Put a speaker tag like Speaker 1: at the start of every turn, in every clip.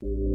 Speaker 1: 嗯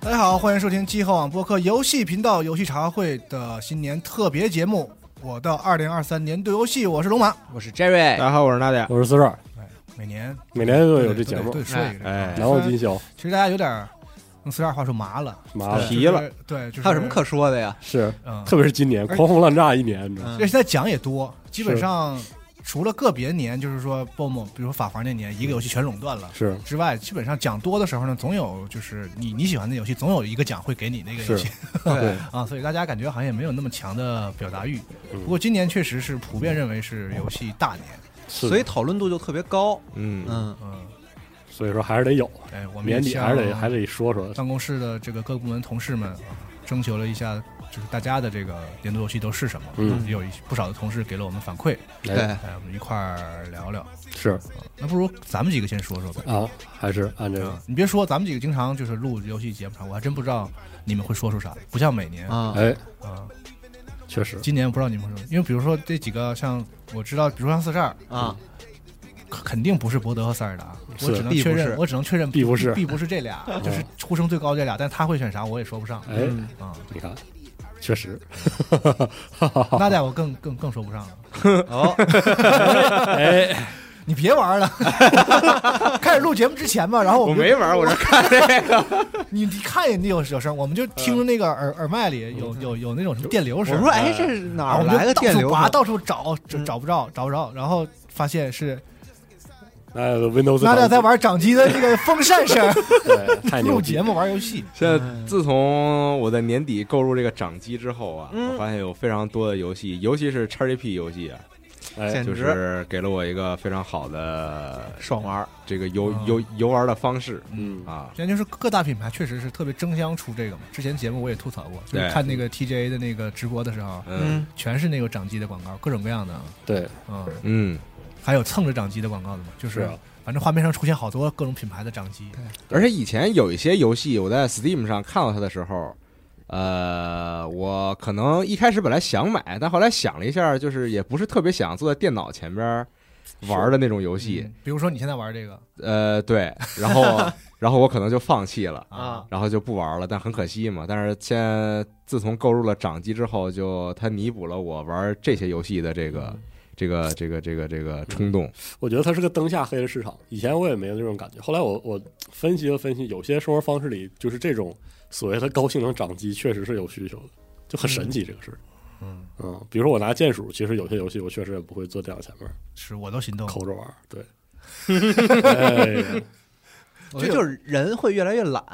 Speaker 2: 大家好，欢迎收听机后网播客游戏频道游戏茶话会的新年特别节目。我的二零二三年度游戏，我是龙马。
Speaker 3: 我是 Jerry，
Speaker 4: 大家好，我是娜姐。
Speaker 5: 我是四帅，
Speaker 2: 哎每年
Speaker 5: 每年都
Speaker 2: 都
Speaker 5: 有
Speaker 2: 得
Speaker 5: 这节目
Speaker 2: 都得，说一个。
Speaker 4: 哎
Speaker 2: 这
Speaker 5: 难
Speaker 2: 个
Speaker 5: 忘
Speaker 2: 虽然
Speaker 5: 今宵，
Speaker 2: 其实大家有点儿用四十二话说麻了，
Speaker 5: 麻
Speaker 4: 对
Speaker 5: 了，
Speaker 4: 急了
Speaker 2: 就是。对，就是
Speaker 3: 还有什么可说嗯的呀？
Speaker 5: 是，
Speaker 2: 嗯，
Speaker 5: 特别是今年狂轰滥炸一年，你知道吗？
Speaker 2: 而且现在讲也多，基本上除了个别年，就是说 BOM，比如说法环那年一个游戏全垄断了。
Speaker 5: 是
Speaker 2: 之外，基本上讲多的时候呢，总有就是你你喜欢的游戏，总有一个奖会给你那个游戏
Speaker 5: 对，
Speaker 2: 啊，所以大家感觉好像也没有那么强的表达欲。
Speaker 5: 嗯
Speaker 2: 不过今年确实是普遍认为是游戏大年，
Speaker 5: 是，
Speaker 3: 所以讨论度就特别高。
Speaker 4: 嗯，
Speaker 3: 嗯，
Speaker 2: 嗯，
Speaker 5: 所以说还是得有，
Speaker 2: 哎，我们也
Speaker 5: 年底还是得
Speaker 2: 向
Speaker 5: 还得说说，
Speaker 2: 办公室的这个各部门同事们啊，征求了一下，就是大家的这个年度游戏都是什么，
Speaker 5: 嗯
Speaker 2: 也有一些不少的同事给了我们反馈，
Speaker 5: 哎
Speaker 3: 对，
Speaker 2: 哎，我们一块儿聊聊。
Speaker 5: 是
Speaker 2: 那不如咱们几个先说说呗。
Speaker 5: 啊，还是按这个，
Speaker 2: 你别说，咱们几个经常就是录游戏节目上，我还真不知道你们会说出啥，不像每年啊、
Speaker 3: 啊，
Speaker 5: 哎，确实，
Speaker 2: 今年不知道你们会说，因为比如说这几个像我知道，比如说像四十二，
Speaker 3: 啊，
Speaker 2: 可肯定不是博德和塞尔达，我
Speaker 5: 是
Speaker 2: 只能
Speaker 3: 必
Speaker 2: 确
Speaker 3: 不
Speaker 2: 认，
Speaker 3: 是
Speaker 2: 我只能确认
Speaker 5: 必不是
Speaker 2: 必不是嗯这俩，就是呼声最高这俩，但他会选啥我也说不上啊、
Speaker 5: 哎，
Speaker 3: 嗯
Speaker 5: 你看，确实，
Speaker 2: 那俩我更更更说不上了。
Speaker 3: 哦，
Speaker 5: 哎，
Speaker 2: 你别玩 了，开始录节目之前嘛，然后我
Speaker 4: 我
Speaker 2: 们
Speaker 4: 没玩，我这看这个。
Speaker 2: 你你看见你有有声，我们就听着那个耳耳麦里有有有那种什么电流
Speaker 3: 嗯我
Speaker 2: 声，
Speaker 3: 说哎，这是哪
Speaker 2: 然后
Speaker 3: 儿
Speaker 2: 我们
Speaker 3: 来
Speaker 2: 就
Speaker 3: 的
Speaker 2: 到
Speaker 3: 电
Speaker 2: 处
Speaker 3: 流
Speaker 2: 拔，
Speaker 3: 声？嗯
Speaker 2: 到处找，找找不着，找不着，然后发现是
Speaker 5: 那 Windows
Speaker 2: 娜娜在
Speaker 5: 掌
Speaker 2: 玩掌机的这个风扇声，
Speaker 5: 机，对太牛
Speaker 2: 录
Speaker 5: 逼嗯
Speaker 2: 节，目玩游戏，
Speaker 4: 现在自从我在年底购入这个掌机之后啊，
Speaker 3: 嗯
Speaker 4: 我发现有非常多的游戏，尤其是 XGP 游戏啊，
Speaker 5: 哎
Speaker 3: 简，
Speaker 4: 就
Speaker 3: 直
Speaker 4: 是给了我一个非常好的
Speaker 3: 爽玩儿。
Speaker 4: 这个游
Speaker 2: 嗯
Speaker 4: 游游玩的方式
Speaker 5: 嗯，
Speaker 4: 啊。
Speaker 2: 现在就是各大品牌确实是特别争相出这个嘛。之前节目我也吐槽过，就是
Speaker 4: 对
Speaker 2: 看那个 TGA 的那个直播的时候，
Speaker 4: 嗯，
Speaker 2: 全是那个掌机的广告，各种各样的，
Speaker 5: 对，
Speaker 2: 嗯，
Speaker 4: 嗯，
Speaker 2: 还有蹭着掌机的广告的嘛，就是是
Speaker 5: 啊
Speaker 2: 反正画面上出现好多各种品牌的掌机，
Speaker 4: 而且以前有一些游戏，我在 Steam 上看到它的时候，呃，我可能一开始本来想买，但后来想了一下，就是也不是特别想坐在电脑前边儿玩的那种游戏
Speaker 2: 嗯。比如说你现在玩这个
Speaker 4: 呃，对，然后然后我可能就放弃了，
Speaker 3: 啊，
Speaker 4: 然后就不玩了，但很可惜嘛。但是现在自从购入了掌机之后，就它弥补了我玩这些游戏的这个。这个这个这个这个冲动，
Speaker 5: 我觉得它是个当下黑的市场。以前我也没有这种感觉，后来我我分析了分析，有些生活方式里就是这种所谓的高性能掌机，确实是有需求的，就很神奇这个事儿。
Speaker 2: 嗯
Speaker 5: 嗯，比如说我拿键鼠，其实有些游戏我确实也不会坐电脑前面
Speaker 2: 是我都心动了，
Speaker 5: 抠着玩儿。对， 哎呀
Speaker 3: 我觉得就是人会越来越懒。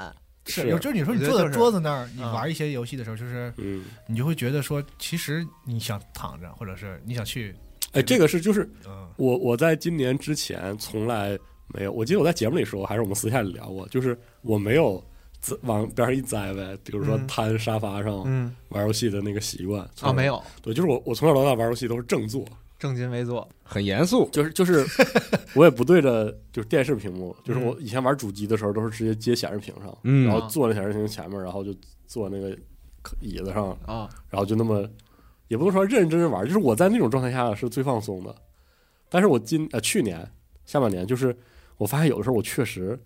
Speaker 2: 是，
Speaker 5: 是
Speaker 2: 有就是你说你
Speaker 3: 我觉得
Speaker 2: 坐在
Speaker 3: 就是
Speaker 2: 桌子那儿，你
Speaker 3: 啊
Speaker 2: 玩一些游戏的时候，就是
Speaker 5: 嗯，
Speaker 2: 你就会觉得说，其实你想躺着，或者是你想去，
Speaker 5: 哎，这个是就是
Speaker 2: 嗯
Speaker 5: 我我在今年之前从来没有，我记得我在节目里说，还是我们私下里聊过，就是我没有自往边上一栽呗，比如说
Speaker 3: 嗯
Speaker 5: 瘫沙发上
Speaker 3: 嗯，
Speaker 5: 玩游戏的那个习惯
Speaker 3: 啊，没
Speaker 5: 有。
Speaker 3: 有，
Speaker 5: 对，就是我，我从小到大玩游戏都是正坐，
Speaker 3: 正襟危坐。
Speaker 4: 很严肃。
Speaker 5: 就是就是， 嗯我也不对着就是电视屏幕，就是我以前玩主机的时候都是直接接显示屏上，
Speaker 4: 嗯
Speaker 5: 然后坐在显示屏前面，然后就坐那个椅子上，
Speaker 3: 啊，
Speaker 5: 然后就那么，也不能说认真玩，就是我在那种状态下是最放松的。但是我今呃去年下半年，就是我发现有的时候我确实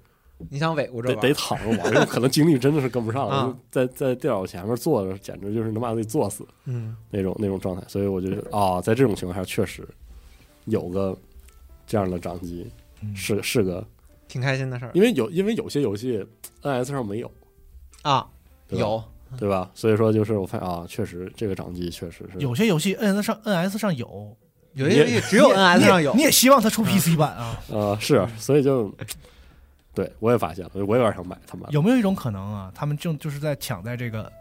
Speaker 3: 你想尾咕着
Speaker 5: 得
Speaker 3: 玩
Speaker 5: 得躺着玩，因为可能精力真的是跟不上了，
Speaker 3: 啊
Speaker 5: 就在在电脑前面坐着，简直就是能把自己坐死。
Speaker 3: 嗯，
Speaker 5: 那种那种状态，所以我就觉得啊、在这种情况下确实有个这样的掌机
Speaker 2: 嗯，
Speaker 5: 是是个，
Speaker 3: 挺开心的事儿
Speaker 5: 因为有因为有些游戏 NS 上没有，
Speaker 3: 啊。
Speaker 5: 对吧
Speaker 3: 有，
Speaker 5: 对吧？所以说就是我发现啊，确实这个掌机确实是
Speaker 2: 有些游戏 N S 上 N S 上有，
Speaker 3: 有些游戏只有
Speaker 2: 你也
Speaker 3: NS 上有
Speaker 2: 你也，你也希望它出 P C 版啊？
Speaker 5: 呃是，所以就对我也发现了，我也有点想买他们，
Speaker 2: 有没有一种可能啊，他们正就是在抢在这个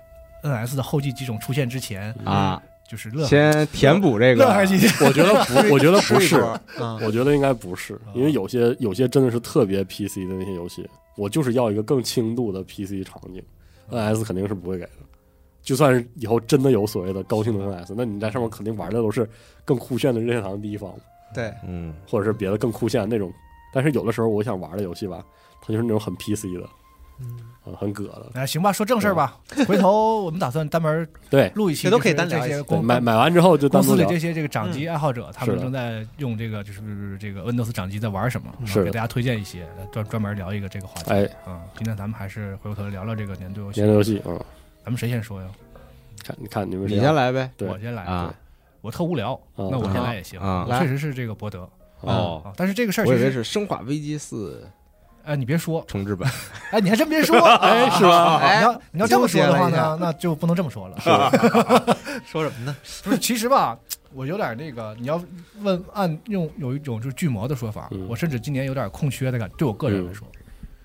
Speaker 2: NS 的后继机种出现之前，
Speaker 5: 嗯
Speaker 4: 啊，
Speaker 2: 就是乐
Speaker 4: 先填补这
Speaker 2: 乐
Speaker 4: 个
Speaker 2: 还。行，
Speaker 5: 我觉得 不，我觉得不是，
Speaker 2: 嗯
Speaker 3: 啊，
Speaker 5: 我觉得应该不是，
Speaker 2: 啊
Speaker 5: 因为有些有些真的是特别 PC 的那些游戏，我就是要一个更轻度的 PC 场景，NS
Speaker 2: 嗯
Speaker 5: 肯定是不会给的。就算是以后真的有所谓的高性能 NS，那你在上面肯定玩的都是更酷炫的任天堂第一方，
Speaker 3: 对，
Speaker 4: 嗯，
Speaker 5: 或者是别的更酷炫的那种。但是有的时候我想玩的游戏吧，它就是那种很 PC 的，嗯，很葛的。
Speaker 2: 哎，行吧，说正事儿吧。回头我们打算单门
Speaker 5: 嗯对，
Speaker 2: 录一期，
Speaker 3: 这都可以单聊
Speaker 2: 这
Speaker 3: 一
Speaker 2: 些
Speaker 3: 次
Speaker 5: 对
Speaker 2: 公
Speaker 5: 买买完之后就
Speaker 2: 公
Speaker 5: 单独
Speaker 2: 司里
Speaker 5: 聊嗯
Speaker 2: 这。些这个掌机爱好者，他
Speaker 5: 是
Speaker 2: 们
Speaker 5: 的
Speaker 2: 正在用这个就是这个 Windows 掌机在玩什么，然后
Speaker 5: 是的
Speaker 2: 给大家推荐一些，专专门聊一个这个话题。
Speaker 5: 哎，
Speaker 2: 嗯，今天咱们还是回过头聊聊这个年度游戏
Speaker 5: 年。度游戏，嗯，
Speaker 2: 咱们谁先说呀？
Speaker 5: 看你看你们谁
Speaker 4: 你先来呗。
Speaker 5: 对
Speaker 2: 我先来，
Speaker 4: 啊
Speaker 2: 我特无聊，
Speaker 5: 嗯
Speaker 2: 那我先来也行。
Speaker 4: 啊
Speaker 2: 我
Speaker 3: 来
Speaker 2: 确实是这个博德
Speaker 4: 哦，
Speaker 2: 啊，但是这个事儿
Speaker 4: 我
Speaker 2: 其
Speaker 4: 以为
Speaker 2: 实，
Speaker 4: 是《生化危机四
Speaker 2: 哎，你别说》，
Speaker 4: 重置版。
Speaker 2: 哎，你还真 别说，哎，
Speaker 5: 是
Speaker 4: 啊
Speaker 5: 吧？
Speaker 2: 你
Speaker 3: 哎，
Speaker 2: 要你要这么说的话
Speaker 3: 纠结了
Speaker 2: 呢，那就不能这么说了。
Speaker 3: 说什么呢？
Speaker 2: 不是，其实吧，我有点那个，你要问按用有一种就是巨魔的说法，
Speaker 5: 嗯
Speaker 2: 我甚至今年有点空缺的感，对我个人来说，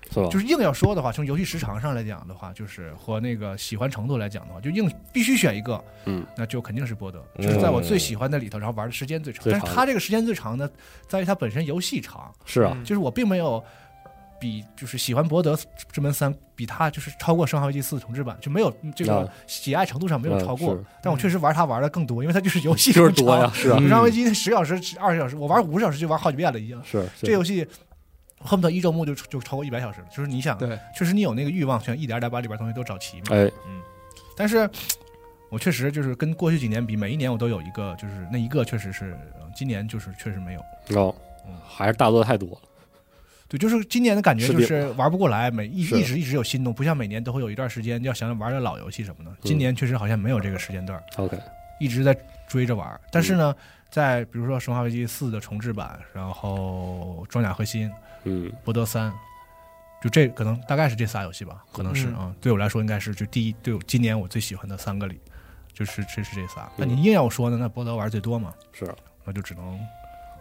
Speaker 5: 是吧
Speaker 2: 就？是硬要说的话，从游戏时长上来讲的话，就是和那个喜欢程度来讲的话，就硬必须选一个，
Speaker 5: 嗯，
Speaker 2: 那就肯定是波德，就是在我最喜欢的里头，然后玩的时间最长。
Speaker 5: 最
Speaker 2: 但
Speaker 5: 长
Speaker 2: 是它这个时间最长呢，在于它本身游戏长，
Speaker 5: 是啊，
Speaker 3: 嗯
Speaker 2: 就是我并没有。比就是喜欢博德之门三，比它就是超过《生化危机四》重置版，就没有这个
Speaker 5: 啊
Speaker 2: 喜爱程度上没有
Speaker 5: 啊
Speaker 2: 超过，
Speaker 5: 是
Speaker 2: 但我确实玩它玩的更多，因为它就是游戏
Speaker 5: 就是
Speaker 2: 更
Speaker 5: 多呀，
Speaker 2: 长。
Speaker 5: 是啊
Speaker 4: 嗯，
Speaker 2: 《生化危机》十小时、二十小时，我玩五十小时就玩好几遍了，已经。
Speaker 5: 是是
Speaker 2: 这游戏恨不得一周目就就超过一百小时了，就是你想，
Speaker 3: 对，
Speaker 2: 确实你有那个欲望，想一点点把里边东西都找齐嘛。嗯
Speaker 5: 哎，
Speaker 2: 但是，我确实就是跟过去几年比，每一年我都有一个，就是那一个确实是，呃今年就是确实没有。
Speaker 5: 哦
Speaker 2: 嗯，
Speaker 5: 还是大作太多了，
Speaker 2: 对，就是今年的感觉
Speaker 5: 是
Speaker 2: 就
Speaker 5: 的
Speaker 2: 是玩不过来，每一
Speaker 5: 是的
Speaker 2: 一直一直有新动，不像每年都会有一段时间要想玩点老游戏什
Speaker 5: 嗯
Speaker 2: 么的。今年确实好像没有这个时间段，
Speaker 5: OK，
Speaker 2: 一直在追着玩。
Speaker 5: 嗯
Speaker 2: 但是呢，在比如说《生化危机四》的重置版，然后《装甲核心》、《
Speaker 5: 嗯，
Speaker 2: 博德三》，就这可能大概是这仨游戏吧，可能是
Speaker 3: 嗯
Speaker 2: 啊、对我来说应该是就第一，对我今年我最喜欢的三个里，就是这是这仨。那你硬要我说呢，那博德玩最多嘛，
Speaker 5: 嗯是啊
Speaker 2: 那就只能。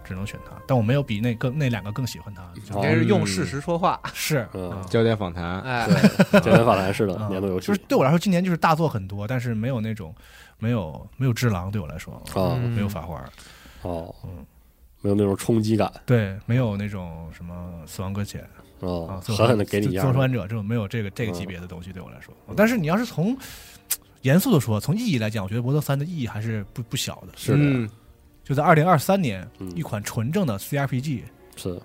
Speaker 2: 只能选它，但我没有比那更那两个更喜欢它，
Speaker 3: 你
Speaker 5: 哦
Speaker 3: 这是用事实说话，
Speaker 2: 是
Speaker 5: 嗯
Speaker 2: 啊
Speaker 4: 焦点访谈，
Speaker 3: 哎，
Speaker 5: 健身法兰似的
Speaker 2: 啊
Speaker 5: 年度游戏
Speaker 2: 就是对我来说，今年就是大作很多，但是没有那种没有没有只狼对我来说，
Speaker 5: 啊，
Speaker 3: 嗯
Speaker 2: 没有法花，
Speaker 5: 哦
Speaker 2: 嗯，
Speaker 5: 没有那种冲击感
Speaker 2: 对，没有那种什么死亡搁浅啊
Speaker 5: 哦，，
Speaker 2: 最
Speaker 5: 狠
Speaker 2: 后
Speaker 5: 狠的给你一嗯
Speaker 2: 最
Speaker 5: 样
Speaker 2: 后
Speaker 5: 的
Speaker 2: 生还者这种没有这个这个级别的东西对我来说，但是你要是从严肃的说，从意义来讲，我觉得《博德三》的意义还是不不小的。
Speaker 5: 是的，
Speaker 4: 嗯
Speaker 2: 就在二零二三年，
Speaker 5: 嗯
Speaker 2: 一款纯正的 CRPG，
Speaker 5: 是的。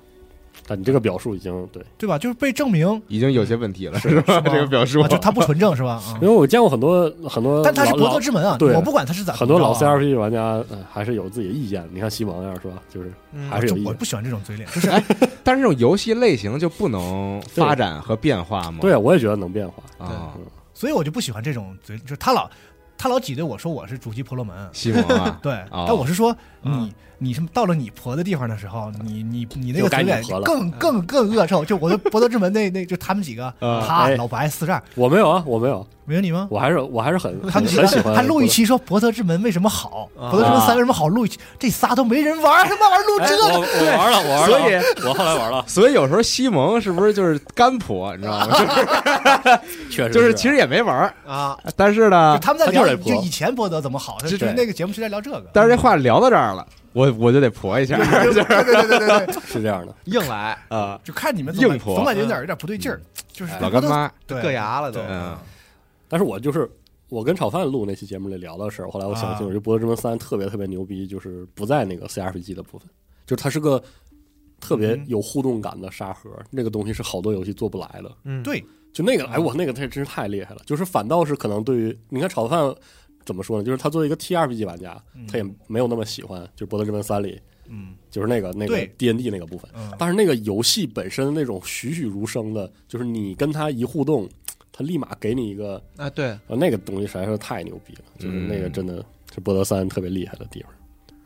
Speaker 5: 但你这个表述已经对，
Speaker 2: 对吧？就是被证明，
Speaker 4: 已经有些问题了，是吧？
Speaker 2: 是吧
Speaker 4: 这个表述
Speaker 2: 啊，就它不纯正是吧？啊
Speaker 5: 因为，我见过很多很多老，
Speaker 2: 但它是博
Speaker 5: 老
Speaker 2: 德之门啊，
Speaker 5: 对
Speaker 2: 我不管它是咋，啊
Speaker 5: 很多老
Speaker 2: 你知道吧
Speaker 5: CRPG 玩家呃还是有自己的意见。你看西蒙那样是
Speaker 4: 啊
Speaker 5: 吧？就是
Speaker 3: 嗯
Speaker 5: 还是有
Speaker 2: 啊就
Speaker 5: 意
Speaker 2: 我
Speaker 5: 见。
Speaker 2: 不喜欢这种嘴脸，
Speaker 4: 但是这种游戏类型就不能发展和变化吗？
Speaker 5: 对，我也觉得能变化。
Speaker 4: 啊，
Speaker 2: 所以我就不喜欢这种嘴，就是他老他老挤兑我说我是主机婆罗门，，
Speaker 4: 西蒙啊
Speaker 2: 对，
Speaker 4: 哦
Speaker 2: 但我是说
Speaker 3: 嗯
Speaker 2: 你你什么到了你婆的地方的时候，你你你那个
Speaker 5: 就该
Speaker 2: 嘴
Speaker 5: 你
Speaker 2: 脸
Speaker 5: 婆了
Speaker 2: 更更更恶臭，就我的 博德之门那那就他们几个，
Speaker 4: 啊
Speaker 2: 他
Speaker 5: 哎
Speaker 2: 老白四战，
Speaker 5: 我没有啊，我没有，
Speaker 2: 没有你吗？
Speaker 5: 我还是我还是很
Speaker 2: 他
Speaker 5: 很
Speaker 2: 们几
Speaker 5: 很喜
Speaker 2: 个
Speaker 5: 欢。
Speaker 2: 还录一期说博德之门为什么好，
Speaker 3: 啊
Speaker 2: 博德之门三为什么好，录一期这仨都没人玩，他妈玩录
Speaker 5: 哎，
Speaker 2: 这
Speaker 5: 我
Speaker 2: 个，
Speaker 5: 我玩了，我玩
Speaker 4: 所
Speaker 5: 了，
Speaker 4: 以
Speaker 5: 我后来玩了，
Speaker 4: 所以有时候西蒙是不是就是干婆，你知道吗？
Speaker 5: 确实
Speaker 4: 就是就是其实也没玩儿，
Speaker 3: 啊，
Speaker 4: 但是呢
Speaker 2: 就，他们在
Speaker 5: 他就是得
Speaker 2: 聊
Speaker 5: 婆
Speaker 2: 就以前博德怎么好，就
Speaker 5: 这
Speaker 2: 是那个节目是在聊这个，
Speaker 4: 但是这话聊到这儿了，我我 就得婆一下，就是
Speaker 5: 是这样的。
Speaker 3: 硬来，
Speaker 4: 啊，
Speaker 2: 就看你们总感
Speaker 4: 硬婆
Speaker 2: 总感觉有点有点不对劲儿，就是
Speaker 4: 老干妈，
Speaker 2: 对
Speaker 3: 硌牙哎了都
Speaker 2: 对
Speaker 4: 嗯
Speaker 5: 但是我就是我跟炒饭录那期节目里聊到的事儿，后来我想
Speaker 2: 啊
Speaker 5: 清楚，就《博德之门三》特别特别牛逼，就是不在那个 CRPG 的部分，就是它是个特
Speaker 3: 嗯
Speaker 5: 别有互动感的沙盒，那个东西是好多游戏做不来的。
Speaker 3: 嗯，
Speaker 2: 对
Speaker 5: 就那个，哎，我那个太真是太厉害了，就是反倒是可能对于你看炒饭。怎么说呢？就是他作为一个 T R P G 玩家，
Speaker 3: 嗯
Speaker 5: 他也没有那么喜欢，就是《博德之门三》里，
Speaker 2: 嗯
Speaker 5: 就是那个那个
Speaker 2: 对
Speaker 5: D N D 那个部分。
Speaker 2: 嗯，
Speaker 5: 但是那个游戏本身那种栩栩如生的，就是你跟他一互动，他立马给你一个
Speaker 3: 啊，对，
Speaker 5: 啊，那个东西实在是太牛逼了，就是那个真的是博德三特别厉害的地方，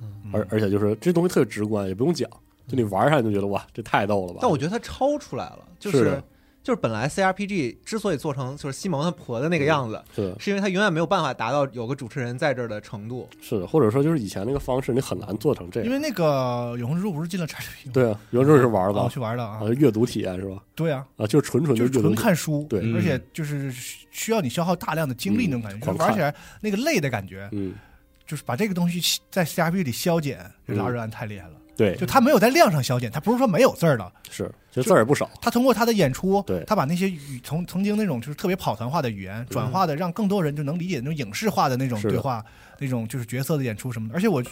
Speaker 2: 嗯
Speaker 5: 而而且就是这东西特别直观，也不用讲，就你玩上你就觉得哇，这太逗了吧！
Speaker 3: 但我觉得他超出来了，就是是
Speaker 5: 的
Speaker 3: 就是本来 CRPG 之所以做成就是西蒙他婆的那个样子，
Speaker 5: 嗯是的，
Speaker 3: 是因为他永远没有办法达到有个主持人在这儿的程度。
Speaker 5: 是的，或者说就是以前那个方式，你很难做成这
Speaker 2: 因
Speaker 5: 样。
Speaker 2: 为那个《永恒之路》不是进了产品，
Speaker 5: 对啊，原著是玩儿
Speaker 2: 我
Speaker 5: 吧？
Speaker 2: 去玩的啊
Speaker 5: 啊，，阅读体验是吧？
Speaker 2: 对啊，
Speaker 5: 啊，就是纯纯
Speaker 2: 就
Speaker 5: 的
Speaker 2: 是
Speaker 5: 阅读
Speaker 2: 纯
Speaker 5: 体验。
Speaker 2: 看书，
Speaker 5: 对
Speaker 2: 而且就是需要你消耗大量的精力那种感觉，
Speaker 5: 嗯
Speaker 2: 就是
Speaker 5: 狂看
Speaker 2: 玩起来那个累的感觉，
Speaker 5: 嗯，
Speaker 2: 就是把这个东西在 CRPG 里消减，这
Speaker 5: 嗯
Speaker 2: 拉热安太厉害了。
Speaker 5: 对
Speaker 2: 就，他没有在量上消减，他不是说没有字儿了，
Speaker 5: 是，其实字儿也不少。
Speaker 2: 他通过他的演出
Speaker 5: 对，
Speaker 2: 他把那些语从曾经那种就是特别跑团化的语言转化的，让更多人就能理解那种影视化的那种
Speaker 5: 嗯是的
Speaker 2: 对话，那种就是角色的演出什么的。而且我时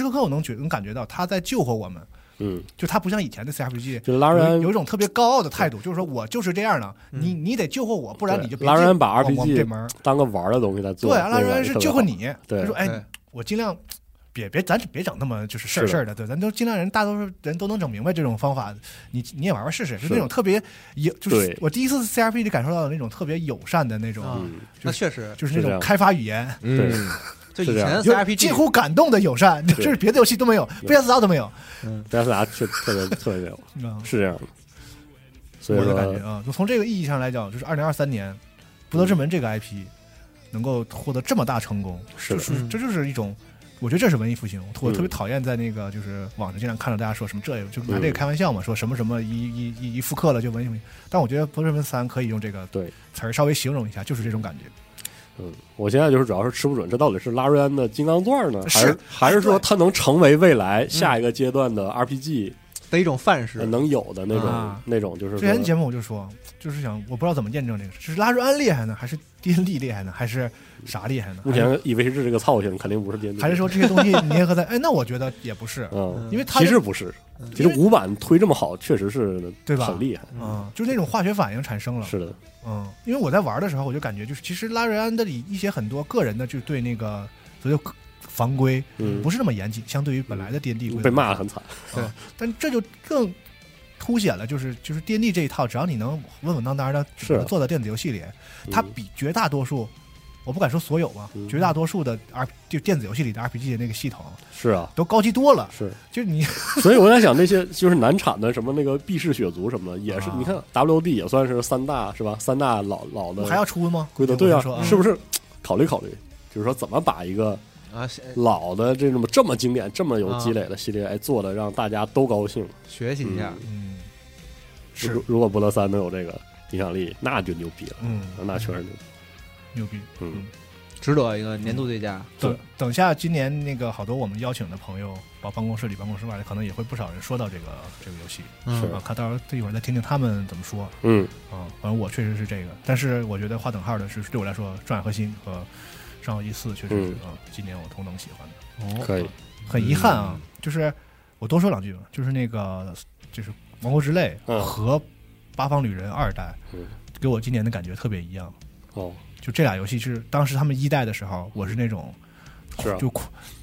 Speaker 2: 时刻刻我能觉能感觉到他在救活我们，
Speaker 5: 嗯，
Speaker 2: 就他不像以前的 CRPG。
Speaker 5: 就拉瑞安
Speaker 2: 有有一种特别高傲的态度，就是说我就是这样的，
Speaker 5: 嗯
Speaker 2: 你你得救活我，不然你就别
Speaker 5: 拉瑞
Speaker 2: 进
Speaker 5: 安把
Speaker 2: 我我们
Speaker 5: RPG
Speaker 2: 这门儿。
Speaker 5: 当个玩儿的东西在做。
Speaker 2: 对，拉瑞
Speaker 5: 那个
Speaker 2: 安
Speaker 5: 也
Speaker 2: 是
Speaker 5: 特别
Speaker 2: 救活
Speaker 5: 好。
Speaker 2: 你，
Speaker 5: 对
Speaker 2: 他说哎
Speaker 3: 对，
Speaker 2: 我尽量别别咱别整那么就是事
Speaker 5: 是
Speaker 2: 儿
Speaker 5: 的
Speaker 2: 事儿的，对，咱都尽量人大多数人都能整明白这种方法，你你也玩玩试试，就是那种特别有，就是
Speaker 5: 对
Speaker 2: 我第一次 CRPG 感受到的那种特别友善的那种，
Speaker 3: 啊
Speaker 5: 嗯，
Speaker 3: 那确实，
Speaker 2: 就是
Speaker 5: 是这
Speaker 2: 那种
Speaker 5: 样
Speaker 2: 开发语言，
Speaker 4: 嗯，
Speaker 3: 就是以
Speaker 5: 这
Speaker 3: 前
Speaker 5: 样
Speaker 3: 的
Speaker 2: 就
Speaker 3: CRPG
Speaker 2: 近乎感动的友善，就
Speaker 5: 对
Speaker 2: 是别的游戏都没有，PS 都没有，
Speaker 3: 嗯
Speaker 5: 但是大家确特别特别 没有，
Speaker 2: 你知道吗？
Speaker 5: 是这样的。所以
Speaker 2: 嗯我
Speaker 5: 说
Speaker 2: 的感觉啊，就从这个意义上来讲，就是二零二三年《不得之门》这个 IP 能够获得这么大成功，
Speaker 5: 是
Speaker 2: 就
Speaker 5: 的
Speaker 2: 是
Speaker 3: 嗯
Speaker 2: 这就是一种，我觉得这是文艺复兴。我特
Speaker 5: 嗯
Speaker 2: 别讨厌在那个就是网上经常看到大家说什么这就拿
Speaker 5: 嗯
Speaker 2: 这个开玩笑嘛，说什么什么一一一一复刻了就文艺复兴。但我觉得《不得之门三》可以用这个
Speaker 5: 对
Speaker 2: 词儿稍微形容一下，就是这种感觉。
Speaker 5: 嗯，我现在就是主要是吃不准，这到底是拉瑞安的金刚钻呢，还
Speaker 2: 是
Speaker 5: 是还是说
Speaker 2: 对嗯
Speaker 5: 它能成为未来下一个阶段的 RPG
Speaker 3: 的一种范式
Speaker 5: 呃，能有的那种
Speaker 2: 啊
Speaker 5: 那种，就是
Speaker 2: 之
Speaker 5: 说
Speaker 2: 前节目我就说，就是想我不知道怎么验证这个，是拉瑞安厉害呢，还是 D N D 厉害呢，还是啥厉害呢？
Speaker 5: 目前以为是这个操性，肯定不是 D N
Speaker 2: 还是说这些东 西 粘合在？哎，那我觉得也不是，
Speaker 5: 嗯，
Speaker 2: 因为它
Speaker 5: 其实不是
Speaker 3: 嗯，
Speaker 5: 其实五版推这么好，确实是
Speaker 2: 对吧
Speaker 5: 很厉害，
Speaker 2: 嗯，就是那种化学反应产生了。
Speaker 5: 是的，
Speaker 2: 嗯，因为我在玩的时候，我就感觉就是，其实拉瑞安的里一些很多个人的，就对那个所谓防规
Speaker 5: 嗯
Speaker 2: 不，是那么严谨，相对于本来的 D N D 规则
Speaker 5: 被骂的，很惨，嗯
Speaker 2: 但这就更凸显了，就是就是 D N D 这一套，只要你能稳稳当当的
Speaker 5: 是啊
Speaker 2: 做到电子游戏里，它
Speaker 5: 嗯
Speaker 2: 比绝大多数，我不敢说所有吧，
Speaker 5: 嗯
Speaker 2: 绝大多数的 R 就电子游戏里的 R P G 的那个系统
Speaker 5: 是啊。
Speaker 2: 都高级多了。
Speaker 5: 是，
Speaker 2: 就是你
Speaker 5: 所以我在想，那些 就是难产的什么那个毕氏血族什么的，也是
Speaker 2: 啊
Speaker 5: 你看 W D 也算是三大是吧？三大老老的
Speaker 2: 还要出吗？
Speaker 5: 规则，
Speaker 2: 我就
Speaker 5: 对啊
Speaker 2: 说，
Speaker 5: 是不是？考虑考虑，就是说怎么把一个
Speaker 3: 啊，
Speaker 5: 老的这种这么经典、这么有积
Speaker 2: 啊
Speaker 5: 累的系列，哎，做的让大家都高兴。
Speaker 3: 学习一下，
Speaker 2: 嗯，是
Speaker 5: 如，如果《博德三》能有这个影响力，那就牛逼了，
Speaker 2: 嗯，
Speaker 5: 那确实牛逼。
Speaker 2: 牛逼。
Speaker 5: 嗯，
Speaker 3: 值得一个年度最佳。
Speaker 2: 等
Speaker 5: 对
Speaker 2: 等下，今年那个好多我们邀请的朋友，包括办公室里、办公室外的，可能也会不少人说到这个这个游戏
Speaker 5: 嗯是
Speaker 2: 啊。看到时候这一会儿再听听他们怎么说
Speaker 5: 嗯，
Speaker 2: 啊。反正我确实是这个，但是我觉得划等号的是对我来说，《转核心》和《上号一四》确实是
Speaker 5: 嗯
Speaker 2: 啊，今年我都能喜欢的。啊
Speaker 3: 哦，
Speaker 5: 可以。嗯
Speaker 2: 很遗憾啊，就是我多说两句吧，就是那个就是《王国之泪》
Speaker 5: 嗯
Speaker 2: 和《八方旅人二代
Speaker 5: 嗯》
Speaker 2: 给我今年的感觉特别一样，
Speaker 5: 哦，
Speaker 2: 就这俩游戏是当时他们一代的时候，我是那种
Speaker 5: 是啊，
Speaker 2: 就苦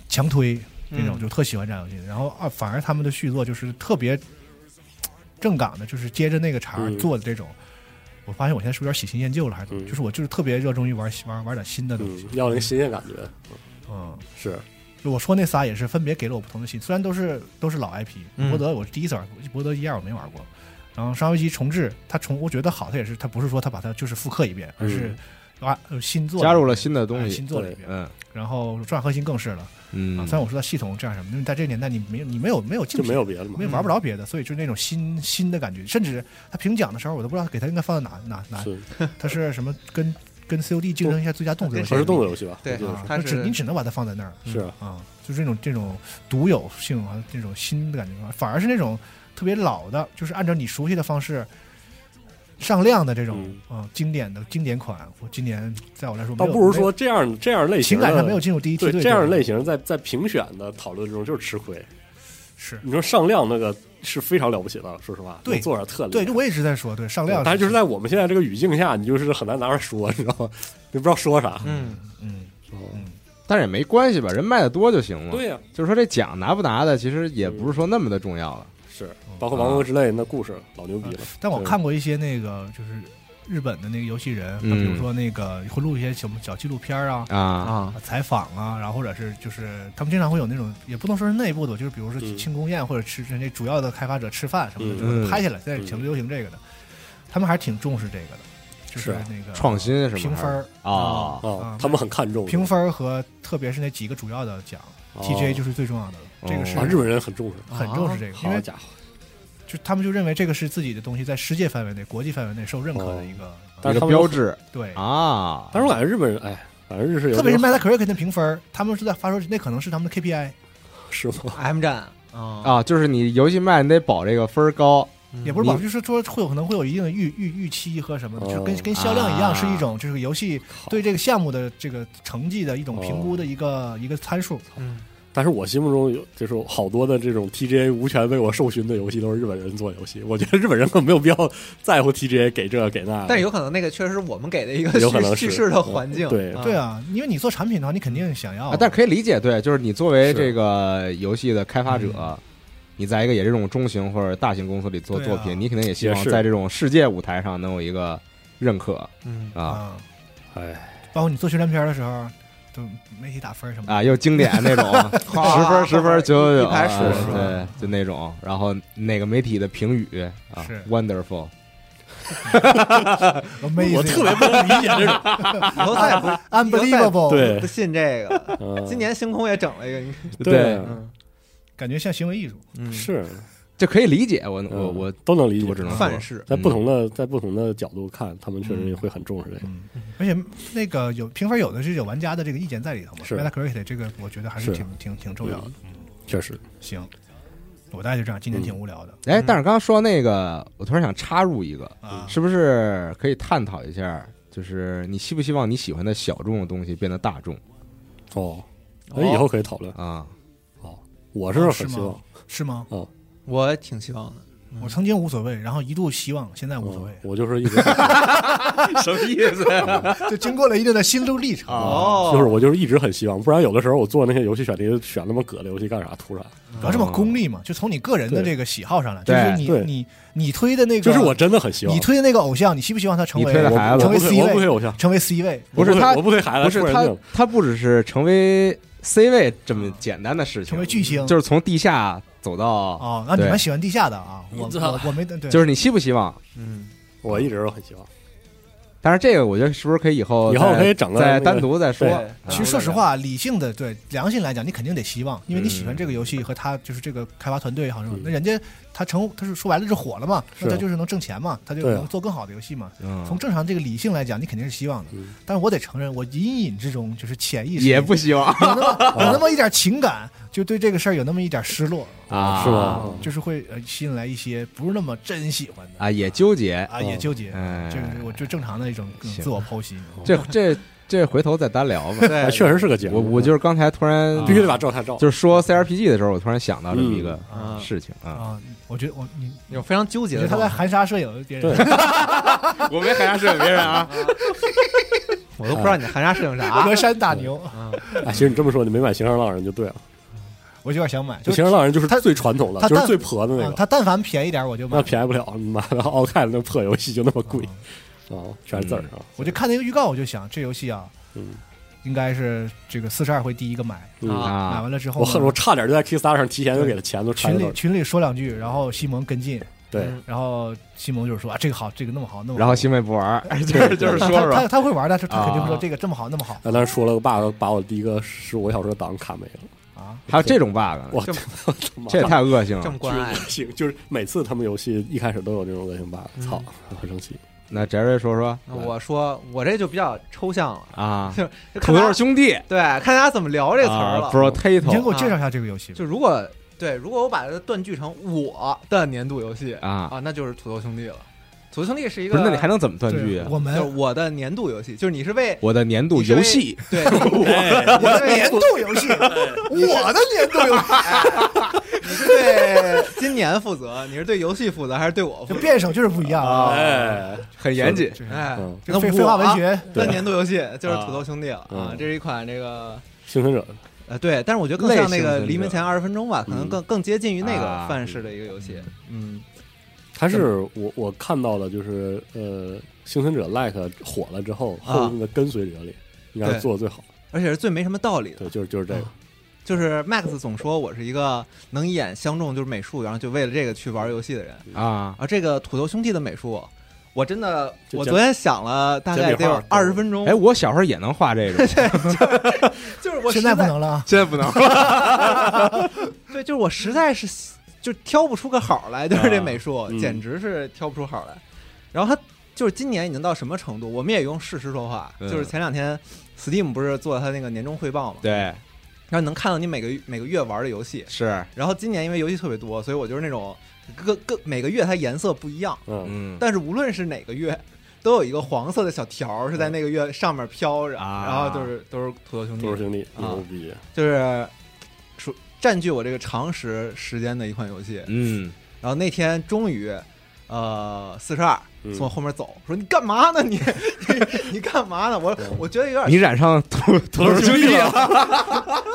Speaker 2: 强推那种，
Speaker 3: 嗯
Speaker 2: 就特喜欢这样游戏。然后二反而他们的续作就是特别正港的，就是接着那个茬儿
Speaker 5: 嗯
Speaker 2: 做的这种。我发现我现在是不是有点喜新厌旧了？还是、
Speaker 5: 嗯
Speaker 2: 就是我就是特别热衷于玩玩玩点新的东西
Speaker 5: 嗯。，要那个新鲜感觉
Speaker 2: 嗯，
Speaker 5: 是啊
Speaker 2: 就我说那仨也是分别给了我不同的新，虽然都是都是老 IP，
Speaker 3: 嗯
Speaker 2: 博德我是第一次玩，博德一二我没玩过。然后上围棋重置，它重我觉得好，它也是它不是说它把它就是复刻一遍，而是啊呃新做
Speaker 4: 嗯加入
Speaker 2: 了
Speaker 4: 了新的
Speaker 2: 一
Speaker 4: 东
Speaker 2: 遍哎
Speaker 4: 西
Speaker 2: 新，做了一遍。
Speaker 4: 嗯
Speaker 2: 然后转核心更是了。啊，
Speaker 4: 嗯
Speaker 2: 虽然我说它系统这样什么，因为在这个年代你没有你没有没有竞
Speaker 5: 就
Speaker 2: 品，
Speaker 5: 没有别的嘛嗯
Speaker 2: 没。有玩不着别的，所以就那种新新的感觉，甚至他评奖的时候我都不知道给他应该放在哪哪哪，
Speaker 5: 是，
Speaker 2: 他是什么跟跟 COD 竞争一下最佳动作游戏
Speaker 5: 它是
Speaker 3: 谁
Speaker 5: 动作游戏吧？
Speaker 3: 对
Speaker 5: 我记得
Speaker 2: 啊，
Speaker 3: 它
Speaker 2: 那只
Speaker 3: 是
Speaker 2: 你只能把它放在那儿
Speaker 5: 是是啊，
Speaker 2: 啊，就是这种这种独有性和这种新的感觉，啊反而是那种特别老的，就是按照你熟悉的方式。上量的这种啊、经典的经典款，我今年在我来说没
Speaker 5: 嗯倒
Speaker 2: 有，
Speaker 5: 不如
Speaker 2: 没有
Speaker 5: 说这样这样类型
Speaker 2: 情
Speaker 5: 的
Speaker 2: 感上没有进入第一梯
Speaker 5: 对
Speaker 2: 队，
Speaker 5: 这样
Speaker 2: 吧
Speaker 5: 类型在在评选的讨论中就是吃亏。
Speaker 2: 是
Speaker 5: 你说上量那个是非常了不起的，说实话，
Speaker 2: 对
Speaker 5: 能做点特例。
Speaker 2: 对，就我一直在说，对上量，
Speaker 5: 但是就是在我们现在这个语境下，你就是很难拿出来说，你知道吗？你不知道说啥。
Speaker 4: 啊
Speaker 3: 嗯，
Speaker 2: 嗯，
Speaker 5: 哦
Speaker 4: 但是也没关系吧，人卖的多就行了。
Speaker 5: 对呀，
Speaker 4: 就是说这奖拿不拿的，其实也不是说那么的重要了。啊
Speaker 5: 是，
Speaker 2: 嗯
Speaker 5: 包括《王国之泪》那故事老牛逼了。
Speaker 2: 但我
Speaker 5: 对
Speaker 2: 看过一些那个就是日本的那个游戏人，
Speaker 4: 嗯
Speaker 2: 他比如说那个会录一些什么小纪录片啊。
Speaker 4: 啊，
Speaker 3: 啊，
Speaker 2: 采访啊，然后或者是就是他们经常会有那种，也不能说是内部的，就是比如说
Speaker 5: 嗯
Speaker 2: 庆功宴或者吃那主要的开发者吃饭什么的，
Speaker 5: 嗯
Speaker 2: 就是拍下来，现在
Speaker 5: 嗯
Speaker 2: 挺流行这个的。他们还挺重视这个的，就是
Speaker 5: 是啊
Speaker 2: 那个
Speaker 4: 创新是吗
Speaker 2: 评分儿
Speaker 4: 啊
Speaker 2: 啊
Speaker 5: 啊，他们很看重
Speaker 2: 评分儿和特别是那几个主要的奖
Speaker 5: 哦
Speaker 2: ，TGA 就是最重要的了，这个
Speaker 4: 哦啊
Speaker 2: 是
Speaker 5: 啊，日本人很重视，
Speaker 2: 很重视这个，因
Speaker 5: 好
Speaker 2: 为
Speaker 5: 家伙，
Speaker 2: 就他们就认为这个是自己的东西，在世界范围内、国际范围内受认可的一个，
Speaker 5: 哦但
Speaker 4: 一
Speaker 5: 是
Speaker 4: 个
Speaker 5: 他们
Speaker 4: 标志
Speaker 2: 对。
Speaker 4: 啊。
Speaker 5: 但是我感觉日本人，哎，反正日式游戏
Speaker 2: 特别是 Metacritic 的评分儿，他们是在发出那可能是他们的 KPI，
Speaker 5: 是吗？
Speaker 3: M 站啊，
Speaker 4: 啊，就是你游戏卖，你得保这个分儿高，
Speaker 2: 也不是保，
Speaker 4: 嗯你
Speaker 2: 就是说会有可能会有一定的预预预期和什么的，
Speaker 5: 哦
Speaker 2: 就跟跟销量一样，
Speaker 4: 啊
Speaker 2: 是一种就是游戏对这个项目的这个成绩的一种评估的一
Speaker 4: 哦
Speaker 2: 个一个参数。
Speaker 3: 嗯，
Speaker 5: 但是我心目中有就是好多的这种 TGA 无权为我授勋的游戏都是日本人做游戏，我觉得日本人根本没有必要在乎 TGA 给这给那的。
Speaker 3: 但是有可能那个确实是我们给的一 个
Speaker 5: 有可能
Speaker 3: 叙叙
Speaker 5: 是
Speaker 3: 事的环境，
Speaker 5: 嗯对
Speaker 2: 对，啊，因为你做产品的话，你肯定想要
Speaker 4: 啊，但是可以理解，对，就是你作为
Speaker 5: 是
Speaker 4: 这个游戏的开发者
Speaker 2: 嗯，
Speaker 4: 你在一个也这种中型或者大型公司里做
Speaker 2: 对啊
Speaker 4: 作品，你肯定也希望
Speaker 5: 也是
Speaker 4: 在这种世界舞台上能有一个认可
Speaker 3: 嗯，
Speaker 4: 啊
Speaker 2: 啊，
Speaker 5: 哎，
Speaker 2: 包括你做宣传片的时候，都媒体打分儿什么的
Speaker 4: 啊，又经典那 种十分十分九九
Speaker 3: 一
Speaker 4: 九，
Speaker 3: 排数
Speaker 4: 啊
Speaker 2: 是吧
Speaker 4: 对，就那种，然后哪个媒体的评语啊
Speaker 2: 是
Speaker 4: ，wonderful，
Speaker 2: ，amazing，
Speaker 5: 我特别不能理解这种。
Speaker 3: 以后再也不
Speaker 2: ，unbelievable，
Speaker 5: 对
Speaker 3: 不，信这个。
Speaker 5: 嗯
Speaker 3: 今年星空也整了一个，你
Speaker 5: 对
Speaker 4: 对，
Speaker 3: 嗯
Speaker 2: 感觉像行为艺术。
Speaker 3: 嗯，
Speaker 5: 是
Speaker 4: 这可以理解，我
Speaker 5: 嗯
Speaker 4: 我我
Speaker 5: 都能理解，
Speaker 4: 我只能
Speaker 3: 范式，
Speaker 5: 在不同的在不同的角度看，他们确实也会很重视这个。
Speaker 2: 嗯，而且那个有评分有的是有玩家的这个意见在里头嘛
Speaker 5: 是
Speaker 2: ，Metacritic 这个我觉得还是
Speaker 5: 是嗯
Speaker 2: 挺挺挺重要的。嗯
Speaker 5: 确实，
Speaker 2: 行，我大概就这样，今天挺无聊的。
Speaker 4: 哎，
Speaker 3: 嗯
Speaker 4: 但是刚刚说那个，我突然想插入一个，
Speaker 2: 啊
Speaker 4: 是不是可以探讨一下？就是你希不希望你喜欢的小众的东西变得大众
Speaker 5: 哦，哎，以后可以讨论。
Speaker 4: 啊？
Speaker 5: 我是
Speaker 2: 哦
Speaker 5: 很
Speaker 2: 是
Speaker 5: 希
Speaker 2: 吗
Speaker 5: 望，
Speaker 2: 是吗？
Speaker 5: 哦
Speaker 3: 我挺希望的。嗯
Speaker 2: 我曾经无所谓，然后一度希望，现在无所
Speaker 5: 嗯
Speaker 2: 谓，
Speaker 5: 我就是一直很
Speaker 4: 什么意思？
Speaker 2: 就经过了一定的心路历程。
Speaker 3: 哦
Speaker 5: 就是我就是一直很希望，不然有的时候我做那些游戏选题选那么葛的游戏干啥？突然
Speaker 2: 不要这么功利嘛，就从你个人的
Speaker 5: 哦对
Speaker 2: 这个喜好上来，就是
Speaker 4: 对
Speaker 2: 你
Speaker 5: 对
Speaker 2: 你你推的那个，
Speaker 5: 就是我真的很希望
Speaker 2: 你，推的那个偶像，你希不希望他成为
Speaker 4: 你推的孩子
Speaker 2: 成
Speaker 5: 我
Speaker 2: 为
Speaker 5: 不
Speaker 2: C
Speaker 5: 推我不推
Speaker 2: 位，
Speaker 5: 偶像，
Speaker 2: 成为 C 位？
Speaker 4: 不是
Speaker 5: 我推
Speaker 4: 他
Speaker 5: 我不推孩
Speaker 4: 不
Speaker 5: 子，
Speaker 4: 是
Speaker 5: 突然
Speaker 4: 他
Speaker 5: 就，
Speaker 4: 他不只是成为 C 位这么简单的事情，
Speaker 2: 成为巨星
Speaker 4: 就是从地下走到，
Speaker 2: 哦，那你
Speaker 4: 对
Speaker 2: 们喜欢地下的啊？我
Speaker 5: 你知道
Speaker 2: 我我没对，
Speaker 4: 就是你希不希望？
Speaker 3: 嗯，
Speaker 5: 我一直都很希望。
Speaker 4: 但是这个我觉得是不是可以以后
Speaker 5: 以后
Speaker 4: 再
Speaker 5: 可以整个
Speaker 4: 再
Speaker 5: 那个
Speaker 4: 单独再说
Speaker 5: 对
Speaker 4: 啊？
Speaker 2: 其实说实话，理性的对良心来讲，你肯定得希望，因为你喜欢这个游戏和他就是这个开发团队好像
Speaker 5: 嗯
Speaker 2: 那人家他成他是说白了就是火了嘛，那
Speaker 5: 是
Speaker 2: 他就是能挣钱嘛，他就
Speaker 5: 对啊
Speaker 2: 能做更好的游戏嘛。
Speaker 4: 嗯
Speaker 2: 从正常这个理性来讲，你肯定是希望的
Speaker 5: 嗯，
Speaker 2: 但是我得承认，我隐隐之中就是潜意识
Speaker 4: 也不希望
Speaker 2: 有那么 有那么一点情感，就对这个事儿有那么一点失落，
Speaker 4: 啊，
Speaker 5: 是吗？
Speaker 2: 就是会呃吸引来一些不是那么真喜欢的
Speaker 4: 啊，也纠结，
Speaker 2: 啊，也纠结，
Speaker 4: 哎
Speaker 2: 这个我就正常的一种嗯
Speaker 4: 行
Speaker 2: 自我剖析。
Speaker 4: 这这这回头再单聊吧。
Speaker 3: 对啊
Speaker 5: 哎，，哦确实是个节目，
Speaker 4: 我我就是刚才突然
Speaker 5: 必须得把照太照，
Speaker 4: 就是说 CRPG 的时候，我突然想到这么一个
Speaker 3: 嗯
Speaker 4: 事情啊，
Speaker 2: 啊，我觉得我你
Speaker 3: 有非常纠
Speaker 2: 你
Speaker 3: 结
Speaker 2: 觉
Speaker 3: 的
Speaker 2: 得他
Speaker 3: 状
Speaker 2: 在
Speaker 3: 态，
Speaker 2: 含沙射影别人
Speaker 5: 对。
Speaker 4: 我没喊啥事别人啊，
Speaker 3: 我都不知道你含沙射影啊啥。
Speaker 2: 隔山打牛，
Speaker 3: 嗯
Speaker 5: 哎，其实你这么说，你没买《行尸浪人》就对了，
Speaker 2: 我有点想买，
Speaker 5: 《
Speaker 2: 就
Speaker 5: 行
Speaker 2: 是
Speaker 5: 尸浪人》就是
Speaker 2: 他
Speaker 5: 最传统的，
Speaker 2: 他
Speaker 5: 就是
Speaker 2: 但
Speaker 5: 最婆的那
Speaker 2: 嗯
Speaker 5: 个，
Speaker 2: 它但凡便宜点我就买
Speaker 5: 那。便宜不了，妈的，奥凯那破游戏就那么贵啊，
Speaker 2: 嗯
Speaker 5: 全是
Speaker 3: 嗯
Speaker 5: 字儿啊，
Speaker 2: 我就看那个预告，我就想这游戏啊，
Speaker 5: 嗯
Speaker 2: 应该是这个四十二会第一个买，
Speaker 5: 嗯。
Speaker 2: 买
Speaker 4: 啊
Speaker 2: 完了之后
Speaker 5: 我
Speaker 2: 呢，
Speaker 5: 恨，我差点就在 Kickstarter 上提前就给他钱都揣
Speaker 2: 群
Speaker 5: 到
Speaker 2: 里群里说两句，然后西蒙跟进，
Speaker 5: 对，
Speaker 3: 嗯
Speaker 2: 然后西蒙就是说啊这个好，这个那么好，那么好
Speaker 4: 然后新妹不玩儿， 就是就是说
Speaker 2: 他他
Speaker 4: 说，
Speaker 2: 他会玩的，他他肯定说
Speaker 3: 啊
Speaker 2: 这个这么好那么好
Speaker 5: 那当时说了个 bug，把我第一个十五个小时的档卡没了。
Speaker 2: 啊，
Speaker 4: 还有这种 bug，呢
Speaker 5: 我
Speaker 3: 这么
Speaker 5: 我他妈
Speaker 4: 这也太恶性
Speaker 3: 这
Speaker 4: 了
Speaker 3: 么。关爱
Speaker 5: 恶，心，就是每次他们游戏一开始都有这种恶性 bug，
Speaker 3: 嗯
Speaker 5: 操，很生气。
Speaker 4: 那杰瑞说说
Speaker 3: 那我说我这就比较抽象了，
Speaker 4: 啊，
Speaker 3: 就是就
Speaker 4: 土
Speaker 3: 看大
Speaker 4: 豆
Speaker 3: 家
Speaker 4: 兄弟
Speaker 3: 对，看大家怎么聊这词儿
Speaker 4: 啊
Speaker 3: 了。
Speaker 2: 你先给
Speaker 4: ，potato 啊
Speaker 2: 我介绍一下这个游戏吧。
Speaker 3: 啊就如果对，如果我把它断句成我的年度游戏
Speaker 4: 啊，
Speaker 3: 啊，那就是土豆兄弟了。土豆兄弟是一
Speaker 4: 不
Speaker 3: 个，
Speaker 4: 是那你还能怎么断句
Speaker 2: 对，
Speaker 4: 啊？
Speaker 2: 我
Speaker 3: 就是
Speaker 2: 们
Speaker 3: 我的年度游戏，就是你是为
Speaker 4: 我的年度游戏
Speaker 3: 对，我
Speaker 2: 我的年度游戏，
Speaker 4: 哎
Speaker 2: 我的年度游戏，
Speaker 3: 哎你是对今年负责，你是对游戏负责还是对我负
Speaker 2: 就
Speaker 3: 责？
Speaker 2: 辩手就是不一样啊，
Speaker 5: 哎，
Speaker 4: 很严谨
Speaker 2: 这
Speaker 3: 哎，
Speaker 5: 嗯，
Speaker 2: 这废废话文学
Speaker 3: 的啊年度游戏就是《土豆兄弟》了啊
Speaker 5: 嗯，
Speaker 3: 这是一款这个
Speaker 5: 幸存者
Speaker 3: 呃对，但是我觉得更像
Speaker 4: 嗯
Speaker 3: 那
Speaker 4: 类
Speaker 3: 个
Speaker 4: 型的
Speaker 3: 黎明前二十分钟吧，可能更更接近于那
Speaker 4: 啊
Speaker 3: 个范式的一个游戏。嗯，
Speaker 5: 他是我我看到的，就是呃，幸存者 like 火了之后，
Speaker 3: 啊
Speaker 5: 后面的跟随者里应该是做的最好。
Speaker 3: 而且是最没什么道理的，啊
Speaker 5: 对，就是就是这个，
Speaker 3: 就是 Max 总说我是一个能一眼相中就是美术，然后就为了这个去玩游戏的人。
Speaker 4: 啊，
Speaker 3: 而这个土豆兄弟的美术，我真的，
Speaker 5: 就
Speaker 3: 我
Speaker 5: 简
Speaker 3: 昨天 想了大概得
Speaker 5: 简笔
Speaker 3: 有
Speaker 5: 画
Speaker 3: 二十分钟
Speaker 4: 哎，，我小时候也能画这 个，
Speaker 3: 就是
Speaker 2: 现
Speaker 3: 我实
Speaker 2: 在
Speaker 3: 在
Speaker 2: 不能了啊。
Speaker 4: 现在不能了。
Speaker 3: 对，就是我实在是就挑不出个好来，就是这
Speaker 5: 啊
Speaker 3: 美术、
Speaker 5: 嗯
Speaker 3: 简直是挑不出好来。然后他就是今年已经到什么程度？我们也用事实说话，
Speaker 4: 嗯
Speaker 3: 就是前两天 Steam 不是做他那个年终汇报嘛，
Speaker 4: 对，
Speaker 3: 然后能看到你每个每个月玩的游戏。
Speaker 4: 是，
Speaker 3: 然后今年因为游戏特别多，所以我就是那种各各每个月它颜色不一样，
Speaker 5: 嗯，
Speaker 4: 嗯，
Speaker 3: 但是无论是哪个月。都有一个黄色的小条儿是在那个月上面飘着，
Speaker 4: 啊
Speaker 3: 然后就是都是土豆兄弟，
Speaker 5: 都是兄弟，
Speaker 3: 啊
Speaker 5: 牛 逼！
Speaker 3: 就是属占据我这个常识时间的一款游戏。
Speaker 4: 嗯，
Speaker 3: 然后那天终于，呃，四十二
Speaker 5: 嗯
Speaker 3: 从我后面走，说你干嘛呢你？ 你你干嘛呢？我我觉得有
Speaker 4: 嗯你
Speaker 3: 点
Speaker 4: 染上土土豆兄弟了，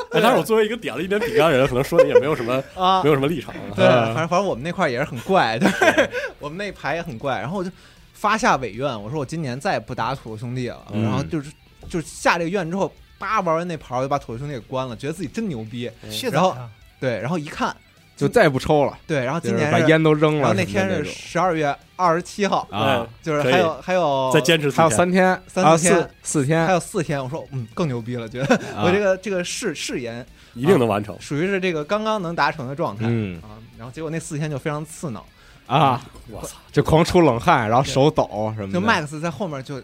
Speaker 5: 哎，但是我作为一个点了一点饼干人，可能说你也没有什么
Speaker 3: 啊
Speaker 5: 没，有什么立场
Speaker 3: 对，
Speaker 5: 啊。
Speaker 3: 反正反正我们那块儿也是很怪， 就是我们那一排也很怪。然后我就发下委愿，我说我今年再也不打土豆兄弟了。
Speaker 4: 嗯
Speaker 3: 然后就是就是下这个愿之后，叭玩完那盘儿我就把土豆兄弟给关了，觉得自己真牛逼。
Speaker 4: 哎
Speaker 2: 卸载
Speaker 3: 然后
Speaker 2: 啊，
Speaker 3: 对，然后一看，
Speaker 4: 就再也不抽了，
Speaker 3: 对，然后
Speaker 4: 就
Speaker 3: 今
Speaker 4: 是
Speaker 3: 年
Speaker 4: 把
Speaker 3: 是
Speaker 4: 烟都扔
Speaker 3: 然
Speaker 4: 了
Speaker 3: 后
Speaker 4: 什么的
Speaker 3: 那
Speaker 4: 种。
Speaker 3: 天是十二月二十七号，
Speaker 4: 啊，
Speaker 3: 就是
Speaker 5: 可以
Speaker 3: 还有还有
Speaker 5: 再坚持
Speaker 4: 还有三天，
Speaker 3: 三
Speaker 4: 啊
Speaker 3: 天
Speaker 4: 四四
Speaker 3: 还
Speaker 4: 天，
Speaker 3: 有四天，我说嗯更牛逼了，觉得
Speaker 4: 啊
Speaker 3: 我这个这个誓誓言
Speaker 5: 一定能完成。
Speaker 3: 啊属于是这个刚刚能达成的状态
Speaker 4: 嗯
Speaker 3: 啊，然后结果那四天就非常刺挠，
Speaker 4: 啊，
Speaker 5: 我操，
Speaker 4: 就狂出冷汗，然后手抖什么的。
Speaker 3: 就 Max 在后面就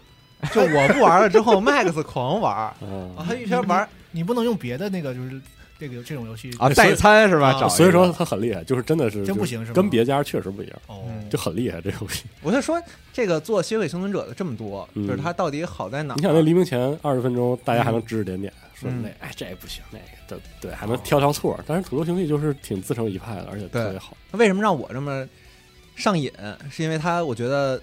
Speaker 3: 就我不玩了之 后，Max 狂玩啊，
Speaker 5: 嗯，
Speaker 3: 他一圈玩
Speaker 2: 你不能用别的那个，就是这个这种游戏
Speaker 5: 所
Speaker 4: 啊，
Speaker 5: 以
Speaker 4: 代餐是吧？
Speaker 3: 啊
Speaker 4: 找一个
Speaker 5: 所以说他很厉害，就是真的是
Speaker 2: 真不行
Speaker 5: 就是
Speaker 2: 吗
Speaker 5: 跟别家确实不一样，
Speaker 2: 哦，
Speaker 3: 嗯
Speaker 5: 就很厉害这游戏。
Speaker 3: 我就说这个做《吸血鬼幸存者》的这么多，
Speaker 5: 嗯
Speaker 3: 就是他到底好在哪儿？啊
Speaker 5: 你想那黎明前二十分钟，大家还能指指点点，说那哎这不行，那个对对，还能挑挑错。但是土豆兄弟就是挺自成一派的，而且特别好。
Speaker 3: 为什么让我这么上瘾？是因为它，我觉得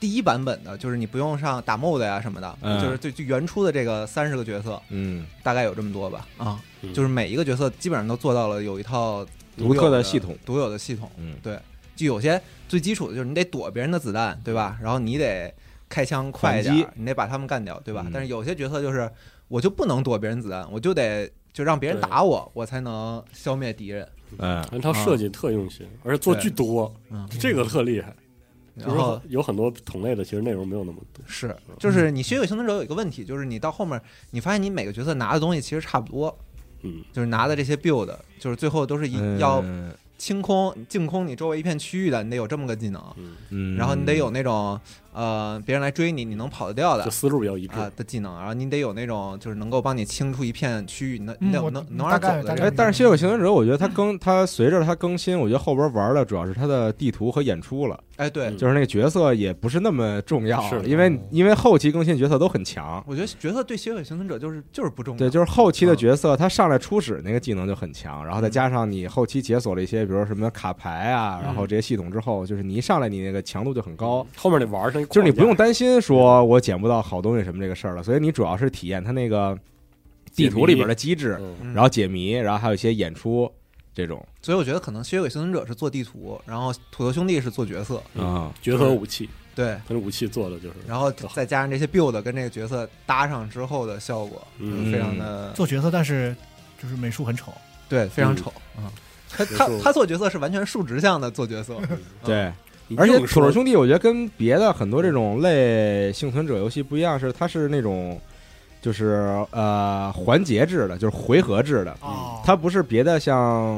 Speaker 3: 第一版本的就是你不用上打 mod 呀、什么的，
Speaker 4: 嗯
Speaker 3: 就是最最原初的这个三十个角色，
Speaker 4: 嗯，
Speaker 3: 大概有这么多吧啊，
Speaker 5: 嗯
Speaker 3: 就是每一个角色基本上都做到了有一套
Speaker 4: 独特
Speaker 3: 有
Speaker 4: 的
Speaker 3: 的
Speaker 4: 系统，
Speaker 3: 独有的系统。
Speaker 4: 嗯
Speaker 3: 对，就有些最基础的就是你得躲别人的子弹，对吧？然后你得开枪快一点
Speaker 4: 反
Speaker 3: 儿，你得把他们干掉，对吧？
Speaker 4: 嗯
Speaker 3: 但是有些角色就是我就不能躲别人子弹，我就得就让别人
Speaker 5: 对
Speaker 3: 打我，我才能消灭敌人。
Speaker 4: 嗯
Speaker 5: 人他设计特用心，而且做巨多，
Speaker 3: 嗯，
Speaker 5: 这个特厉害。就
Speaker 3: 然
Speaker 5: 是
Speaker 3: 后
Speaker 5: 说有很多同类的，其实内容没有那么多。嗯
Speaker 3: 是，就是你《吸血鬼幸存者》有一个问题，就是你到后面，你发现你每个角色拿的东西其实差不多，
Speaker 5: 嗯，
Speaker 3: 就是拿的这些 build，就是最后都是一要
Speaker 4: 嗯
Speaker 3: 清空、净空你周围一片区域的，你得有这么个技能，
Speaker 4: 嗯，
Speaker 3: 然后你得有那种呃别人来追你，你能跑得掉的
Speaker 5: 就思路比较一致。
Speaker 3: 啊的技能，然后你得有那种就是能够帮你清出一片区域，能
Speaker 2: 嗯
Speaker 3: 能
Speaker 2: 我
Speaker 3: 能
Speaker 2: 嗯
Speaker 3: 能
Speaker 2: 大
Speaker 3: 让走
Speaker 2: 概
Speaker 3: 的
Speaker 2: 大概
Speaker 4: 哎
Speaker 3: 人。，
Speaker 4: 但是《血有行存者》，我觉得它更它随着它更新，我觉得后边玩的主要是它的地图和演出了，
Speaker 3: 哎，对
Speaker 5: 嗯，
Speaker 4: 就是那个角色也不是那么重要
Speaker 5: 是
Speaker 4: 了，因为
Speaker 2: 嗯
Speaker 4: 因为后期更新角色都很强，
Speaker 3: 我觉得角色对《吸血鬼幸存者》就是就是不重要，
Speaker 4: 对，就是后期的
Speaker 3: 嗯
Speaker 4: 角色，他上来初始那个技能就很强，然后再
Speaker 3: 嗯
Speaker 4: 加上你后期解锁了一些，比如说什么卡牌啊，然后这些系统之后，就是你一上来你那个强度就很高，
Speaker 5: 嗯后面得玩上一框架，嗯
Speaker 4: 就是你不用担心说我捡不到好东西什么这个事儿了，所以你主要是体验它那个地图里边的机制，
Speaker 5: 嗯，
Speaker 3: 嗯
Speaker 4: 然后解谜，然后还有一些演出这种
Speaker 3: 所以我觉得可能《吸血鬼幸存者》是做地图，然后土豆兄弟是做角色，
Speaker 4: 啊，
Speaker 5: 角色武器，
Speaker 3: 对，
Speaker 5: 但是武器做的就是，
Speaker 3: 然后再加上这些 build 跟这个角色搭上之后的效果，
Speaker 5: 嗯
Speaker 3: 非常的
Speaker 2: 做角色，但是就是美术很丑，
Speaker 3: 呃对，非常
Speaker 4: 嗯
Speaker 3: 丑啊。他他
Speaker 5: 就是
Speaker 3: 他做角色是完全竖直向的做角
Speaker 5: 嗯
Speaker 3: 色，嗯
Speaker 4: 对。
Speaker 5: 你
Speaker 4: 啊而且
Speaker 5: 硬
Speaker 4: 土
Speaker 5: 说
Speaker 4: 豆兄弟，我觉得跟别的很多这种类幸存者游戏不一样，是它是那种就是呃环节制的，就是回合制的。
Speaker 2: 哦
Speaker 4: 它不是别的像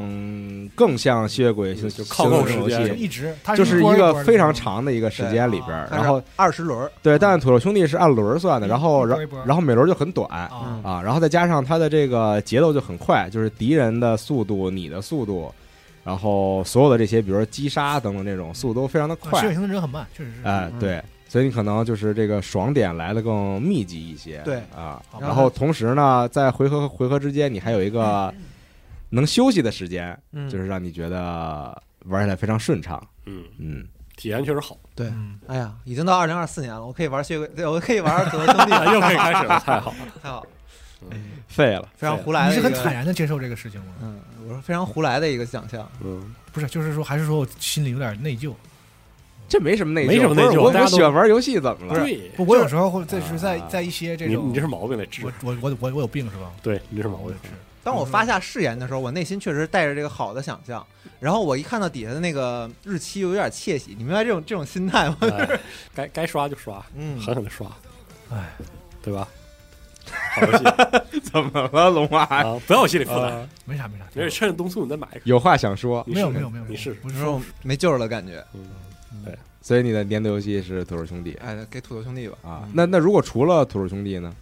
Speaker 4: 更像吸血鬼
Speaker 5: 就
Speaker 4: 幸
Speaker 5: 靠
Speaker 4: 幸
Speaker 5: 够
Speaker 4: 存者
Speaker 5: 时间
Speaker 4: 游
Speaker 2: 就
Speaker 4: 戏，
Speaker 2: 一直它
Speaker 4: 就是
Speaker 2: 波
Speaker 4: 一
Speaker 2: 波
Speaker 4: 个
Speaker 2: 的
Speaker 4: 非
Speaker 2: 那
Speaker 4: 常
Speaker 2: 种，
Speaker 4: 长的一个时间里边儿。
Speaker 2: 对
Speaker 4: 然后
Speaker 3: 二十轮儿，
Speaker 4: 对，但是土豆兄弟是按轮儿算的，
Speaker 2: 嗯
Speaker 4: 然后
Speaker 2: 一
Speaker 4: 然
Speaker 2: 波一波
Speaker 4: 然后每轮就很短
Speaker 2: 啊
Speaker 3: 嗯
Speaker 4: 啊，然后再加上它的这个节奏就很快，就是敌人的速度、你的速度，然后所有的这些，比如说击杀等等这种速度都非常的
Speaker 2: 啊
Speaker 4: 快
Speaker 2: 吸血。鬼幸存者很慢，确实是
Speaker 4: 哎、
Speaker 3: 嗯
Speaker 4: 对，所以你可能就是这个爽点来的更密集一些，
Speaker 3: 对
Speaker 4: 啊，
Speaker 2: 好吧
Speaker 4: 然后同时呢，在回合和回合之间，你还有一个能休息的时间，
Speaker 3: 嗯，
Speaker 4: 就是让你觉得玩起来非常顺畅，
Speaker 5: 嗯，
Speaker 4: 嗯，
Speaker 5: 体验确实好，
Speaker 3: 对
Speaker 2: 嗯，
Speaker 3: 哎呀，已经到二零二四年了，我可以玩吸血鬼，对我可以玩土豆兄弟了，
Speaker 5: 又可以开始了，太好了。嗯
Speaker 3: 太好了，
Speaker 4: 嗯
Speaker 3: 哎
Speaker 4: 废了，
Speaker 3: 非常胡来
Speaker 2: 你是
Speaker 3: 的一个，
Speaker 2: 很坦然的接受这个事情吗？
Speaker 3: 嗯，我说非常胡来的一个奖项，
Speaker 5: 嗯，
Speaker 2: 不是，就是说还是说我心里有点内疚，
Speaker 4: 这没什么内疚，
Speaker 5: 没什么内疚
Speaker 4: 不是我
Speaker 5: 大家
Speaker 4: 我
Speaker 5: 都
Speaker 4: 喜欢玩游戏，怎么了？
Speaker 5: 对，
Speaker 2: 不，我有时候会在
Speaker 4: 啊
Speaker 2: 是在在一些这
Speaker 5: 你
Speaker 2: 种
Speaker 5: 你这是毛病得治
Speaker 2: 我，我我我我有病是吧？
Speaker 5: 对你这是毛病。
Speaker 3: 当
Speaker 5: 嗯
Speaker 3: 我发下誓言的时候，我内心确实带着这个好的想象，然后我一看到底下的那个日期，有点窃喜。你明白这种这种心态吗？
Speaker 5: 哎该该刷就刷，
Speaker 3: 嗯，
Speaker 5: 狠狠的刷，
Speaker 2: 哎，
Speaker 5: 对吧？好游戏
Speaker 4: 怎么了，龙马？
Speaker 5: 啊，不要有心理负担，
Speaker 2: 没啥没啥，
Speaker 5: 没事，趁着东促你再买一个。
Speaker 4: 有话想说，
Speaker 5: 你
Speaker 2: 没有
Speaker 5: 试试
Speaker 2: 没有没有，
Speaker 5: 你试试。
Speaker 2: 不
Speaker 3: 有
Speaker 2: 是
Speaker 3: 时候
Speaker 2: 说
Speaker 3: 没救了，感觉。
Speaker 5: 嗯，
Speaker 4: 所以你的年度游戏是《土豆兄弟》
Speaker 3: 哎，给土豆兄弟吧。嗯
Speaker 4: 啊。那那如果除了《土豆兄弟》呢？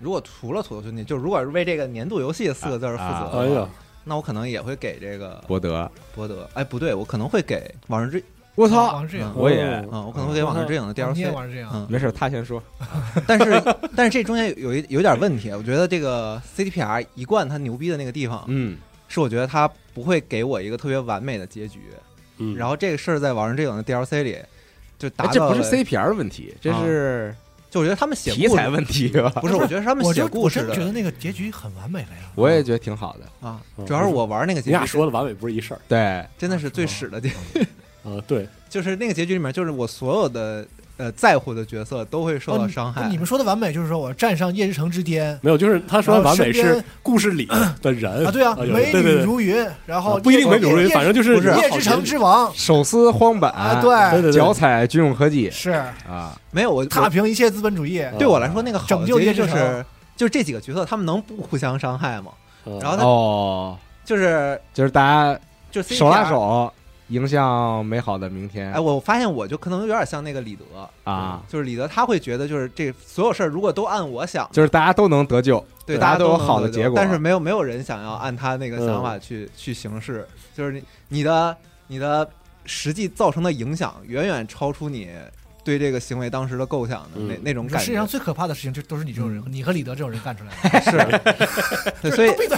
Speaker 3: 如果除了土豆兄弟，就如果是为这个年度游戏四个字儿负责
Speaker 4: 啊
Speaker 5: 哎
Speaker 3: 的话，
Speaker 5: 呀，
Speaker 3: 那我可能也会给这个
Speaker 4: 博德，
Speaker 3: 博德。哎，不对，我可能会给《往日之
Speaker 4: 我
Speaker 2: 啊
Speaker 4: 操，
Speaker 2: 王志颖
Speaker 3: 嗯，
Speaker 4: 我也
Speaker 5: 嗯
Speaker 3: 啊，我可能会给《往日之影》的
Speaker 2: 你也
Speaker 3: DLC。
Speaker 2: 玩这样，
Speaker 3: 嗯，
Speaker 4: 没事，他先说。
Speaker 3: 但是但是这中间有有一有点问题，我觉得这个 CDPR 一贯它牛逼的那个地方，
Speaker 4: 嗯，
Speaker 3: 是我觉得它不会给我一个特别完美的结局。
Speaker 5: 嗯，
Speaker 3: 然后这个事儿在《网上这影》的 DLC 里就达
Speaker 4: 哎
Speaker 3: 到
Speaker 4: 这不是
Speaker 3: 了啊
Speaker 4: CPR 的问题，这是
Speaker 3: 就我觉得他们写
Speaker 4: 题
Speaker 3: 故事
Speaker 4: 材问题啊吧？
Speaker 3: 不是，我觉得是他们
Speaker 2: 我
Speaker 3: 写
Speaker 2: 就我
Speaker 3: 故事
Speaker 2: 真觉
Speaker 3: 的
Speaker 2: 得那个结局很完美了呀。
Speaker 4: 我也觉得挺好的。
Speaker 3: 啊，
Speaker 5: 嗯
Speaker 3: 主要是我玩那个
Speaker 5: 你
Speaker 3: 结
Speaker 5: 俩
Speaker 3: 局
Speaker 5: 说的完美不是一事儿
Speaker 4: 对，
Speaker 3: 真的是最屎的结局，
Speaker 5: 啊。对，
Speaker 3: 就是那个结局里面，就是我所有的呃在乎的角色都会受
Speaker 2: 哦
Speaker 3: 到
Speaker 2: 你
Speaker 3: 伤
Speaker 2: 不
Speaker 3: 害
Speaker 2: 你。们说的完美就是说我站上夜之城之巅
Speaker 5: 没有，就是 他说的完美
Speaker 2: 然后
Speaker 5: 是
Speaker 2: 身
Speaker 5: 故事里 的人
Speaker 2: 啊，对啊，
Speaker 5: 有
Speaker 2: 美
Speaker 5: 哎对
Speaker 2: 女
Speaker 5: 对对
Speaker 2: 如云，然后
Speaker 5: 啊不一定美女如云
Speaker 2: 夜
Speaker 5: 反正就是
Speaker 2: 不是
Speaker 5: 人
Speaker 2: 夜
Speaker 5: 好
Speaker 2: 之
Speaker 5: 人
Speaker 2: 城之王
Speaker 4: 手撕荒坂
Speaker 2: 啊，对，
Speaker 5: 对对
Speaker 4: 脚踩军用科技
Speaker 2: 是
Speaker 4: 啊，
Speaker 3: 没有我
Speaker 2: 踏
Speaker 3: 我
Speaker 2: 平一切资本主义，
Speaker 3: 对我来说那个好
Speaker 2: 拯
Speaker 3: 的
Speaker 2: 救
Speaker 3: 结
Speaker 2: 夜
Speaker 3: 局就
Speaker 2: 之城
Speaker 3: 是就这几个角色他们能不互相伤害吗？
Speaker 5: 嗯
Speaker 3: 然后他
Speaker 4: 哦，
Speaker 3: 就是
Speaker 4: 就是大家
Speaker 3: 就 CDPR,
Speaker 4: 手拉。手迎向美好的明天
Speaker 3: 哎，我发现我就可能有点像那个李德，
Speaker 2: 嗯
Speaker 4: 啊，
Speaker 3: 就是李德他会觉得就是这所有事儿如果都按我想，
Speaker 4: 就是大家都能得救，
Speaker 3: 对，
Speaker 4: 大
Speaker 3: 大
Speaker 4: 家都有
Speaker 3: 能
Speaker 4: 好的
Speaker 3: 得救
Speaker 4: 结果嗯
Speaker 3: 但是没有没有人想要按他那个想法去、去行事，就是你你的你的实际造成的影响远远超出你对这个行为当时的构想的那、
Speaker 5: 嗯
Speaker 3: 那种
Speaker 2: 你说
Speaker 3: 感
Speaker 2: 世界上
Speaker 3: 觉。
Speaker 2: 最可怕的事情，就都是你这种人，你和李德这种人干出来的。
Speaker 3: 是， 对，所以
Speaker 2: 都闭嘴，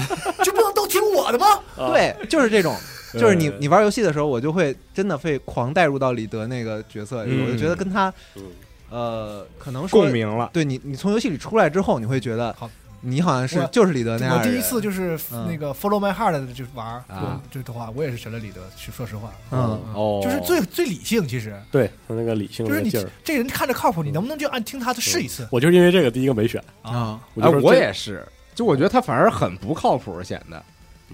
Speaker 2: 就不能都听我的吗？
Speaker 5: 啊
Speaker 3: 对，就是 这种，
Speaker 5: 对
Speaker 3: 就是你你玩游戏的时候，我就会真的会狂带入到李德那个角色里，
Speaker 4: 嗯
Speaker 3: 我就觉得跟他
Speaker 5: 嗯
Speaker 3: 呃，可能说
Speaker 4: 共。鸣了。
Speaker 3: 对你，你从游戏里出来之后，你会觉得
Speaker 2: 好，
Speaker 3: 你好像呃是
Speaker 2: 我
Speaker 3: 就是李德那样
Speaker 2: 我
Speaker 3: 的
Speaker 2: 第一
Speaker 3: 人
Speaker 2: 次就是
Speaker 3: 嗯
Speaker 2: 那个 Follow My Heart 的就玩儿
Speaker 4: 啊
Speaker 2: 就就的话，我也是选了李德。去说实话，
Speaker 3: 嗯
Speaker 4: 哦，
Speaker 2: 就是最最理性，其实
Speaker 5: 对他那个理性
Speaker 2: 就
Speaker 5: 的
Speaker 2: 是
Speaker 5: 那
Speaker 2: 你
Speaker 5: 劲儿，
Speaker 2: 这人看着靠谱，你能不能就按听他的试一次
Speaker 5: 我就是因为这个第一个没选，
Speaker 2: 啊？
Speaker 3: 啊，
Speaker 5: 就
Speaker 4: 哎，
Speaker 5: 说
Speaker 4: 我
Speaker 5: 这
Speaker 4: 也是，就我觉得他反而很不靠谱，显得，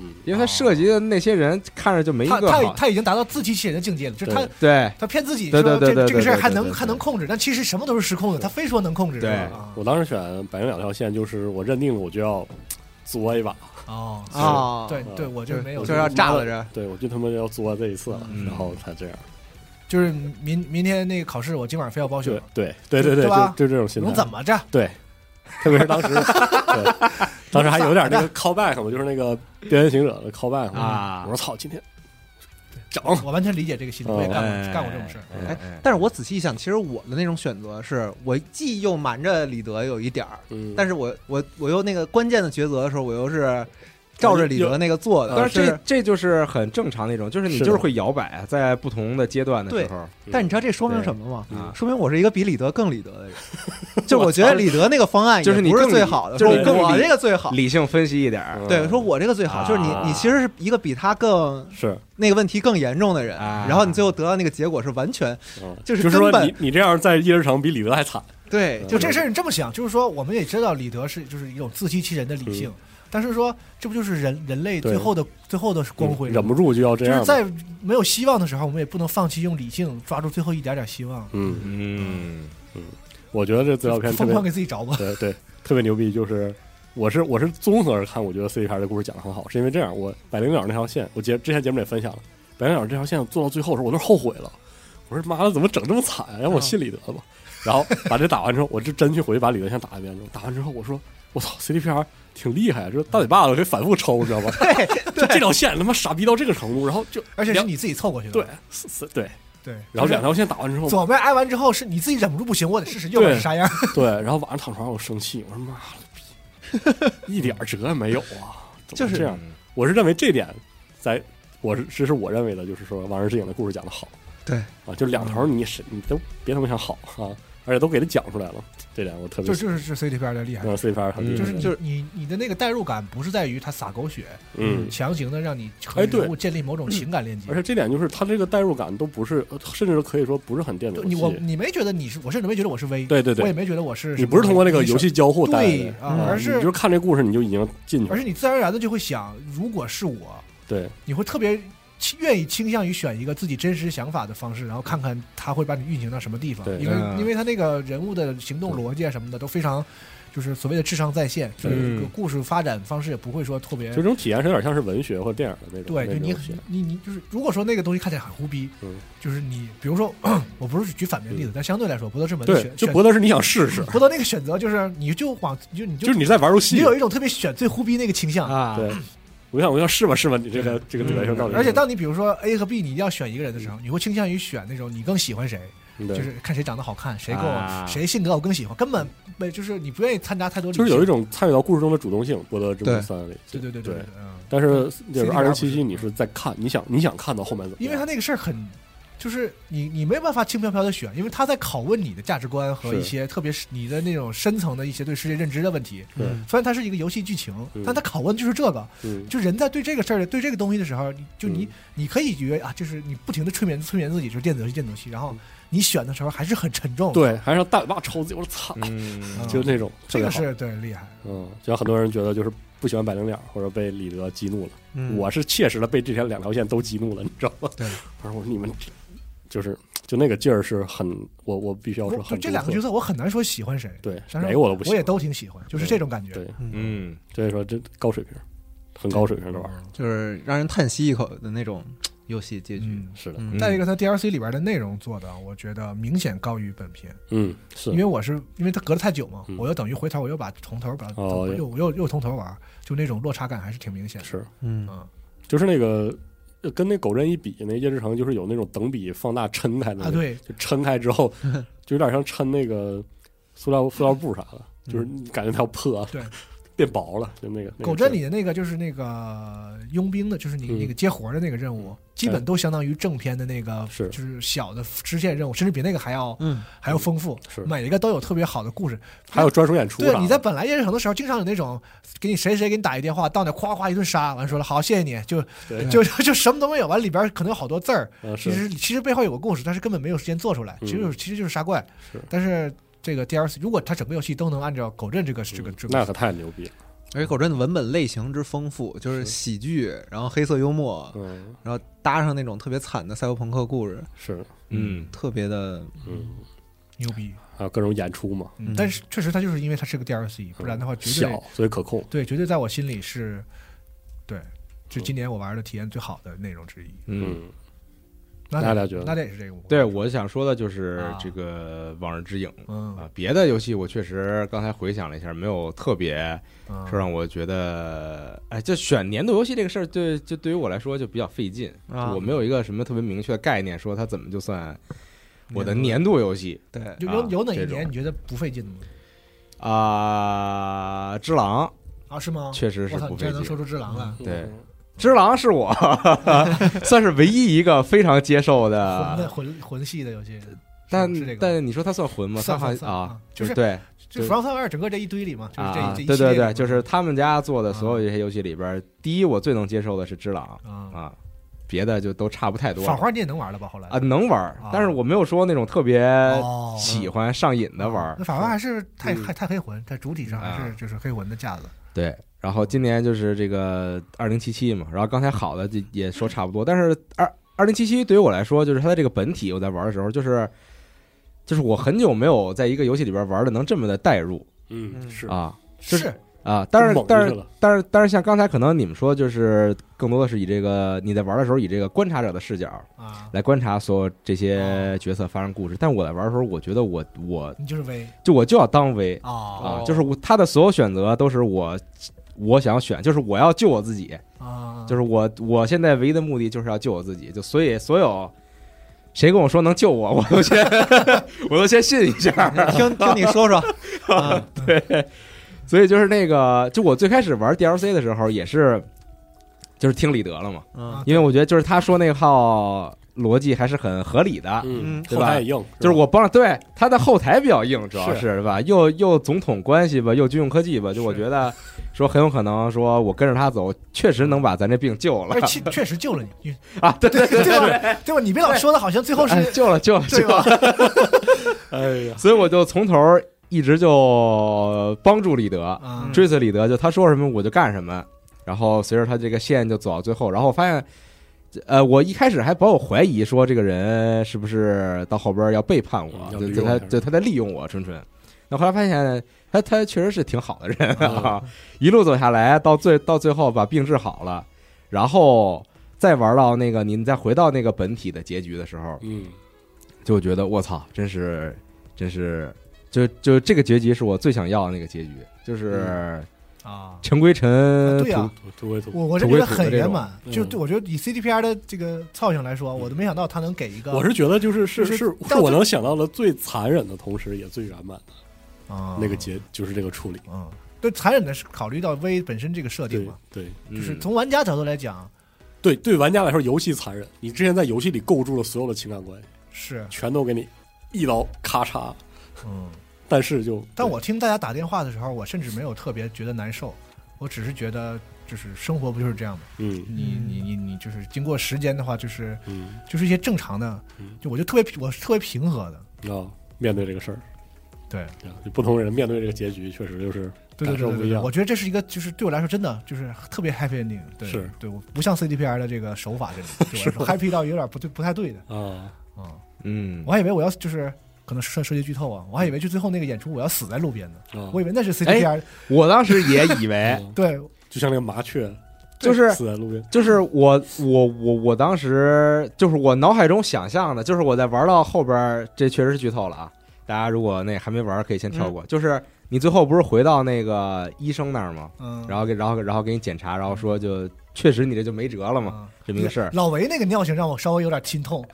Speaker 5: 嗯
Speaker 4: 因为他涉及的那些人看着就没一
Speaker 2: 哦他
Speaker 4: 个
Speaker 2: 他
Speaker 4: 好，
Speaker 2: 他已经达到自欺欺人的境界了，就是他
Speaker 5: 对
Speaker 4: 对
Speaker 2: 他骗自己
Speaker 4: 对
Speaker 2: 说
Speaker 4: 对对
Speaker 2: 这
Speaker 4: 对
Speaker 2: 这个事儿
Speaker 4: 对对
Speaker 2: 还
Speaker 4: 对
Speaker 2: 能
Speaker 4: 对
Speaker 2: 还能控制，但其实什么都是失控的，他非说能控制，
Speaker 4: 对
Speaker 2: 是吧啊
Speaker 5: 我当时选百灵两条线，就是我认定了我就要作一把，
Speaker 2: 哦
Speaker 3: 啊
Speaker 2: 对对，我就没有，
Speaker 3: 就是要炸了这，
Speaker 5: 对我就他妈要作这一次了，
Speaker 4: 嗯
Speaker 5: 然后才这样。
Speaker 2: 就是明明天那个考试，我今晚非要报
Speaker 5: 对
Speaker 2: 宿，
Speaker 5: 对对对对，
Speaker 2: 哦对吧
Speaker 5: 就就这种心态。
Speaker 2: 能怎么着？
Speaker 5: 对，特别是 当时，对当时还有点那个 callback 嘛，就是那个边缘行者的 callback 嘛
Speaker 4: 啊
Speaker 5: 我说操，今天整
Speaker 2: 我完全理解这个心理，我也干
Speaker 4: 哎
Speaker 2: 过干过这种事儿。
Speaker 4: 哎哎
Speaker 3: 但是我仔细一想，其实我的那种选择是我既又瞒着李德有一点儿，
Speaker 5: 嗯，
Speaker 3: 但是我我我又那个关键的抉择的时候，我又是照着李德那个做的。
Speaker 5: 又
Speaker 4: 但
Speaker 3: 但
Speaker 4: 是这这就是很正常的一种，就是你
Speaker 5: 是的
Speaker 4: 就是会摇摆，在不同的阶段的时候，
Speaker 3: 但你知道这说明什么
Speaker 4: 对啊
Speaker 3: 吗？说明我是一个比李德更李德的人。就我觉得李德那个方案
Speaker 4: 嗯就是你
Speaker 3: 也不是
Speaker 4: 更
Speaker 3: 最好的，
Speaker 4: 就是
Speaker 5: 你
Speaker 3: 说
Speaker 4: 更
Speaker 3: 我
Speaker 4: 理
Speaker 3: 这个最好。
Speaker 4: 理性分析一点儿
Speaker 5: 嗯
Speaker 3: 对，说我这个最好，就是你
Speaker 4: 啊
Speaker 3: 你其实是一个比他更
Speaker 5: 是，
Speaker 3: 那个问题更严重的人，
Speaker 4: 啊
Speaker 3: 然后你最后得到那个结果是完全
Speaker 5: 嗯
Speaker 3: 就是
Speaker 5: 就是说
Speaker 3: 根本
Speaker 5: 你你这样在夜之城比李德还惨，
Speaker 3: 对，
Speaker 5: 嗯
Speaker 2: 就
Speaker 3: 就
Speaker 2: 这事儿，你这么想，就是说，我们也知道李德是就是一种自欺欺人的理性，但是说这不就是人人类
Speaker 5: 嗯对
Speaker 2: 最后的最后的光辉
Speaker 5: 嗯
Speaker 2: 吗？
Speaker 5: 忍不住就要这
Speaker 2: 就
Speaker 5: 样
Speaker 2: 是
Speaker 5: 嘛，
Speaker 2: 在没有希望的时候，我们也不能放弃用理性抓住最后一点点希望。
Speaker 5: 嗯，
Speaker 4: 嗯，
Speaker 5: 我觉得这资料片特
Speaker 2: 疯
Speaker 5: 别
Speaker 2: 狂给自己找吧。
Speaker 5: 对对，特别牛逼，就是我是我是综合而看，我觉得 C 片的故事讲的很好，是因为这样，我百灵鸟那条线，我节之前节目里也分享了，百灵鸟这条线做到最后的时候，我都是后悔了，我说妈的怎么整这么惨啊，让我信李德吧，然后把这打完之后，我就真去回去把李德先打一遍，打完之后我说我操 C D P R 挺厉害啊，这大嘴巴子可以反复抽，你知道吗？
Speaker 3: 对
Speaker 5: 就这条线他妈傻逼到这个程度，然后就
Speaker 2: 而且是
Speaker 5: 两
Speaker 2: 你自己凑过去的。
Speaker 5: 对是是对，
Speaker 2: 对，
Speaker 5: 然后两
Speaker 2: 头
Speaker 5: 条线打完之后，
Speaker 2: 左面挨完之后，是你自己忍不住不行，我得试试右边是啥样。
Speaker 5: 对，然后晚上躺床上我生气，我说妈了逼，一点儿辙也没有啊，怎么
Speaker 3: 就是
Speaker 5: 这样。我是认为这点在，我是这是我认为的，就是说《王日之影》的故事讲的好
Speaker 3: 对
Speaker 5: 啊，就两头儿你是你都别他妈想好啊，而且都给他讲出来了，这点我特别
Speaker 2: 就就是是 CTPR 的厉害，
Speaker 5: 嗯 C 片很厉害，
Speaker 2: 就是
Speaker 4: 嗯
Speaker 2: 就是你你的那个代入感不是在于他撒狗血，
Speaker 5: 嗯，
Speaker 2: 强行的让你和
Speaker 5: 哎对
Speaker 2: 人物建立某种情感链接
Speaker 5: 而。且这点就是他这个代入感都不是，呃甚至可以说不是很电子
Speaker 2: 就
Speaker 5: 游
Speaker 2: 你我
Speaker 5: 戏，
Speaker 2: 你没觉得你是，我甚至没觉得我是 V，
Speaker 5: 对对对
Speaker 2: 我也没觉得我是什么，
Speaker 5: 你不是通过那个游戏交互带来
Speaker 2: 对
Speaker 5: 的，
Speaker 2: 啊
Speaker 5: 嗯，
Speaker 2: 而
Speaker 5: 你就是看这故事你就已经进去
Speaker 2: 而
Speaker 5: 了
Speaker 2: 是，你自然而然的就会想，如果是我，
Speaker 5: 对，
Speaker 2: 你会特别倾愿意倾向于选一个自己真实想法的方式，然后看看他会把你运行到什么地方，
Speaker 5: 对
Speaker 2: 因为、
Speaker 4: 嗯
Speaker 2: 因为他那个人物的行动逻辑啊什么的都非常。就是所谓的智商在线，就
Speaker 5: 对
Speaker 2: 是故事发展方式也不会说特别
Speaker 5: 就嗯这种体验是有点像是文学或者电影的那种，
Speaker 2: 对，就
Speaker 5: 那种
Speaker 2: 你
Speaker 5: 东西
Speaker 2: 你你就是，如果说那个东西看起来很胡逼，
Speaker 5: 嗯
Speaker 2: 就是你，比如说， 我不是举反面例子，但相对来说，博德之门的
Speaker 5: 对
Speaker 2: 选，
Speaker 5: 就
Speaker 2: 选
Speaker 5: 博德是你想试试，
Speaker 2: 博德那个选择就是，你就往你就你就
Speaker 5: 就是你在玩游
Speaker 2: 你
Speaker 5: 戏，
Speaker 2: 有一种特别选最胡逼那个倾向，
Speaker 4: 啊，
Speaker 5: 对，我想我要试吧试吧，你这
Speaker 2: 嗯
Speaker 5: 个这个主角性到底是什么，
Speaker 2: 而且当你比如说 A 和 B 你一定要选一个人的时候，你会倾向于选那种你更喜欢谁，
Speaker 5: 嗯对
Speaker 2: 就是看谁长得好看，谁够
Speaker 4: 啊
Speaker 2: 谁性格我更喜欢，根本没就是你不愿意掺杂太多理
Speaker 5: 就
Speaker 2: 性，
Speaker 5: 是有一种参与到故事中的主动性，《博德之
Speaker 3: 对
Speaker 5: 门三》里，
Speaker 2: 对对对
Speaker 5: 对
Speaker 2: 对，嗯，
Speaker 5: 但是就
Speaker 2: CDR
Speaker 5: 是二零七七，
Speaker 2: 不是
Speaker 5: 你是在看，你想你想看到后面怎么样？
Speaker 2: 因为他那个事儿很。就是你，你没有办法轻飘飘的选，因为他在拷问你的价值观和
Speaker 5: 是
Speaker 2: 一些，特别是你的那种深层的一些对世界认知的问题。
Speaker 5: 对
Speaker 4: 嗯
Speaker 2: 虽然它是一个游戏剧情，
Speaker 5: 嗯
Speaker 2: 但它拷问就是这个，
Speaker 5: 嗯，
Speaker 2: 就人在对这个事儿、对这个东西的时候，你就你、
Speaker 5: 嗯
Speaker 2: 你可以觉得啊，就是你不停的催眠催眠自己，就是电子游戏、电子游戏，然后
Speaker 5: 嗯
Speaker 2: 你选的时候还是很沉重。，
Speaker 5: 对，还是大尾巴抽自己，我操，
Speaker 4: 嗯
Speaker 2: 嗯
Speaker 5: 就那种特
Speaker 2: 这
Speaker 5: 别
Speaker 2: 个
Speaker 5: 好。
Speaker 2: 是对厉害。
Speaker 5: 嗯，就像很多人觉得就是不喜欢百灵鸟，或者被李德激怒了，
Speaker 3: 嗯
Speaker 5: 我是切实的被这条两条线都激怒了，你知道吗？
Speaker 2: 对，
Speaker 5: 我说你们这就是就那个劲儿是很，我我必须要说
Speaker 2: 我就
Speaker 5: 很
Speaker 2: 这两个角
Speaker 5: 独特
Speaker 2: 色，我很难说喜欢谁，
Speaker 5: 对
Speaker 2: 但
Speaker 5: 哪
Speaker 2: 是
Speaker 5: 个我都不喜
Speaker 2: 我
Speaker 5: 欢，
Speaker 2: 也都挺喜欢，就是
Speaker 5: 对
Speaker 2: 这种感觉。
Speaker 5: 对，
Speaker 3: 嗯，
Speaker 4: 嗯，
Speaker 5: 所以说这高水平，很高水平这玩意儿，
Speaker 3: 就是让人叹息一口的那种游戏结局。
Speaker 2: 嗯，
Speaker 5: 是的，
Speaker 3: 嗯
Speaker 2: 再一个，它 DLC 里边的内容做的，我觉得明显高于本片，
Speaker 5: 嗯，是
Speaker 2: 因为我是因为它隔了太久嘛，
Speaker 5: 嗯
Speaker 2: 我又等于回头我又把从头把
Speaker 5: 哦
Speaker 2: 又又又从头玩，就那种落差感还是挺明显的。
Speaker 5: 是，
Speaker 3: 嗯
Speaker 2: 嗯
Speaker 5: 就是那个呃跟那狗刃一比，那夜之城就是有那种等比放大抻开的那
Speaker 2: 啊，
Speaker 5: 种，
Speaker 2: 对，
Speaker 5: 就抻开之 后就有点像抻那个塑料塑料布啥的，就是你感觉它要破，
Speaker 2: 嗯对，
Speaker 5: 变薄了，就那个那个
Speaker 2: 狗镇
Speaker 5: 劲
Speaker 2: 里的那个就是那个佣兵的，就是你
Speaker 5: 嗯
Speaker 2: 那个接活儿的那个任务，基本都相当于正片的那个，
Speaker 5: 是
Speaker 2: 就是小的支线任务，甚至比那个还要
Speaker 3: 嗯，
Speaker 2: 还要丰富，
Speaker 5: 是
Speaker 2: 每一个都有特别好的故事。
Speaker 5: 儿，还有专属演出啥
Speaker 2: 对，
Speaker 5: 的，
Speaker 2: 你在本来夜之城的时候，经常有那种给你谁谁给你打一电话，到那夸夸一顿杀，完了说了好谢谢你，就
Speaker 5: 对
Speaker 2: 就 就什么都没有，完了里边可能有好多字儿，
Speaker 5: 嗯
Speaker 2: 其
Speaker 5: 是嗯
Speaker 2: 实其实背后有个故事，但是根本没有时间做出来，其实就是其实就是杀怪
Speaker 5: 是。
Speaker 2: 但是这个 DLC 如果它整个游戏都能按照狗镇这个这个
Speaker 5: 嗯
Speaker 2: 这个
Speaker 5: 那可太牛逼了，
Speaker 3: 而且狗镇的文本类型之丰富，就是喜剧，然后黑色幽默，
Speaker 5: 嗯，
Speaker 3: 然后搭上那种特别惨的赛博朋克故事，
Speaker 5: 是，
Speaker 4: 嗯，
Speaker 3: 特别的
Speaker 5: 嗯，
Speaker 2: 牛逼。
Speaker 5: 还有各种演出嘛，
Speaker 2: 嗯，但是确实它就是因为它是个 DLC，不然的话绝
Speaker 5: 嗯小
Speaker 2: 对
Speaker 5: 所以可控，
Speaker 2: 对绝对在我心里是，对，就今年我玩的体验最好的内容之一。
Speaker 4: 嗯，
Speaker 5: 嗯，
Speaker 2: 那
Speaker 5: 大家觉得
Speaker 2: 那也是这个我
Speaker 4: 对，我想说的就是
Speaker 2: 啊
Speaker 4: 这个《往日之影》
Speaker 2: 嗯
Speaker 4: 啊，别的游戏我确实刚才回想了一下，没有特别
Speaker 2: 嗯
Speaker 4: 说让我觉得，哎，就选年度游戏这个事儿，对，就对于我来说就比较费劲，
Speaker 3: 啊
Speaker 4: 就我没有一个什么特别明确的概念，说它怎么就算我的
Speaker 2: 年
Speaker 4: 年
Speaker 2: 度
Speaker 4: 度游戏啊
Speaker 3: 对，
Speaker 5: 哎
Speaker 2: 有
Speaker 5: 啊
Speaker 2: 有有哪一
Speaker 4: 这种
Speaker 2: 年你觉得不费劲的吗？
Speaker 4: 啊，《只狼》
Speaker 2: 啊，是吗？
Speaker 4: 确实是
Speaker 2: 我操，
Speaker 4: 不
Speaker 2: 你居然
Speaker 4: 费
Speaker 2: 能说
Speaker 4: 劲。
Speaker 2: 出只狼来，
Speaker 4: 对
Speaker 5: 嗯
Speaker 4: 只狼是我 算是唯一一个非常接受
Speaker 5: 啊
Speaker 2: 魂的
Speaker 4: 的，
Speaker 2: 魂魂系的游戏，
Speaker 4: 但
Speaker 2: 是这个吗
Speaker 4: 但你说它算魂吗？它
Speaker 2: 算
Speaker 4: 好
Speaker 2: 算
Speaker 4: 像
Speaker 2: 算
Speaker 4: 啊，
Speaker 2: 就是
Speaker 4: 对，
Speaker 2: 就
Speaker 4: 对
Speaker 2: 《From s o m e w h e 整个这一堆里嘛，就是这
Speaker 4: 啊
Speaker 2: 这一
Speaker 4: 对
Speaker 2: 系列
Speaker 4: 对
Speaker 2: 里嘛
Speaker 4: 对，就是他们家做的
Speaker 2: 啊
Speaker 4: 所有这些游戏里边，第一我最能接受的是《只狼》
Speaker 2: 啊，
Speaker 4: 啊，别的就都差不太多
Speaker 2: 法
Speaker 4: 了
Speaker 2: 花你也能玩了吧？后来
Speaker 4: 啊，能玩儿
Speaker 2: 啊，
Speaker 4: 但是我没有说那种特别
Speaker 2: 哦
Speaker 4: 喜欢上瘾的玩儿
Speaker 2: 那。法花还是太
Speaker 5: 嗯
Speaker 2: 太太黑魂，在主体上还
Speaker 4: 啊
Speaker 2: 是就是黑魂的架子。
Speaker 4: 对，然后今年就是这个二零七七嘛，然后刚才好的就也说差不多，但是二二零七七对于我来说，就是它的这个本体，我在玩的时候，就是就是我很久没有在一个游戏里边玩的能这么的代入
Speaker 5: 嗯
Speaker 3: 嗯
Speaker 5: 是，
Speaker 4: 啊就是
Speaker 2: 是
Speaker 4: 啊！但是
Speaker 5: 猛
Speaker 4: 但
Speaker 5: 进去
Speaker 4: 是
Speaker 5: 了
Speaker 4: 但是但是像刚才可能你们说，就是更多的是以这个你在玩的时候以这个观察者的视角
Speaker 2: 啊，
Speaker 4: 来观察所有这些
Speaker 5: 哦
Speaker 4: 角色发生故事，但我在玩的时候，我觉得我我
Speaker 2: 你就是 V
Speaker 4: 就我就要当 V
Speaker 2: 啊
Speaker 4: 啊，就是我他的所有选择都是我我想选，就是我要救我自己，
Speaker 2: 啊，
Speaker 4: 就是我我现在唯一的目的就是要救我自己，就所以所有谁跟我说能救我，我都先 我都先信一下。
Speaker 3: 听听你说说，啊
Speaker 4: 对，所以就是那个，就我最开始玩 DLC 的时候也是，就是听李德了嘛，
Speaker 3: 嗯
Speaker 4: 因为我觉得就是他说那号逻辑还是很合理的。
Speaker 5: 嗯
Speaker 3: 嗯，
Speaker 4: 对
Speaker 5: 后
Speaker 4: 吧
Speaker 5: 台也硬，
Speaker 4: 就是
Speaker 5: 吧
Speaker 4: 我帮了，对他的后台比较硬，主要
Speaker 5: 是
Speaker 4: 是是吧？又又总统关系吧，又军用科技吧，就我
Speaker 2: 是
Speaker 4: 觉得说很有可能说我跟着他走，确实能把咱这病救了
Speaker 6: 哎
Speaker 2: 而且确确实救了你，
Speaker 4: 啊！对对对
Speaker 2: 对吧？对吧？你别老说的好像最后是
Speaker 4: 哎救了救了
Speaker 2: 对
Speaker 4: 救了，
Speaker 2: 吧？
Speaker 5: 哎呀，
Speaker 4: 所以我就从头儿一直就帮助李德，
Speaker 2: 啊，
Speaker 4: 追随李德，就他说什么我就干什么，然后随着他这个线就走到最后，然后我发现，呃，我一开始还保有怀疑，说这个人是不是到后边要背叛我，
Speaker 5: 嗯要
Speaker 4: 就
Speaker 5: 利
Speaker 4: 就
Speaker 5: 用
Speaker 4: 他
Speaker 5: 他
Speaker 4: 就他在利用我，纯纯。那后来发现他他确实是挺好的人啊
Speaker 5: 啊，
Speaker 4: 一路走下来，到最到最后把病治好了，然后再玩到那个您再回到那个本体的结局的时候，
Speaker 5: 嗯，
Speaker 4: 就觉得我操，真是真是，就就这个结局是我最想要的那个结局，就是。
Speaker 2: 啊，
Speaker 4: 尘归尘，
Speaker 2: 啊对啊
Speaker 4: 呃土
Speaker 2: 嗯
Speaker 5: 土土归土，
Speaker 2: 我我是觉得很圆
Speaker 4: 土
Speaker 2: 满，
Speaker 5: 土的这
Speaker 2: 就
Speaker 5: 种
Speaker 2: 就我觉得以 CDPR 的这个操性来说，我都没想到他能给一个，
Speaker 5: 我是觉得就是是
Speaker 2: 就是
Speaker 5: 是
Speaker 2: 到
Speaker 5: 我
Speaker 2: 最
Speaker 5: 能想到的最残忍的同时，也最圆满的
Speaker 2: 啊
Speaker 5: 那个结，就是这个处理。
Speaker 2: 嗯，对，残忍的是考虑到 V 本身这个设定
Speaker 5: 对
Speaker 2: 嘛，
Speaker 5: 对
Speaker 2: 就是
Speaker 4: 嗯
Speaker 2: 从玩家角度来讲
Speaker 5: 对对，玩家来说，游戏残忍，你之前在游戏里构筑了所有的情感关系，
Speaker 2: 是，
Speaker 5: 全都给你一刀咔嚓。
Speaker 2: 嗯，
Speaker 5: 但是就，
Speaker 2: 但我听大家打电话的时候，我甚至没有特别觉得难受，我只是觉得就是生活不就是这样吗？
Speaker 5: 嗯
Speaker 2: 你你你你就是经过时间的话，就是
Speaker 5: 嗯
Speaker 2: 就是一些正常的
Speaker 5: 嗯，
Speaker 2: 就我就特别平我是特别平和的，
Speaker 5: 啊，面对这个事儿，
Speaker 2: 对
Speaker 5: 啊，就不同人面对这个结局，确实就是
Speaker 2: 对对
Speaker 5: 感受
Speaker 2: 对
Speaker 5: 不
Speaker 2: 对
Speaker 5: 一
Speaker 2: 对，
Speaker 5: 样
Speaker 2: 我觉得这是一个就是对我来说真的就是特别 happy ending，对
Speaker 5: 是
Speaker 2: 对，我不像 CDPR 的这个手法这 里，对我来说 happy 到有点不对不太对的
Speaker 5: 啊，
Speaker 2: 啊，
Speaker 4: 嗯
Speaker 2: 我，还以为我要就是可能涉涉及剧透啊，我还以为就最后那个演出我要死在路边呢，
Speaker 5: 啊
Speaker 2: 我以为那是 CDPR，
Speaker 4: 哎我当时也以为，
Speaker 5: 嗯
Speaker 2: 对
Speaker 5: 就像那个麻雀
Speaker 4: 就是
Speaker 5: 死在路边，
Speaker 4: 就是我我我我当时就是我脑海中想象的，就是我在玩到后边儿，这确实是剧透了啊！大家如果那还没玩儿，可以先跳
Speaker 2: 嗯
Speaker 4: 过。就是你最后不是回到那个医生那儿吗？
Speaker 2: 嗯，
Speaker 4: 然后给然后然后给你检查，然后说就确实你这就没辙了嘛，
Speaker 2: 嗯
Speaker 4: 这么一个事儿。
Speaker 2: 老维那个尿性让我稍微有点心痛，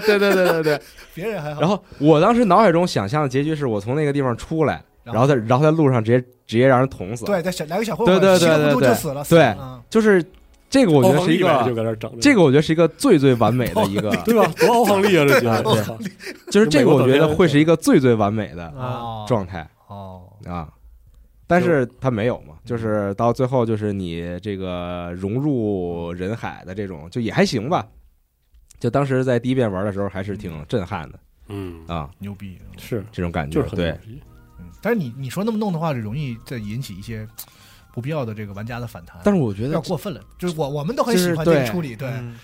Speaker 4: 对对对对对。
Speaker 2: 别人还 好。
Speaker 4: 然后我当时脑海中想象的结局是我从那个地方出来，然后在然后在路上直接直接让人捅死。
Speaker 2: 对，再小来个小混
Speaker 4: 对
Speaker 2: 混，
Speaker 4: 对
Speaker 2: 稀
Speaker 4: 对
Speaker 2: 里糊涂
Speaker 4: 对对
Speaker 2: 就死了，死
Speaker 4: 对
Speaker 2: 了嗯
Speaker 4: 就是这个，我觉
Speaker 5: 奥
Speaker 4: 得
Speaker 5: 方
Speaker 4: 是一
Speaker 5: 利本来就
Speaker 4: 个，
Speaker 5: 搁那儿整着
Speaker 4: 这个我觉得是一个最最完美的一个，
Speaker 5: 对吧？多奥方利啊，这
Speaker 4: 对对
Speaker 5: 结局，
Speaker 4: 就是这个我觉得会是一个最最完美的
Speaker 3: 啊，
Speaker 4: 状态
Speaker 2: 哦，嗯
Speaker 4: 啊。但是他没有嘛，就是到最后就是你这个融入人海的这种，就也还行吧。就当时在第一遍玩的时候，还是挺震撼的
Speaker 5: 嗯，
Speaker 4: 啊，
Speaker 2: 牛逼！嗯
Speaker 5: 是
Speaker 4: 这种感
Speaker 5: 就
Speaker 4: 觉
Speaker 5: 是。很
Speaker 4: 对
Speaker 5: 牛，逼
Speaker 2: 嗯但是你你说那么弄的话，就容易再引起一些不必要的这个玩家的反弹，
Speaker 4: 但是我觉
Speaker 2: 有
Speaker 4: 得
Speaker 2: 点过分了。就是我我们都很
Speaker 4: 就是
Speaker 2: 喜欢这个
Speaker 4: 对
Speaker 2: 处理，对。
Speaker 3: 嗯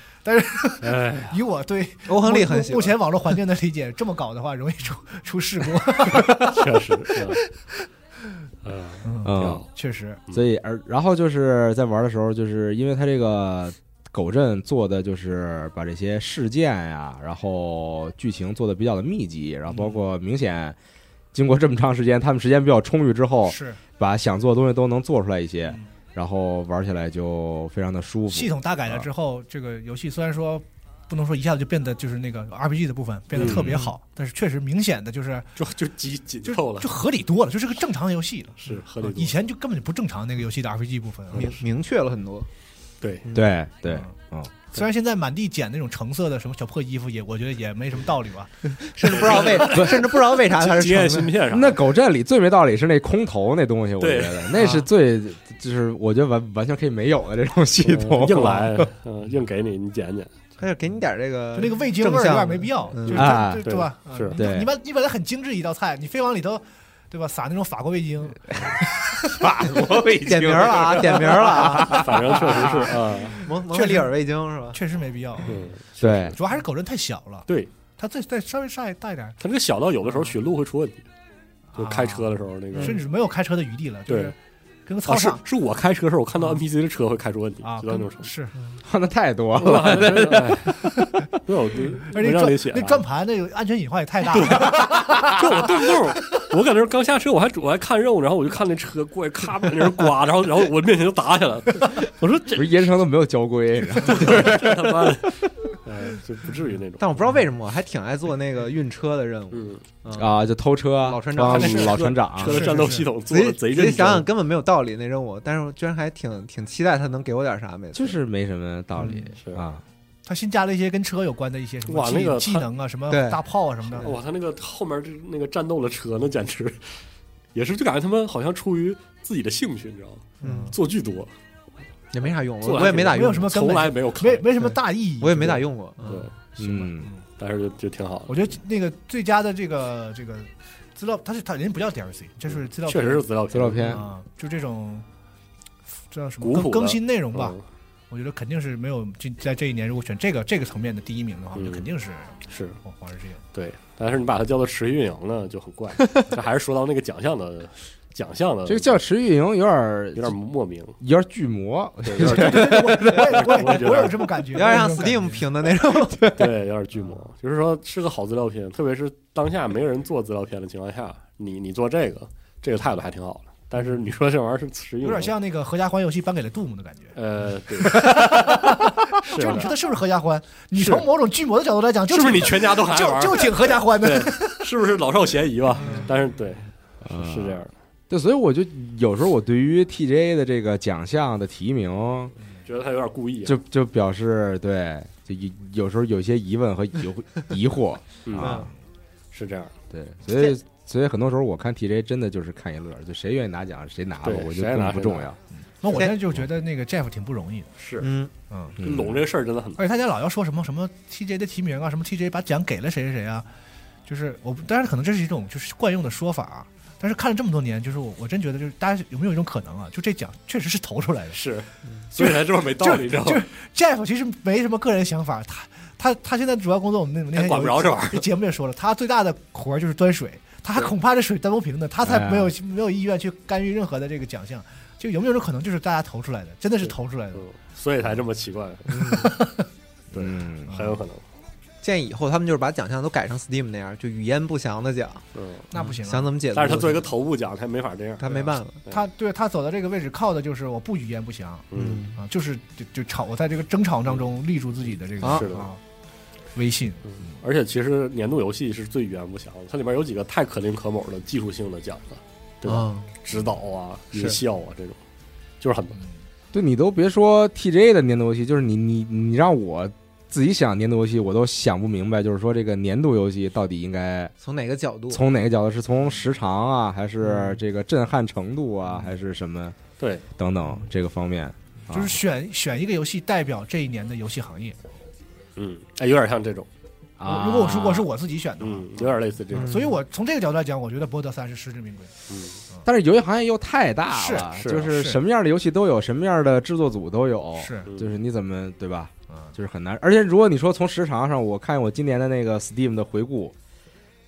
Speaker 5: 哎，
Speaker 2: 以我对
Speaker 3: 欧亨利很喜
Speaker 2: 目目
Speaker 3: 欢。
Speaker 2: 前网络环境的理解，这么搞的话，容易出出事故。
Speaker 5: 确实，嗯，哎挺
Speaker 4: 嗯
Speaker 5: 好，
Speaker 2: 确实，
Speaker 4: 所以而然后就是在玩的时候，就是因为它这个狗镇做的就是把这些事件呀、然后剧情做的比较的密集，然后包括明显经过这么长时间，他们时间比较充裕之后，
Speaker 2: 是
Speaker 4: 把想做的东西都能做出来一些
Speaker 2: 嗯，
Speaker 4: 然后玩起来就非常的舒
Speaker 2: 系
Speaker 4: 服。
Speaker 2: 统大改了之后，这个游戏虽然说不能说一下子就变得就是那个 RPG 的部分变得特别好，但是确实明显的就是
Speaker 5: 嗯就就紧紧
Speaker 2: 就
Speaker 5: 凑了
Speaker 2: 就，合理多了，就是个正常游戏了。啊
Speaker 5: 是合理多
Speaker 2: 以前就根本就不正常那个游戏的 RPG 部分啊。
Speaker 3: 明明确了很多，
Speaker 5: 对，
Speaker 4: 对对
Speaker 2: 嗯，
Speaker 4: 嗯，
Speaker 2: 虽然现在满地捡那种橙色的什么小破衣服也，我觉得也没什么道理吧。
Speaker 3: 甚至不知道 为，甚至不知道为啥它是
Speaker 5: 经验
Speaker 3: 成的
Speaker 5: 芯片上
Speaker 4: 那狗镇里最没道理是那空投那东西，我觉得那
Speaker 3: 啊
Speaker 4: 是最就是我觉得完完全可以没有的这种系统，
Speaker 5: 呃硬来， 嗯，硬给你，你捡捡，
Speaker 3: 它就哎给你点这个
Speaker 2: 就那个味精味儿有点没必要，
Speaker 3: 嗯
Speaker 2: 就是它
Speaker 4: 啊
Speaker 2: 对
Speaker 5: 对
Speaker 2: 对吧？
Speaker 5: 是
Speaker 2: 啊你
Speaker 4: 对
Speaker 2: 你把你把它很精致一道菜，你非往里头。对吧？撒那种法国味精，
Speaker 4: 法国味
Speaker 3: 点名了啊，点名了啊，
Speaker 5: 反正确实是 啊，
Speaker 3: 蒙蒙特利尔味精是吧？
Speaker 2: 确实没必要。
Speaker 5: 嗯，
Speaker 4: 对，
Speaker 2: 主要还是狗人太小了，
Speaker 5: 对，
Speaker 2: 它再再稍微再大一点，
Speaker 5: 他这个小到有的
Speaker 2: 嗯
Speaker 5: 时候寻路会出问题，就开
Speaker 2: 啊
Speaker 5: 车的时候那个，
Speaker 2: 甚至没有开车的余地了，就是
Speaker 5: 对
Speaker 2: 跟个
Speaker 5: 啊，
Speaker 2: 操
Speaker 5: 是
Speaker 2: 场
Speaker 5: 是我开车的时候，我看到 NPC 的车会开出问题，
Speaker 2: 啊，
Speaker 5: 就到那种
Speaker 2: 跟
Speaker 5: 程度。
Speaker 2: 是，
Speaker 3: 哦
Speaker 4: 换的太多了。
Speaker 5: 哇，真是 哎都有
Speaker 2: 而
Speaker 5: 文章里
Speaker 2: 且转
Speaker 5: 写啊，
Speaker 2: 那转盘那个安全隐患也太大了，
Speaker 5: 就我动不动，我搁那儿刚下车，我还我还看任务，然后我就看那车过来，咔把那人刮，然后然后我面前就打起 来了，我说这
Speaker 4: 不是盐城都没有 交规，
Speaker 5: 这他妈的，哎，就不至于那种。
Speaker 3: 但我不知道为什么我还挺爱做那个运车的任务
Speaker 5: 嗯，
Speaker 3: 啊，
Speaker 4: 啊，就偷车，
Speaker 3: 老船长
Speaker 4: 帮
Speaker 3: 还是
Speaker 4: 老船长，
Speaker 5: 车的战斗系统做
Speaker 3: 仔
Speaker 5: 的贼
Speaker 3: 细仔
Speaker 5: 认
Speaker 3: 细
Speaker 5: 真，
Speaker 3: 想想根本没有道理那任务，但是我居然还挺挺期待他能给我点啥每次。
Speaker 4: 就是没什么道理
Speaker 2: 嗯
Speaker 5: 是
Speaker 4: 啊。
Speaker 2: 它新加了一些跟车有关的一些什么
Speaker 5: 哇
Speaker 2: 技
Speaker 5: 那个
Speaker 2: 技
Speaker 5: 它
Speaker 2: 能啊，什么
Speaker 3: 对
Speaker 2: 大炮啊什么的，
Speaker 5: 哇，他那个后面这那个战斗的车，那简直也是就感觉他们好像出于自己的兴趣，你知道吗？
Speaker 2: 嗯，
Speaker 5: 做巨多，
Speaker 3: 也没啥用，
Speaker 5: 做
Speaker 3: 我
Speaker 5: 得还
Speaker 3: 我也没打
Speaker 2: 没
Speaker 3: 用过，
Speaker 2: 有什么根
Speaker 5: 从
Speaker 2: 本
Speaker 5: 来没有看
Speaker 2: 没没什么大意义，
Speaker 3: 我也没咋用过。
Speaker 5: 对
Speaker 3: 嗯，，
Speaker 2: 行吧
Speaker 4: 嗯
Speaker 5: 但是就就挺好的
Speaker 2: 我，觉得那个最佳的这个这个资料，它是它人家不叫 DLC，这是资料
Speaker 5: 确
Speaker 2: 片
Speaker 5: 实是资料
Speaker 4: 资料片
Speaker 2: 啊，就这种这叫什么
Speaker 5: 古朴
Speaker 2: 更
Speaker 5: 的
Speaker 2: 更新内容吧
Speaker 5: 吧，，嗯
Speaker 2: 我觉得肯定是没有这在这一年如果选这个这个层面的第一名的话，
Speaker 5: 嗯
Speaker 2: 就肯定是
Speaker 5: 是
Speaker 2: 《黄日之影》。
Speaker 5: 对。但是你把它叫做持续运营呢，就很怪。这还是说到那个奖项的奖项的，
Speaker 4: 这个叫持续运营有点儿
Speaker 5: 有点莫名，
Speaker 4: 有点儿巨魔，
Speaker 5: 对，有 点
Speaker 2: 对对对 我
Speaker 5: 我
Speaker 2: 我
Speaker 5: 也觉得
Speaker 2: 也我有这么感觉，
Speaker 3: 有点像
Speaker 2: 我有这种感
Speaker 3: Steam
Speaker 2: 觉
Speaker 3: 评的那种。
Speaker 5: 对，有点巨魔，就是说是个好资料片，特别是当下没有人做资料片的情况下，你你做这个，这个态度还挺好的。但是你说这玩意儿是持续，
Speaker 2: 有点，像那个合家欢游戏颁给了杜牧的感觉。
Speaker 5: 呃，对，是
Speaker 2: 就是你
Speaker 5: 的，
Speaker 2: 说它是不是合家欢？你
Speaker 5: 是
Speaker 2: 从某种巨魔的角度来 讲，就是
Speaker 5: 不是
Speaker 2: 挺
Speaker 5: 你全家都还
Speaker 2: 就
Speaker 5: 玩？
Speaker 2: 就 挺合家欢的？
Speaker 5: 对，是不是老少咸宜吧？但是对，
Speaker 4: 嗯
Speaker 5: 是这样。的，
Speaker 4: 对，所以我就有时候我对于 TJ 的这个奖项的提名，
Speaker 3: 嗯
Speaker 5: 觉得他有点故意啊，
Speaker 4: 就就表示对，就有有时候有些疑问和疑疑惑
Speaker 5: 嗯，
Speaker 4: 啊，
Speaker 5: 是这样的，
Speaker 4: 对，
Speaker 2: 嗯
Speaker 4: 所以所以很多时候我看 TJ 真的就是看一乐，就谁愿意拿奖谁拿吧，
Speaker 5: 对
Speaker 4: 我
Speaker 5: 谁
Speaker 4: 觉得
Speaker 5: 拿
Speaker 4: 并
Speaker 5: 谁
Speaker 4: 不
Speaker 5: 拿
Speaker 4: 重要。
Speaker 2: 那我现在就觉得那个 Jeff 挺不容易的，
Speaker 5: 是
Speaker 3: 嗯，
Speaker 2: 嗯。
Speaker 4: 嗯
Speaker 5: 拢这个事儿真的很难。
Speaker 2: 而且大家老要说什么什么 TJ 的提名啊，什么 TJ 把奖给了谁谁谁啊，就是我，当然可能这是一种就是惯用的说法、啊，但是看了这么多年，就是我我真觉得就是大家有没有一种可能啊，就这奖确实是投出来的。
Speaker 5: 是，所以才这么没道理，你知道吗？
Speaker 2: Jeff 其实没什么个人想法，他他他现在主要工作，我们那 那天
Speaker 5: 管不着这玩意
Speaker 2: 儿。节目也说了，他最大的活儿就是端水，他还恐怕这水端不平的，他才
Speaker 4: 哎呀
Speaker 2: 没有、没有意愿去干预任何的这个奖项。就有没有这种可能，就是大家投出来的，真的是投出来的。
Speaker 5: 嗯，所以才这么奇怪，
Speaker 2: 嗯
Speaker 5: 对
Speaker 4: 嗯，
Speaker 5: 很有可能。
Speaker 3: 建议以后他们就是把奖项都改成 Steam 那样，就语言不详的奖，
Speaker 5: 嗯，
Speaker 2: 那不行、啊，
Speaker 3: 想怎么解读？
Speaker 5: 但是他作为一个头部奖，他没法这样。啊
Speaker 3: 他没办法。
Speaker 2: 他对他走到这个位置，靠的就是我不语言不详
Speaker 5: 嗯，
Speaker 2: 啊，就是就就吵，我在这个争吵当中立住自己的这个
Speaker 3: 啊
Speaker 5: 是的嗯
Speaker 2: 啊威信。
Speaker 5: 而且其实年度游戏是最语言不详的，它里面有几个太可零可某的技术性的奖了，对吧？
Speaker 3: 嗯，
Speaker 5: 指导啊、
Speaker 3: 是
Speaker 5: 音效啊这种，就是很多。
Speaker 4: 嗯对你都别说 TJ 的年度游戏，就是你你你让我自己想年度游戏，我都想不明白，就是说这个年度游戏到底应该
Speaker 3: 从哪个角度？
Speaker 4: 从哪个角度，是从时长啊，还是
Speaker 2: 嗯
Speaker 4: 这个震撼程度啊，还是什么
Speaker 5: 对，
Speaker 4: 等等这个方面，啊
Speaker 2: 就是选选一个游戏代表这一年的游戏行业。
Speaker 5: 嗯，哎，有点像这种，
Speaker 4: 啊，
Speaker 2: 如果我如果是我自己选的话，
Speaker 5: 嗯，有点类似这种，
Speaker 2: 啊所以我从这个角度来讲，我觉得《博德三》是实至名归。
Speaker 5: 嗯，
Speaker 4: 但是游戏行业又太大了，
Speaker 5: 是是
Speaker 4: 就是
Speaker 2: 是
Speaker 4: 什么样的游戏都有，什么样的制作组都有，
Speaker 2: 是，
Speaker 5: 嗯
Speaker 4: 就是你怎么对吧？
Speaker 2: 啊，
Speaker 4: 就是很难。而且如果你说从时长上，我看我今年的那个 Steam 的回顾，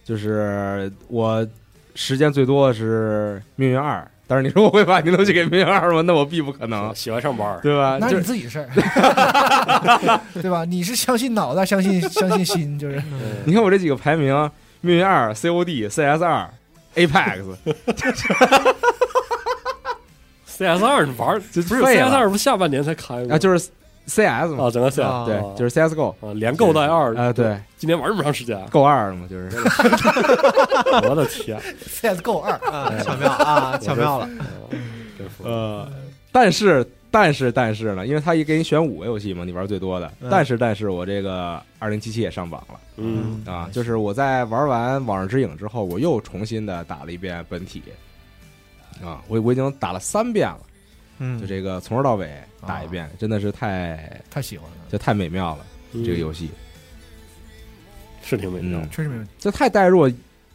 Speaker 4: 就是我时间最多的是《命运二》，但是你说我会把年度游戏给《命运二》吗？那我必不可能，
Speaker 5: 喜欢上班儿，
Speaker 4: 对吧？
Speaker 2: 那
Speaker 4: 啊就是
Speaker 2: 你自己的事儿， 对吧？你是相信脑袋，相信相信心，就是
Speaker 5: 嗯
Speaker 4: 你看我这几个排名，《命运二》、COD、CS 二、Apex，
Speaker 5: CS 二玩儿
Speaker 4: 就
Speaker 5: 不是
Speaker 4: 废了
Speaker 5: CS 二不是下半年才开吗？
Speaker 4: 啊，就是 CS 嘛，
Speaker 5: 啊，整个 CS
Speaker 3: 啊
Speaker 4: 对，就是 CSGO，
Speaker 5: 啊，连购带二
Speaker 4: 啊，，对
Speaker 5: 今年玩这么长时间，啊
Speaker 4: ，Go 二嘛， 就是。
Speaker 5: 我的天，哎
Speaker 2: CSGO 二。
Speaker 3: 啊，巧妙啊，巧妙了。
Speaker 5: 嗯真服了，
Speaker 4: 呃，但是但是但是呢，因为他一给你选五个游戏嘛，你玩最多的。
Speaker 3: 嗯
Speaker 4: 但是但是我这个二零七七也上榜了
Speaker 5: 嗯，
Speaker 4: 啊！就是我在玩完《往日之影》之后，我又重新的打了一遍本体啊，我我已经打了三遍了，
Speaker 3: 嗯
Speaker 4: 就，这个从头到尾打一遍，真的是太
Speaker 2: 啊太喜欢了，
Speaker 4: 就太美妙了，
Speaker 5: 这
Speaker 4: 这个游戏，
Speaker 5: 嗯是挺美妙的
Speaker 4: 嗯，
Speaker 2: 确实没问题。
Speaker 4: 这太代入。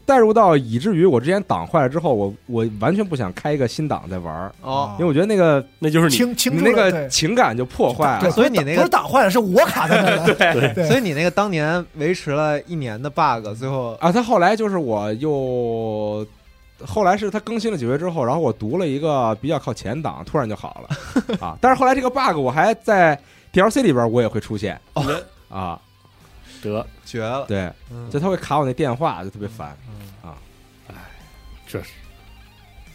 Speaker 4: 代入到以至于我之前档坏了之后，我我完全不想开一个新档再玩儿，
Speaker 3: 哦，
Speaker 4: 因为我觉得那个
Speaker 5: 那就是你
Speaker 2: 清清
Speaker 4: 你
Speaker 2: 楚
Speaker 4: 那
Speaker 2: 了
Speaker 4: 个
Speaker 2: 对
Speaker 4: 情感就破坏
Speaker 2: 对
Speaker 4: 了。
Speaker 3: 所以你那个
Speaker 2: 不是打坏了，是我卡在那儿了。
Speaker 5: 对
Speaker 2: 对
Speaker 3: 所以你那个当年维持了一年的 bug，最后
Speaker 4: 啊，他后来就是我又后来是他更新了几回之后，然后我读了一个比较靠前档，突然就好了 啊。但是后来这个 bug 我还在 DLC 里边我也会出现
Speaker 5: 哦
Speaker 4: 啊，
Speaker 5: 得，
Speaker 3: 绝了。
Speaker 4: 对，
Speaker 3: 嗯
Speaker 4: 就他会卡我那电话，就特别烦。啊
Speaker 5: 这是，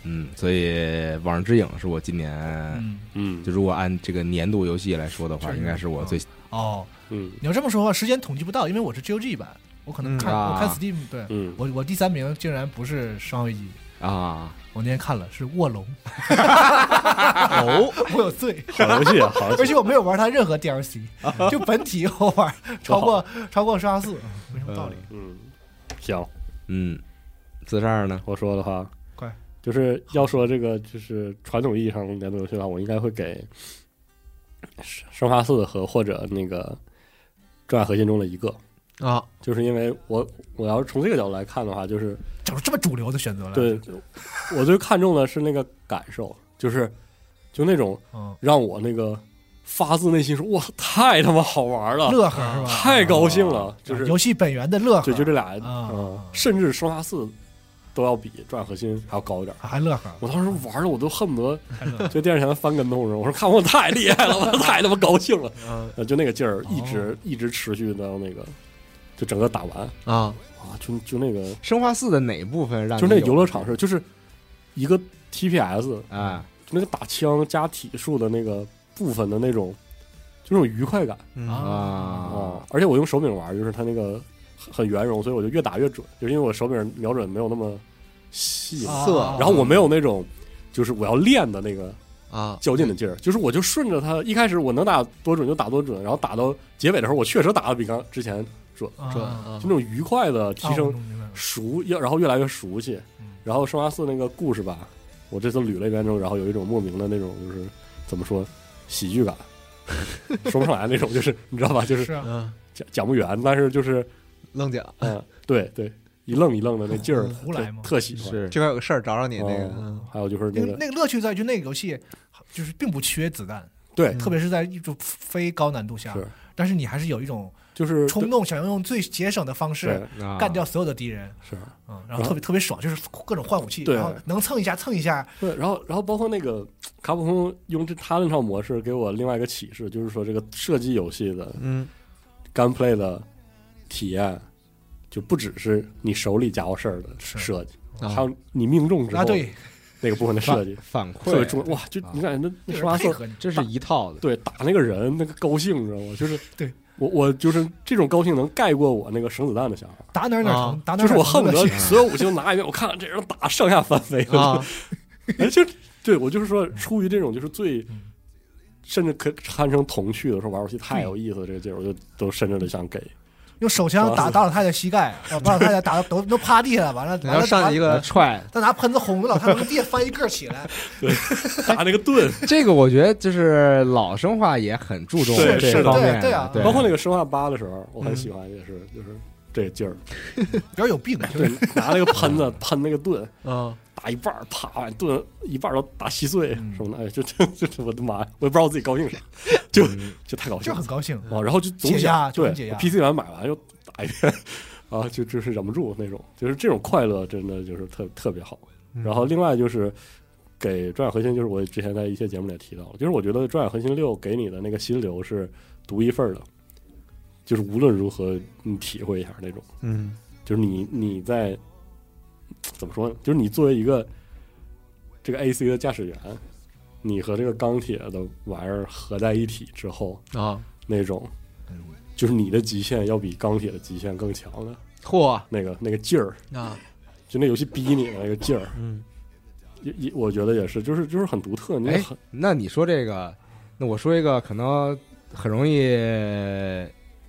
Speaker 4: 嗯，所以《往日之影》是我今年
Speaker 2: 嗯，
Speaker 5: 嗯
Speaker 4: 就如果按这个年度游戏来说的话，
Speaker 2: 确实
Speaker 4: 应该是我最
Speaker 2: 哦，
Speaker 5: 嗯
Speaker 2: 你要这么说的话，时间统计不到，因为我是 GOG 版，我可能
Speaker 3: 嗯
Speaker 2: 看、
Speaker 4: 啊
Speaker 2: 我看 Steam，对
Speaker 5: 嗯，
Speaker 2: 我我第三名竟然不是《生化危机》，
Speaker 4: 啊，
Speaker 2: 我那天看了是 卧龙，
Speaker 3: 哦，
Speaker 2: 我有罪，
Speaker 5: 啊好游 戏，啊好游
Speaker 2: 而
Speaker 5: 戏
Speaker 2: 且我没有玩它任何 DLC，就本体我玩超过超过刷四，没什么道理。
Speaker 5: 哦嗯，行，
Speaker 4: 嗯，自这儿呢，
Speaker 5: 我说的话，
Speaker 2: 快
Speaker 5: 就是要说这个，就是传统意义上的联动游戏的话，我应该会给生《生化四》和或者那个《转核心》中的一个，
Speaker 3: 啊，
Speaker 5: 就是因为我我要是从这个角度来看的话，就是
Speaker 2: 找出这么主流的选择来，
Speaker 5: 对我最看重的是那个感受，就是就那种
Speaker 2: 嗯，
Speaker 5: 让我那个发自内心说哇，太他妈好玩了，
Speaker 2: 乐呵是吧？哦
Speaker 5: 太高兴了，就是
Speaker 2: 游戏本源的乐呵，
Speaker 5: 对，就这俩，
Speaker 2: 啊
Speaker 5: 嗯，甚至《生化四》都要比《转核心》还要高一点。
Speaker 2: 还乐呵，
Speaker 5: 我当时玩的我都恨不得
Speaker 2: 还乐呵，
Speaker 5: 就电视前翻跟头似的，我说看我太厉害 了，我太他妈高兴了，
Speaker 3: 嗯
Speaker 5: 呃就那个劲儿一直、
Speaker 2: 哦
Speaker 5: 一直持续到那个，就整个打完
Speaker 3: 啊，
Speaker 5: 啊，就就那个
Speaker 4: 生化四的哪部分让你
Speaker 5: 就那
Speaker 4: 有
Speaker 5: 游乐场是就是一个 TPS 就
Speaker 4: 啊，
Speaker 5: 那个打枪加体术的那个部分的那种，就那种愉快感
Speaker 3: 嗯
Speaker 2: 啊
Speaker 5: 啊
Speaker 4: 啊，！
Speaker 5: 而且我用手柄玩，就是它那个很很圆融，所以我就越打越准，就是因为我手柄瞄准没有那么细嘛，
Speaker 2: 啊
Speaker 3: 色
Speaker 5: 然后我没有那种就是我要练的那个
Speaker 3: 啊，
Speaker 5: 较劲的劲儿，就是我就顺着他一开始我能打多准就打多准，然后打到结尾的时候，我确实打的比刚之前准，
Speaker 2: 啊
Speaker 3: 准
Speaker 2: 啊
Speaker 3: 啊
Speaker 5: 就那种愉快的提
Speaker 2: 我
Speaker 5: 升
Speaker 2: 弄明白了
Speaker 5: 熟，要然后越来越熟悉
Speaker 2: 嗯。
Speaker 5: 然后生化四那个故事吧，我这次捋了一遍之后，然后有一种莫名的那种就是怎么说喜剧感， 说不上来那种，就是你知道吧，就是
Speaker 2: 是啊，
Speaker 3: 嗯，
Speaker 5: 讲讲不圆，但是就是
Speaker 3: 愣姐，
Speaker 5: 嗯，对对，一愣一愣的那劲儿
Speaker 3: 嗯，
Speaker 2: 胡来嘛
Speaker 5: 特特喜欢。
Speaker 4: 是
Speaker 3: 这边有个事儿找找你那个，
Speaker 5: 嗯
Speaker 3: 嗯
Speaker 5: 还有就是
Speaker 2: 那
Speaker 5: 那
Speaker 2: 个
Speaker 5: 个
Speaker 2: 那个乐趣在于那个游戏就是并不缺子弹，
Speaker 5: 对
Speaker 2: 特别是在一种非高难度下
Speaker 5: 是，
Speaker 2: 但是你还是有一种
Speaker 5: 就是
Speaker 2: 冲动，想要用最节省的方
Speaker 5: 对
Speaker 2: 式
Speaker 4: 啊
Speaker 2: 干掉所有的敌人，
Speaker 5: 是。啊
Speaker 2: 嗯，然后特别特别爽，就是各种换武器，
Speaker 5: 对
Speaker 2: 然后能蹭一下蹭一下，
Speaker 5: 对，然后然后包括那个卡普空用这他那套模式给我另外一个启示，就是说这个射击游戏的
Speaker 3: 嗯
Speaker 5: gunplay 的体验，就不只是你手里家伙事儿的
Speaker 2: 是
Speaker 5: 设计，
Speaker 3: 啊
Speaker 5: 还有你命中之后
Speaker 2: 啊，对，
Speaker 5: 那个部分的设计
Speaker 4: 反馈
Speaker 5: 特别重要。哇，就
Speaker 4: 啊
Speaker 5: 你感觉那那
Speaker 2: 就是
Speaker 5: 生化
Speaker 2: 配
Speaker 5: 四
Speaker 2: 合你，
Speaker 4: 这是一套的，
Speaker 5: 对打那个人那个高兴，你知道吗？就是
Speaker 2: 对
Speaker 5: 我我就是这种高兴能盖过我那个省子弹的想法，
Speaker 2: 打哪儿哪儿
Speaker 4: 啊
Speaker 2: 疼，打哪
Speaker 5: 啊就是
Speaker 2: 儿哪儿
Speaker 5: 我
Speaker 2: 疼
Speaker 5: 恨不得
Speaker 2: 乐趣
Speaker 5: 所有武器都拿一遍，我看看这人 打上下翻飞了。
Speaker 3: 啊，
Speaker 5: 哎，就对我就是说，出于这种就是最
Speaker 2: 嗯，
Speaker 5: 甚至可堪称童趣的时候，玩游戏太有意思了，这个劲儿我就都甚至都想给。
Speaker 2: 用手枪打打老太太膝盖，啊把老太太打都都趴地下了，完了
Speaker 3: 你
Speaker 2: 完
Speaker 3: 要
Speaker 2: 了
Speaker 3: 上一
Speaker 2: 拿
Speaker 3: 个
Speaker 4: 踹
Speaker 2: 再拿喷子轰着老太太从地下翻一个儿起来，
Speaker 5: 打那个盾，
Speaker 4: 这个我觉得就是老生化也很注重
Speaker 5: 是
Speaker 4: 这
Speaker 5: 是
Speaker 4: 方
Speaker 2: 对
Speaker 4: 面的，
Speaker 2: 对啊
Speaker 5: 包括那个生化八的时候，我很喜欢，也是就是 这个劲儿，
Speaker 2: 有点有病，就
Speaker 5: 对
Speaker 2: 是，
Speaker 5: 拿那个喷子喷那个盾，
Speaker 3: 嗯，
Speaker 5: 打一半儿，啪，把盾一半儿都打稀碎
Speaker 2: 嗯
Speaker 5: 什么的，哎，就 就就我的妈呀，我也不知道我自己高 兴啥，就
Speaker 2: 嗯
Speaker 5: 就太高兴
Speaker 2: 就
Speaker 5: 了
Speaker 2: 很高兴。
Speaker 5: 啊！然后就总
Speaker 2: 解压
Speaker 5: 想
Speaker 2: 就
Speaker 5: 对
Speaker 2: 很解压
Speaker 5: 我，PC 版买完又打一遍，啊，就就是忍不住那种，就是这种快乐真的就是特特别好。
Speaker 2: 嗯
Speaker 5: 然后另外就是给《转眼核心》，就是我之前在一些节目里也提到了，就是我觉得《转眼核心六》给你的那个心流是独一份儿的，就是无论如何你体会一下那种，
Speaker 3: 嗯
Speaker 5: 就是你你在怎么说呢？就是你作为一个这个 AC 的驾驶员，你和这个钢铁的玩意儿合在一起之后，
Speaker 3: 啊，
Speaker 5: 那种就是你的极限要比钢铁的极限更强的
Speaker 3: 嚯啊，
Speaker 5: 那个那个劲儿，就那游戏逼你的那个劲儿。
Speaker 3: 嗯
Speaker 5: 也也，我觉得也是，就是就是很独特，你
Speaker 4: 哎
Speaker 5: 很
Speaker 4: 那你说这个，那我说一个可能很容易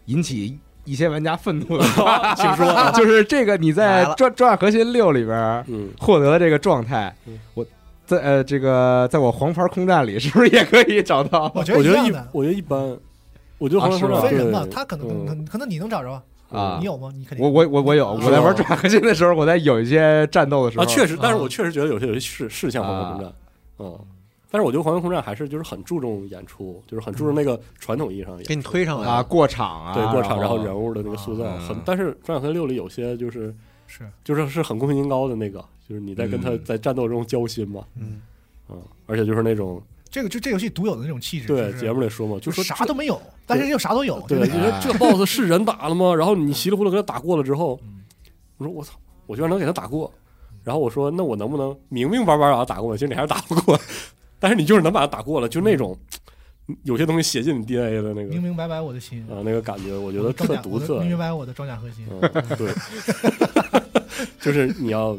Speaker 4: 引起一些玩家愤怒的 话，请说， 就是这个你在
Speaker 3: 来了
Speaker 4: 《转转核心六》里边
Speaker 5: 嗯，
Speaker 4: 获得了这个状态
Speaker 5: 嗯，
Speaker 4: 我在呃这个在我黄牌空战里是不是也可以找到？
Speaker 2: 我觉
Speaker 5: 我
Speaker 2: 得
Speaker 5: 觉
Speaker 2: 一
Speaker 5: 得
Speaker 2: 样
Speaker 5: 一
Speaker 2: 的，
Speaker 5: 我觉得一般，我觉得黄
Speaker 4: 啊是
Speaker 5: 山
Speaker 4: 吗
Speaker 2: 分
Speaker 5: 对
Speaker 2: 人吧，他可能
Speaker 5: 嗯
Speaker 2: 可能可能你能找着，
Speaker 4: 啊
Speaker 2: 你有吗？你肯定啊
Speaker 4: 我我我我有，我在玩转核心的时候，我在有一些战斗的时候，啊
Speaker 5: 啊，确实，但是
Speaker 3: 啊
Speaker 5: 我确实觉得有些有些是是像黄昏空战，嗯，但是我觉得黄昏空战还是就是很注重演出，就是很注重那个传统意义上的演出
Speaker 3: 给你推上
Speaker 4: 嗯
Speaker 3: 来
Speaker 4: 啊，过场啊，
Speaker 5: 对过场，然
Speaker 4: 然
Speaker 5: 后人物的那个塑造
Speaker 4: 啊
Speaker 5: 很
Speaker 4: 嗯，
Speaker 5: 但是《转眼和六》里有些就是
Speaker 2: 是
Speaker 5: 就是是很公平高的那个，就是你在跟他
Speaker 4: 嗯
Speaker 5: 在战斗中交心嘛，
Speaker 3: 嗯
Speaker 5: 嗯，而且就是那种
Speaker 2: 这个就这游戏独有的那种气质，
Speaker 5: 对
Speaker 2: 就是
Speaker 5: 节目里说嘛，就
Speaker 2: 就
Speaker 5: 说
Speaker 2: 啥都没有，但是又啥都有，
Speaker 5: 对，
Speaker 2: 就
Speaker 5: 你
Speaker 2: 是
Speaker 5: 说这 BOSS 是人打的吗？然后你稀里糊涂给他打过了之后
Speaker 2: 嗯，
Speaker 5: 我说我操，我居然能给他打过。然后我说那我能不能明明白白把他打过？其实你还是打不过， 但是你就是能把他打过了，就那种有些东西写进你 DNA 的那个
Speaker 2: 嗯明明白白我的心，
Speaker 5: 啊、那个感觉，我觉
Speaker 2: 我
Speaker 5: 得
Speaker 2: 的装
Speaker 5: 特
Speaker 2: 甲
Speaker 5: 独
Speaker 2: 我的
Speaker 5: 特啊
Speaker 2: 明。明白白 我的装甲核心，
Speaker 5: 嗯，对，就是你要，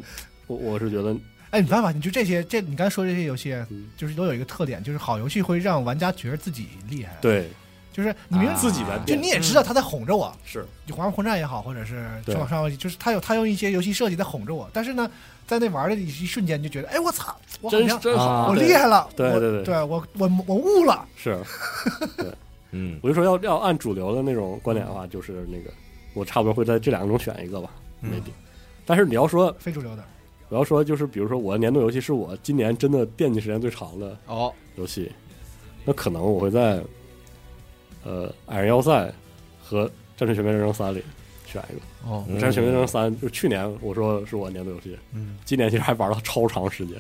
Speaker 5: 我我是觉得
Speaker 2: 哎，没办法，你就这些，这你刚才说这些游戏
Speaker 5: 嗯，
Speaker 2: 就是都有一个特点，就是好游戏会让玩家觉得自己厉害。，
Speaker 5: 对，
Speaker 2: 就是你明
Speaker 4: 啊
Speaker 5: 自己来变
Speaker 2: 就你也知道他在哄着我，
Speaker 5: 是
Speaker 2: 就《黄昏混战》也好，或者是
Speaker 5: 对
Speaker 2: 《上上游戏》，就是他有他用一些游戏设计在哄着我，但是呢，在那玩的一一瞬间，你就觉得，哎，我操，我好
Speaker 5: 真
Speaker 2: 像
Speaker 5: 真好，
Speaker 4: 啊
Speaker 2: 我
Speaker 5: 对
Speaker 2: 厉害了，
Speaker 5: 对
Speaker 2: 我
Speaker 5: 对对
Speaker 2: 对，我我我悟了，
Speaker 5: 是，
Speaker 4: 嗯
Speaker 5: 我就说要要按主流的那种观点的话，就是那个我差不多会在这两个中选一个吧
Speaker 3: 嗯
Speaker 5: ，maybe。但是你要说
Speaker 2: 非主流的，
Speaker 5: 我要说就是，比如说我的年度游戏是我今年真的惦记时间最长的
Speaker 3: 哦，
Speaker 5: 游戏，那可能我会在呃《矮人要塞》和《战锤全面战争三》里选一个。
Speaker 3: 哦
Speaker 5: 《战锤全面战争三》就去年我说是我年度游戏，
Speaker 3: 嗯，
Speaker 5: 今年其实还玩了超长时间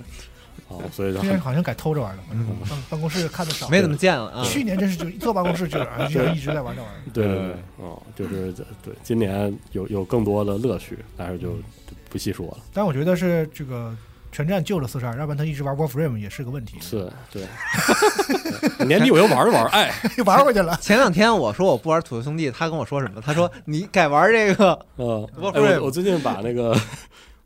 Speaker 5: 啊，所以就
Speaker 2: 现在好像改偷着玩了，
Speaker 3: 嗯
Speaker 2: 办办公室看的少。
Speaker 3: 没怎么见了啊。
Speaker 2: 去年真是就一坐办公室 就啊就一直在玩这玩意儿。
Speaker 5: 对对对，嗯，就是这对今年有有更多的乐趣，但是就就不细说了。
Speaker 2: 但我觉得是这个全战救了四十二，要不然他一直玩 Warframe 也是个问题。
Speaker 5: 是， 对，对年底我又玩了玩，哎，
Speaker 2: 又 玩回去了，
Speaker 3: 前两天我说我不玩土豆兄弟，他跟我说什么？他说你改玩这个，
Speaker 5: 嗯，哎
Speaker 3: Warframe
Speaker 5: 我我最近把那个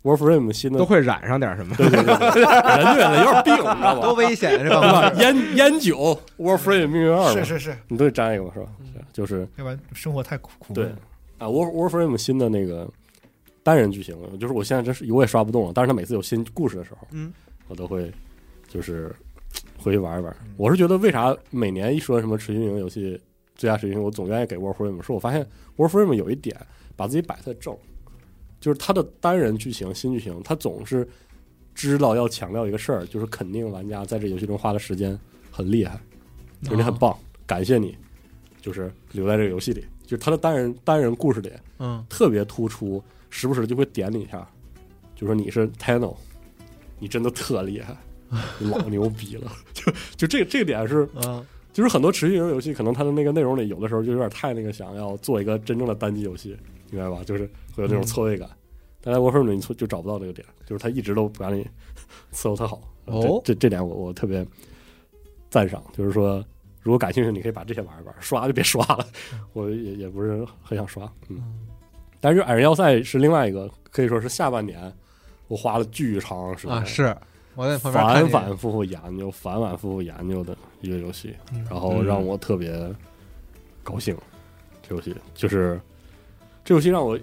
Speaker 5: Warframe 新的
Speaker 4: 都会染上点什么。
Speaker 5: 对对对， 对人对人有点病，你知道吧？
Speaker 3: 多危险这
Speaker 5: 是吧
Speaker 3: 帮
Speaker 5: 烟烟酒 Warframe 命运二嘛，嗯
Speaker 2: 是是是，
Speaker 5: 你都得沾一个嘛，是吧？是就是
Speaker 2: 要不然生活太苦苦
Speaker 5: 对
Speaker 2: 闷了。
Speaker 5: 啊，War Warframe 新的那个单人剧情，就是我现在真是我也刷不动了，但是他每次有新故事的时候，
Speaker 3: 嗯，
Speaker 5: 我都会就是回去玩一玩。我是觉得为啥每年一说什么持续运营游戏最佳持续运营，我总愿意给 Warframe，是我发现 Warframe 有一点把自己摆在正，就是它的单人剧情、新剧情，它总是知道要强调一个事儿，就是肯定玩家在这游戏中花的时间很厉害，就是你很棒，感谢你，就是留在这个游戏里。就是它的单人单人故事里
Speaker 3: 嗯
Speaker 5: 特别突出，时不时就会点你一下，就说你是 Tano，你真的特厉害，你老牛逼了。就就这这点是，
Speaker 3: 嗯
Speaker 5: 就是很多持续型游戏，可能它的那个内容里有的时候就有点太那个，想要做一个真正的单机游戏，明白吧？就是会有那种
Speaker 3: 嗯
Speaker 5: 错位感。但在 Warframe 里你错就找不到这个点，就是他一直都不让你 伺候特好。
Speaker 3: 哦
Speaker 5: 这这这点我我特别赞赏，就是说。如果感兴趣，你可以把这些玩一玩，刷就别刷了。
Speaker 3: 嗯
Speaker 5: 我也也不是很想刷，嗯。但是《矮人要塞》是另外一个，可以说是下半年我花了巨长时间，
Speaker 3: 啊是，我在旁边看
Speaker 5: 反
Speaker 3: 这个
Speaker 5: 反复复研究、反反复复研究的一个游戏，
Speaker 3: 嗯
Speaker 5: 然后让我特别高兴。这游戏就是这游戏让我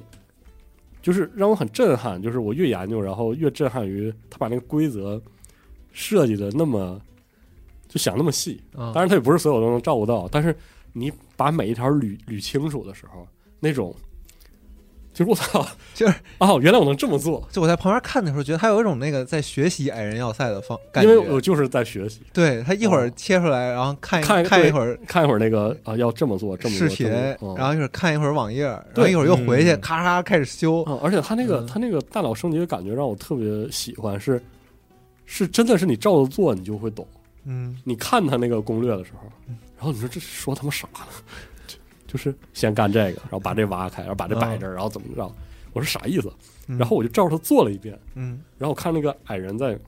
Speaker 5: 就是让我很震撼，就是我越研究，然后越震撼于他把那个规则设计的那么就想那么细，
Speaker 3: 嗯
Speaker 5: 当然，它也不是所有都能照顾到，但是你把每一条捋捋清楚的时候，那种就是我操，
Speaker 3: 就是
Speaker 5: 啊，原来我能这么做，
Speaker 3: 就我在旁边看的时候，觉得他有一种那个在学习矮人要塞的方感
Speaker 5: 因
Speaker 3: 觉。
Speaker 5: 为我就是在学习，啊
Speaker 3: 对他一会儿切出来，然后看一
Speaker 5: 看一个
Speaker 3: 看
Speaker 5: 对
Speaker 3: 一会儿
Speaker 5: 看一会儿那个啊，要这么做，这么
Speaker 3: 视
Speaker 5: 做
Speaker 3: 频，
Speaker 5: 这么做嗯、
Speaker 3: 然后一会儿看一会儿网页，然后
Speaker 5: 对
Speaker 3: 一会儿又回去，
Speaker 4: 嗯
Speaker 3: 咔咔开始修。
Speaker 5: 嗯，而且他那个、
Speaker 3: 嗯
Speaker 5: 他那个大脑升级的感觉让我特别喜欢，是是真的是你照着做你就会懂，
Speaker 3: 嗯，
Speaker 5: 你看他那个攻略的时候，然后你说这说他妈啥呢？就就是先干这个，然后把这挖开，然后把这摆这儿，然后怎么着？我说啥意思？
Speaker 3: 嗯
Speaker 5: 然后我就照着他做了一遍。
Speaker 3: 嗯
Speaker 5: 然后我看那个矮人在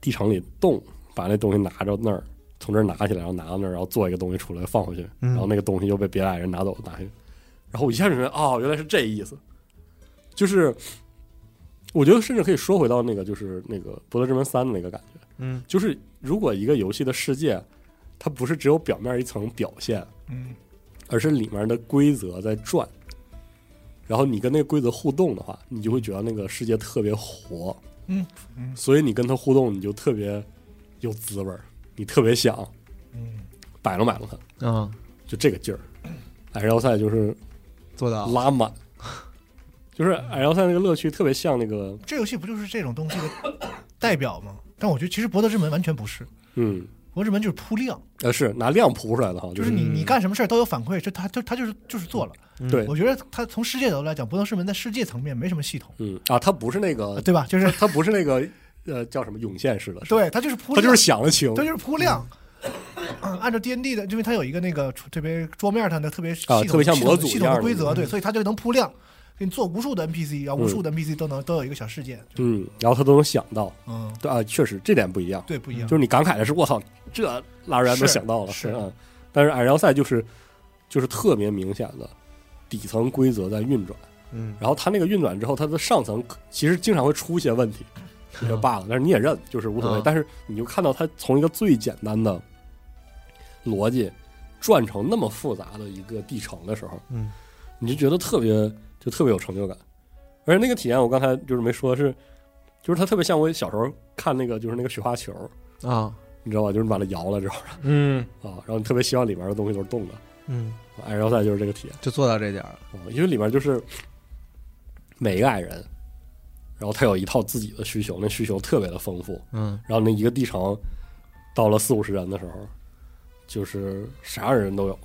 Speaker 5: 地城里动，把那东西拿着那儿，从这儿拿起来，然后拿到那儿，然后做一个东西出来放回去，
Speaker 3: 嗯
Speaker 5: 然后那个东西又被别的矮人拿走拿去，然后我一下就明白，哦，原来是这意思，就是我觉得甚至可以说回到那个就是那个《博德之门三》的那个感觉，
Speaker 3: 嗯
Speaker 5: 就是如果一个游戏的世界，它不是只有表面一层表现，
Speaker 2: 嗯，
Speaker 5: 而是里面的规则在转。然后你跟那个规则互动的话，你就会觉得那个世界特别活，
Speaker 2: 嗯嗯
Speaker 5: 所以你跟他互动，你就特别有滋味儿，你特别想
Speaker 2: 嗯，
Speaker 5: 摆弄摆弄他，
Speaker 3: 嗯，
Speaker 5: 就这个劲儿。矮人要塞就是
Speaker 3: 做到了。
Speaker 5: 拉 满，就是矮人要塞那个乐趣特别像那个，
Speaker 2: 这游戏不就是这种东西的代表吗？但我觉得其实《博德之门》完全不是，《
Speaker 5: 嗯，
Speaker 2: 博德之门》就是铺量，
Speaker 5: 呃，是拿量铺出来的哈，
Speaker 2: 就是是你
Speaker 3: 嗯
Speaker 2: 你干什么事儿都有反馈，这他就他就是就是做了。
Speaker 3: 嗯
Speaker 5: 对
Speaker 2: 我觉得他从世界角度来讲，《博德之门》在世界层面没什么系统，
Speaker 5: 嗯啊，他不是那
Speaker 2: 呃
Speaker 5: 个，
Speaker 2: 对吧？就是
Speaker 5: 他不是那个呃叫什么涌现式的，
Speaker 2: 对他就是铺
Speaker 5: 他
Speaker 2: 量，
Speaker 5: 就是想得清
Speaker 2: 它就是铺量。嗯按照 D N D 的，因为它有一个那个特别桌面上的特别系统
Speaker 5: 啊特别像模组
Speaker 2: 系
Speaker 5: 一
Speaker 2: 统
Speaker 5: 样
Speaker 2: 的
Speaker 5: 的
Speaker 2: 规则，
Speaker 5: 嗯
Speaker 2: 对，所以它就能铺量，给你做无数的 N P C，然后无数的 N P C 都能都有一个小事件，
Speaker 5: 嗯，然后他都能想到，
Speaker 2: 嗯，
Speaker 5: 对啊，确实这点不一样，
Speaker 2: 对，不一样
Speaker 5: 就，是你感慨的是，我操，这拉人都想到了，
Speaker 2: 是是
Speaker 5: 嗯。但是矮人要塞就是就是特别明显的底层规则在运转，
Speaker 3: 嗯
Speaker 5: 然后它那个运转之后，它的上层其实经常会出一些问题，这个 bug，但是你也认，就是无所谓。
Speaker 3: 嗯
Speaker 5: 但是你就看到它从一个最简单的逻辑转成那么复杂的一个地城的时候，
Speaker 3: 嗯，
Speaker 5: 你就觉得特别就特别有成就感。而且那个体验，我刚才就是没说是，就是它特别像我小时候看那个就是那个雪花球，
Speaker 3: 啊，
Speaker 5: 你知道吧？就是你把它摇了之后
Speaker 4: 嗯，
Speaker 5: 啊，然后你特别希望里面的东西都是动的。啊
Speaker 3: 嗯，
Speaker 5: 矮人要塞就是这个体验。
Speaker 3: 就做到这点儿了。
Speaker 5: 啊，因为里面就是每一个矮人，然后他有一套自己的需求，那需求特别的丰富。
Speaker 3: 嗯
Speaker 5: 然后那一个地城到了四五十人的时候，就是啥样的人都有，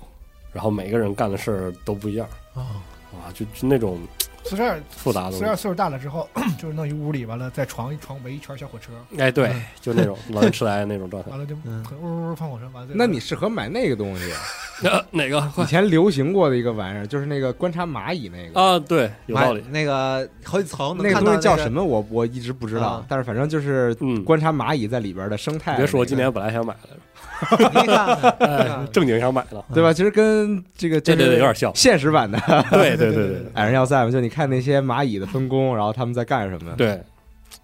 Speaker 5: 然后每个人干的事儿都不一样
Speaker 3: 啊，
Speaker 5: 啊，就就那种
Speaker 2: 四十二
Speaker 5: 复杂的
Speaker 2: 四十二岁数大了之后，就是弄一屋里，完了再床一床围一圈小火车，
Speaker 5: 哎，对，就那 种老人痴呆的那种状态。
Speaker 2: 完了就
Speaker 3: 嗯
Speaker 2: 很呜呜呜放火车，完了再
Speaker 4: 那你适合买那个东西，啊
Speaker 5: 呃哪个
Speaker 4: 以前流行过的一个玩意儿，就是那个观察蚂蚁那个，
Speaker 5: 啊？对，有道理
Speaker 3: 买。那个好几层，能
Speaker 4: 那个
Speaker 3: 看
Speaker 4: 东
Speaker 3: 到
Speaker 4: 西叫
Speaker 3: 那个
Speaker 4: 什？么？我我一直不知道
Speaker 3: 啊，
Speaker 4: 但是反正就是
Speaker 5: 嗯，
Speaker 4: 观察蚂蚁在里边的生态。
Speaker 5: 别说，我
Speaker 4: 那个
Speaker 5: 今年本来想买来着，
Speaker 3: 你看看，你看
Speaker 5: 哎
Speaker 3: 看
Speaker 5: 正经想买了。
Speaker 4: 对吧？其实跟这个
Speaker 5: 对
Speaker 4: 就
Speaker 5: 对
Speaker 4: 是。
Speaker 5: 对，有点像
Speaker 4: 现实版的
Speaker 5: 对对对
Speaker 2: 对对
Speaker 5: 对
Speaker 2: 对
Speaker 5: 对
Speaker 2: 对
Speaker 4: 矮人要塞嘛，就你看那些蚂蚁的分工，然后他们在干什么。
Speaker 5: 对，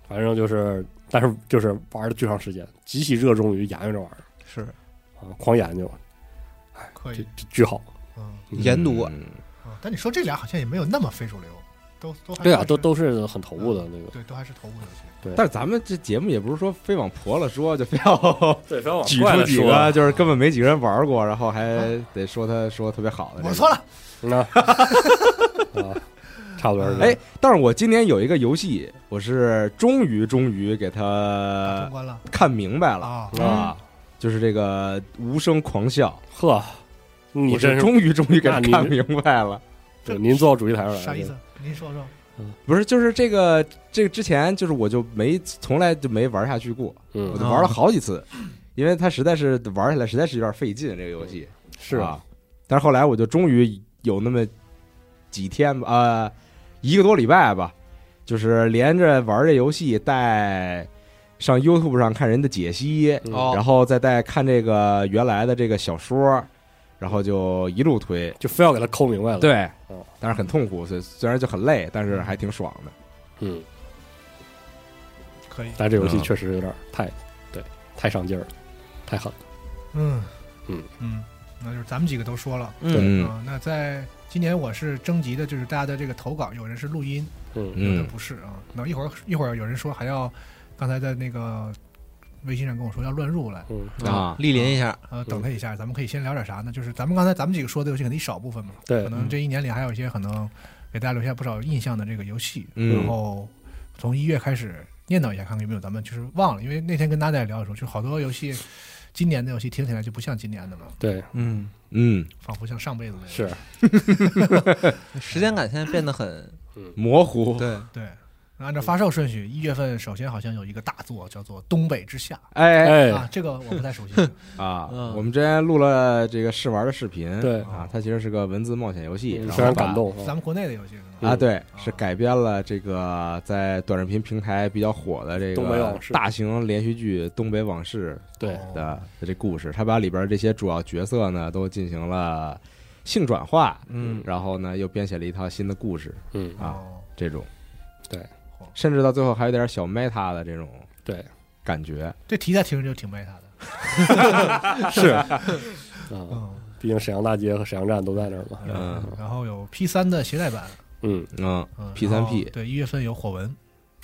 Speaker 5: 反正就是，但是就是玩了巨长时间，极其热衷于研究这玩意儿
Speaker 3: 是
Speaker 5: 啊，狂研究，
Speaker 2: 可
Speaker 5: 就
Speaker 2: 以，
Speaker 5: 就巨好。
Speaker 2: 嗯
Speaker 5: 嗯
Speaker 3: 研读
Speaker 4: 嗯
Speaker 2: 啊，但你说这俩好像也没有那么非主流，都都还
Speaker 5: 对啊，
Speaker 2: 是嗯
Speaker 5: 都都是很头部的那个，
Speaker 2: 对，都还是头部游戏。
Speaker 4: 但是咱们这节目也不是说非往婆了说，就非要
Speaker 5: 对，非要往
Speaker 4: 举出几
Speaker 5: 啊
Speaker 4: 个，就是根本没几个人玩过，然后还得说他说特别好的。
Speaker 2: 我错
Speaker 4: 了。
Speaker 2: 了，
Speaker 5: 那啊，差不多是这样
Speaker 4: 哎，，但是我今年有一个游戏，我是终于终于给
Speaker 2: 打
Speaker 4: 他
Speaker 2: 通关了
Speaker 4: 看明白了
Speaker 2: 啊！
Speaker 5: 嗯
Speaker 4: 啊，就是这个无声狂笑，
Speaker 5: 呵，你
Speaker 4: 我是
Speaker 5: 真是
Speaker 4: 终于终于给他
Speaker 5: 那你
Speaker 4: 看明白了。
Speaker 5: 对您坐到主席台上嗯来，
Speaker 2: 啥意思？您说说，
Speaker 4: 不是，就是这个这个之前就是我就没从来就没玩下去过，
Speaker 5: 对？
Speaker 4: 我
Speaker 5: 嗯，
Speaker 4: 就玩了好几次，因为它实在是玩起来实在是有点费劲这个游戏
Speaker 5: 是啊，
Speaker 4: 啊。但是后来我就终于有那么几天吧，呃，一个多礼拜吧，就是连着玩这游戏带上 YouTube 上看人的解析，
Speaker 5: 嗯
Speaker 3: 哦
Speaker 4: 然后再带看这个原来的这个小说，然后就一路推，
Speaker 5: 就非要给他抠明白了。，
Speaker 4: 对
Speaker 5: 哦，
Speaker 4: 但是很痛苦，所以虽然就很累，但是还挺爽的。
Speaker 5: 嗯，
Speaker 2: 可以，
Speaker 5: 但这游戏
Speaker 4: 嗯
Speaker 5: 确实有点太，对，太上劲儿了，太狠了。
Speaker 2: 嗯
Speaker 5: 嗯
Speaker 2: 嗯，那就是咱们几个都说了，
Speaker 4: 嗯
Speaker 2: 啊，那在今年我是征集的，就是大家的这个投稿，有人是录音，
Speaker 5: 嗯
Speaker 2: 有的
Speaker 4: 嗯
Speaker 2: 不是啊。那一会儿一会儿有人说还要，刚才在那个微信上跟我说要乱入来，
Speaker 5: 嗯，
Speaker 4: 啊
Speaker 3: 莅临一下，
Speaker 2: 呃，等他一下，咱们可以先聊点啥呢？就是咱们刚才咱们几个说的游戏，可能一少部分嘛，
Speaker 5: 对
Speaker 2: 可，
Speaker 3: 嗯
Speaker 2: 能这一年里还有一些可能给大家留下不少印象的这个游戏，然
Speaker 4: 嗯
Speaker 2: 后从一月开始念叨一下，看看有没有咱们就是忘了，因为那天跟大家也聊的时候，就好多游戏，今年的游戏听起来就不像今年的了，
Speaker 5: 对，
Speaker 3: 嗯，
Speaker 4: 嗯，
Speaker 2: 仿佛像上辈子的。
Speaker 5: 是，
Speaker 3: 时间感现在变得很
Speaker 5: 嗯
Speaker 4: 模糊。
Speaker 3: 对，
Speaker 2: 对。那 按照发售顺序，一月份首先好像有一个大作叫做《东北之夏》
Speaker 4: 哎
Speaker 5: 哎，
Speaker 2: 啊，这个我不太熟悉。
Speaker 4: 啊
Speaker 3: 嗯，
Speaker 4: 我们之前录了这个试玩的视频，
Speaker 5: 对
Speaker 4: 啊，它其实是个文字冒险游戏，
Speaker 5: 嗯
Speaker 4: 然后
Speaker 5: 非常
Speaker 4: 把
Speaker 5: 感动
Speaker 2: 咱
Speaker 5: 啊，
Speaker 2: 们国内的游戏是吗？
Speaker 4: 啊，对，是改编了这个在短视频平台比较火的这
Speaker 5: 东北
Speaker 4: 个
Speaker 5: 往事
Speaker 4: 大型连续剧《东北往事
Speaker 5: 对，
Speaker 2: 哦》
Speaker 4: 的的这故事，它把里边这些主要角色呢都进行了性转化，
Speaker 3: 嗯，
Speaker 4: 然后呢又编写了一套新的故事，
Speaker 5: 嗯，
Speaker 4: 啊
Speaker 2: 哦
Speaker 4: 这种
Speaker 5: 对，
Speaker 4: 甚至到最后还有点小 meta 的这种
Speaker 5: 对，
Speaker 4: 感觉，
Speaker 2: 这题材听着就挺卖他的。
Speaker 5: 是， 啊，
Speaker 2: 嗯，
Speaker 5: 毕竟沈阳大街和沈阳站都在那儿嘛。
Speaker 4: 嗯
Speaker 2: 然后有 P 三的携带版，
Speaker 5: 嗯，
Speaker 4: 嗯
Speaker 2: 嗯
Speaker 4: P3P
Speaker 2: 然后对，一月份有火纹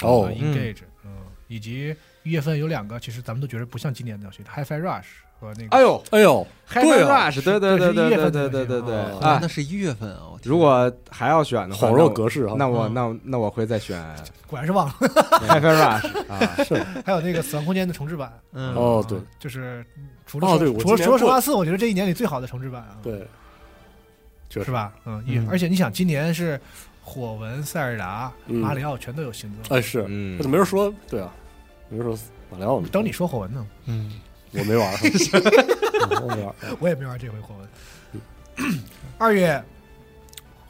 Speaker 5: 哦
Speaker 2: 呃，，Engage，嗯，以及一月份有两个，其实咱们都觉得不像今年的游戏，HiFi Rush 和那个，
Speaker 4: 哎呦
Speaker 5: 哎呦，
Speaker 4: ，Hi-Fi
Speaker 5: 对啊
Speaker 4: Rush，对对对对对对对对对
Speaker 5: 哦
Speaker 4: 啊
Speaker 3: 那！是一月份啊，我天
Speaker 4: 如果还要选的话，
Speaker 5: 恍
Speaker 4: 那
Speaker 5: 若
Speaker 4: 我
Speaker 5: 隔世啊！
Speaker 4: 那我
Speaker 3: 嗯
Speaker 4: 那那我会再选
Speaker 2: 果然 是忘了，
Speaker 4: Hi-Fi Rush 啊，
Speaker 2: 还有那个死亡空间的重置版，
Speaker 3: 嗯
Speaker 5: 哦
Speaker 2: 啊
Speaker 5: 对，
Speaker 2: 就是除了
Speaker 5: 哦
Speaker 2: 说
Speaker 5: 对我
Speaker 2: 除了
Speaker 5: 今年
Speaker 2: 除了生
Speaker 5: 过
Speaker 2: 化四，我觉得这一年里最好的重置版啊，
Speaker 5: 对，确
Speaker 2: 是
Speaker 5: 实，
Speaker 2: 吧？嗯，一
Speaker 3: 嗯
Speaker 2: 而且你想，今年是火纹、塞尔达、
Speaker 5: 嗯
Speaker 2: 马里奥全都有新作，
Speaker 5: 哎是，
Speaker 4: 嗯
Speaker 5: 那怎么没人说？对啊，没人说马里奥呢，
Speaker 2: 等你说火纹呢，
Speaker 3: 嗯，
Speaker 5: 我没 玩儿，嗯我没玩儿。
Speaker 2: 我也没玩这回火纹。二月，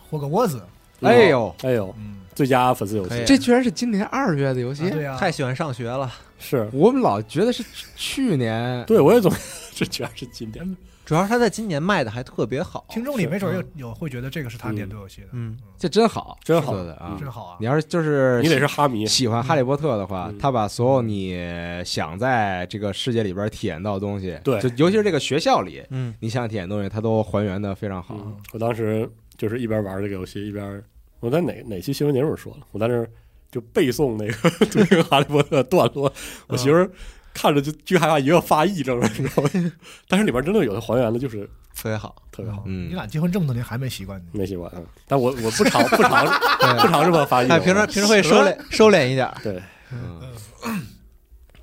Speaker 2: 霍格沃兹，
Speaker 4: 哎呦，
Speaker 5: 哎呦，
Speaker 2: 嗯，
Speaker 5: 最佳粉丝游
Speaker 3: 可以
Speaker 5: 戏
Speaker 3: 啊
Speaker 4: 这居然是今年二月的游
Speaker 2: 啊
Speaker 4: 戏，
Speaker 2: 对呀，
Speaker 3: 太喜欢上学了，
Speaker 5: 是
Speaker 4: 我们老觉得是去年
Speaker 5: 对我也总 这全是经典。
Speaker 3: 主要是它在今年卖的还特别好，
Speaker 2: 听众里没准有有会觉得这个是他点对游戏的，
Speaker 3: 嗯，
Speaker 4: 这真好，
Speaker 5: 真好
Speaker 4: 说的啊！
Speaker 2: 真好啊！
Speaker 4: 你要是就是
Speaker 5: 你得是哈迷，
Speaker 4: 喜欢哈利波特的话，
Speaker 5: 嗯
Speaker 4: 他把所有你想在这个世界里边体验到的东西，
Speaker 5: 对
Speaker 4: 就尤其是这个学校里，
Speaker 3: 嗯，
Speaker 4: 你想体验的东西，他都还原的非常好。
Speaker 5: 嗯，我当时就是一边玩这个游戏，一边我在哪哪期新闻节目说了，我在那儿就背诵那个读那个《哈利波特》段落，我媳妇
Speaker 3: 嗯
Speaker 5: 儿看着就巨害怕，一个发癔症了，你知道吗？ 但是里边真的有的还原的，就是
Speaker 3: 特别好，
Speaker 5: 特别好，
Speaker 4: 嗯
Speaker 2: 你俩结婚这么多年还没习惯呢？
Speaker 5: 没喜欢。嗯但我我不常不常 不常这么发癔
Speaker 3: 哎，
Speaker 5: 症，
Speaker 3: 平时平时会 收敛收敛一点，
Speaker 5: 对，
Speaker 4: 嗯，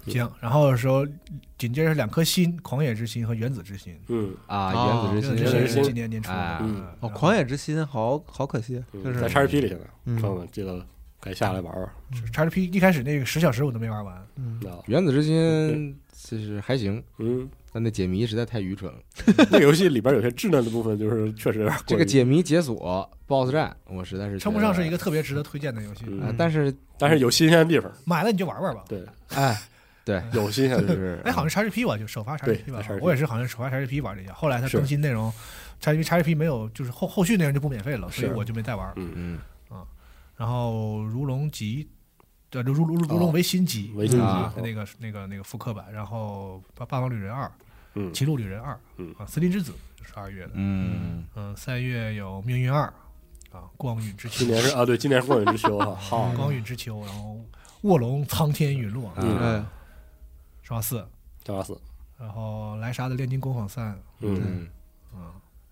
Speaker 2: 行，然后说紧接着是两颗心，狂野之心和原子之心。
Speaker 5: 嗯，
Speaker 4: 啊，原
Speaker 3: 原
Speaker 4: 子
Speaker 2: 原
Speaker 5: 原
Speaker 4: 之心
Speaker 2: 子
Speaker 5: 子
Speaker 2: 之心
Speaker 5: 之
Speaker 2: 是
Speaker 5: 心
Speaker 2: 今年年初的
Speaker 4: 哎，
Speaker 5: 嗯
Speaker 2: 然后
Speaker 3: 哦，狂野之心好好可惜，
Speaker 5: 嗯
Speaker 3: 就是
Speaker 5: 在叉 P 里现在，
Speaker 3: 嗯
Speaker 5: 朋友们记得该下来玩玩，
Speaker 2: 叉 P 一开始那个十小时我都没玩完，
Speaker 3: 嗯
Speaker 5: 你知道吗？
Speaker 4: 原子之心其实还行，
Speaker 5: 嗯，
Speaker 4: 但那解谜实在太愚蠢了。
Speaker 5: 那个游戏里边有些稚嫩的部分，就是确实有点过于
Speaker 4: 这个解谜解锁 BOSS 战，我实在是觉得
Speaker 2: 称不上是一个特别值得推荐的游戏。
Speaker 5: 嗯
Speaker 4: 啊，但是
Speaker 5: 但是有新鲜的地方，
Speaker 2: 买了你就玩玩吧。
Speaker 5: 对，
Speaker 4: 哎，对，
Speaker 5: 有新鲜的地
Speaker 4: 就
Speaker 5: 方。
Speaker 4: 是啊
Speaker 2: 哎，好像叉 P 吧，就首发叉
Speaker 5: 对
Speaker 2: P 吧
Speaker 5: 在 XGP，
Speaker 2: 我也是好像首发叉 P 玩了一下，后来它
Speaker 5: 是
Speaker 2: 更新内容，叉 P 叉 P 没有，就是后后续内容就不免费了，所以
Speaker 5: 是
Speaker 2: 我就没再玩。啊
Speaker 4: 嗯
Speaker 2: 然后如龙集，对，如如如如
Speaker 5: 哦
Speaker 2: 龙为新集，
Speaker 5: 维京
Speaker 4: 嗯
Speaker 5: 集
Speaker 4: 啊
Speaker 5: 哦
Speaker 2: 那个那个那个复刻版，然后《霸霸王旅人二》
Speaker 5: 嗯
Speaker 2: 《，歧路旅人二》
Speaker 5: 嗯
Speaker 2: 啊，《森林之子》是二月的，
Speaker 4: 嗯，
Speaker 2: 嗯，三月有《命运二》啊，《光陨之秋
Speaker 5: 今》年是啊，对，今年是光影之秋 哈，好，
Speaker 2: 《光陨之秋》，然后《卧龙苍天陨落》
Speaker 4: 嗯
Speaker 3: 哎，
Speaker 2: 是吧？四，
Speaker 5: 张拉斯，
Speaker 2: 然后莱莎的《炼金工坊三》，
Speaker 5: 嗯，
Speaker 4: 嗯，
Speaker 2: 嗯，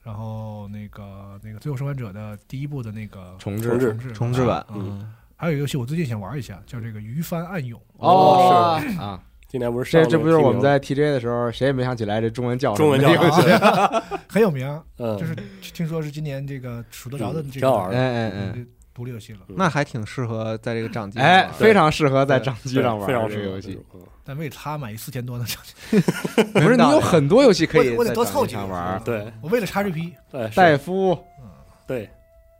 Speaker 2: 然后那个那个《最后生还者》的第一部的那个
Speaker 4: 重
Speaker 5: 重置
Speaker 4: 置
Speaker 2: 置
Speaker 3: 重置版，
Speaker 2: 嗯，还有一个游戏我最近想玩一下，叫这个《鱼帆暗涌》。
Speaker 4: 哦啊，
Speaker 5: 今年不是上
Speaker 4: 这
Speaker 5: 了
Speaker 4: 这不就是我们
Speaker 5: 提名
Speaker 4: 在 TJ 的时候，谁也没想起来这中文
Speaker 2: 哦
Speaker 4: 叫什
Speaker 5: 中
Speaker 4: 么
Speaker 5: 文叫啥？
Speaker 2: 啊 很有名，啊
Speaker 5: 嗯，
Speaker 2: 就是听说是今年这个数得着的这
Speaker 5: 挺好玩嗯
Speaker 4: 哎
Speaker 2: 个
Speaker 4: 哎
Speaker 2: 独立游戏了，
Speaker 3: 那还挺适合在这个掌机
Speaker 4: 哎，
Speaker 3: 上玩
Speaker 4: 哎，非常适合在掌机上玩
Speaker 5: 非常
Speaker 4: 这个
Speaker 5: 适合
Speaker 4: 游戏。，
Speaker 5: 嗯
Speaker 2: 但为它买四千多呢，
Speaker 4: 不是你有很多游戏可
Speaker 2: 我
Speaker 4: 以
Speaker 2: 得我得
Speaker 4: 在
Speaker 2: 多
Speaker 4: 掌
Speaker 2: 凑
Speaker 4: 机
Speaker 2: 几个嗯
Speaker 4: 上玩，
Speaker 5: 对，
Speaker 2: 我为了 XGP，
Speaker 5: 哎，是
Speaker 4: 戴夫
Speaker 2: 嗯
Speaker 5: 对，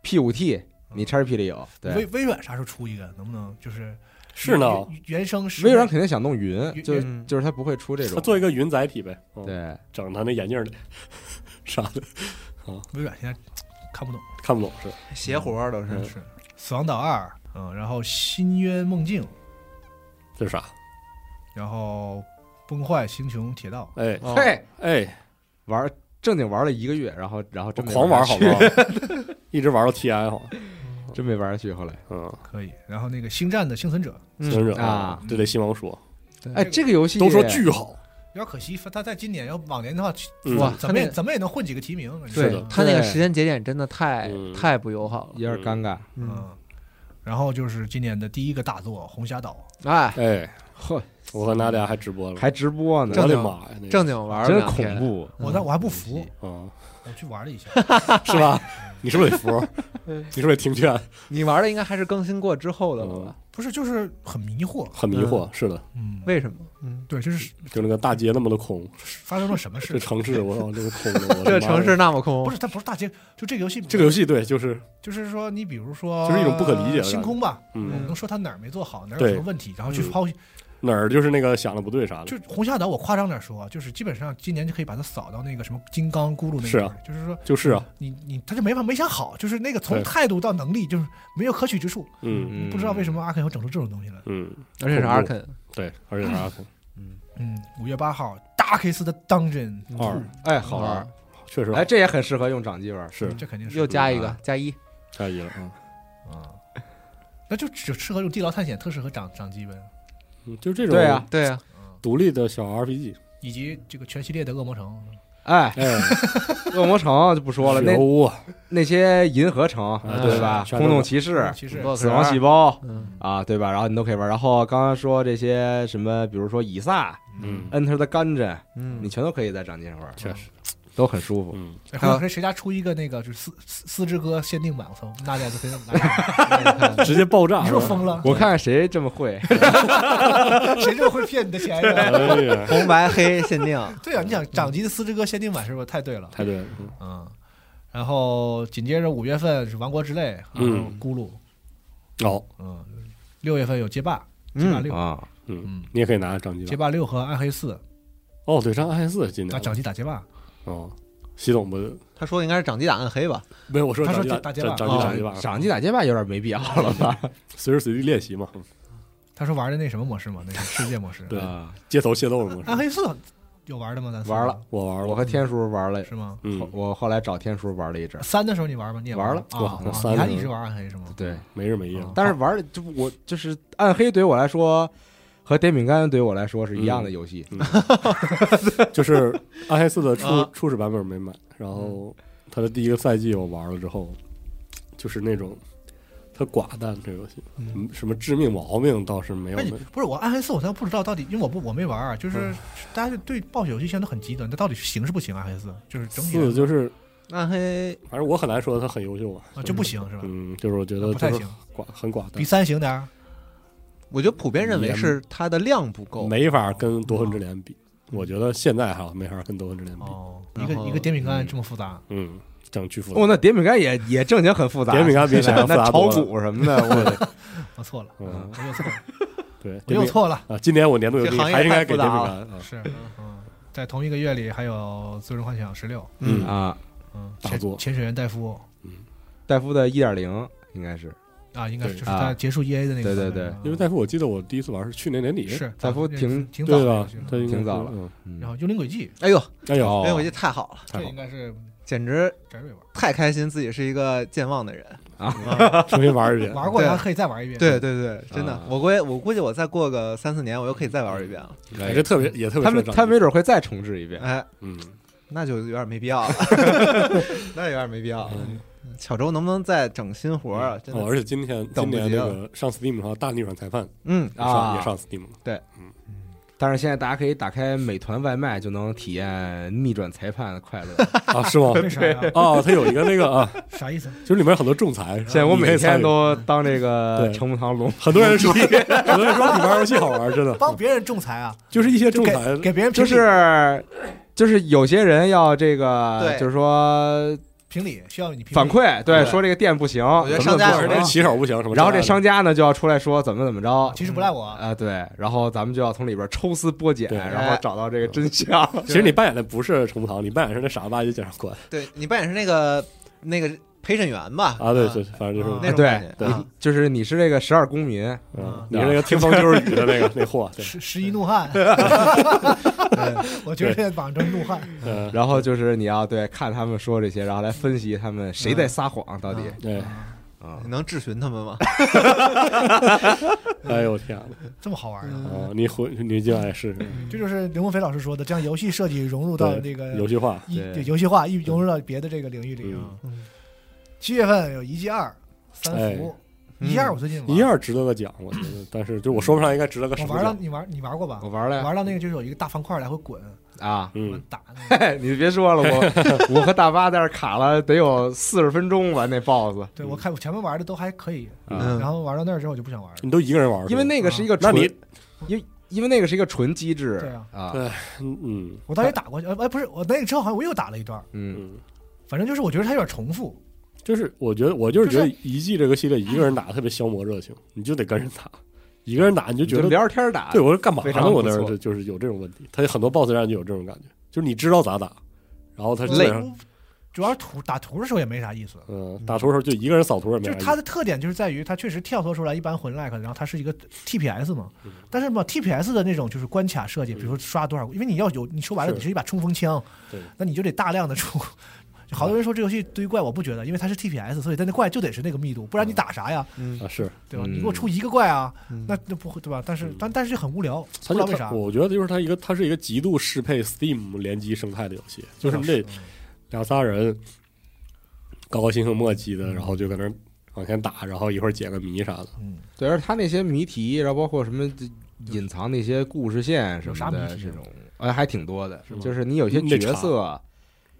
Speaker 4: P 五 T，你叉 P 里有，
Speaker 2: 微
Speaker 4: 对，
Speaker 2: 微软啥时候出一个？能不能就是
Speaker 5: 是呢，
Speaker 2: 原原生是
Speaker 4: 微软肯定想弄云，
Speaker 2: 云
Speaker 4: 就
Speaker 3: 云嗯
Speaker 4: 就是他不会出这
Speaker 5: 他
Speaker 4: 种，
Speaker 5: 做一个云载体呗，嗯，
Speaker 4: 对，
Speaker 5: 整他那眼镜儿里啥的啊
Speaker 2: 微软现在看不懂，
Speaker 5: 看不懂是，
Speaker 3: 邪活儿都是
Speaker 5: 嗯
Speaker 2: 是《死亡岛二》，嗯，然后《新渊梦境》，
Speaker 5: 这是啥？
Speaker 2: 然后《崩坏星穹铁道
Speaker 5: 哎
Speaker 3: 哦
Speaker 4: 嘿，
Speaker 5: 哎，
Speaker 4: 玩正经玩了一个月，然后然后
Speaker 5: 我
Speaker 4: 真没
Speaker 5: 狂玩
Speaker 4: 下
Speaker 5: 好
Speaker 4: 去
Speaker 5: 不好？ 一直玩到 TI 好，》
Speaker 4: 真没玩下去，后来，
Speaker 5: 嗯，
Speaker 2: 可以，然后那个《星战》的幸存者
Speaker 3: 嗯
Speaker 2: 嗯
Speaker 5: 真是
Speaker 4: 啊，
Speaker 5: 这得新王说，
Speaker 4: 哎，这个游戏
Speaker 5: 都说巨好，
Speaker 2: 有点可惜，他在今年要往年的话，
Speaker 5: 嗯
Speaker 3: 哇
Speaker 2: 怎么
Speaker 3: 他那
Speaker 2: 也
Speaker 3: 个
Speaker 2: 怎么也能混几个提名，
Speaker 5: 是
Speaker 3: 对
Speaker 5: 的
Speaker 3: 他那个
Speaker 4: 对
Speaker 3: 时间节点真的太
Speaker 5: 嗯
Speaker 3: 太不友好了
Speaker 4: 有，点尴尬，
Speaker 3: 嗯，
Speaker 2: 嗯，然后就是今年的第一个大作《红霞岛
Speaker 3: 哎，
Speaker 5: 哎，
Speaker 4: 呵，
Speaker 5: 我和娜俩还直播了，
Speaker 4: 还直播呢，
Speaker 5: 我
Speaker 3: 正
Speaker 5: 的
Speaker 3: 经
Speaker 5: 妈呀，那个
Speaker 3: 正经玩儿
Speaker 4: 真
Speaker 3: 两天嗯
Speaker 4: 恐，怖，》，
Speaker 2: 我在我还不服，
Speaker 5: 啊，
Speaker 2: 我去玩了一下， 嗯
Speaker 5: 是吧？你是不是得服？你是不是得听劝？
Speaker 3: 你玩的应该还是更新过之后的了吧？
Speaker 2: 不是就是很迷惑，
Speaker 5: 很迷惑，是的，
Speaker 2: 嗯，
Speaker 3: 为什么？嗯，
Speaker 2: 对，就是
Speaker 5: 就那个大街那么的空，
Speaker 2: 发生了什么
Speaker 5: 这
Speaker 2: 事？
Speaker 5: 城市，我操，这个空的， 我的
Speaker 3: 这个
Speaker 5: 妈
Speaker 3: 城
Speaker 5: 呀
Speaker 3: 市那
Speaker 2: 不
Speaker 3: 么空，
Speaker 2: 是，它不是大街，就这个游戏，
Speaker 5: 这个游戏对，就是
Speaker 2: 就是说，你比如说，
Speaker 5: 就是一种不可理解的感觉
Speaker 2: 星空吧，我
Speaker 5: 嗯，
Speaker 2: 能说它哪儿没做好，哪儿有
Speaker 5: 对
Speaker 2: 什么问题，然后去
Speaker 5: 嗯
Speaker 2: 抛，
Speaker 5: 哪儿就是那个想的不对啥的，
Speaker 2: 就红霞岛，我夸张点说啊，就是基本上今年就可以把它扫到那个什么金刚咕噜那个
Speaker 5: 是
Speaker 2: 地
Speaker 5: 啊
Speaker 2: 儿，就是说
Speaker 5: 就是啊，
Speaker 2: 你你他就没法没想好，就是那个从
Speaker 5: 对
Speaker 2: 态度到能力就是没有可取之处，
Speaker 5: 嗯
Speaker 4: 嗯
Speaker 2: 不知道为什么阿肯要整出这种东西来。
Speaker 5: 嗯，
Speaker 3: 而且是
Speaker 5: 恐怖
Speaker 3: 阿肯，
Speaker 5: 对，而且啥
Speaker 2: 嗯，五月八号大 K 四的 Dungeon
Speaker 5: 二
Speaker 4: 哎，好玩
Speaker 3: 嗯，
Speaker 5: 确实好
Speaker 4: 哎，这也很适合用掌机玩，
Speaker 5: 是
Speaker 2: 这肯定是
Speaker 3: 又加一个
Speaker 4: 啊
Speaker 3: 加一，
Speaker 5: 太一了啊，
Speaker 2: 啊，那就只适合用地牢探险，特适合掌掌机呗，
Speaker 5: 嗯就这种
Speaker 4: 对啊，
Speaker 3: 对啊，
Speaker 2: 嗯
Speaker 5: 独立的小 RPG，
Speaker 2: 以及这个全系列的恶魔城，
Speaker 4: 哎，
Speaker 5: 哎，
Speaker 4: 恶魔城就不说了，那
Speaker 5: 雪屋
Speaker 4: 那些银河城，
Speaker 5: 啊
Speaker 4: 对吧？
Speaker 5: 全都
Speaker 4: 空洞骑士、
Speaker 2: 其实
Speaker 3: 洛克
Speaker 4: 死亡
Speaker 3: 人
Speaker 4: 细胞
Speaker 3: 嗯，
Speaker 4: 啊，对吧？然后你都可以玩。然后刚刚说这些什么，比如说以撒、
Speaker 5: 嗯，
Speaker 4: Enter the Gungeon，
Speaker 3: 嗯
Speaker 4: 你全都可以在掌机上玩，
Speaker 5: 确实，
Speaker 4: 都很舒服。
Speaker 5: 嗯，
Speaker 2: 哎
Speaker 3: 还有
Speaker 2: 或者谁家出一个那个就是四四四之歌限定版，我操，大家都可以 来，
Speaker 5: 直接爆炸，
Speaker 2: 你是不是疯了？
Speaker 4: 我看看谁这么会，
Speaker 2: 谁这么会骗你的钱 呀？
Speaker 5: 哎呀，
Speaker 3: 红白黑限定，
Speaker 2: 对啊，你想掌机的四之歌限定版是不是太对了？
Speaker 5: 太对了，嗯
Speaker 2: 嗯，然后紧接着五月份是《王国之泪》，
Speaker 5: 嗯，
Speaker 2: 咕噜，
Speaker 5: 哦，
Speaker 2: 嗯，六月份有街霸，街霸
Speaker 3: 嗯
Speaker 2: 六，
Speaker 4: 啊，
Speaker 5: 嗯
Speaker 2: 嗯，
Speaker 5: 你也可以拿着掌机
Speaker 2: 街
Speaker 5: 打，
Speaker 2: 霸六和暗黑四，
Speaker 5: 哦，对，上 i 四今
Speaker 2: 打
Speaker 5: 年
Speaker 2: 啊掌机打街霸，
Speaker 5: 哦，习总不
Speaker 3: 他说的应该是掌机打暗黑吧？
Speaker 5: 没有我说
Speaker 2: 他说
Speaker 5: 掌机
Speaker 2: 打
Speaker 5: 打
Speaker 2: 街霸
Speaker 5: 掌掌
Speaker 3: 哦
Speaker 5: 机打街霸，
Speaker 4: 掌机打街霸有点没必要了吧？ 嗯
Speaker 5: 随时随地练习嘛，
Speaker 2: 他说玩的那什么模式嘛，那个世界模式。
Speaker 5: 对
Speaker 4: 啊
Speaker 5: 街头械斗嘛。
Speaker 2: 暗黑四有玩的吗？咱四
Speaker 4: 玩了，
Speaker 5: 我 玩
Speaker 4: 我
Speaker 5: 了，
Speaker 4: 和天叔玩了，
Speaker 2: 是吗？
Speaker 5: 嗯，
Speaker 4: 我后来找天叔玩了一阵儿，
Speaker 2: 三的时候你玩吗？你也
Speaker 4: 玩
Speaker 2: 了
Speaker 4: 了
Speaker 2: 啊
Speaker 5: 哇
Speaker 2: 啊！
Speaker 5: 三
Speaker 2: 你还
Speaker 5: 的
Speaker 2: 一直玩暗黑是吗？
Speaker 4: 对，
Speaker 5: 嗯没日没夜。
Speaker 2: 啊
Speaker 4: 但是玩的就我就是暗黑对于我来说和电饼干对于我来说是一样的游戏，
Speaker 5: 嗯 就是暗黑四的 初、
Speaker 3: 啊
Speaker 5: 初始版本没买，然后它的第一个赛季我玩了之后，就是那种它寡淡这游戏，
Speaker 2: 嗯
Speaker 5: 什么致命毛病倒是没有
Speaker 2: 那你
Speaker 5: 那。
Speaker 2: 不是我暗黑四，我现在不知道到底，因为我不我没玩啊，就是大家对暴雪游戏现在都很极端，它到底行是不行？暗黑四就是整体来
Speaker 5: 四
Speaker 2: 说
Speaker 5: 就是，
Speaker 3: 暗黑
Speaker 5: 反正我很难说它很优秀吧，
Speaker 2: 啊就不行是吧？
Speaker 5: 嗯，就是我觉得
Speaker 2: 不太
Speaker 5: 就是
Speaker 2: 行，
Speaker 5: 寡很寡
Speaker 2: 比
Speaker 5: 淡，
Speaker 2: 三行点儿。
Speaker 3: 我觉得普遍认为是它的量不够，
Speaker 5: 没法跟夺魂之镰比。我觉得现在哈没法跟夺魂之镰比，
Speaker 2: 哦，
Speaker 3: 然
Speaker 2: 一个
Speaker 3: 后
Speaker 2: 一个点饼干这么复杂，
Speaker 5: 嗯，整巨复杂
Speaker 4: 哦，。那点饼干也也正经很复杂，
Speaker 5: 点饼干比想象复
Speaker 4: 那
Speaker 5: 杂多
Speaker 4: 炒
Speaker 5: 了
Speaker 4: 股什么的， 我
Speaker 2: 我错了，
Speaker 5: 嗯，
Speaker 2: 我又错了，
Speaker 5: 对，
Speaker 2: 我
Speaker 5: 点
Speaker 2: 又
Speaker 5: 饼
Speaker 2: 错了，
Speaker 5: 啊，今年我年度游
Speaker 3: 这
Speaker 5: 戏
Speaker 3: 行业
Speaker 5: 还是应该
Speaker 3: 太
Speaker 5: 给
Speaker 3: 复
Speaker 5: 点
Speaker 3: 杂
Speaker 5: 饼
Speaker 3: 了
Speaker 5: 干啊，
Speaker 2: 是嗯，在同一个月里还有《最终幻想十六》，
Speaker 5: 嗯
Speaker 4: 啊，
Speaker 2: 嗯，
Speaker 5: 大
Speaker 2: 潜
Speaker 5: 作嗯
Speaker 2: 潜水员戴夫
Speaker 4: 戴夫的一点零应该是
Speaker 2: 啊，应该是
Speaker 5: 对
Speaker 2: 就是他
Speaker 4: 啊
Speaker 2: 结束 EA 的那
Speaker 4: 对对
Speaker 2: 个版本
Speaker 4: 对
Speaker 2: 啊，
Speaker 5: 因为戴夫我记得我第一次玩是去年年底，
Speaker 2: 是啊
Speaker 4: 戴夫
Speaker 2: 那
Speaker 4: 挺
Speaker 2: 是挺早
Speaker 5: 对
Speaker 2: 的
Speaker 5: 吧
Speaker 2: 游戏？
Speaker 5: 他
Speaker 2: 了，
Speaker 5: 应该
Speaker 4: 挺早
Speaker 5: 是
Speaker 4: 了
Speaker 5: 嗯，
Speaker 4: 嗯，
Speaker 2: 然后《幽灵轨迹
Speaker 3: 哎呦，
Speaker 5: 哎呦，
Speaker 3: 哎呦，我觉得太好了，》
Speaker 5: 太
Speaker 2: 这
Speaker 5: 好
Speaker 2: 应 该是
Speaker 3: 简直
Speaker 2: 翟瑞玩
Speaker 3: 太开心，自己是一个健忘的人。
Speaker 5: 了，啊重新玩一遍。
Speaker 2: 玩过，
Speaker 3: 对
Speaker 2: 然后可以再玩一遍。
Speaker 3: 对对对，真的
Speaker 4: 啊，
Speaker 3: 我估计我估计我再过个三四年，我又可以再玩一遍了。
Speaker 5: 哎，这特别也特别
Speaker 4: 嗯他们
Speaker 5: 适合
Speaker 4: 他
Speaker 5: 掌机
Speaker 4: 没准会再重置一遍，
Speaker 3: 哎，
Speaker 5: 嗯，
Speaker 3: 那就有点没必 要了，那有点没必要了
Speaker 5: 嗯。
Speaker 3: 巧轴能不能再整新活儿啊？真
Speaker 5: 哦，
Speaker 3: 的，
Speaker 5: 而且今天
Speaker 3: 等
Speaker 5: 今
Speaker 3: 不及
Speaker 5: 年那
Speaker 3: 了
Speaker 5: 个上 Steam 上大逆转裁判
Speaker 3: 嗯，
Speaker 5: 也
Speaker 4: 啊
Speaker 5: 上也上 Steam 了，嗯
Speaker 4: 但是现在大家可以打开美团外卖就能体验逆转裁判的快乐。
Speaker 5: 啊， 是吗？
Speaker 2: 为啥呀？
Speaker 5: 哦，它有一个那个啊，
Speaker 2: 啥意思？
Speaker 5: 就是里面很多仲裁，
Speaker 4: 现在我
Speaker 5: 你可
Speaker 4: 每
Speaker 5: 以参
Speaker 4: 天
Speaker 5: 与
Speaker 4: 都当这个
Speaker 5: 对
Speaker 4: 程木堂龙
Speaker 5: 很多人 说，很多人说比玩游戏好玩， 真的，
Speaker 2: 帮别人仲裁啊？
Speaker 5: 就是一些仲裁
Speaker 2: 给给别人评
Speaker 4: 就
Speaker 2: 理
Speaker 4: 是就是有些人要这个
Speaker 3: 对，
Speaker 4: 就是说
Speaker 2: 评理，需要你评
Speaker 4: 反
Speaker 2: 理。
Speaker 4: 馈，对，
Speaker 3: 对
Speaker 4: 说这个店不行，
Speaker 3: 觉
Speaker 4: 怎
Speaker 3: 得
Speaker 4: 么
Speaker 3: 商家有
Speaker 5: 玩
Speaker 4: 怎么
Speaker 5: 这
Speaker 4: 着
Speaker 3: 人
Speaker 5: 起手不行什么，
Speaker 4: 然后这商家呢就要出来说怎么怎么着。
Speaker 2: 其实不赖我啊，
Speaker 4: 啊，对，然后咱们就要从里边抽丝剥茧，
Speaker 5: 对嗯
Speaker 4: 然
Speaker 2: 哎
Speaker 4: 后找到这个真相。
Speaker 5: 其实你扮演的不是程木堂，你扮演是那傻吧唧检察官
Speaker 3: 对你扮演是那个那个陪审员吧？
Speaker 5: 啊，对，对，反正
Speaker 2: 嗯
Speaker 5: 就是
Speaker 3: 那
Speaker 4: 啊
Speaker 3: 种
Speaker 4: 对
Speaker 3: 感觉啊
Speaker 4: 你就是你是这个十二公民，
Speaker 5: 嗯，你是那个听风就是雨的那个那货，啊对，
Speaker 2: 十十一怒汉。 我觉得现在网上怒汉，
Speaker 5: 嗯，
Speaker 4: 然后就是你要对看他们说这些，然后来分析他们谁在撒谎到底
Speaker 2: 嗯
Speaker 5: 对，
Speaker 4: 啊
Speaker 3: 你。能质询 他们吗？
Speaker 5: 哎呦我天哪，
Speaker 2: 这么好玩
Speaker 5: 啊，
Speaker 2: 啊！
Speaker 5: 你回你进来试试，
Speaker 4: 嗯
Speaker 2: 这就是刘梦飞老师说的，将游戏设计融入到这个
Speaker 5: 游戏化，
Speaker 2: 一
Speaker 4: 对
Speaker 2: 对游戏化，一融入到别的这个领域
Speaker 5: 嗯
Speaker 2: 里啊。七月份有一季二、三伏，
Speaker 3: 哎
Speaker 2: 一季
Speaker 4: 嗯
Speaker 2: 二我最近玩
Speaker 5: 一，样值得个奖，我觉 得，但是就我说不上应该值得个什
Speaker 2: 我
Speaker 5: 么
Speaker 2: 玩到
Speaker 5: 奖，
Speaker 2: 你玩你玩过吧
Speaker 4: 我？玩了呀
Speaker 2: 玩到那个就是有一个大方块来回滚，
Speaker 4: 啊！
Speaker 2: 我
Speaker 5: 嗯，
Speaker 2: 打那个。
Speaker 4: 嘿， 你别说了， 我我和大巴在这儿卡了得有四十分钟吧，那 BOSS，
Speaker 2: 对我看我前面玩的都还可以，
Speaker 3: 嗯
Speaker 2: 然后玩到那儿之后我就不想玩了。
Speaker 5: 你都一个人玩，
Speaker 4: 因为那个是一个
Speaker 5: 啊那
Speaker 4: 纯，
Speaker 5: 你
Speaker 4: 因因为那个是一个纯机制，
Speaker 2: 对啊
Speaker 5: 对嗯
Speaker 2: 我当时打过去，呃，哎，不是，我那个之后好像我又打了一段儿，
Speaker 4: 嗯，
Speaker 5: 嗯，
Speaker 2: 反正就是我觉得它有点重复。
Speaker 5: 就是我觉得我就是觉得
Speaker 2: 就
Speaker 5: 一季这个系列一个人打特别消磨热 情，你就得跟人打，一个人打你就
Speaker 4: 就
Speaker 5: 觉得
Speaker 4: 聊着天儿打，
Speaker 5: 对，我说干嘛
Speaker 4: 非
Speaker 5: 呢？
Speaker 4: 常
Speaker 5: 我
Speaker 4: 不
Speaker 5: 那儿
Speaker 4: 错
Speaker 5: 就就是有这种问题，他有很多 BOSS 战就有这种感觉，就是你知道咋打，然后他基本
Speaker 4: 累
Speaker 5: 上，
Speaker 2: 主要是图打图的时候也没啥意思。
Speaker 5: 嗯，打图的时候就一个人扫图也没
Speaker 2: 就是
Speaker 5: 啥意思，
Speaker 2: 它的特点就是在于它确实跳脱出来一般魂 like，然后它是一个 TPS 嘛
Speaker 5: 嗯，
Speaker 2: 但是嘛 TPS 的那种就是关卡设计，
Speaker 5: 嗯
Speaker 2: 比如说刷多少，因为你要有你说白了
Speaker 5: 是
Speaker 2: 你是一把冲锋枪
Speaker 5: 对，
Speaker 2: 那你就得大量的出。就 好多人说这游戏堆怪，我不觉得，因为它是 TPS，所以它那怪就得是那个密度，不然你打啥呀，
Speaker 3: 嗯
Speaker 5: 啊是，
Speaker 2: 对吧？
Speaker 4: 嗯
Speaker 2: 你给我出一个怪啊，
Speaker 3: 嗯
Speaker 2: 那那不会对吧？但是
Speaker 5: 嗯
Speaker 2: 但但是就很无聊，不
Speaker 5: 他
Speaker 2: 知
Speaker 5: 就
Speaker 2: 道为啥。
Speaker 5: 我觉得就是他一个，他是一个极度适配 Steam 联机生态的游戏，就是你得俩仨人高高兴兴磨叽
Speaker 4: 嗯
Speaker 5: 的，然后就搁那儿往前打，然后一会儿解个谜啥的，
Speaker 2: 嗯，
Speaker 4: 对，而他那些谜题，然后包括什么隐藏那些故事线什么
Speaker 2: 有啥
Speaker 4: 的
Speaker 2: 谜题
Speaker 4: 这
Speaker 2: 啊
Speaker 4: 种，哎，还挺多的
Speaker 5: 是吗。
Speaker 4: 就是你有些
Speaker 5: 你得
Speaker 4: 角色，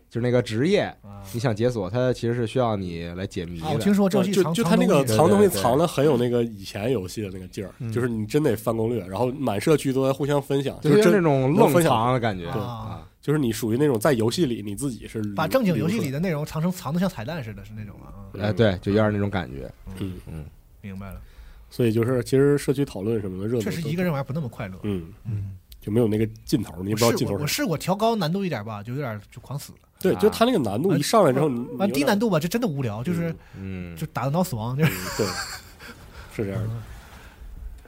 Speaker 4: 就是那个职业，
Speaker 2: 啊
Speaker 4: 你想解锁，它其实是需要你来解谜
Speaker 2: 啊，我
Speaker 4: 的
Speaker 2: 听。说这游戏
Speaker 5: 就
Speaker 2: 藏
Speaker 5: 就他
Speaker 2: 藏
Speaker 5: 那
Speaker 2: 东
Speaker 5: 个
Speaker 2: 西
Speaker 5: 藏东西
Speaker 4: 对对对
Speaker 5: 藏的很有那个以前游戏的那个劲儿，
Speaker 3: 嗯
Speaker 5: 就是你真得翻攻略，然后满社区都在互相分享，就
Speaker 4: 就是是
Speaker 5: 真
Speaker 4: 那种
Speaker 5: 能
Speaker 4: 愣
Speaker 5: 分享
Speaker 4: 藏的感觉
Speaker 2: 对
Speaker 4: 啊，
Speaker 5: 就是你属于那种在游戏里你自己是
Speaker 2: 把正经游戏里
Speaker 5: 的，
Speaker 2: 的内容藏成藏的像彩蛋似的，是那种啊。嗯
Speaker 4: 哎，对，就有点那种感觉。
Speaker 5: 嗯，
Speaker 2: 明白了，
Speaker 5: 所以就是其实社区讨论什么的热度
Speaker 2: 确实
Speaker 5: 都
Speaker 2: 一个人玩不那么快乐。
Speaker 5: 嗯
Speaker 3: 嗯，
Speaker 5: 就没有那个劲头，你也不
Speaker 2: 我
Speaker 5: 知道
Speaker 2: 试
Speaker 5: 劲
Speaker 2: 过，
Speaker 5: 头
Speaker 2: 我
Speaker 5: 是。
Speaker 2: 试过调高难度一点吧，就有点就狂死。啊
Speaker 5: 对，就他那个难度一上来之后，你
Speaker 2: 完低难
Speaker 5: 度
Speaker 2: 度吧，这真的无聊，就是
Speaker 4: 嗯，
Speaker 2: 就打到脑死亡，就是
Speaker 5: 对，是这样
Speaker 2: 嗯
Speaker 5: 的。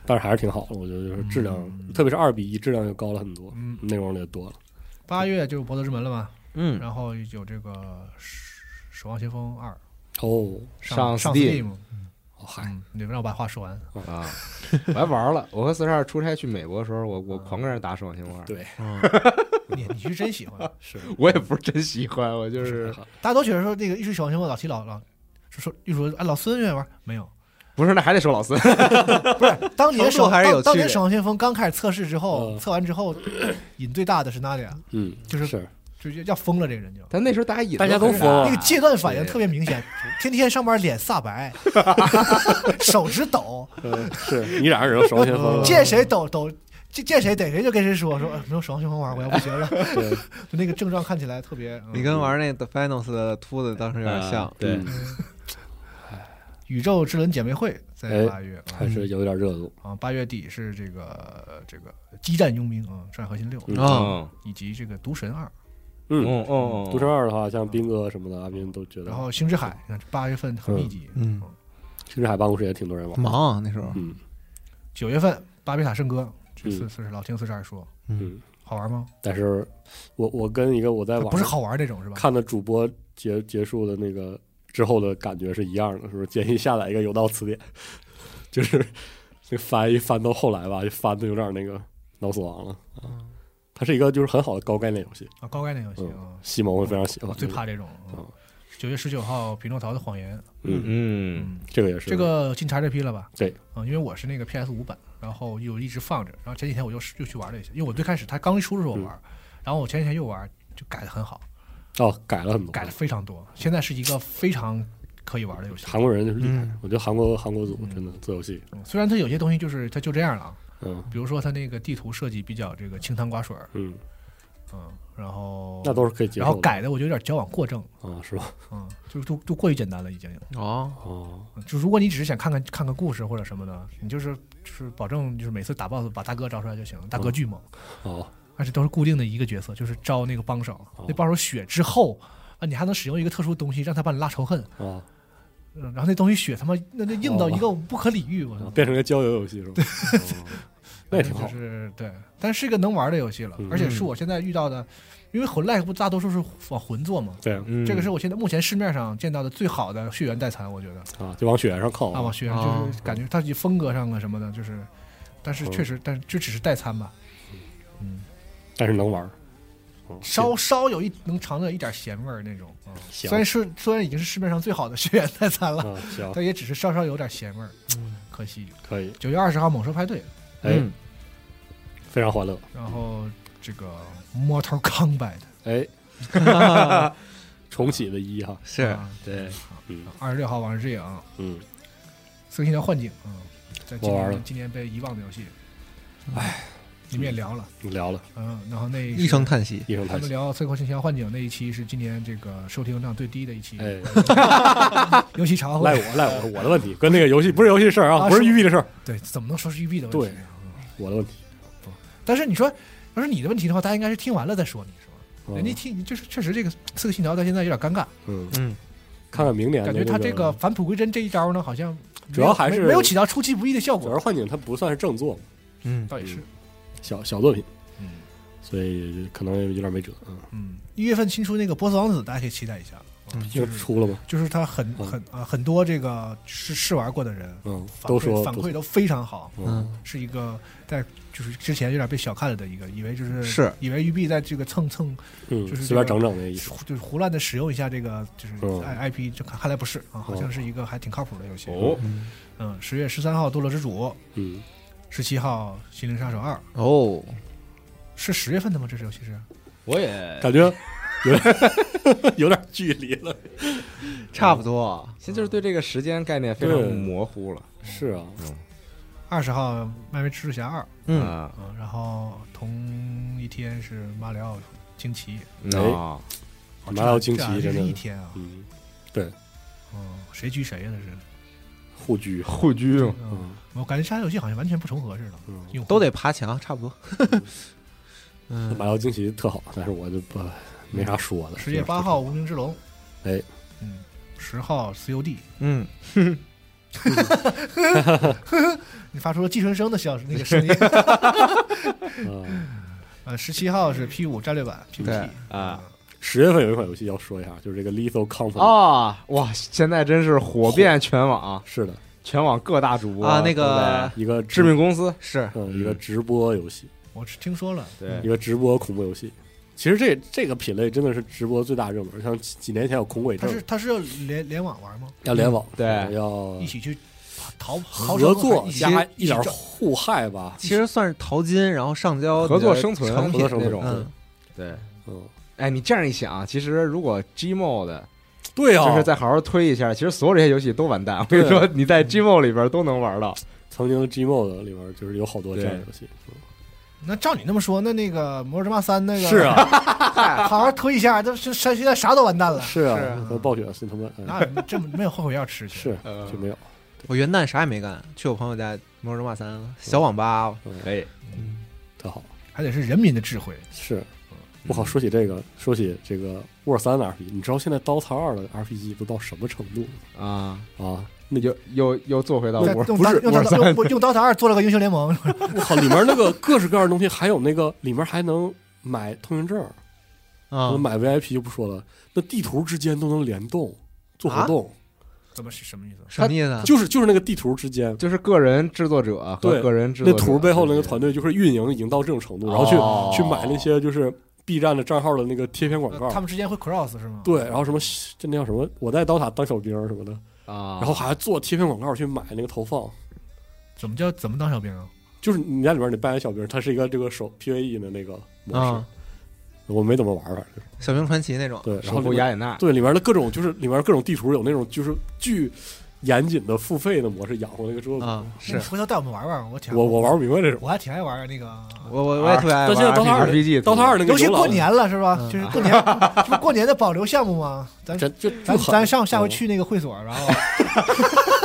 Speaker 5: 但是还是挺好的，我觉得就是质量，特别是二比一，质量就高了很多，
Speaker 2: 嗯
Speaker 5: 内容也多了。
Speaker 2: 八月就是《博德之门》了嘛，
Speaker 4: 嗯，
Speaker 2: 然后有这个《守守望先锋二》
Speaker 5: 哦，
Speaker 2: 上
Speaker 4: 上 Steam
Speaker 2: Steam，
Speaker 5: 哦嗨，哦
Speaker 2: 嗯，你们让我把话说完，
Speaker 4: 啊，我还玩了。我和四十二出差去美国的时候，我我狂跟人打守望先锋二，
Speaker 5: 对，
Speaker 2: 啊你你是真喜欢，
Speaker 5: 是
Speaker 4: 我也不是真喜欢，我就是
Speaker 2: 大家都觉得说那个《一直守望先锋》老提老老说说一说哎老孙愿意玩，没有，
Speaker 4: 不是那还得说老 孙，
Speaker 2: 当年
Speaker 3: 程度
Speaker 2: 守
Speaker 3: 还是有
Speaker 2: 当当
Speaker 3: 区
Speaker 2: 年
Speaker 3: 别
Speaker 2: 守望先锋刚开始测试之后，
Speaker 5: 嗯
Speaker 2: 测完之后瘾最大的是娜迪亚，
Speaker 5: 嗯，
Speaker 2: 就是
Speaker 5: 是
Speaker 2: 就是要疯了这个人就。
Speaker 4: 但那时候大家瘾
Speaker 5: 大家都
Speaker 4: 很
Speaker 5: 疯啊
Speaker 4: 大
Speaker 2: 那个戒断反应
Speaker 4: 对
Speaker 2: 特别明显，天天上班脸 煞白，手指抖，
Speaker 7: 嗯
Speaker 5: 呃是你俩人有守望先
Speaker 4: 啊
Speaker 5: 锋了，
Speaker 2: 见谁抖抖，见见谁逮谁就跟谁说说，哎没有守望先锋玩，我要不行了。
Speaker 5: 对
Speaker 2: 就 那个症状看起来特别，嗯
Speaker 3: 你跟玩那 The Finals 的秃子当时有点像
Speaker 4: 啊，对
Speaker 5: 嗯，
Speaker 2: 宇宙之轮姐妹会在
Speaker 5: 哎
Speaker 2: 八月嗯
Speaker 5: 还是有点热度。
Speaker 2: 啊，八月底是这个这个激战佣兵啊，战核心六，
Speaker 5: 嗯
Speaker 3: 啊，哦
Speaker 4: 嗯
Speaker 2: 以及这个毒神二，
Speaker 5: 嗯，
Speaker 4: 嗯嗯，
Speaker 5: 独生二的话，像斌哥什么的，阿斌都觉得。
Speaker 2: 然后星之海，你看这八月份很密集，
Speaker 3: 嗯，
Speaker 5: 甚至海办公室也挺多人玩。
Speaker 3: 忙啊那时候，
Speaker 5: 嗯
Speaker 2: 九月份巴比塔圣歌，这次
Speaker 5: 嗯
Speaker 2: 次是老听四十二说
Speaker 5: 嗯，
Speaker 2: 好玩吗？
Speaker 5: 但是我我跟一个我在网
Speaker 2: 不是
Speaker 5: 上
Speaker 2: 好玩那种是吧？
Speaker 5: 看的主播结结束的那个之后的感觉是一样的，是不是？建议下载一个有道词典， 就是那翻译翻到后来吧，就翻的有点那个脑死亡了啊。
Speaker 3: 嗯
Speaker 5: 它是一个就是很好的高概念游戏，
Speaker 2: 啊，高概念游戏
Speaker 5: 嗯
Speaker 2: 啊，
Speaker 5: 西蒙会非常喜欢。
Speaker 2: 我最怕这种
Speaker 5: 嗯。
Speaker 2: 九月十九号，《匹诺曹的谎言》，
Speaker 5: 嗯，
Speaker 4: 嗯，
Speaker 2: 嗯，
Speaker 5: 这个也是
Speaker 2: 这个进查这批了吧？
Speaker 5: 对，
Speaker 2: 啊，因为我是那个 PS 五版，然后又一直放着，然后前几天我又又去玩了一下，因为我最开始它刚一出的时候我
Speaker 5: 嗯
Speaker 2: 玩，然后我前几天又玩，就改的很好，
Speaker 5: 哦改了很多，
Speaker 2: 改的非常多，现在是一个非常可以玩的游戏。
Speaker 5: 韩国人就是厉害
Speaker 3: 嗯，
Speaker 5: 我觉得韩国韩国组真的做游戏，
Speaker 2: 嗯虽然它有些东西就是它就这样了啊，
Speaker 5: 嗯
Speaker 2: 比如说它那个地图设计比较这个清汤寡水儿，
Speaker 5: 嗯，
Speaker 2: 嗯，然后
Speaker 5: 那都是可以接
Speaker 2: 然后
Speaker 5: 受的
Speaker 2: 改的我就有点矫枉过正，
Speaker 5: 啊，是吧？
Speaker 2: 嗯，就就就过于简单了已经。
Speaker 3: 哦，
Speaker 5: 哦，
Speaker 2: 就如果你只是想看看看个故事或者什么的，你就是就是保证就是每次打 BOSS 把大哥招出来就行了，大
Speaker 5: 嗯
Speaker 2: 哥巨猛，
Speaker 5: 哦，
Speaker 2: 而且都是固定的一个角色，就是招那个帮手，那帮手血之后啊，你还能使用一个特殊东西让他帮你拉仇恨，
Speaker 5: 哦，
Speaker 2: 嗯然后那东西血他妈那那硬到一个不可理喻，我操，
Speaker 5: 哦变成个交友游戏是吧？哦那也挺好
Speaker 2: 就。是对，但是一个能玩的游戏了，
Speaker 5: 嗯
Speaker 2: 而且是我现在遇到的，因为魂 like 不大多数是往魂做嘛，
Speaker 5: 对啊
Speaker 4: 嗯
Speaker 2: 这个是我现在目前市面上见到的最好的血缘代餐，我觉得。
Speaker 5: 啊，就往血缘上靠哦
Speaker 2: 啊，往学生就是感觉他风格上啊什么的，就是，但是确实，但是这只是代餐吧，
Speaker 5: 但是能玩儿。嗯
Speaker 2: 稍稍有一能尝到一点咸味儿那种啊。
Speaker 5: 行嗯
Speaker 2: 虽然是虽然已经是市面上最好的 学员代餐了，
Speaker 5: 啊，行，
Speaker 2: 但也只是稍稍有点咸味儿，可惜。
Speaker 5: 可以，
Speaker 2: 九月二十号猛兽派对，
Speaker 5: 嗯哎，
Speaker 4: 嗯
Speaker 5: 非常欢乐，
Speaker 2: 然后这个 Mortal Kombat
Speaker 5: 哎，重启的一哈，
Speaker 3: 是
Speaker 2: 啊，
Speaker 5: 对，嗯
Speaker 2: 二十六号往日之影，《
Speaker 5: 嗯，
Speaker 2: 刺客信条：幻境》啊，在今
Speaker 5: 我玩了
Speaker 2: 年今年被遗忘的游戏，哎，你们也聊了，
Speaker 5: 你聊了，
Speaker 2: 嗯，然后那
Speaker 3: 一声叹息，
Speaker 5: 一声
Speaker 2: 他
Speaker 5: 叹息，
Speaker 2: 们聊《刺客信条：幻境》那一期是今年这个收听量最低的一期，
Speaker 5: 哎，
Speaker 2: 尤其茶话
Speaker 5: 赖
Speaker 2: 会。
Speaker 5: 我，赖我，我的问题，跟那个游戏不是游戏事儿啊，
Speaker 2: 啊
Speaker 5: 不是
Speaker 2: 是
Speaker 5: 育碧的事儿，
Speaker 2: 对，怎么能说是育碧的问题？
Speaker 5: 对，我的问题，
Speaker 2: 但是你说，要是你的问题的话，大家应该是听完了再说你，是吧？
Speaker 5: 嗯
Speaker 2: 人家听就是确实这个《刺客信条》到现在有点尴尬，
Speaker 5: 嗯，
Speaker 3: 嗯，
Speaker 5: 看看明年的
Speaker 2: 感觉他这个返璞归真这一招呢，好像没
Speaker 5: 主要还
Speaker 2: 没
Speaker 5: 是
Speaker 2: 没有起到出其不意的效
Speaker 5: 主要
Speaker 2: 果，
Speaker 5: 幻景它不算是正作嘛，
Speaker 3: 嗯，
Speaker 2: 倒也是。
Speaker 5: 小小作品，
Speaker 2: 嗯
Speaker 5: 所以可能有点没辙，嗯，
Speaker 2: 嗯，一月份新出那个《波斯王子》，大家可以期待一下。
Speaker 3: 嗯
Speaker 5: 就
Speaker 2: 就是是
Speaker 5: 出了嘛，
Speaker 2: 就是他很
Speaker 5: 嗯
Speaker 2: 很啊很多这个试试玩过的人
Speaker 5: 嗯，
Speaker 2: 反
Speaker 5: 都
Speaker 2: 馈
Speaker 5: 说
Speaker 2: 反
Speaker 5: 不
Speaker 2: 馈，都非常好，
Speaker 5: 嗯，
Speaker 3: 嗯，
Speaker 2: 是一个在就是之前有点被小看了的一个，以为就是
Speaker 3: 是
Speaker 2: 以为育碧在这个蹭蹭
Speaker 5: 嗯
Speaker 2: 就是
Speaker 5: 随便
Speaker 2: 这
Speaker 5: 整
Speaker 2: 个
Speaker 5: 整的意思，
Speaker 2: 就是胡乱的使用一下这个就是
Speaker 5: 嗯哦
Speaker 2: I I P，就看看来不是啊，好像是一个还挺靠谱的游戏。
Speaker 4: 哦，
Speaker 2: 嗯，十月十三号《堕落之主》，
Speaker 5: 嗯，
Speaker 2: 十七号《心灵杀手二》，
Speaker 3: 哦，
Speaker 2: 是十月份的吗？这是游戏是？
Speaker 4: 我也
Speaker 5: 感觉有点 有点距离了。
Speaker 3: 差不多，
Speaker 4: 现在就是对这个时间概念非常
Speaker 5: 对
Speaker 4: 模糊了嗯
Speaker 5: 是啊，
Speaker 2: 二十号《漫威蜘蛛侠二》
Speaker 3: 嗯，
Speaker 4: 啊，
Speaker 2: 啊，然后同一天是《马里奥惊奇
Speaker 4: 嗯
Speaker 5: 哦
Speaker 4: 啊，》，
Speaker 2: 哦
Speaker 5: 哎马里奥惊
Speaker 2: 这俩
Speaker 5: 奇
Speaker 2: 这
Speaker 5: 真
Speaker 2: 是一
Speaker 5: 的，
Speaker 2: 天啊，
Speaker 5: 嗯，
Speaker 2: 嗯，谁居谁呀？这是，
Speaker 5: 互居，
Speaker 4: 互居
Speaker 2: 嗯，我感觉这俩游戏好像完全不重合似的，
Speaker 5: 嗯
Speaker 2: 用户
Speaker 3: 都得爬墙，差不多，嗯
Speaker 5: 马耀惊奇特好，但是我就不没啥说的。
Speaker 2: 嗯十月八号无名之龙，
Speaker 5: 哎，
Speaker 2: 嗯，十号 COD，
Speaker 3: 嗯，
Speaker 2: 你发出了寄生声的笑那 个声音。
Speaker 5: 嗯，
Speaker 2: 呃，十七号是 P 五战略版 PVP
Speaker 3: 对
Speaker 4: 啊
Speaker 5: 十月份有一款游戏要说一下，就是这个 Lethal Company。
Speaker 4: 啊！哇，现在真是火遍全网，
Speaker 5: 是的，
Speaker 4: 全网各大主播
Speaker 3: 啊那
Speaker 4: 对不对
Speaker 3: 个
Speaker 5: 一个直
Speaker 4: 致命公司，
Speaker 3: 是
Speaker 5: 嗯，一个直播游戏，
Speaker 2: 我是听说了，嗯
Speaker 4: 对
Speaker 5: 一个直播恐怖游戏。其实这这个品类真的是直播最大热门，像几几年前有恐鬼
Speaker 2: 他是
Speaker 5: 症，
Speaker 2: 他是要联联网玩吗？
Speaker 5: 要联网，嗯
Speaker 4: 对
Speaker 5: 要
Speaker 2: 一起去逃逃
Speaker 5: 合作
Speaker 2: 一起
Speaker 5: 加
Speaker 2: 一
Speaker 5: 一
Speaker 2: 起
Speaker 5: 点
Speaker 2: 找
Speaker 5: 互害吧。
Speaker 3: 其实算是淘金，然后上交
Speaker 4: 合作
Speaker 3: 你的
Speaker 4: 生存
Speaker 3: 成品
Speaker 5: 合作生存
Speaker 4: 那种
Speaker 3: 嗯，
Speaker 4: 对。
Speaker 5: 嗯，
Speaker 4: 哎，你这样一想，其实如果 Gmod
Speaker 5: 对啊，
Speaker 4: 就是再好好推一下，其实所有这些游戏都完蛋。我跟你说，你在 Gmod 里边都能玩到。
Speaker 5: 曾经 Gmod 里面就是有好多这样的游戏。
Speaker 2: 嗯那照你那么说，那那个《魔兽争霸三》那个
Speaker 5: 是，啊，
Speaker 2: 好好推一下，这是现现在啥都完蛋了，
Speaker 5: 是
Speaker 3: 是
Speaker 5: 啊
Speaker 3: 啊，
Speaker 5: 和暴雪是他妈嗯
Speaker 2: 那这没有后悔药吃去。
Speaker 5: 是
Speaker 4: 嗯
Speaker 5: 就没有。
Speaker 3: 我元旦啥也没干，去我朋友家《魔兽争霸三》
Speaker 5: 嗯
Speaker 3: 小网吧，
Speaker 4: 可以，
Speaker 2: 嗯
Speaker 5: 特好。
Speaker 2: 还得是人民的智慧，
Speaker 5: 是，
Speaker 4: 嗯
Speaker 5: 我靠，说起这个，说起这个《沃尔三》的 RPG，你知道现在《DOTA 二》的 RPG 都到什么程度吗
Speaker 4: 啊，
Speaker 5: 啊？那就
Speaker 4: 又又又做回到
Speaker 2: 在
Speaker 4: 我，
Speaker 2: 用
Speaker 4: 不
Speaker 2: 刀
Speaker 4: 是
Speaker 2: 用
Speaker 4: 我
Speaker 2: 刀
Speaker 4: 三
Speaker 2: 用用刀塔二做了个英雄联盟，
Speaker 5: 我靠，里面那个各式各样的东西，还有那个里面还能买通行证，
Speaker 3: 啊
Speaker 5: 能，买 VIP 就不说了，那地图之间都能联动做
Speaker 2: 啊
Speaker 5: 活动，
Speaker 2: 怎么是什么意思？
Speaker 3: 什么意思啊？
Speaker 5: 就是就是那个地图之间。
Speaker 4: 就是个人制作者和
Speaker 5: 对
Speaker 4: 个人制
Speaker 5: 那
Speaker 4: 作
Speaker 5: 图背后那个团
Speaker 4: 队，
Speaker 5: 队就是运营已经到这种程度，然后去、
Speaker 4: 哦
Speaker 5: 去买那些就是 B 站的账号的那个贴片广
Speaker 2: 他
Speaker 5: 告，
Speaker 2: 们之间会 cross 是吗？
Speaker 5: 对，然后什么就那叫什么，我在刀塔当小兵什么的，
Speaker 4: 啊，
Speaker 5: 然后还做贴片广告去买那个投放，
Speaker 2: 怎么叫怎么当小兵啊？
Speaker 5: 就是你在里面得扮演小兵，它是一个这个手 PVE 的那个模式，
Speaker 3: 啊，
Speaker 5: 我没怎么玩儿，反正
Speaker 3: 小兵传奇那种，
Speaker 5: 对，然
Speaker 4: 守
Speaker 5: 后
Speaker 4: 护
Speaker 5: 里面
Speaker 4: 雅典娜，
Speaker 5: 对里面的各种就是里面各种地图有那种就是巨严谨的付费的模式养活那个桌子，
Speaker 3: 啊，是
Speaker 2: 那哎你回头带我们玩玩，我挺
Speaker 5: 我我玩不明白这种。
Speaker 2: 我还挺爱玩那个。
Speaker 3: 我我我也特别爱
Speaker 5: 但
Speaker 3: 玩，
Speaker 5: 现在 DOTA 二
Speaker 4: RPG
Speaker 5: 刀塔二那个
Speaker 2: 尤其
Speaker 5: 游览
Speaker 2: 过年了是吧？
Speaker 3: 嗯
Speaker 2: 就是过年，这不过年的保留项目吗？咱
Speaker 5: 咱就
Speaker 2: 咱
Speaker 5: 就很
Speaker 2: 咱上下回去那个会所，然后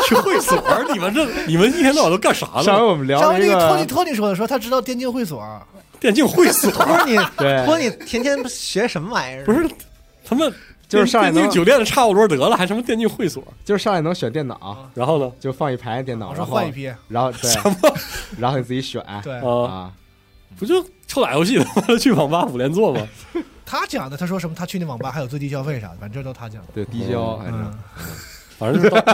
Speaker 5: 去会所，你们这你们一天到晚都干啥
Speaker 4: 上回
Speaker 5: 呢？
Speaker 4: 我们聊
Speaker 2: 上
Speaker 4: 了
Speaker 2: 回那
Speaker 4: 一
Speaker 2: 个托尼托尼说的，说他知道电竞会所，
Speaker 5: 电竞会所
Speaker 3: 不 是你，
Speaker 4: 对
Speaker 3: 不是你天天学什么玩意儿？
Speaker 5: 不是他们
Speaker 4: 就是上来
Speaker 5: 电
Speaker 4: 能
Speaker 5: 竞酒店的差不多得了，还什么电竞会所？啊
Speaker 4: 就是上来能选电脑，
Speaker 5: 然后呢？
Speaker 4: 就放一排电脑，
Speaker 2: 哦我说
Speaker 4: 然后
Speaker 2: 换一批，啊
Speaker 4: 然后对，然后你自己选
Speaker 2: 对
Speaker 5: 啊，
Speaker 4: 啊，
Speaker 5: 不就臭打游戏的 去网吧五连坐吗？
Speaker 2: 他讲的，他说什么？他去那网吧还有最低消费啥的，反正这都他讲的。
Speaker 4: 对低消，反正
Speaker 2: 嗯，
Speaker 5: 反正就是到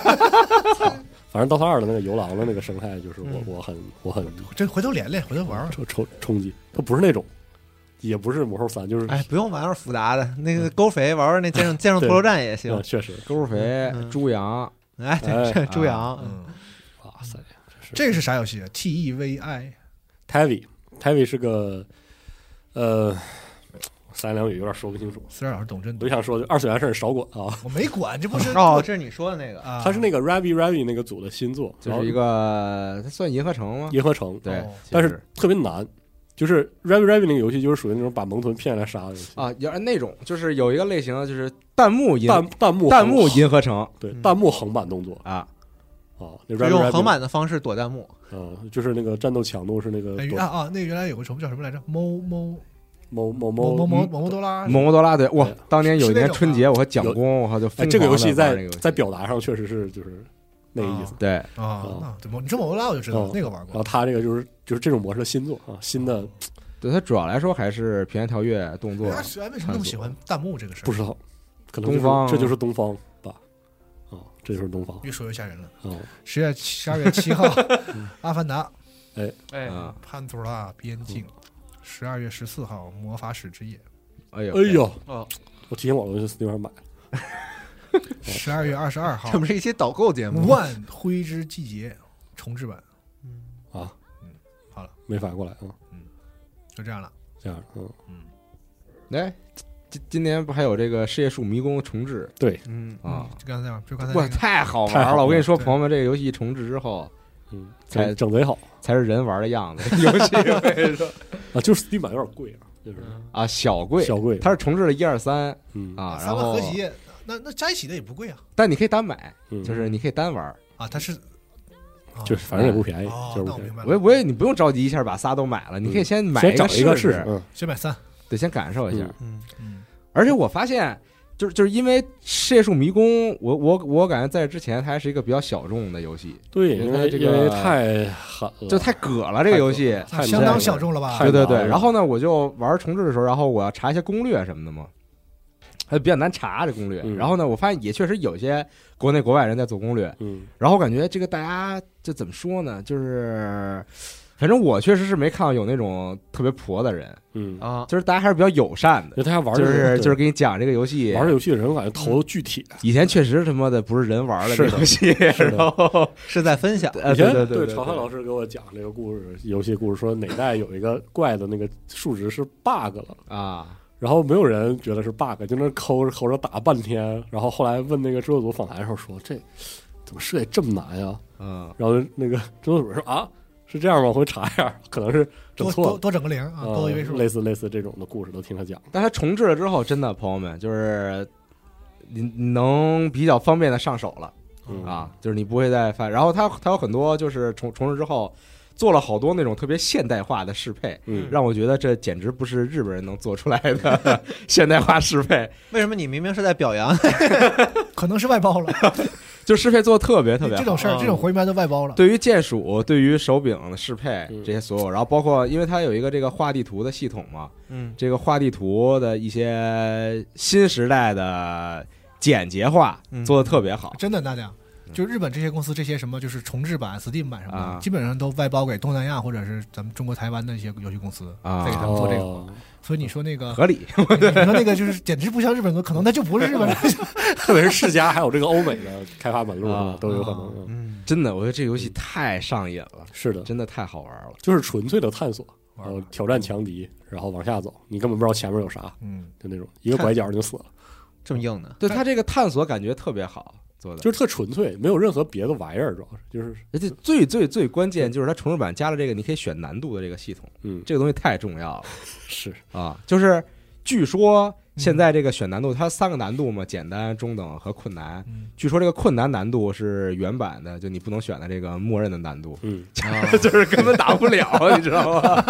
Speaker 5: 操反正 DOTA 二的那个游廊的那个生态，就是我我很我很
Speaker 2: 嗯这回头连连，回头玩玩。
Speaker 5: 冲冲冲击，它不是那种，也不是魔兽三，就是
Speaker 3: 哎，不用玩玩复杂的，那
Speaker 2: 嗯
Speaker 3: 个勾肥玩玩 那剑圣剑圣
Speaker 5: 对
Speaker 3: 陀螺战也行
Speaker 5: 嗯。确实，
Speaker 4: 勾肥
Speaker 3: 嗯
Speaker 4: 猪羊，
Speaker 3: 哎，
Speaker 5: 哎啊
Speaker 3: 对， 这猪羊，
Speaker 2: 嗯，
Speaker 5: 哇塞，
Speaker 2: 这个是啥游戏？T E V I
Speaker 5: Tavi Tavi 是个呃。三言两语有点说不清楚，
Speaker 2: 思然老师懂真
Speaker 5: 我就
Speaker 2: 多，
Speaker 5: 想说，就二次元事儿少管啊。
Speaker 2: 我没管，这不是
Speaker 3: 哦，这是你说的那个，
Speaker 2: 啊，
Speaker 5: 他是那个 Ravi Ravi 那个组的新作，
Speaker 4: 就是一个它算银河城吗
Speaker 5: 然后？银河城，
Speaker 4: 对
Speaker 2: 哦，
Speaker 4: 其
Speaker 5: 但是
Speaker 4: 实
Speaker 5: 特别难。就是 Ravi Ravi 那个游戏，就是属于那种把萌豚骗来杀的游戏。
Speaker 4: 啊，要是那种就是有一个类型的就是弹幕银
Speaker 5: 弹弹幕
Speaker 4: 弹幕
Speaker 5: 横
Speaker 4: 银河城
Speaker 5: 对
Speaker 3: 嗯
Speaker 5: 弹幕横版动作
Speaker 4: 啊，
Speaker 5: 啊，那
Speaker 3: 就
Speaker 5: Ravi
Speaker 3: 用
Speaker 5: Ravi
Speaker 3: 横版的方式躲弹幕。
Speaker 5: 啊，就是那个战斗强度是那个
Speaker 2: 哎
Speaker 5: 多
Speaker 2: 啊啊，那个原来有个什么叫什么来着？某某
Speaker 5: 某某
Speaker 2: 嗯某某
Speaker 5: 某
Speaker 2: 某某多拉，
Speaker 4: 蒙古多拉对，哇
Speaker 5: 对！
Speaker 4: 当年有一
Speaker 2: 是那
Speaker 4: 年
Speaker 2: 种
Speaker 4: 春节，我和蒋工，我靠就
Speaker 5: 哎，
Speaker 4: 疯
Speaker 5: 这个
Speaker 4: 狂
Speaker 5: 游
Speaker 4: 地
Speaker 5: 戏
Speaker 4: 玩这
Speaker 5: 在
Speaker 4: 个游戏
Speaker 5: 在表达上确实是就是那个意思。
Speaker 4: 对
Speaker 2: 啊
Speaker 5: 哦，
Speaker 2: 那对某你说某多拉我就知道
Speaker 5: 哦
Speaker 2: 那个玩
Speaker 5: 然
Speaker 2: 过
Speaker 5: 后他这个就是就是这种模式的新作啊，新的
Speaker 4: 对，它主要来说还是平原跳跃动作
Speaker 2: 哎。他为什么那么喜欢弹幕这个事儿？
Speaker 5: 不知道，可能就是
Speaker 4: 东方
Speaker 5: 这就是东方吧，啊，这就是东方
Speaker 2: 越说越吓人了。
Speaker 5: 啊，
Speaker 2: 十月十二月七号，
Speaker 5: 嗯
Speaker 2: 《阿凡达：
Speaker 3: 哎
Speaker 4: 啊，
Speaker 2: 潘多拉边境》；十二月十四号，《魔法使之夜
Speaker 4: 哎呦，
Speaker 5: 哎呦，
Speaker 3: 哦，
Speaker 5: 我提前网络去 Steam 上买，》；
Speaker 2: 十二月二十二号，
Speaker 3: 这不是一期导购节
Speaker 2: 《
Speaker 3: 目吗？
Speaker 2: 万灰之季节》重置版，
Speaker 5: 啊
Speaker 2: 嗯
Speaker 5: 没反应过来啊，
Speaker 2: 就这样了。
Speaker 5: 这样嗯，
Speaker 2: 嗯，
Speaker 4: 哎，今今年不还有这个《世界树迷宫》重置
Speaker 5: 对，
Speaker 3: 嗯，
Speaker 4: 啊？
Speaker 2: 就刚才那样，就刚才
Speaker 4: 哇，
Speaker 2: 那个
Speaker 4: 太好
Speaker 5: 太好
Speaker 4: 玩
Speaker 5: 玩
Speaker 4: 了！
Speaker 5: 了
Speaker 4: 我跟你说，
Speaker 2: 对
Speaker 4: 朋友们，这个游戏重置之后
Speaker 5: 嗯，
Speaker 4: 哎
Speaker 5: 整整贼好
Speaker 4: 才是人玩的 样子。游戏我跟你说
Speaker 5: 啊，就是 Steam 版有点贵啊，就是
Speaker 4: 啊，小贵，
Speaker 5: 小贵，
Speaker 4: 它是重置了一二三
Speaker 5: 嗯
Speaker 4: 啊，
Speaker 2: 三
Speaker 4: 然
Speaker 2: 个
Speaker 4: 后
Speaker 2: 合集，那那加一起的也不贵啊。
Speaker 4: 但你可以单买，
Speaker 5: 嗯
Speaker 4: 就是你可以单玩。
Speaker 2: 啊，它是
Speaker 5: 就是反正也不便宜，
Speaker 2: 哦，
Speaker 5: 就是
Speaker 2: 那
Speaker 5: 不
Speaker 2: 我
Speaker 5: 便宜
Speaker 2: 明。白
Speaker 4: 我也
Speaker 2: 了，
Speaker 4: 我也你不用着急一下把仨都买了，你可以先买
Speaker 5: 嗯先找一
Speaker 4: 个
Speaker 5: 试
Speaker 4: 试，
Speaker 5: 嗯，
Speaker 2: 先买三，
Speaker 4: 对，先感受一下
Speaker 5: 嗯。
Speaker 3: 嗯，
Speaker 2: 嗯，
Speaker 4: 而且我发现，就是就是因为《世界树迷宫》，我我我感觉在这之前它还是一个比较小众的游戏，
Speaker 5: 对，
Speaker 4: 因为
Speaker 5: 因
Speaker 4: 它
Speaker 5: 为
Speaker 4: 这
Speaker 5: 因为
Speaker 4: 个
Speaker 5: 太狠了，
Speaker 4: 就太葛了这个游戏。
Speaker 5: 太
Speaker 2: 相当
Speaker 5: 难
Speaker 2: 小
Speaker 5: 了
Speaker 2: 众了吧？
Speaker 5: 太
Speaker 4: 对对
Speaker 5: 难
Speaker 4: 对，
Speaker 5: 了
Speaker 4: 然后呢，我就玩重置的时候，然后我要查一些攻略什么的嘛，还比较难查这攻略。
Speaker 5: 嗯
Speaker 4: 然后呢，我发现也确实有些国内国外人在做攻略，
Speaker 5: 嗯
Speaker 4: 然后我感觉这个大家就怎么说呢，就是反正我确实是没看到有那种特别婆的人，
Speaker 5: 嗯，
Speaker 3: 啊，
Speaker 4: 就是大家还是比较友善
Speaker 5: 因为
Speaker 4: 的，
Speaker 5: 大家玩儿
Speaker 4: 就
Speaker 5: 的
Speaker 4: 是
Speaker 5: 人
Speaker 4: 就是给你讲这个游戏
Speaker 5: 玩儿游戏的人，我感觉头巨铁，
Speaker 4: 以前确实他妈的不是人玩的
Speaker 5: 是
Speaker 4: 这
Speaker 5: 的
Speaker 4: 游戏，
Speaker 5: 是的
Speaker 4: 然后
Speaker 3: 是在分享，
Speaker 4: 呃
Speaker 5: 以前
Speaker 4: 对对
Speaker 5: 对
Speaker 4: 对，
Speaker 5: 朝汉老师给我讲这个故事，游戏故事说哪代有一个怪的那个数值是 bug 了，
Speaker 4: 啊，
Speaker 5: 然后没有人觉得是 bug，就那抠着抠着打半天，然后后来问那个制作组访谈的时候说这怎么设计这么难呀？
Speaker 4: 嗯，
Speaker 5: 然后那个制作组说啊是这样吗？我回查一下，可能是整
Speaker 2: 多
Speaker 5: 错
Speaker 2: 多
Speaker 5: 了。
Speaker 2: 多整个零啊，多一位
Speaker 5: 呃
Speaker 2: 数。
Speaker 5: 类似类似这种的故事都听他讲，
Speaker 4: 但它重置了之后，真的朋友们就是你你能比较方便的上手了
Speaker 5: 嗯
Speaker 4: 啊，就是你不会再犯。然后它它有很多就是重重置之后做了好多那种特别现代化的适配，
Speaker 5: 嗯
Speaker 4: 让我觉得这简直不是日本人能做出来的 现代化适配，
Speaker 3: 为什么你明明是在表扬？
Speaker 2: 可能是外包了，
Speaker 4: 就适配做的特别特别
Speaker 2: 这
Speaker 4: 好。
Speaker 2: 种事儿，
Speaker 3: 嗯
Speaker 2: 这种活一般都外包了。
Speaker 4: 对于键鼠、对于手柄的适配
Speaker 5: 嗯
Speaker 4: 这些所有，然后包括因为它有一个这个画地图的系统嘛，
Speaker 3: 嗯
Speaker 4: 这个画地图的一些新时代的简洁化
Speaker 3: 嗯
Speaker 4: 做的特别好。
Speaker 2: 真的，大家
Speaker 4: 嗯
Speaker 2: 就日本这些公司这些什么就是重制版、Steam 版什么
Speaker 4: 啊
Speaker 2: 的，基本上都外包给东南亚或者是咱们中国台湾的一些游戏公司
Speaker 4: 啊
Speaker 2: 再给他们做这个。
Speaker 5: 哦，
Speaker 2: 所以你说那个，
Speaker 4: 合理，
Speaker 2: 你说那个就是简直不像日本人，可能他就不是日本 人。
Speaker 5: 特别是世嘉还有这个欧美的开发门路
Speaker 4: 啊
Speaker 5: 上都有可能，嗯
Speaker 3: 嗯，
Speaker 4: 真的，我觉得这游戏太上瘾了，
Speaker 5: 是的，
Speaker 4: 真的太好玩了。
Speaker 5: 就是纯粹的探索，然后
Speaker 2: 玩
Speaker 5: 挑战强敌，然后往下走，你根本不知道前面有啥，
Speaker 2: 嗯，
Speaker 5: 就那种一个拐角就死了，
Speaker 3: 这么硬呢？
Speaker 4: 对它这个探索感觉特别好做的，
Speaker 5: 就是特纯粹，没有任何别的玩意儿，主要是就是
Speaker 4: 而且最最最关键就是它重置版加了这个你可以选难度的这个系统，
Speaker 5: 嗯
Speaker 4: 这个东西太重要了
Speaker 5: 是
Speaker 4: 啊！就是据说现在这个选难度，它三个难度嘛，简单、中等和困难。
Speaker 2: 嗯
Speaker 4: 据说这个困难难度是原版的，就你不能选的这个默认的难度，
Speaker 5: 嗯，
Speaker 3: 啊
Speaker 4: 就是根本打不了，你知道吗？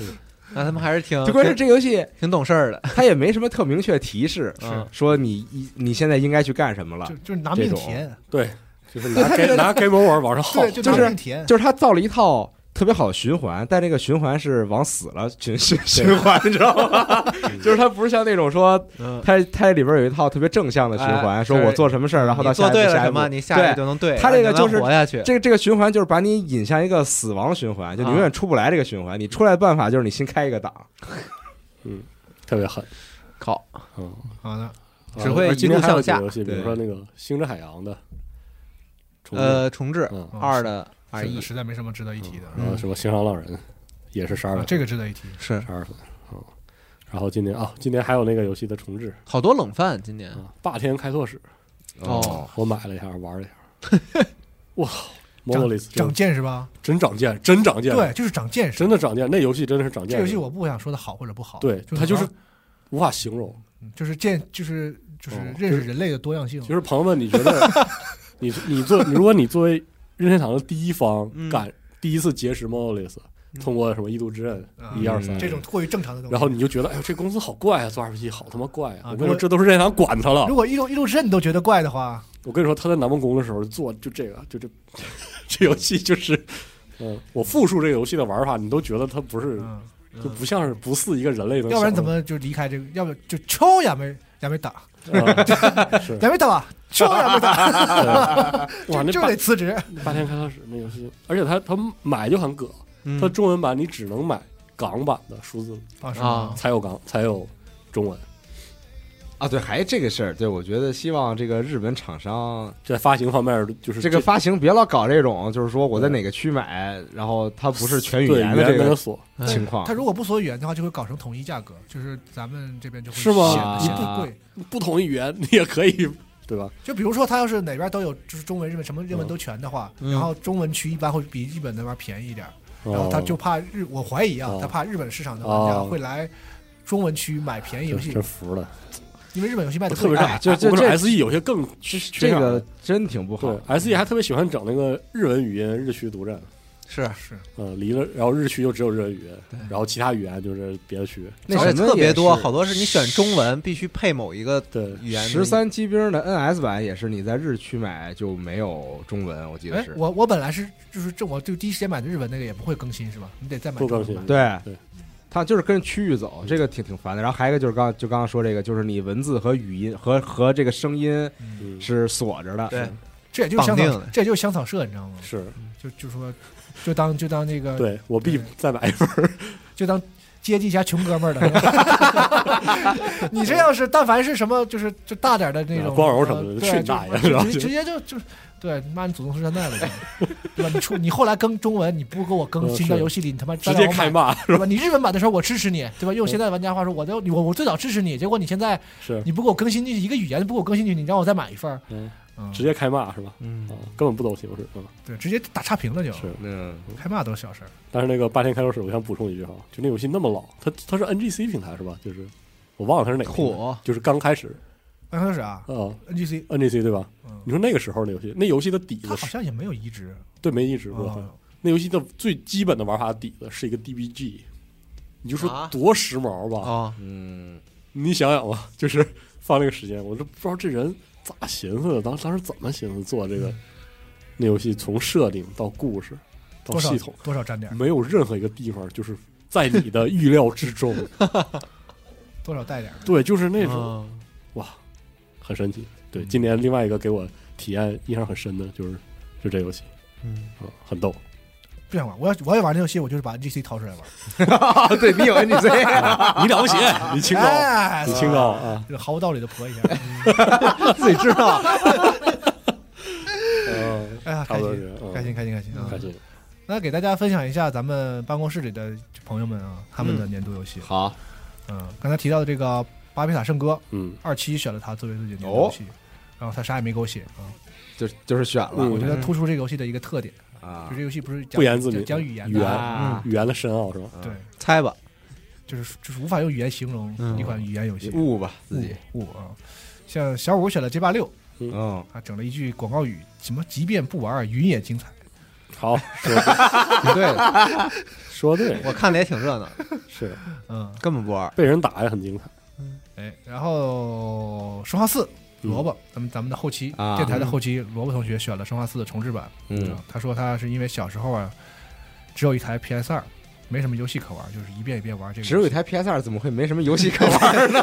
Speaker 3: 那他们还是挺
Speaker 4: 就关键是这游戏
Speaker 3: 挺懂事儿的，
Speaker 4: 它也没什么特明确提示，
Speaker 3: 嗯
Speaker 4: 说你一你现在应该去干什么了
Speaker 2: 就。就是拿命填，
Speaker 5: 对，就是拿 game 拿 game over 往上耗，
Speaker 2: 对，
Speaker 4: 就
Speaker 2: 拿
Speaker 4: 是
Speaker 2: 命填。
Speaker 4: 就是它造了一套特别好的循环，但这个循环是往死了循循循环，你知道吗？ 就是它不是像那种说
Speaker 3: 嗯，
Speaker 4: 它它里边有一套特别正向的循环，
Speaker 3: 哎
Speaker 4: 说我做什么事儿，然后到
Speaker 3: 你
Speaker 4: 下一
Speaker 3: 做
Speaker 4: 步
Speaker 3: 对了
Speaker 4: 下一
Speaker 3: 什
Speaker 4: 步
Speaker 3: 么，你下一个
Speaker 4: 对
Speaker 3: 就能对。
Speaker 4: 他这个就是
Speaker 3: 然后你能活下去，
Speaker 4: 这个这个循环就是把你引向一个死亡循环，就你永
Speaker 3: 啊
Speaker 4: 远出不来这个循环。你出来的办法就是你新开一个档，
Speaker 5: 嗯特别狠，
Speaker 3: 靠，
Speaker 5: 嗯，
Speaker 2: 好的，
Speaker 3: 只会
Speaker 5: 而今天还有几
Speaker 3: 一
Speaker 5: 个
Speaker 3: 路
Speaker 5: 游戏，比
Speaker 4: 对
Speaker 5: 如说那个《星之海洋》的，重置，
Speaker 3: 呃，重置
Speaker 5: 嗯，
Speaker 2: 嗯
Speaker 3: 二的 R
Speaker 2: 是
Speaker 3: E
Speaker 2: 实在没什么值得一提的。
Speaker 5: 然后什么《星上浪人》也是十二
Speaker 2: 啊
Speaker 5: 分，
Speaker 2: 这个值得一提，
Speaker 3: 嗯是
Speaker 5: 十二分，嗯，然后今年啊，今年还有那个游戏的重置
Speaker 3: 好多冷饭今年
Speaker 5: 啊，《霸天开拓史》，啊
Speaker 3: 哦，
Speaker 5: 我买了一下，玩了一下，哇 m o d e l i
Speaker 2: 长
Speaker 5: s
Speaker 2: 长见识吧？
Speaker 5: 真长见，真长见，
Speaker 2: 对，，就是长见识。
Speaker 5: 真的长见，那游戏真的是长见
Speaker 2: 这
Speaker 5: 识，
Speaker 2: 游戏我啊不想说它好或者不好，
Speaker 5: 对它就是
Speaker 2: 玩
Speaker 5: 无法形容。
Speaker 2: 嗯就是见就是就是
Speaker 5: 哦
Speaker 2: 认识人类的多样性
Speaker 5: 其。实朋友们，你觉 得你你做，如果你作为任天堂的第一方
Speaker 3: 嗯
Speaker 5: 敢第一次结识 Monolith，
Speaker 3: 嗯
Speaker 5: 通过什么《异度之刃
Speaker 2: 啊》
Speaker 5: 一二三
Speaker 4: 嗯
Speaker 2: 这种过于正常的东西。
Speaker 5: 然后你就觉得，哎呦，这公司好怪啊，做 RPG 好他妈怪
Speaker 2: 啊
Speaker 5: 啊！我跟你说，这都是任天堂管他了
Speaker 2: 如。果一路一路刃你都觉得怪的话，
Speaker 5: 我跟你说，他在南梦宫的时候做就这个，就这这游戏就是。嗯，我复述这个游戏的玩法，你都觉得它不是，
Speaker 2: 嗯，
Speaker 5: 就不像是不似一个人类的，
Speaker 2: 要不然怎么就离开这个？要不就抽也没也没打，
Speaker 5: 啊是
Speaker 2: 也没 打吧，抽也没打，
Speaker 5: 哇？
Speaker 2: 就
Speaker 5: 那
Speaker 2: 就
Speaker 5: 霸
Speaker 2: 得辞职。
Speaker 5: 霸天开拓史那游戏，而且它它买就很葛，
Speaker 3: 嗯
Speaker 5: 它中文版你只能买港版的数字，
Speaker 2: 啊是吗
Speaker 3: 啊
Speaker 5: 才有港才有中文。
Speaker 4: 啊，对，还这个事儿，对我觉得希望这个日本厂商
Speaker 5: 在发行方面，就是
Speaker 4: 这个发行别老搞这种，就是说我在哪个区买，然后它不是全语
Speaker 5: 对
Speaker 4: 言的这
Speaker 5: 没有
Speaker 4: 个
Speaker 5: 锁，
Speaker 3: 哎
Speaker 4: 情况
Speaker 2: 他。如果不锁语言的话，就会搞成统一价格，就是咱们这边就会
Speaker 5: 是吗
Speaker 2: 显得显
Speaker 4: 啊
Speaker 2: 得贵。
Speaker 5: 不同语言 你也可以，对吧？
Speaker 2: 就比如说，他要是哪边都有，就是中文、日文什么日文都全的话，
Speaker 3: 嗯
Speaker 2: 然后中文区一般会比日本那边便宜一点，然后他就
Speaker 5: 哦
Speaker 2: 怕日，我怀疑啊
Speaker 5: 哦，
Speaker 2: 他怕日本市场的玩家
Speaker 5: 哦
Speaker 2: 会来中文区买便宜游
Speaker 5: 真
Speaker 2: 戏
Speaker 5: 真，服了，
Speaker 2: 因为日本游戏卖的
Speaker 5: 我特别啊是
Speaker 4: 哎就就
Speaker 5: 我
Speaker 4: 这
Speaker 5: 说 SE 有些更缺缺
Speaker 4: 这
Speaker 5: 啥
Speaker 4: 个
Speaker 5: 的
Speaker 4: 真挺不好。
Speaker 5: 对 SE 还特别喜欢整那个日文语音日区独占，
Speaker 3: 是
Speaker 2: 是
Speaker 5: 嗯，离了然后日区就只有日文语言，然后其他语言就是别的区，
Speaker 4: 那
Speaker 3: 而且
Speaker 4: 什么
Speaker 3: 特别多，
Speaker 4: 也是
Speaker 3: 好多是你选中文必须配某一个
Speaker 5: 对，
Speaker 3: 语言的。
Speaker 4: 十三机兵的 NS 版也是，你在日区买就没有中文，我记得
Speaker 2: 哎
Speaker 4: 是，。
Speaker 2: 我我本来是就是这我就第一时间买的日本那个也不会更新是吧？你得再买
Speaker 5: 不更
Speaker 2: 中
Speaker 5: 新
Speaker 2: 文版
Speaker 4: 对
Speaker 5: 对，
Speaker 4: 它就是跟区域走，这个挺挺烦的。然后还有一个就是刚就刚刚说这个，就是你文字和语音和和这个声音
Speaker 5: 嗯，
Speaker 4: 是锁着的。
Speaker 3: 对，
Speaker 2: 这也就是香
Speaker 3: 绑定
Speaker 2: 草
Speaker 3: 了，
Speaker 2: 这也就是香草社，你知道吗？
Speaker 5: 是
Speaker 2: 就就说，就当就当那个，
Speaker 5: 对我必再买一份儿，
Speaker 2: 就当接济一下穷哥们儿的。 你这要是但凡是什么，就是就大点儿的那种
Speaker 5: 啊光荣什么的
Speaker 2: 呃
Speaker 5: 去
Speaker 2: 对，
Speaker 5: 你大爷
Speaker 2: 就
Speaker 5: 然后
Speaker 2: 直
Speaker 5: 就
Speaker 2: 直接就就对，妈你祖宗十三代了，就对吧？你出你后来更中文，你不给我更
Speaker 5: 嗯
Speaker 2: 新到
Speaker 5: 是
Speaker 2: 游戏里，你他妈
Speaker 5: 直
Speaker 2: 再
Speaker 5: 接
Speaker 2: 让我买
Speaker 5: 开骂嗯
Speaker 2: 对吧？你日本版的时候我支持你，对吧？用现在玩家话说，我都我我最早支持你，结果你现在
Speaker 5: 是
Speaker 2: 你不给我更新进去一个语言，不给我更新进去，你让我再买一份儿，
Speaker 5: 嗯
Speaker 2: 嗯，
Speaker 5: 直接开骂是吧？
Speaker 3: 嗯
Speaker 5: 啊，根本不走形式，嗯，。
Speaker 2: 对，直接打差评了就是
Speaker 4: 嗯，
Speaker 2: 开骂都是小事儿。
Speaker 5: 但是那个霸天开拓史，我想补充一句哈，就那游戏那么老，它它是 NGC 平台是吧？就是我忘了它是哪个平台，
Speaker 3: 火，
Speaker 5: 就是刚开始
Speaker 2: 刚开始啊
Speaker 5: 啊
Speaker 2: ，NGC，
Speaker 5: ，NGC 对吧？
Speaker 2: 嗯
Speaker 5: 你，说那个时候那游戏，那游戏的底
Speaker 2: 他
Speaker 5: 子
Speaker 2: 好
Speaker 5: 是
Speaker 2: 像也没有移植，
Speaker 5: 对没移植过，
Speaker 2: 啊
Speaker 5: 那游戏的最基本的玩法底子是一个 DBG，你就说
Speaker 3: 啊
Speaker 5: 多时髦吧？
Speaker 3: 哦，
Speaker 2: 啊
Speaker 4: 嗯，
Speaker 5: 你想想吧，就是放那个时间，我都不知道这人咋寻思的，当当时怎么寻思做这个
Speaker 2: 嗯
Speaker 5: 那游戏，从设定到故事到
Speaker 2: 多少
Speaker 5: 系统，
Speaker 2: 多少沾点儿，
Speaker 5: 没有任何一个地方就是在你的预料之 中。
Speaker 2: 多少带点儿。
Speaker 5: 对，就是那种、
Speaker 3: 嗯
Speaker 5: 哇，很神奇。
Speaker 2: 嗯
Speaker 5: 对，今年另外一个给我体验印象很深的就是就这游戏，
Speaker 3: 嗯，
Speaker 5: 嗯，很逗。
Speaker 2: 不想玩，我要我要玩这游戏，我就是把 NGC 掏出来玩。
Speaker 4: 啊对你有 NGC，
Speaker 5: 啊 你了不起，你清高，
Speaker 2: 哎
Speaker 5: 你清高啊！
Speaker 2: 这毫无道理的 婆一下，
Speaker 4: 自己知 道。
Speaker 5: 嗯，
Speaker 2: 哎呀，
Speaker 5: 差
Speaker 2: 开
Speaker 5: 不多
Speaker 2: 心，
Speaker 5: 是嗯
Speaker 2: 开心，开心，开心啊
Speaker 5: 开！心。
Speaker 2: 那给大家分享一下咱们办公室里的朋友们啊，他们的年度游戏。
Speaker 4: 好，
Speaker 2: 嗯，刚才提到的这个《巴比塔圣歌》，
Speaker 5: 嗯，哦
Speaker 2: 二期选了它作为自己的年度游戏，然后他啥也没给我写啊。
Speaker 4: 就就是选了
Speaker 5: 嗯
Speaker 2: 我觉得突出这个游戏的一个特点，
Speaker 4: 啊
Speaker 2: 就这游戏不是讲
Speaker 5: 不言自明
Speaker 2: 讲讲语言
Speaker 5: 语言嗯
Speaker 2: 的，嗯
Speaker 4: 啊
Speaker 5: 语言的深奥是吧？
Speaker 2: 对，
Speaker 3: 猜吧，
Speaker 2: 就是就是无法用语言形容
Speaker 3: 嗯
Speaker 2: 一款语言游戏。
Speaker 4: 悟吧自己。
Speaker 2: 五啊，像小五选了 G 八六，
Speaker 4: 嗯，
Speaker 2: 啊，整了一句广告语，什么即便不玩，云也精彩。
Speaker 5: 好，说对
Speaker 3: 对，
Speaker 5: 说对了，
Speaker 3: 我看的也挺热闹，
Speaker 5: 是
Speaker 2: 嗯，
Speaker 3: 根本不玩。
Speaker 5: 被人打也很精彩。
Speaker 2: 哎，然后生化四
Speaker 5: 嗯
Speaker 2: 萝卜，咱们咱们的后期
Speaker 4: 啊
Speaker 2: 电台的后期萝卜同学选了生化四的重置版，
Speaker 4: 嗯
Speaker 2: 啊，他说他是因为小时候啊，只有一台 PS 二。没什么游戏可玩，就是一遍一遍玩这个。
Speaker 4: 只有一，台 PS 二，怎么会没什么游戏可玩呢？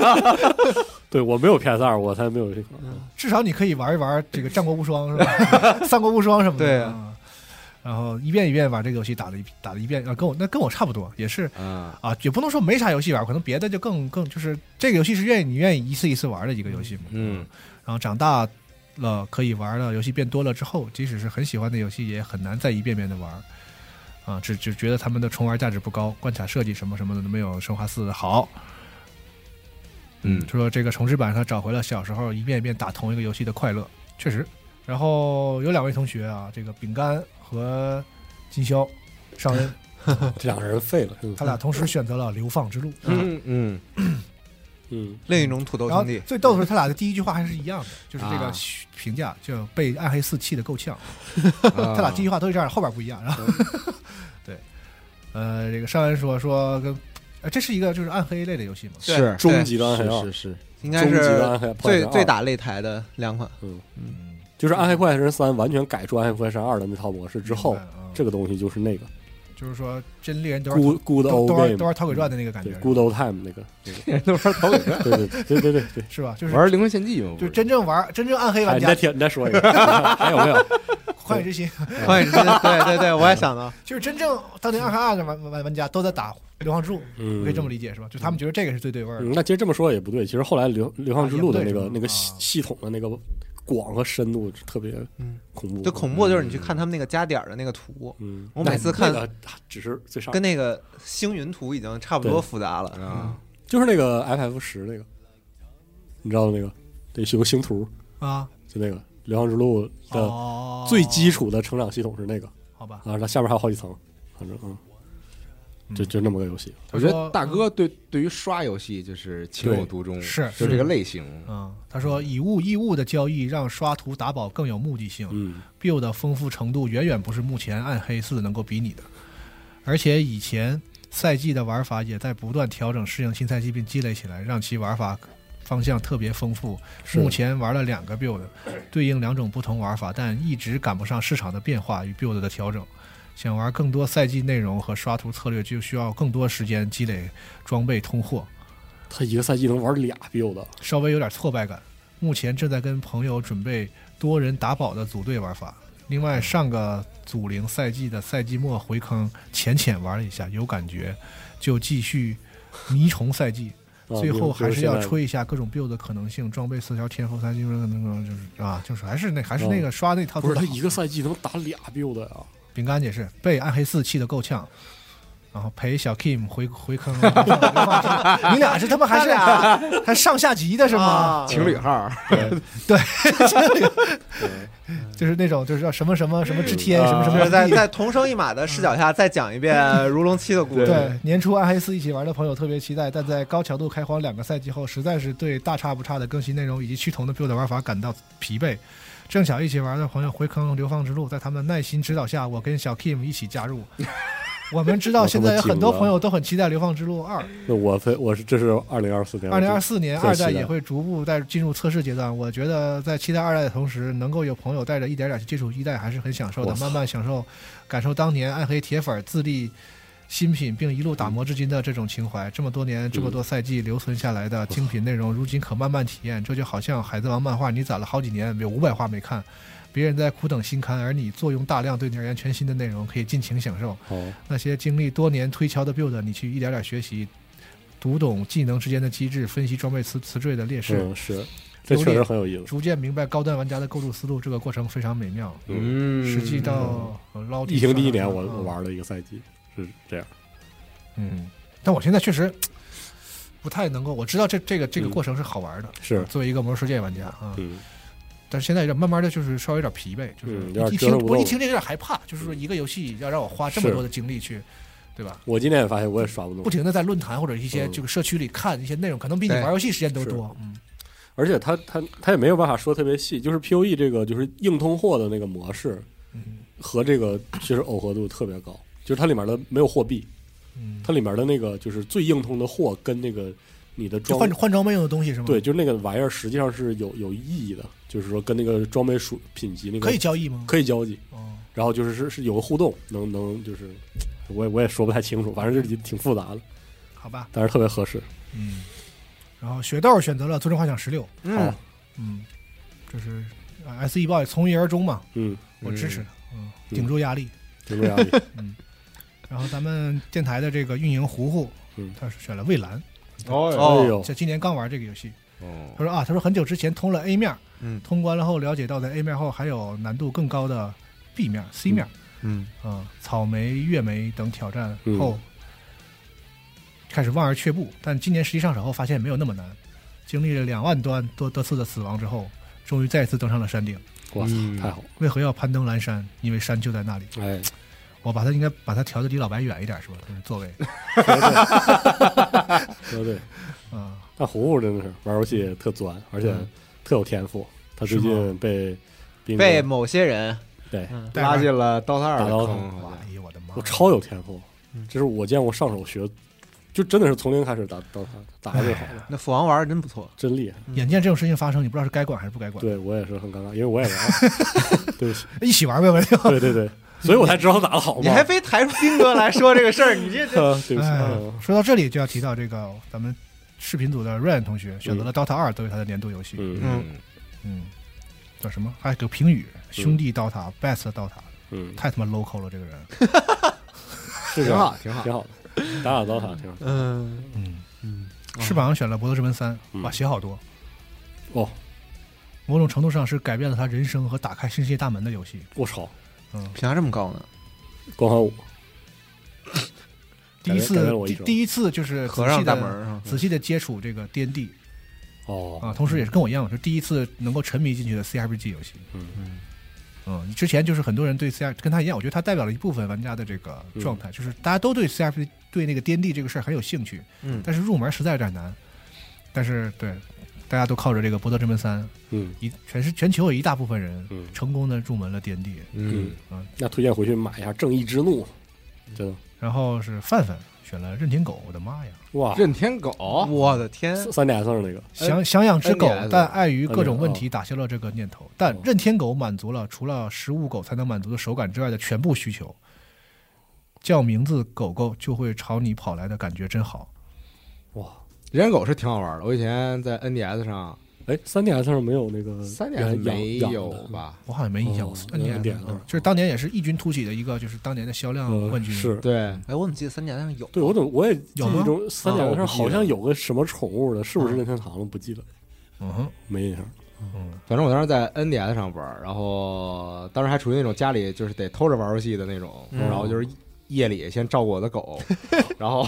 Speaker 5: 对我没有 PS 二，我才没有这个。
Speaker 4: 嗯
Speaker 2: 至少你可以玩一玩这个《战国无双》是 吧？《三国无双》什么的。
Speaker 3: 对啊
Speaker 2: 啊。然后一遍一遍把这个游戏打了一打了一遍啊，跟我那跟我差不多，也是
Speaker 4: 啊，
Speaker 2: 啊，也不能说没啥游戏玩，可能别的就更更就是这个游戏是愿意你愿意一次一次玩的一个游戏嘛。
Speaker 4: 嗯，
Speaker 2: 然后长大了可以玩了，游戏变多了之后，即使是很喜欢的游戏，也很难再一遍遍的玩。啊，只只觉得他们的重玩价值不高，关卡设计什么什么的都没有《生化四》的好。
Speaker 4: 嗯
Speaker 2: 说这个重置版，他找回了小时候一遍一遍打同一个游戏的快乐，确实。然后有两位同学啊，这个饼干和金宵尚恩，
Speaker 5: 这两个人废了，嗯
Speaker 2: 他俩同时选择了流放之路。啊
Speaker 4: 嗯嗯，
Speaker 5: 嗯，
Speaker 3: 另一种土豆
Speaker 2: 然后
Speaker 3: 兄弟，
Speaker 2: 最逗的是，他俩的第一句话还是一样的，就是这个
Speaker 4: 啊
Speaker 2: 评价就被暗黑四气得够 呛。
Speaker 4: 他
Speaker 3: 啊
Speaker 2: 他俩第一句话都是这样，后边不一样。然后， 对，呃，这个上文说说跟，呃，这是一个就是暗黑类的游戏嘛，
Speaker 3: 对
Speaker 4: 是
Speaker 5: 终极的暗黑二，
Speaker 4: 是是是，
Speaker 3: 应该
Speaker 5: 终极的
Speaker 3: 是
Speaker 5: 暗黑破坏啊
Speaker 3: 最
Speaker 5: 神二
Speaker 3: 最打擂台的两款。
Speaker 2: 啊嗯，
Speaker 5: 就是暗黑破坏神三完全改出暗黑破坏神二的那套模式之后
Speaker 2: 明，白
Speaker 4: 嗯
Speaker 2: 啊
Speaker 5: 这个东西就是那个
Speaker 2: 就是说真猎人都玩
Speaker 5: good good
Speaker 2: 都
Speaker 5: old
Speaker 2: 都玩都
Speaker 5: game，
Speaker 2: 玩《逃鬼传》的那个感
Speaker 5: 对
Speaker 2: 觉，
Speaker 5: good old time 那个，
Speaker 4: 都玩头尾
Speaker 5: 对对对对对对对。
Speaker 2: 是吧？就是
Speaker 4: 玩灵魂献祭嘛，
Speaker 2: 就真正玩真正暗黑
Speaker 5: 哎，
Speaker 2: 玩
Speaker 5: 你再
Speaker 2: 家，
Speaker 5: 听，你再说一个， 还有没有？
Speaker 2: 幻影之心，
Speaker 3: 幻影之心，对对对，我也想到，
Speaker 2: 就是真正当年暗黑二的玩玩玩家都在打流放之路，
Speaker 5: 嗯
Speaker 2: 可以这么理解是吧？就他们觉得这个是最对味儿
Speaker 5: 嗯
Speaker 2: 的，
Speaker 5: 那其实这么说也不对，其实后来流流放之路的那
Speaker 2: 啊也
Speaker 5: 个
Speaker 2: 不对
Speaker 5: 那个系
Speaker 2: 是吧啊
Speaker 5: 系统的那个广和深度特别
Speaker 3: 嗯
Speaker 5: 恐怖，
Speaker 3: 最恐怖的就是你去看他们那个加点儿的那个图，
Speaker 5: 嗯，
Speaker 3: 我每次看
Speaker 5: 那个只是最上，
Speaker 3: 跟那个星云图已经差不多复杂了。嗯
Speaker 4: 啊，
Speaker 5: 就是那个 FF 十那个，你知道那个，对，有个星图，
Speaker 2: 啊，
Speaker 5: 就那个流放之路的
Speaker 2: 哦，
Speaker 5: 最基础的成长系统是那个
Speaker 2: 好吧，
Speaker 5: 啊，它下面还有好几层，反正嗯，就就那么个游戏。
Speaker 4: 我觉得
Speaker 2: 嗯
Speaker 4: 大哥对对于刷游戏就是情有独钟，
Speaker 2: 是
Speaker 4: 就是这个类型。
Speaker 2: 嗯，他说以物易物的交易让刷图打宝更有目的性、
Speaker 5: 嗯，
Speaker 2: b u i l d 的丰富程度远远不是目前暗黑四能够比拟的，而且以前赛季的玩法也在不断调整适应新赛季并积累起来，让其玩法方向特别丰富。
Speaker 5: 是
Speaker 2: 目前玩了两个 build，对应两种不同玩法，但一直赶不上市场的变化与 build 的调整。想玩更多赛季内容和刷图策略，就需要更多时间积累装备通货。
Speaker 5: 他一个赛季能玩俩 build，啊
Speaker 2: 稍微有点挫败感。目前正在跟朋友准备多人打宝的组队玩法。另外，上个祖灵赛季的赛季末回坑，浅浅玩了一下，有感觉，就继续迷虫赛季。
Speaker 5: 啊
Speaker 2: 最后还是要。
Speaker 5: 比如
Speaker 2: 吹一下各种 build 的可能性，装备四条天赋三金那个就是啊，就是还是那
Speaker 5: 嗯
Speaker 2: 还是那个刷那套
Speaker 5: 现在不
Speaker 2: 图
Speaker 5: 是
Speaker 2: 的
Speaker 5: 他
Speaker 2: 好。
Speaker 5: 一个赛季能打俩 build 呀？
Speaker 2: 饼干也是被暗黑四气得够呛，然后陪小 Kim 回回坑了。你俩是他妈还是还上下级的是吗？
Speaker 3: 啊
Speaker 4: 情侣号，
Speaker 5: 对
Speaker 2: 就是那种就是叫什么什么什么之天
Speaker 5: 嗯
Speaker 2: 什么什
Speaker 3: 就是
Speaker 4: 啊
Speaker 2: 么
Speaker 3: 在
Speaker 2: 地。嗯
Speaker 3: 在同生一马的视角下再讲一遍《如龙七》的故事。
Speaker 2: 对，年初暗黑四一起玩的朋友特别期待，但在高强度开荒两个赛季后，实在是对大差不差的更新内容以及趋同的 build 玩法感到疲惫。正想一起玩的朋友回坑流放之路，在他们耐心指导下，我跟小 Kim 一起加入。我们知道现在有很多朋友都很期待《流放之路二》，
Speaker 5: 那我非我是这是二零二四年，
Speaker 2: 二零二四年
Speaker 5: 太
Speaker 2: 二
Speaker 5: 期待
Speaker 2: 代也会逐步在进入测试阶段。我觉得在期待二代的同时，能够有朋友带着一点点去接触一代，还是很享受的
Speaker 5: 我。操
Speaker 2: 慢慢享受，感受当年暗黑铁粉自立新品并一路打磨至今的这种情怀。这么多年，这么多赛季留存下来的精品内容，如今可慢慢体验。这就好像《海贼王》漫画，你攒了好几年，有五百话没看。别人在苦等新刊，而你坐拥大量对你而言全新的内容，可以尽情享受。
Speaker 5: 好
Speaker 2: 那些经历多年推敲的 build，你去一点点学习，读懂技能之间的机制，分析装备词词缀的劣势，
Speaker 5: 嗯是，这确实很有意思。
Speaker 2: 逐渐明白高端玩家的构筑思路。这个过程非常美妙。
Speaker 5: 嗯，
Speaker 4: 嗯，
Speaker 2: 实际到呃捞底
Speaker 5: 疫情第一
Speaker 2: 算
Speaker 5: 年
Speaker 2: 了
Speaker 5: 我
Speaker 2: 嗯
Speaker 5: 我玩了一个赛季，是这样。
Speaker 2: 嗯，但我现在确实不太能够，我知道这这个这个过程是好玩的，呃
Speaker 5: 是
Speaker 2: 作为一个魔兽世界玩家啊，
Speaker 5: 嗯，
Speaker 2: 但是现在有点慢慢的就是稍微有点疲惫，就是
Speaker 5: 嗯有点
Speaker 2: 一一
Speaker 5: 折腾
Speaker 2: 听
Speaker 5: 不
Speaker 2: 不是一
Speaker 5: 动
Speaker 2: 听这个有点害怕，就是说一个游戏要让我花这么
Speaker 5: 是
Speaker 2: 多的精力去，对吧？
Speaker 5: 我今天也发现我也刷不动
Speaker 2: 不，停的在论坛或者一些
Speaker 5: 嗯
Speaker 2: 这个社区里看一些内容，可能比你
Speaker 3: 对
Speaker 2: 玩游戏时间都
Speaker 5: 是
Speaker 2: 多。嗯，
Speaker 5: 而且他他他也没有办法说特别细，就是 P O E 这个就是硬通货的那个模式
Speaker 2: 嗯
Speaker 5: 和这个其实耦合度特别高，就是它里面的没有货币，
Speaker 2: 嗯，
Speaker 5: 它里面的那个就是最硬通的货跟那个你的
Speaker 2: 就
Speaker 5: 装
Speaker 2: 换换装备用的东西是吗？
Speaker 5: 对，，就是那个玩意儿实际上是有有意义的，就是说跟那个装备属品级那个
Speaker 2: 可以交易吗？
Speaker 5: 可以交集，
Speaker 2: 哦，
Speaker 5: 然后就是是是有个互动，能能就是我也我也说不太清楚，反正就是挺复杂的，
Speaker 2: 好吧，
Speaker 5: 但是特别合 适。
Speaker 2: 嗯。然后雪豆选择了《最终幻想十六》，
Speaker 3: 嗯，
Speaker 2: 嗯，就是啊 S E 报也从一而终嘛，
Speaker 5: 嗯，
Speaker 2: 我支持，嗯，顶住压力。嗯
Speaker 5: 就这 样。
Speaker 2: 然后咱们电台的这个运营糊糊，
Speaker 5: 嗯
Speaker 2: 他是选了蔚蓝，啊
Speaker 4: 哦
Speaker 3: 哦
Speaker 5: 哎呦，
Speaker 2: 这今年刚玩这个游戏。
Speaker 4: 哦
Speaker 2: 他说啊，他说很久之前通了 A 面，
Speaker 3: 嗯
Speaker 2: 通关了后了解到在 A 面后还有难度更高的 B 面、C 面，
Speaker 3: 嗯，
Speaker 2: 啊，草莓、月莓等挑战
Speaker 5: 嗯
Speaker 2: 后，开始望而却步。但今年实际上手后，发现没有那么难。经历了两万端多多次的死亡之后，终于再次登上了山顶。
Speaker 5: 我操
Speaker 4: 嗯，
Speaker 5: 太好了！
Speaker 2: 为何要攀登蓝山？因为山就在那里。
Speaker 5: 哎，
Speaker 2: 我把它应该把它调的离老白远一点，是吧？就是 座位
Speaker 5: 说得对，
Speaker 2: 啊，
Speaker 5: 但胡胡真的是玩游戏特钻，而且
Speaker 2: 嗯
Speaker 5: 特有天赋。他最
Speaker 2: 是
Speaker 5: 近被冰哥
Speaker 3: 被某些人
Speaker 5: 对，
Speaker 3: 嗯
Speaker 2: 带
Speaker 4: 拉
Speaker 2: 着
Speaker 4: 进了 DOTA 二
Speaker 5: 打
Speaker 4: 的
Speaker 5: 到
Speaker 4: 坑，好
Speaker 2: 哇
Speaker 4: 吧
Speaker 2: 哎呦我的妈！
Speaker 5: 我超有天赋
Speaker 3: 嗯，
Speaker 5: 这是我见过上手学，就真的是从零开始打到他打的最好的，
Speaker 3: 那斧王玩的真不错，
Speaker 5: 真厉害。
Speaker 2: 眼见这种事情发生，你不知道是该管还是不该管，
Speaker 5: 对我也是很尴尬，因为我也 玩，对不起，
Speaker 2: 一起玩呗，我就。
Speaker 5: 对对对，所以我才知道打的好嘛。
Speaker 3: 你还非抬出兵哥来说这个事儿，你这这
Speaker 5: 啊 对不起，
Speaker 2: 哎
Speaker 5: 嗯
Speaker 2: 说到这里就要提到这个咱们视频组的 Ryan 同学选择了 DOTA 二作为他的年度游戏。
Speaker 5: 嗯
Speaker 3: 嗯
Speaker 2: 嗯，叫什么？还有个评语：兄弟 DOTA、best DOTA，
Speaker 5: 嗯，
Speaker 2: 太他妈 local 了，这个人。
Speaker 5: 是
Speaker 4: 挺
Speaker 5: 这样
Speaker 4: 好，挺好
Speaker 5: 挺。好的，打打刀塔挺好。
Speaker 3: 嗯
Speaker 2: 嗯，
Speaker 3: 嗯，
Speaker 2: 翅膀选了《博德之门三》，哇，
Speaker 5: 嗯
Speaker 2: 写好多。
Speaker 5: 哦，
Speaker 2: 某种程度上是改变了他人生和打开新世界大门的游戏。
Speaker 5: 我操，
Speaker 2: 嗯，
Speaker 3: 评价这么高呢？
Speaker 5: 光环五，
Speaker 2: 第
Speaker 5: 改
Speaker 2: 一
Speaker 5: 变
Speaker 2: 次
Speaker 5: 了我一
Speaker 2: 第
Speaker 5: 生
Speaker 2: 第一次就是
Speaker 3: 合
Speaker 2: 仔细
Speaker 3: 上大门
Speaker 2: 的
Speaker 3: 儿上，
Speaker 2: 仔细的接触这个 D N D
Speaker 5: 啊哦
Speaker 2: 啊，同时也是跟我一样，就第一次能够沉迷进去的 C R P G 游戏。
Speaker 5: 嗯
Speaker 3: 嗯，
Speaker 2: 嗯，之前就是很多人对 C R 跟他一样，我觉得他代表了一部分玩家的这个
Speaker 5: 嗯
Speaker 2: 状态，就是大家都对 C R P 对那个颠地这个事儿很有兴趣，
Speaker 3: 嗯，
Speaker 2: 但是入门实在有点难。但是对，大家都靠着这个《博德之门三》，
Speaker 5: 嗯
Speaker 2: 一全是全球有一大部分人
Speaker 5: 嗯
Speaker 2: 成功的入门了颠地，
Speaker 4: 嗯，
Speaker 5: 那推荐回去买一下《正义之怒》，真的
Speaker 2: 然后是范范选了任天狗，我的妈呀！
Speaker 5: 哇，
Speaker 4: 任天狗，
Speaker 3: 我的天，
Speaker 5: 三 DS 上那个
Speaker 2: 想想养只狗
Speaker 4: NDS，
Speaker 2: 但碍于各种问题打消了这个念头。
Speaker 5: 哦
Speaker 2: 但任天狗满足了除了食物狗才能满足的手感之外的全部需求。叫名字狗狗就会朝你跑来的感觉真好。
Speaker 5: 哇，
Speaker 4: 任天狗是挺好玩的。我以前在 NDS 上，
Speaker 5: 哎，三 DS 上没有那个
Speaker 4: 三
Speaker 5: 养
Speaker 4: DS 没？有
Speaker 5: 养养的
Speaker 4: 吧？
Speaker 2: 我好像没印象，我
Speaker 5: 哦
Speaker 2: 那年
Speaker 5: 点了
Speaker 2: 就是当年也是异军突起的一个，就是当年的销量冠
Speaker 5: 嗯，
Speaker 2: 军。
Speaker 5: 是，
Speaker 4: 对，
Speaker 3: 哎，我怎么记得三 DS 上有？
Speaker 5: 对我怎么我也记
Speaker 2: 有吗
Speaker 5: 忆中三
Speaker 4: 啊我
Speaker 5: DS
Speaker 4: 不
Speaker 5: 上
Speaker 4: 记
Speaker 5: 好
Speaker 4: 得
Speaker 5: 像有个什么宠物的，是不是
Speaker 3: 啊
Speaker 5: 任天堂了？不记得，
Speaker 2: 嗯哼，
Speaker 5: 没印象。
Speaker 2: 嗯，
Speaker 4: 反正我当时在 NDS 上玩儿，然后当时还处于那种家里就是得偷着玩游戏的那种，
Speaker 3: 嗯
Speaker 4: 然后就是夜里先照顾我的 狗，然后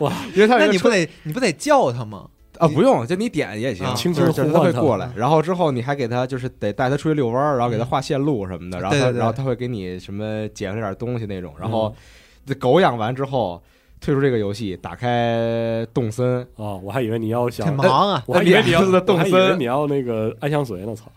Speaker 5: 哇，
Speaker 4: 因为它有一
Speaker 3: 那
Speaker 4: 个
Speaker 3: 你不
Speaker 4: 车
Speaker 3: 得你不得叫它吗？
Speaker 4: 啊不用，就你点也行，
Speaker 3: 啊
Speaker 4: 就
Speaker 5: 轻
Speaker 4: 是
Speaker 5: 松
Speaker 4: 就是它
Speaker 5: 呼唤
Speaker 4: 会
Speaker 5: 它嗯
Speaker 4: 过来，然后之后你还给它就是得带它出去遛弯儿，然后给它画线路什么的，然后它
Speaker 3: 嗯对对嗯对
Speaker 4: 然后它会给你什么捡回来点东西那种，然后这狗养完之后退出这个游戏，打开动森，呃
Speaker 5: 啊，我还以为你要
Speaker 3: 挺
Speaker 5: 想，
Speaker 3: 忙啊，
Speaker 5: 我还以为你要，
Speaker 4: 脸上的
Speaker 5: 我还以
Speaker 4: 动
Speaker 5: 为
Speaker 4: 森
Speaker 5: 你要那个爱相随呢，操！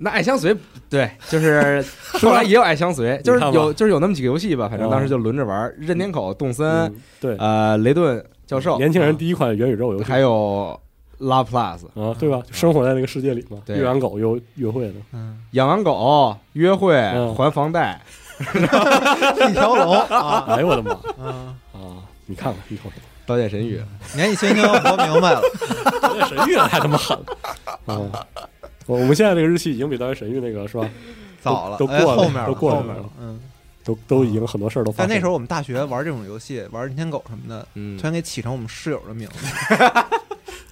Speaker 4: 那爱相随，对，就是 说来也有爱相随，就是
Speaker 5: 看吧
Speaker 4: 有就是有那么几个游戏吧，反正
Speaker 5: 嗯
Speaker 4: 当时就轮着玩儿，任天口、动森、
Speaker 5: 嗯，对，
Speaker 4: 呃雷顿教授，啊
Speaker 5: 年轻人第一款元宇宙游戏，
Speaker 4: 还有 La Plus，
Speaker 5: 啊，对吧？生活在那个世界里嘛，
Speaker 4: 对
Speaker 5: 越养狗又约会呢，
Speaker 3: 嗯，
Speaker 4: 养完狗、约会、
Speaker 5: 嗯
Speaker 4: 还房贷，
Speaker 3: 一条龙啊
Speaker 5: 哎呦我的妈
Speaker 3: 啊！
Speaker 5: 啊！你看看，你瞅瞅，
Speaker 4: 刀剑神域，
Speaker 3: 年纪轻轻活明 白了，
Speaker 5: 刀剑神域还他妈狠啊！我我们现在这个日期已经比刀剑神域那个是吧，
Speaker 3: 早了，
Speaker 5: 都
Speaker 3: 哎
Speaker 5: 过了
Speaker 3: 后面了
Speaker 5: 都过了
Speaker 3: 后面了，嗯。
Speaker 5: 都都已经很多事儿都发
Speaker 3: 但
Speaker 5: 生了。
Speaker 3: 那时候我们大学玩这种游戏，玩任天狗什么的，
Speaker 4: 嗯
Speaker 3: 突然给起成我们室友 的名字，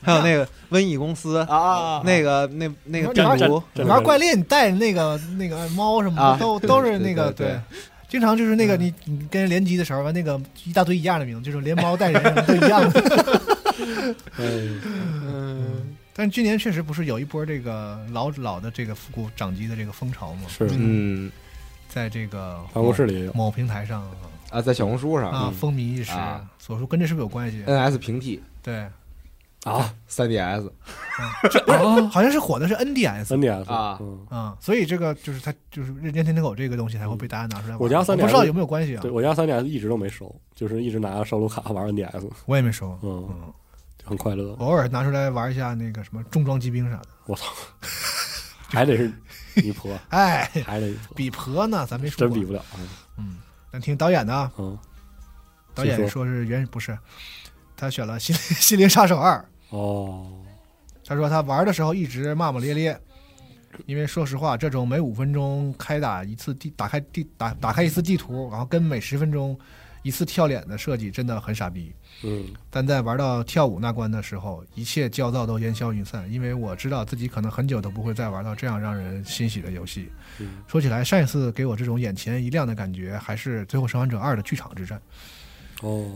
Speaker 3: 还有那个瘟疫公司，
Speaker 4: 啊
Speaker 3: 那个那那个
Speaker 2: 你
Speaker 3: 病
Speaker 2: 玩
Speaker 3: 毒，
Speaker 5: 真
Speaker 2: 玩怪猎你带那个那个猫什么
Speaker 4: 啊
Speaker 2: 的，都都是那个
Speaker 4: 对对对
Speaker 2: 对。经常就是那个你你跟人联机的时候，完那个一大堆一样的名字，就是连猫带人什么都一样的。
Speaker 5: 哎
Speaker 3: 嗯，
Speaker 2: 但是今年确实不是有一波这个老老的这个复古掌机的这个风潮吗？
Speaker 5: 是
Speaker 4: 嗯
Speaker 2: 在这个
Speaker 5: 办公室里也有，
Speaker 2: 某平台上啊
Speaker 4: 啊，在小红书上、
Speaker 2: 啊风靡一时
Speaker 4: 啊，
Speaker 2: 所以说跟这是不是有关系？
Speaker 4: n s 平替
Speaker 2: 对，
Speaker 5: 啊
Speaker 4: 3DS，
Speaker 5: 啊
Speaker 2: 好像是火的是 NDS
Speaker 5: ，NDS
Speaker 4: 啊
Speaker 5: 嗯
Speaker 2: 啊，所以这个就是它就是任天堂狗这个东西才会被大家拿出来玩。
Speaker 5: 我家三
Speaker 2: 不
Speaker 5: 点
Speaker 2: 知道有没有关系啊
Speaker 5: 对？我家 3DS 一直都没收，就是一直拿烧录卡玩 NDS，
Speaker 2: 我也没收，
Speaker 5: 嗯，
Speaker 2: 嗯，
Speaker 5: 就很快
Speaker 3: 哦
Speaker 5: 乐。
Speaker 2: 偶尔拿出来玩一下那个什么重装机兵啥的。
Speaker 5: 我操， 还得是你婆，
Speaker 2: 哎，
Speaker 5: 还得你婆，
Speaker 2: 比婆呢，咱没说
Speaker 5: 真
Speaker 2: 过
Speaker 5: 比不了啊！
Speaker 2: 嗯，但听导演的啊，
Speaker 5: 嗯，
Speaker 2: 导演说是原不是，他选了心《心灵 杀手二》，
Speaker 5: 哦，
Speaker 2: 他说他玩的时候一直骂骂咧咧，因为说实话，这种每五分钟开打一次地，打开地打打开一次地图，然后跟每十分钟一次跳脸的设计真的很傻逼。
Speaker 5: 嗯
Speaker 2: 但在玩到跳舞那关的时候，一切焦躁都烟消云散，因为我知道自己可能很久都不会再玩到这样让人欣喜的游戏。
Speaker 5: 嗯
Speaker 2: 说起来，上一次给我这种眼前一亮的感觉，还是《最后生还者二》的剧场之战。《
Speaker 5: 哦，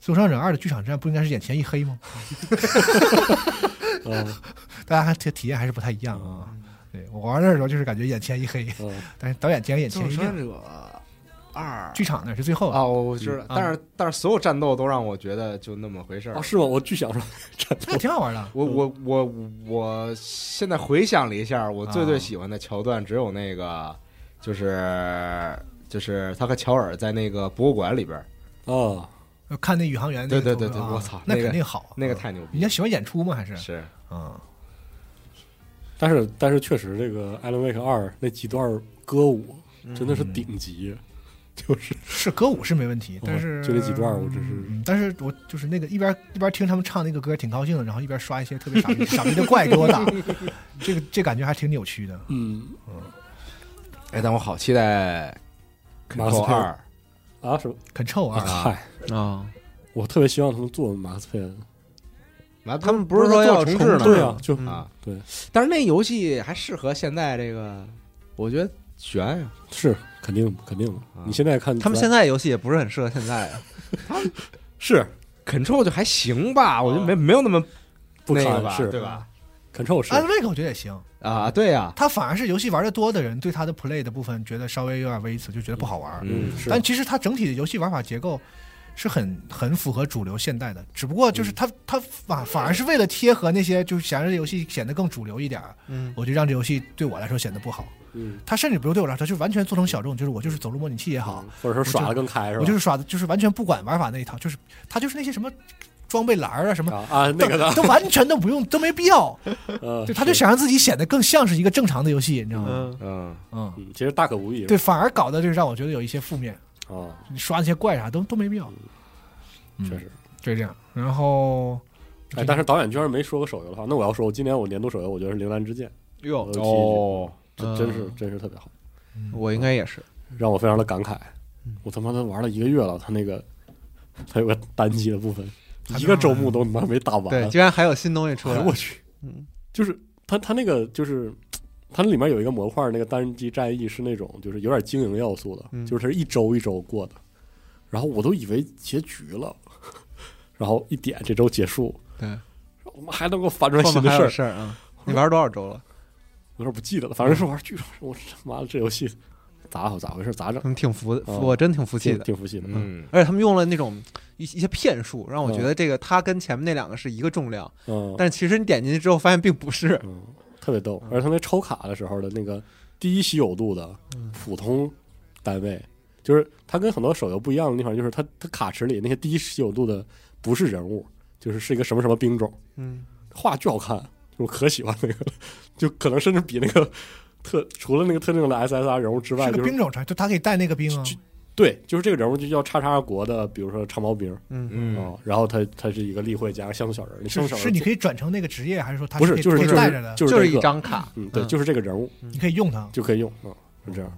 Speaker 2: 最后生还者二》的剧场之战不应该是眼前 一黑吗？
Speaker 5: 嗯
Speaker 2: 大家还体体验还是不太一样啊。对我玩的时候就是感觉眼前一黑，
Speaker 5: 嗯，
Speaker 2: 但是导演竟然眼前一亮。
Speaker 4: 者二
Speaker 2: 剧场那是最后
Speaker 4: 啊，，我我知道，
Speaker 2: 嗯
Speaker 4: 但是但是所有战斗都让我觉得就那么回事儿
Speaker 5: 哦，。是吗？我巨想说，
Speaker 2: 那挺好玩的。
Speaker 4: 我我我我现在回想了一下，我最
Speaker 2: 啊
Speaker 4: 最喜欢的桥段只有那个，就是就是他和乔尔在那个博物馆里边儿，
Speaker 5: 啊，
Speaker 2: 看那宇航员那个
Speaker 4: 对
Speaker 2: 动作啊，
Speaker 4: 对对对我操
Speaker 2: 那
Speaker 4: 那个
Speaker 2: 肯定好啊，
Speaker 4: 那个太牛
Speaker 2: 人
Speaker 4: 逼
Speaker 2: 家
Speaker 4: 了。
Speaker 2: 喜欢演出吗？还是
Speaker 4: 是，
Speaker 2: 嗯，
Speaker 5: 但是但是确实，这个《艾伦威克二》那几段歌舞
Speaker 4: 嗯
Speaker 5: 真的是顶级，就是
Speaker 2: 是歌舞是没问题，
Speaker 5: 哦
Speaker 2: 但是
Speaker 5: 就那几段儿我真是
Speaker 2: 嗯但是我就是那个一边一边听他们唱那个歌挺高兴的，然后一边刷一些特别傻逼傻逼的怪给我打， 这个这感觉还挺扭曲的。
Speaker 5: 嗯
Speaker 4: 哎，但我好期待《
Speaker 5: 马斯
Speaker 4: Control
Speaker 5: 克
Speaker 4: 二
Speaker 5: 啊什么
Speaker 2: 很臭啊！
Speaker 5: 嗨，
Speaker 3: 啊，
Speaker 5: 我特别希望他们做马斯佩恩，》，
Speaker 4: 完
Speaker 3: 他们
Speaker 4: 不
Speaker 3: 不是说要
Speaker 4: 做重置呢
Speaker 3: 重置
Speaker 5: 对
Speaker 4: 吗？
Speaker 5: 啊，就
Speaker 3: 嗯
Speaker 4: 啊，
Speaker 5: 对，
Speaker 4: 但是那游戏还适合现在这个，我觉得悬呀。
Speaker 5: 是肯定肯定的
Speaker 4: 啊。
Speaker 5: 你现在看
Speaker 3: 他们现在游戏也不是很适合现在啊，
Speaker 5: 是
Speaker 4: Control 就还行吧，我觉得没没有那么
Speaker 5: 不
Speaker 4: 哦那
Speaker 5: 堪
Speaker 4: 个吧，
Speaker 5: 是
Speaker 4: 对吧？
Speaker 5: Control 是
Speaker 2: a n w a k 我觉得也行，
Speaker 4: 啊，对呀，
Speaker 2: 他反而是游戏玩的多的人对他的 play 的部分觉得稍微有点微词，就觉得不好玩。
Speaker 4: 嗯
Speaker 5: 是
Speaker 2: 但其实它整体的游戏玩法结构是很很符合主流现代的，只不过
Speaker 5: 嗯
Speaker 2: 就是它、它反反而是为了贴合那些就是想让这游戏显得更主流一点儿，
Speaker 3: 嗯
Speaker 2: 我就让这游戏对我来说显得不好。
Speaker 5: 嗯
Speaker 2: 它甚至不用对我来说，就完全做成小众，就是我就是走路模拟器也好，，
Speaker 5: 嗯或者说耍的更开是吧？
Speaker 2: 我就是耍的就是完全不管玩法那一套，就是它就是那些什么装备栏儿啊什么。
Speaker 5: 啊啊那个的，
Speaker 2: 都 完全都不用，都没必要。
Speaker 5: 嗯
Speaker 2: 对，他就想让自己显得更像是一个正常的游戏，你知道吗？
Speaker 3: 嗯，
Speaker 4: 嗯，
Speaker 2: 嗯，
Speaker 5: 嗯，其实大可不必
Speaker 2: 对，反而搞的就是让我觉得有一些负面，
Speaker 5: 啊，
Speaker 2: 你刷那些怪啥都都没必要。嗯
Speaker 5: 确实。
Speaker 2: 就这样。然后
Speaker 5: 哎，但是导演居然没说过手游的话，那我要说，我今年我年度手游，我觉得是《铃兰之剑》，呃
Speaker 3: 哟，嗯
Speaker 4: 哦，
Speaker 5: 这真是真是特别好，
Speaker 3: 我应该也是，
Speaker 5: 让我非常的感慨。我他妈的玩了一个月了，他那个他有个单机的部分，
Speaker 2: 还
Speaker 5: 一
Speaker 2: 没
Speaker 5: 个
Speaker 2: 玩
Speaker 5: 周
Speaker 2: 完
Speaker 5: 目都他妈没打完
Speaker 3: 对，，居然还有新东西出
Speaker 5: 哎
Speaker 3: 来，
Speaker 5: 我去，
Speaker 3: 嗯
Speaker 5: 就是他他那个就是它里面有一个模块，那个单机战役是那种就是有点经营要素的，
Speaker 3: 嗯
Speaker 5: 就是它是一周一周过的，然后我都以为结局了， 然后一点这周结束，
Speaker 3: 对，
Speaker 5: 我们还能够翻出来
Speaker 3: 后
Speaker 5: 新的
Speaker 3: 面还
Speaker 5: 事
Speaker 3: 有
Speaker 5: 儿，
Speaker 3: 事儿啊！你玩多少周了？
Speaker 5: 我有点不记得了，反正是玩巨长，我他妈的这游戏咋好咋回事咋整
Speaker 3: 他，们嗯挺服，
Speaker 5: 哦
Speaker 3: 我真挺服气
Speaker 5: 挺
Speaker 3: 的。
Speaker 5: 挺服气的，
Speaker 4: 嗯，
Speaker 3: 而且他们用了那种一一些骗术，让我觉得这个它跟前面那两个是一个重量，
Speaker 5: 嗯，
Speaker 3: 但其实你点进去之后发现并不是。
Speaker 5: 嗯，特别逗。而他那抽卡的时候的那个第一稀有度的
Speaker 3: 嗯
Speaker 5: 普通单位，就是它跟很多手游不一样的地方，就是它它卡池里那些第一稀有度的不是人物，就是是一个什么什么兵种，
Speaker 3: 嗯，
Speaker 5: 画巨好看，我可喜欢那个了，就可能甚至比那个特除了那个特定的 SSR 人物之外，
Speaker 2: 是
Speaker 5: 就
Speaker 2: 个
Speaker 5: 是
Speaker 2: 兵种船，就他可以带那个兵啊，
Speaker 5: 对，就是这个人物就叫叉叉国的，比如说长毛兵，
Speaker 4: 嗯
Speaker 5: 哦，然后他他是一个例会加个乡村小人儿，那乡村
Speaker 2: 是
Speaker 5: 小
Speaker 2: 是
Speaker 5: 人
Speaker 2: 你
Speaker 5: 儿
Speaker 2: 可以转成那个职业，还是说他
Speaker 5: 不是
Speaker 2: 可以
Speaker 5: 就是
Speaker 2: 可以
Speaker 5: 就是
Speaker 2: 带着的？
Speaker 5: 就是
Speaker 3: 就是
Speaker 5: 这
Speaker 3: 一
Speaker 5: 个
Speaker 3: 张卡。
Speaker 5: 嗯，对，
Speaker 3: 嗯
Speaker 5: 就是这个人物
Speaker 2: 你可以用它，
Speaker 5: 就可以用，嗯，是这样。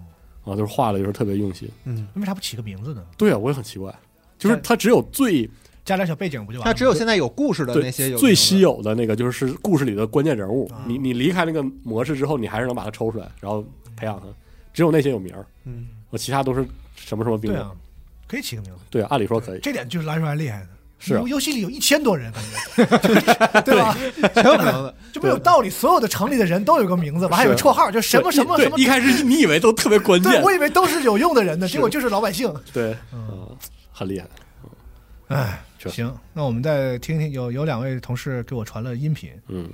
Speaker 5: 啊，就是画的就是特别用心。
Speaker 3: 嗯，
Speaker 2: 为啥不起个名字呢？
Speaker 5: 对啊，我也很奇怪，就是它只有最
Speaker 2: 加点小背景不就完了吗？
Speaker 3: 它只有现在有故事的那
Speaker 5: 对
Speaker 3: 些有
Speaker 5: 最稀
Speaker 3: 有
Speaker 5: 有的那个，就是故事里的关键人物
Speaker 2: 啊。
Speaker 5: 你你离开那个模式之后，你还是能把它抽出来，然后培养它。只有那些有名儿，
Speaker 3: 嗯，
Speaker 5: 我其他都是什么什么兵
Speaker 2: 对
Speaker 5: 种。
Speaker 2: 啊，可以起个名字，
Speaker 5: 对啊，按理说可以。
Speaker 2: 这点哎就是蓝帅厉害的。
Speaker 5: 是啊
Speaker 2: 游游戏里有一千多人，感觉 对吧？
Speaker 3: 全有可能的。
Speaker 2: 就没有道理，所有的城里的人都有个名字，我还有个
Speaker 5: 是
Speaker 2: 绰号，就什么什么
Speaker 5: 对
Speaker 2: 什么
Speaker 5: 一。开始你以为都特别关键
Speaker 2: 对，，我以为都是有用的人呢，结果就是老百姓。
Speaker 5: 对，
Speaker 2: 嗯，
Speaker 5: 嗯，很厉害。
Speaker 2: 哎，
Speaker 5: 是
Speaker 2: 行，那我们再听听，有有两位同事给我传了音频，
Speaker 5: 嗯，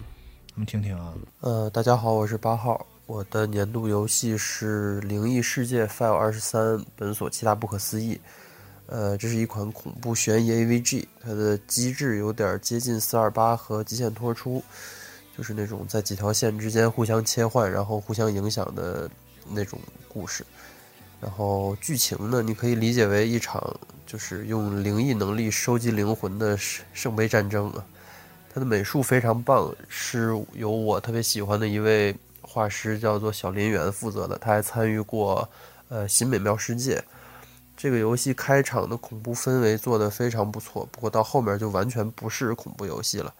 Speaker 2: 我们听听啊。
Speaker 8: 呃，大家好，我是八号，我的年度游戏是《灵异世界 File 二十三：本所七大不可思议》。呃，这是一款恐怖悬疑 AVG，它的机制有点接近四二八和极限脱出，就是那种在几条线之间互相切换，然后互相影响的那种故事。然后剧情呢，你可以理解为一场就是用灵异能力收集灵魂的圣圣杯战争啊。他的美术非常棒，是由我特别喜欢的一位画师叫做小林园负责的。他还参与过呃《新美妙世界》这个游戏开场的恐怖氛围做得非常不错，不过到后面就完全不是恐怖游戏了。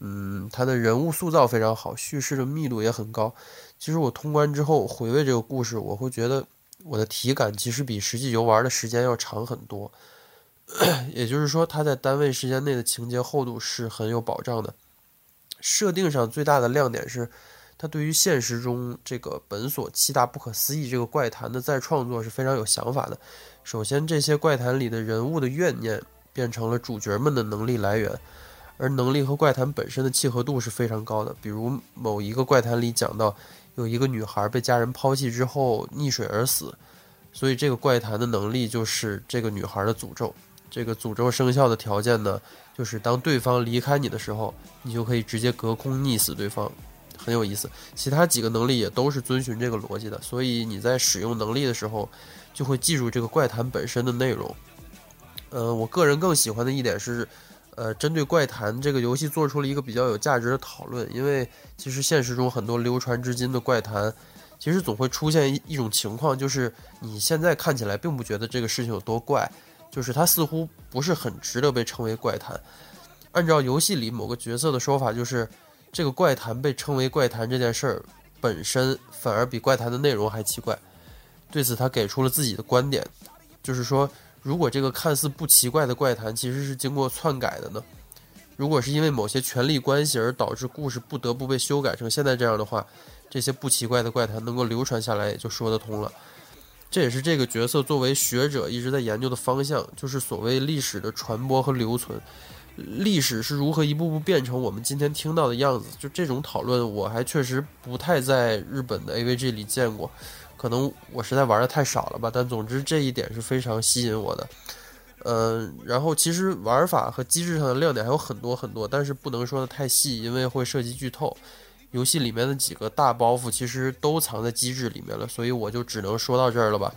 Speaker 8: 嗯，他的人物塑造非常好，叙事的密度也很高。其实我通关之后回味这个故事，我会觉得我的体感其实比实际游玩的时间要长很多。 也就是说，它在单位时间内的情节厚度是很有保障的。设定上最大的亮点是，它对于现实中这个本所七大不可思议这个怪谈的再创作是非常有想法的。首先，这些怪谈里的人物的怨念变成了主角们的能力来源，而能力和怪谈本身的契合度是非常高的。比如某一个怪谈里讲到，有一个女孩被家人抛弃之后溺水而死，所以这个怪谈的能力就是这个女孩的诅咒。这个诅咒生效的条件呢，就是当对方离开你的时候，你就可以直接隔空溺死对方，很有意思。其他几个能力也都是遵循这个逻辑的，所以你在使用能力的时候，就会记住这个怪谈本身的内容。呃，我个人更喜欢的一点是，呃，针对怪谈这个游戏做出了一个比较有价值的讨论，因为其实现实中很多流传至今的怪谈。其实总会出现一一种情况，就是你现在看起来并不觉得这个事情有多怪，就是它似乎不是很值得被称为怪谈。按照游戏里某个角色的说法，就是这个怪谈被称为怪谈这件事儿本身，反而比怪谈的内容还奇怪。对此，他给出了自己的观点，就是说，如果这个看似不奇怪的怪谈其实是经过篡改的呢？如果是因为某些权力关系而导致故事不得不被修改成现在这样的话，这些不奇怪的怪谈能够流传下来也就说得通了。这也是这个角色作为学者一直在研究的方向，就是所谓历史的传播和留存，历史是如何一步步变成我们今天听到的样子。就这种讨论，我还确实不太在日本的 AVG 里见过，可能我实在玩的太少了吧。但总之这一点是非常吸引我的。嗯，然后其实玩法和机制上的亮点还有很多很多，但是不能说的太细，因为会涉及剧透。游戏里面的几个大包袱其实都藏在机制里面了，所以我就只能说到这儿了吧。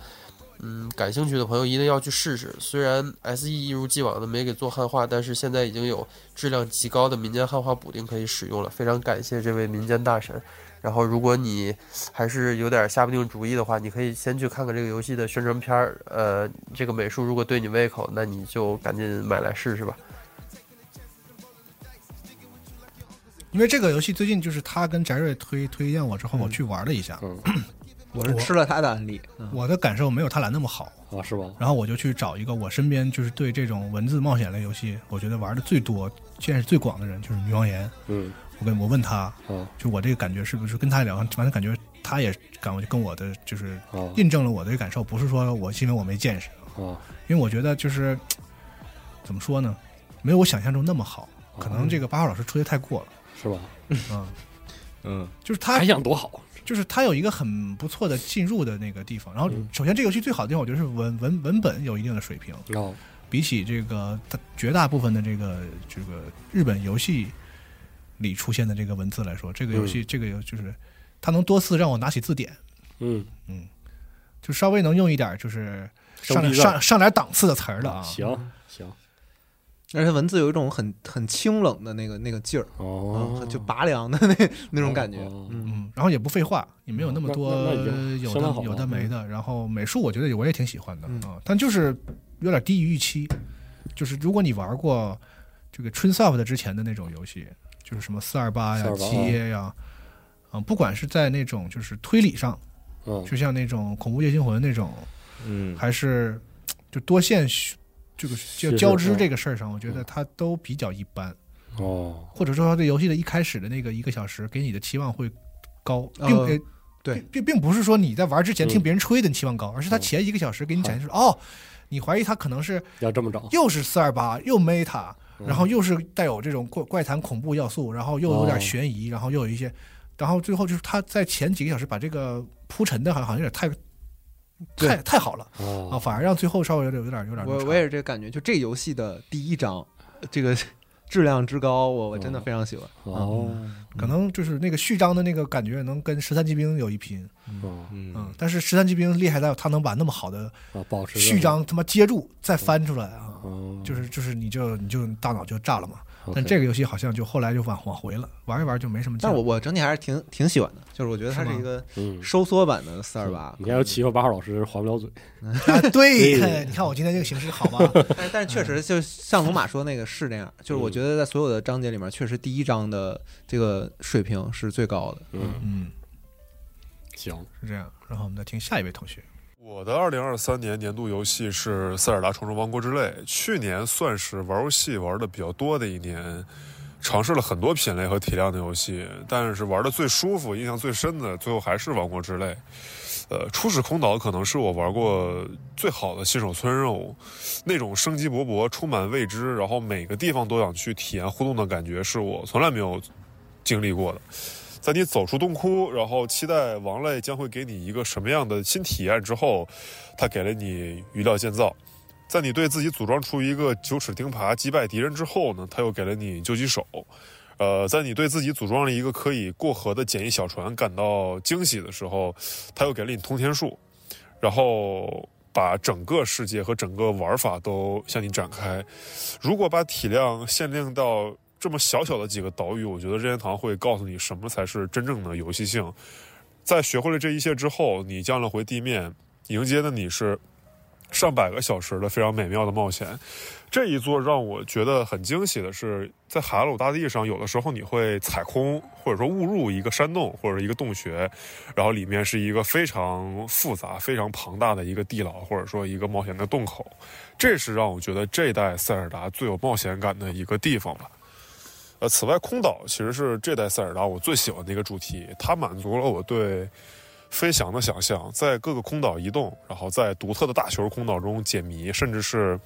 Speaker 8: 嗯，感兴趣的朋友一定要去试试。虽然 S E 一如既往的没给做汉化，但是现在已经有质量极高的民间汉化补丁可以使用了。非常感谢这位民间大神。然后，如果你还是有点下不定主意的话，你可以先去看看这个游戏的宣传片儿。呃，这个美术如果对你胃口，那你就赶紧买来试试吧。
Speaker 2: 因为这个游戏最近就是他跟翟瑞推推荐我之后，我去玩了一下，
Speaker 5: 嗯
Speaker 3: 我是吃了他的案例，嗯
Speaker 2: 我的感受没有他俩那么好。
Speaker 5: 啊，是吧？
Speaker 2: 然后我就去找一个我身边就是对这种文字冒险类游戏，我觉得玩的最多、见识最广的人就是女王岩。
Speaker 5: 嗯
Speaker 2: 我跟我问他，
Speaker 5: 啊
Speaker 2: 就我这个感觉是不是跟他聊，完正感觉他也感觉跟我的就是
Speaker 5: 啊
Speaker 2: 印证了我的感受，不是说我是因为我没见识，
Speaker 5: 啊
Speaker 2: 因为我觉得就是嘖怎么说呢，没有我想象中那么好，可能这个八号老师吹的太过了，
Speaker 5: 是吧？
Speaker 2: 嗯，
Speaker 4: 嗯，
Speaker 2: 就是他
Speaker 5: 还想多好？
Speaker 2: 就是它有一个很不错的进入的那个地方。然后
Speaker 5: 嗯，
Speaker 2: 首先这游戏最好的地方，我觉得是文文文本有一定的水平，
Speaker 5: 哦，
Speaker 2: 比起这个它绝大部分的这个这个日本游戏里出现的这个文字来说，这个游戏、这个游就是它能多次让我拿起字典，
Speaker 5: 嗯，
Speaker 2: 就稍微能用一点就是上
Speaker 5: 生
Speaker 2: 点
Speaker 5: 僻字儿
Speaker 2: 上上点档次的词儿了啊。
Speaker 5: 行行
Speaker 3: 而且文字有一种很很清冷的那个那个劲儿，
Speaker 5: 哦
Speaker 3: 嗯，就拔凉的 那那种感觉
Speaker 5: 哦，
Speaker 3: 嗯，
Speaker 2: 嗯，然后也不废话，也没有那么多
Speaker 5: 那那那已经
Speaker 2: 有
Speaker 5: 相当
Speaker 2: 的
Speaker 5: 好了
Speaker 2: 有的没的。然后美术我觉得我也挺喜欢的
Speaker 3: 嗯
Speaker 2: 啊，但就是有点低于预期。就是如果你玩过这个 Trinsoft 之前的那种游戏，就是什么四二八呀、
Speaker 5: 428
Speaker 2: 七耶呀，啊，不管是在那种就是推理上，
Speaker 5: 嗯
Speaker 2: 就像那种恐怖夜惊魂那种，
Speaker 4: 嗯，
Speaker 2: 还是就多线叙这个
Speaker 5: 是
Speaker 2: 就交织
Speaker 5: 嗯
Speaker 2: 这个事儿上，我觉得它都比较一般。
Speaker 5: 哦，
Speaker 2: 或者说它对游戏的一开始的那个一个小时给你的期望会高，
Speaker 3: 呃
Speaker 2: 并、呃
Speaker 3: 对
Speaker 2: 并并并不是说你在玩之前
Speaker 5: 嗯
Speaker 2: 听别人吹的你期望高，而是它前一个小时给你展示出哦，你怀疑它可能是
Speaker 5: 要这么找，
Speaker 2: 又是四二八又 meta，
Speaker 5: 嗯
Speaker 2: 然后又是带有这种怪怪谈恐怖要素，然后又有点
Speaker 5: 哦
Speaker 2: 悬疑，然后又有一些，然后最后就是他在前几个小时把这个铺陈的好像好像有点太。
Speaker 3: 对
Speaker 2: 太太好了啊，
Speaker 5: 哦，
Speaker 2: 反而让最后稍微有点有点有点那
Speaker 3: 我
Speaker 2: 啥
Speaker 3: 我也是这个感觉，就这游戏的第一章，这个质量之高，我我真
Speaker 5: 嗯
Speaker 3: 的非常喜欢，嗯
Speaker 5: 哦，
Speaker 2: 可能就是那个序章的那个感觉能跟十三骑兵有一拼，
Speaker 5: 哦
Speaker 2: 嗯
Speaker 4: 嗯，，
Speaker 2: 但是十三骑兵厉害在他能把那么好的
Speaker 5: 啊，保持
Speaker 2: 序章他妈接住再翻出来啊，
Speaker 4: 嗯
Speaker 5: 哦，
Speaker 2: 就是就是你就你就大脑就炸了嘛。但
Speaker 5: OK
Speaker 2: 这个游戏好像就后来就往往回了，玩一玩就没什么劲
Speaker 3: 但
Speaker 2: 儿。
Speaker 3: 是我我整体还是挺挺喜欢的，就是我觉得它
Speaker 2: 是
Speaker 3: 是
Speaker 2: 吗
Speaker 3: 一个
Speaker 5: 嗯，
Speaker 3: 收缩版的四二八
Speaker 5: 你，看，要欺负八号老师还不了嘴，
Speaker 2: 啊，对，看你看我今天这个形式好 吧？
Speaker 3: 但 是但
Speaker 5: 嗯
Speaker 3: 是确实就是 像龙马说那个是那样，就是我觉得在所有的章节里面，确实第一章的这个水平是最高的。
Speaker 5: 嗯，
Speaker 2: 嗯，
Speaker 5: 行，
Speaker 2: 是这样。然后我们再听下一位同学，
Speaker 9: 我的二零二三年年度游戏是《塞尔达重生：王国之泪》。去年算是玩游戏玩的比较多的一年，尝试了很多品类和体量的游戏，但是玩的最舒服、印象最深的，最后还是《王国之泪》。呃，初始空岛可能是我玩过最好的新手村任务，那种生机勃勃、充满未知，然后每个地方都想去体验互动的感觉，是我从来没有经历过的。在你走出洞窟，然后期待王类将会给你一个什么样的新体验之后，他给了你鱼料建造。在你对自己组装出一个九齿钉耙击败敌人之后呢，他又给了你救济手。呃，在你对自己组装了一个可以过河的简易小船感到惊喜的时候，他又给了你通天术，然后把整个世界和整个玩法都向你展开。如果把体量限定到这么小小的几个岛屿，我觉得任天堂会告诉你什么才是真正的游戏性。在学会了这一切之后，你降落回地面，迎接的你是上百个小时的非常美妙的冒险。这一座让我觉得很惊喜的是，在海拉鲁大地上，有的时候你会踩空，或者说误入一个山洞或者一个洞穴，然后里面是一个非常复杂、非常庞大的一个地牢，或者说一个冒险的洞口。这是让我觉得这代塞尔达最有冒险感的一个地方吧。呃，此外，空岛其实是这代塞尔达我最喜欢的一个主题，它满足了我对飞翔的想象，在各个空岛移动，然后在独特的大球空岛中解谜，甚至是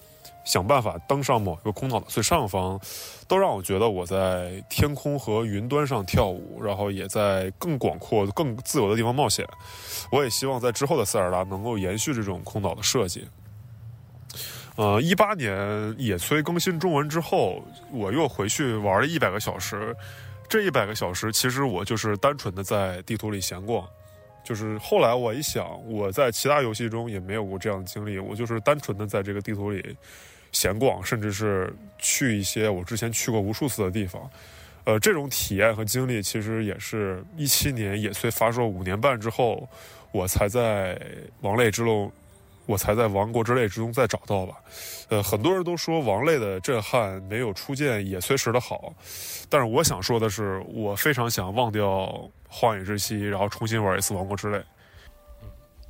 Speaker 9: 想办法登上某一个空岛的最上方，都让我觉得我在天空和云端上跳舞，然后也在更广阔、更自由的地方冒险。我也希望在之后的塞尔达能够延续这种空岛的设计。呃，一八年野炊更新中文之后，我又回去玩了一百个小时。这一百个小时，其实我就是单纯的在地图里闲逛。就是后来我一想，我在其他游戏中也没有过这样的经历，我就是单纯的在这个地图里闲逛，甚至是去一些我之前去过无数次的地方。呃，这种体验和经历，其实也是一七年野炊发售五年半之后，我才在《王类之路》我才在《王国之泪》之中再找到吧。呃，很多人都说王类的震撼没有初见野炊时的好，但是我想说的是，我非常想忘掉《荒野之息》，然后重新玩一次《王国之泪》。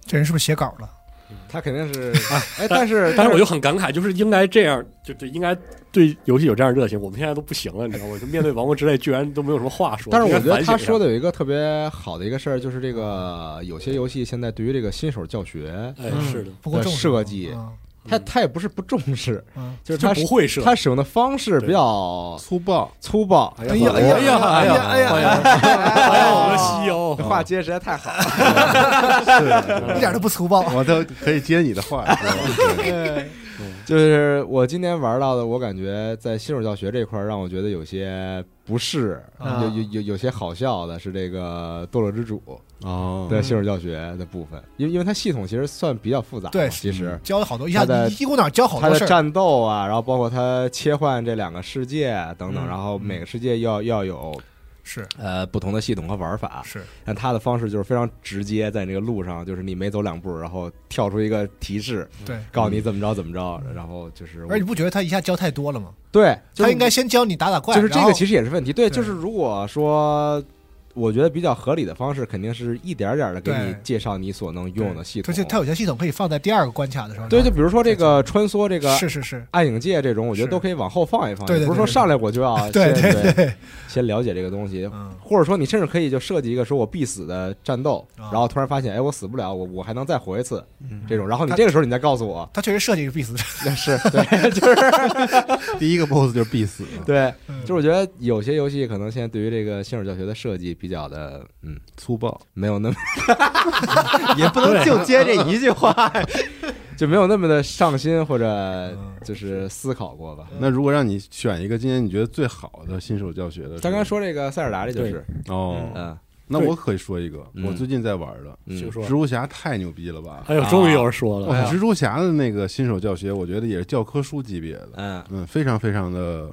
Speaker 2: 这人是不是写稿了？
Speaker 4: 嗯他肯定 是，哎，但是
Speaker 5: 但是我就很感慨，就是应该这样，就就应该对游戏有这样的热情。我们现在都不行了，你知道吗？就面对《王国之泪》，居然都没有什么话说。
Speaker 4: 但是我觉
Speaker 5: 应该
Speaker 4: 得
Speaker 5: 反省
Speaker 4: 他
Speaker 5: 一下
Speaker 4: 说的有一个特别好的一个事儿，就是这个有些游戏现在对于这个新手教学，
Speaker 5: 哎，
Speaker 2: 嗯
Speaker 5: 是的，
Speaker 2: 不够重视
Speaker 4: 设计
Speaker 2: 啊
Speaker 4: 他他也不是不重视，
Speaker 2: 啊！
Speaker 4: 就是
Speaker 5: 就
Speaker 4: 他
Speaker 5: 不会设，
Speaker 4: 他使用的方式比较
Speaker 7: 粗暴，
Speaker 4: 粗暴，
Speaker 5: 哎呀哎呀哎呀哎呀哎呀哎呀，我们西游
Speaker 4: 话接实在太好 了。
Speaker 2: 一点都 不粗暴。
Speaker 7: 我都可以接你的话。
Speaker 4: 就是我今天玩到的，我感觉在新手教学这块儿让我觉得有些不适，
Speaker 2: 啊
Speaker 4: 有有有有些好笑的是这个《堕落之主》
Speaker 7: 哦
Speaker 4: 的新手教学的部分，因为因为它系统其实算比较复杂嘛，
Speaker 2: 对嗯
Speaker 4: 其实。
Speaker 2: 教了好多，一下
Speaker 4: 他的
Speaker 2: 一一股脑教好
Speaker 4: 它
Speaker 2: 多
Speaker 4: 的
Speaker 2: 事儿。
Speaker 4: 战斗啊，然后包括它切换这两个世界等等，
Speaker 2: 嗯
Speaker 4: 然后每个世界要要有
Speaker 2: 是
Speaker 4: 呃不同的系统和玩法，
Speaker 2: 是，
Speaker 4: 但它的方式就是非常直接，在这个路上就是你每走两步，然后跳出一个提示，
Speaker 2: 对。
Speaker 4: 告诉你怎么着怎么着，然后就是
Speaker 2: 而你不觉得他一下教太多了吗？
Speaker 4: 对，就
Speaker 2: 他
Speaker 4: 是
Speaker 2: 应该先教你打打怪，
Speaker 4: 就是这
Speaker 2: 然后
Speaker 4: 个其实也是问题。对，
Speaker 2: 对
Speaker 4: 就是如果说。我觉得比较合理的方式，肯定是一点点的给你
Speaker 2: 对
Speaker 4: 介绍你所能用的系
Speaker 2: 它
Speaker 4: 统。
Speaker 2: 就它有些系统可以放在第二个关卡的时候。
Speaker 4: 对，就比如说这个穿梭这个
Speaker 2: 是是是，
Speaker 4: 暗影界这种，我觉得
Speaker 2: 是
Speaker 4: 都可以往后放一放，
Speaker 2: 对对
Speaker 4: 也不是说
Speaker 2: 对对
Speaker 4: 上来我就要
Speaker 2: 对
Speaker 4: 先
Speaker 2: 对对，
Speaker 4: 先了解这个东西，
Speaker 2: 嗯，
Speaker 4: 或者说你甚至可以就设计一个说我必死的战斗，
Speaker 2: 啊
Speaker 4: 然后突然发现哎我死不了，我我还能再活一次
Speaker 7: 嗯
Speaker 4: 这种，然后你这个时候你再告诉我，
Speaker 2: 他确实设计一个必死，
Speaker 4: 是对，就是
Speaker 7: 第一个 BOSS 就是必死，
Speaker 4: 对，
Speaker 2: 嗯
Speaker 4: 就是我觉得有些游戏可能现在对于这个新手教学的设计比较的嗯
Speaker 7: 粗暴。
Speaker 4: 没有那 么
Speaker 3: 也不能就接这一句话。
Speaker 4: 就没有那么的上心或者
Speaker 2: 嗯
Speaker 4: 就是思考过吧。
Speaker 7: 那如果让你选一个今年你觉得最好的新手教学的是，
Speaker 4: 刚刚说这个塞尔达这就是，
Speaker 7: 哦，
Speaker 4: 嗯，
Speaker 7: 那我可以说一个，
Speaker 4: 嗯
Speaker 7: 我最近在玩的
Speaker 4: 嗯
Speaker 5: 就说
Speaker 7: 蜘，蛛侠太牛逼了吧！哦
Speaker 5: 哎呦，终于有人说了，
Speaker 7: 蜘蛛侠的那个新手教学，我觉得也是教科书级别的，
Speaker 4: 嗯
Speaker 7: 嗯，非常非常的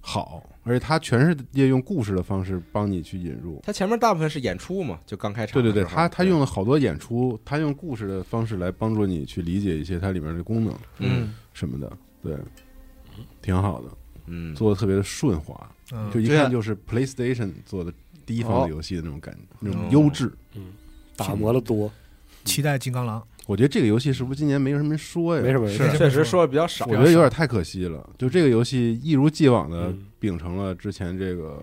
Speaker 7: 好，而且它全是借用故事的方式帮你去引入。
Speaker 4: 他前面大部分是演出嘛，就刚开场
Speaker 7: 对
Speaker 4: 的
Speaker 7: 对
Speaker 4: 时
Speaker 7: 对，
Speaker 4: 候。
Speaker 7: 他他用了好多演出，他用故事的方式来帮助你去理解一些它里面的功能
Speaker 4: 嗯
Speaker 7: 什么的，对，挺好的，
Speaker 4: 嗯
Speaker 7: 做的特别的顺滑，
Speaker 2: 嗯
Speaker 7: 就，一
Speaker 3: 对啊
Speaker 7: 看就是 PlayStation 做的第一方
Speaker 4: 哦
Speaker 7: 的游戏的那种感觉，那种优质。
Speaker 5: 嗯打磨的多，
Speaker 2: 期待金刚狼，
Speaker 7: 我觉得这个游戏是不是今年没什么人说呀？
Speaker 5: 没什么人
Speaker 2: 是
Speaker 4: 确实说的比较少
Speaker 7: 我，觉得有点太可惜了。就这个游戏一如既往的
Speaker 5: 嗯
Speaker 7: 秉承了之前这个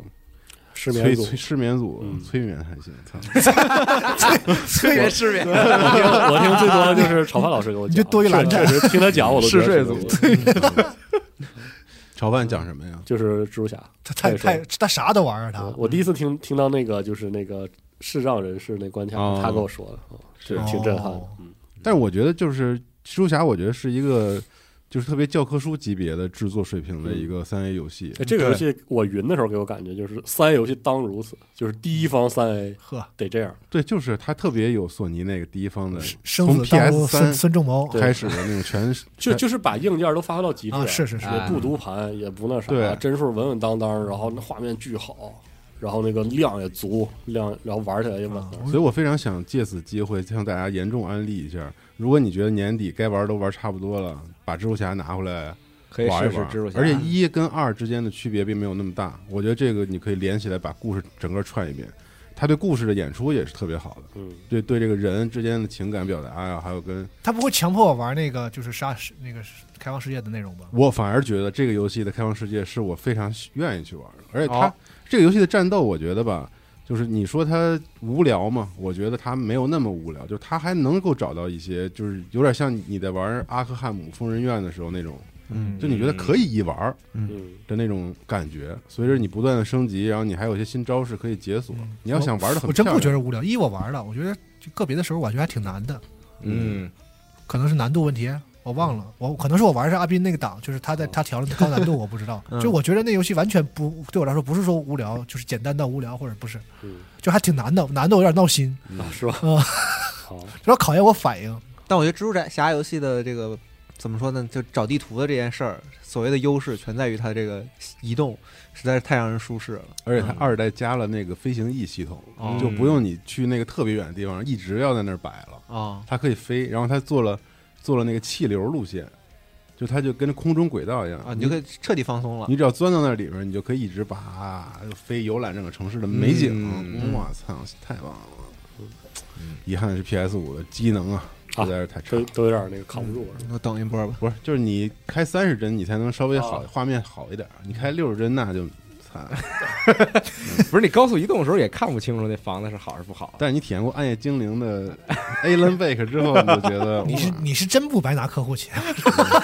Speaker 5: 失
Speaker 7: 催
Speaker 5: 眠组
Speaker 7: 催。失眠组
Speaker 5: 嗯
Speaker 7: 催眠还行，操
Speaker 4: 特别失眠。
Speaker 5: 我听最多的就是炒饭老师给我
Speaker 2: 你
Speaker 5: 讲，
Speaker 2: 就多一栏
Speaker 5: 确实听他讲我都觉得
Speaker 4: 嗜睡
Speaker 5: 挺有意思
Speaker 7: 炒饭讲什么呀？
Speaker 5: 嗯就是蜘蛛侠。
Speaker 2: 他太
Speaker 5: 对是
Speaker 2: 太他啥都玩
Speaker 5: 我
Speaker 2: 儿啊，他
Speaker 5: 我第一次听听到那个就是那个视障人士那关卡
Speaker 7: 哦，
Speaker 5: 他跟我说的，哦是
Speaker 2: 哦
Speaker 5: 挺震撼的。嗯，
Speaker 7: 但是我觉得就是蜘蛛侠，我觉得是一个就是特别教科书级别的制作水平的一个三 A 游戏
Speaker 5: 嗯哎。这个游戏我云的时候给我感觉就是三 A 游戏当如此，就是第一方三 A
Speaker 2: 呵，
Speaker 5: 得这样，
Speaker 7: 对，就是它特别有索尼那个第一方的
Speaker 2: 生死当如
Speaker 7: 从 PS3
Speaker 2: 孙孙仲谋
Speaker 5: 对
Speaker 7: 开始的那种全是
Speaker 5: 就就是把硬件都发挥到极致
Speaker 2: 啊，
Speaker 5: 了，
Speaker 2: 是是是，
Speaker 5: 也不读盘，也不那啥，
Speaker 7: 对
Speaker 5: 帧数稳稳当当，然后那画面巨好，然后那个量也足，量然后玩起来也稳
Speaker 2: 啊
Speaker 5: 当。
Speaker 7: 所以我非常想借此机会向大家严重安利一下：如果你觉得年底该玩都玩差不多了，把蜘蛛侠拿回来
Speaker 4: 可以
Speaker 7: 玩
Speaker 4: 试
Speaker 7: 一
Speaker 4: 试
Speaker 7: 玩。
Speaker 4: 蜘蛛侠，
Speaker 7: 而且一跟二之间的区别并没有那么大，我觉得这个你可以连起来把故事整个串一遍。他对故事的演出也是特别好的，
Speaker 5: 嗯，
Speaker 7: 对对这个人之间的情感表达啊呀、还有跟
Speaker 2: 他不会强迫我玩那个就是杀那个开放世界的内容吧？
Speaker 7: 我反而觉得这个游戏的开放世界是我非常愿意去玩的，而且它、
Speaker 4: 哦
Speaker 7: 这个游戏的战斗，我觉得吧，就是你说它无聊嘛，我觉得它没有那么无聊，就它还能够找到一些，就是有点像你在玩阿克汉姆疯人院的时候那种，
Speaker 3: 嗯
Speaker 7: 就你觉得可以一玩儿
Speaker 5: 嗯
Speaker 7: 的那种感觉。随着你不断的升级，然后你还有一些新招式可以解锁
Speaker 2: 嗯，
Speaker 7: 你要想玩的很
Speaker 2: 我真不觉
Speaker 7: 得，
Speaker 2: 得无聊，一我玩了，我觉得就个别的时候我觉得还挺难的，
Speaker 4: 嗯，
Speaker 2: 可能是难度问题，我忘了，我可能是我玩的是阿斌那个档，就是他
Speaker 7: 哦
Speaker 2: 在他调了高难度， 我不知道。
Speaker 3: 嗯
Speaker 2: 就我觉得那游戏完全不对我来说不是说无聊，就是简单到无聊或者不是，
Speaker 5: 嗯，
Speaker 2: 就还挺难的，难的我有点闹心，
Speaker 5: 啊是吧？
Speaker 2: 嗯
Speaker 5: 好，
Speaker 7: 哦
Speaker 2: 主要考验我反应。
Speaker 3: 但我觉得蜘蛛侠侠游戏的这个怎么说呢，就找地图的这件事儿，所谓的优势全在于它这个移动实在是太让人舒适了。
Speaker 7: 而
Speaker 5: 嗯
Speaker 7: 且它二代加了那个飞行翼系统，
Speaker 3: 哦
Speaker 7: 就不用你去那个特别远的地方，一直要在那儿摆了。
Speaker 3: 啊，
Speaker 7: 它可以飞，然后它做了做了那个气流路线，就它就跟空中轨道一样
Speaker 3: 啊，
Speaker 7: 你
Speaker 3: 你就可以彻底放松了。
Speaker 7: 你只要钻到那里边，你就可以一直把飞游览整个城市的美景
Speaker 4: 嗯。
Speaker 7: 哇操，太棒了！
Speaker 5: 嗯
Speaker 7: 遗憾的是 PS 五的机能啊，实
Speaker 5: 啊
Speaker 7: 在是太差
Speaker 5: 这。都有点那个扛不住
Speaker 2: 嗯
Speaker 5: 了。
Speaker 3: 我等一波吧。
Speaker 7: 不是，就是你开三十帧，你才能稍微好
Speaker 4: 啊
Speaker 5: 哦
Speaker 7: 画面好一点。你开六十帧那就 惨。嗯
Speaker 4: 不是你高速移动的时候也看不清楚那房子是好是啊不好。
Speaker 7: 但是你体验过《暗夜精灵》的 Alan Wake 之后，你就觉得
Speaker 2: 你是
Speaker 7: 哇
Speaker 2: 你是真不白拿客户钱，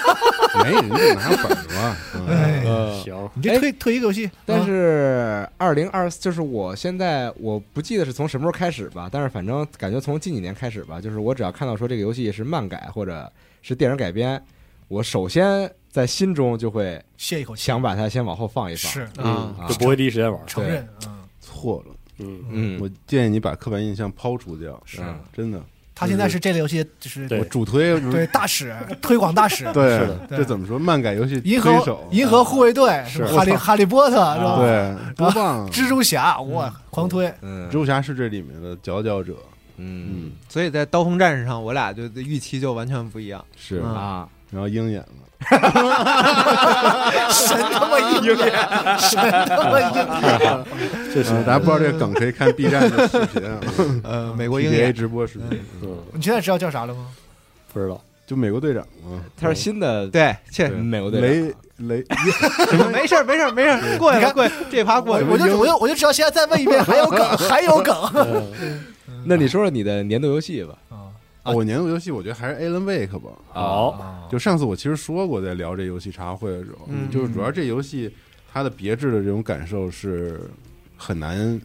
Speaker 7: 没你这哪有本事 啊？嗯
Speaker 2: 哎，
Speaker 4: 呃，
Speaker 5: 行，
Speaker 2: 你这推推一个游戏，
Speaker 4: 但
Speaker 2: 啊
Speaker 4: 是二零二就是我现在我不记得是从什么时候开始吧，但是反正感觉从近几年开始吧，就是我只要看到说这个游戏是漫改或者是电影改编，我首先在心中就会
Speaker 2: 歇一口气，
Speaker 4: 想把它先往后放一放。
Speaker 2: 是
Speaker 3: 啊，
Speaker 4: 啊
Speaker 5: 就不会第一时间玩。
Speaker 2: 承认嗯，
Speaker 7: 错了，
Speaker 5: 嗯，
Speaker 4: 嗯，
Speaker 7: 我建议你把刻板印象抛除掉。
Speaker 2: 是
Speaker 4: 嗯
Speaker 7: 真的，
Speaker 2: 他现在是这类游戏就是
Speaker 5: 对
Speaker 7: 我主推
Speaker 2: 对大使推广大使，
Speaker 7: 对
Speaker 5: 是的
Speaker 2: 对
Speaker 7: 这怎么说？漫改游戏
Speaker 2: 银
Speaker 7: 推
Speaker 2: 河
Speaker 7: 手，嗯
Speaker 2: 银河护卫队，
Speaker 5: 是
Speaker 2: 什么哈利哈利波特是吧？
Speaker 7: 对，多 棒！啊
Speaker 2: 蜘蛛侠，我狂推，
Speaker 4: 嗯
Speaker 7: 蜘蛛侠是这里面的佼佼者，
Speaker 4: 嗯
Speaker 7: 嗯，
Speaker 3: 所以在刀锋战士上，我俩就预期就完全不一样。
Speaker 7: 是
Speaker 3: 嗯
Speaker 4: 啊，
Speaker 7: 然后鹰眼了，
Speaker 2: 神他妈硬，神
Speaker 7: 呃
Speaker 2: 他妈硬，
Speaker 5: 这是
Speaker 7: 嗯大家不知道这个梗，可以看 B 站的视频啊，
Speaker 3: 呃，美国鹰
Speaker 7: PDA
Speaker 3: 眼
Speaker 7: 直播视频，
Speaker 5: 嗯，
Speaker 2: 你现在知道叫啥了吗？
Speaker 5: 不知道，
Speaker 7: 就美国队长
Speaker 2: 嗯
Speaker 7: 嘛，
Speaker 4: 它是新的
Speaker 3: 对，切，
Speaker 7: 对
Speaker 4: 美国队长
Speaker 7: 雷 雷，
Speaker 3: 没事儿没事儿没事儿，过去
Speaker 2: 你
Speaker 3: 了
Speaker 2: 看
Speaker 3: 过去了，这趴过
Speaker 2: 我
Speaker 3: 去了。
Speaker 2: 我就我 就我就知道，现在再问一遍，还有 梗，还有 梗。
Speaker 5: 嗯
Speaker 4: 那你说说你的年度游戏吧？
Speaker 7: 哦我年度游戏我觉得还是 Alan Wake 吧，
Speaker 5: 好，
Speaker 7: 就上次我其实说过，在聊这游戏茶话会的时候，
Speaker 3: 嗯
Speaker 7: 就是主要这游戏它的别致的这种感受是很难，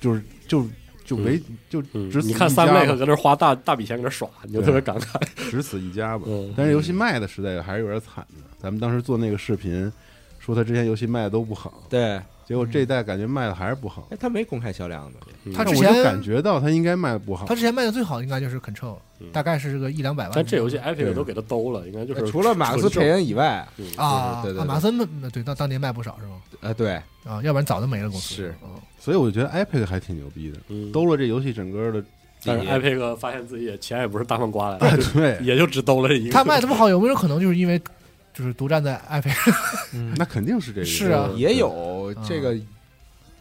Speaker 7: 就是就就没就
Speaker 5: 嗯
Speaker 7: 只此
Speaker 5: 你
Speaker 7: 一
Speaker 5: 看三
Speaker 7: 家
Speaker 5: 妹
Speaker 7: 吧
Speaker 5: 搁那儿花大大笔钱搁那儿耍，你就特别感慨。
Speaker 7: 只此一家吧。
Speaker 5: 嗯
Speaker 7: 但是游戏卖的实在还是有点惨的。咱们当时做那个视频，说他之前游戏卖的都不好，
Speaker 4: 对，
Speaker 7: 结果这一代感觉卖的还是不好。
Speaker 4: 哎，他没公开销量的，
Speaker 2: 他
Speaker 7: 但
Speaker 2: 之
Speaker 7: 我就
Speaker 2: 前
Speaker 7: 感觉到他应该卖的不好
Speaker 2: 他。之前卖的最好应该就是 Control，
Speaker 5: 啊嗯
Speaker 2: 大概是个一两百万。
Speaker 5: 但这游戏
Speaker 7: 对
Speaker 5: Epic 都给他兜了，应该就是
Speaker 4: 除了马克思
Speaker 5: 纯正
Speaker 4: 佩恩以外，
Speaker 5: 嗯
Speaker 2: 啊，
Speaker 4: 对对对
Speaker 2: 马森那对当当年卖不少是吗？
Speaker 4: 呃，对，
Speaker 2: 啊，要不然早就没了公司。
Speaker 4: 是
Speaker 2: 嗯
Speaker 7: 所以我觉得 Epic 还挺牛逼的，
Speaker 5: 嗯
Speaker 7: 兜了这游戏整个的。
Speaker 5: 但是
Speaker 4: 也
Speaker 5: Epic 发现自己也钱也不是大风刮来的，就
Speaker 7: 啊对，
Speaker 5: 也就只兜了这一个。
Speaker 2: 他卖这么好，有没有可能就是因为就是独占在 i p
Speaker 3: 嗯
Speaker 7: 那肯定是这个。啊
Speaker 2: 是啊
Speaker 4: 也有这个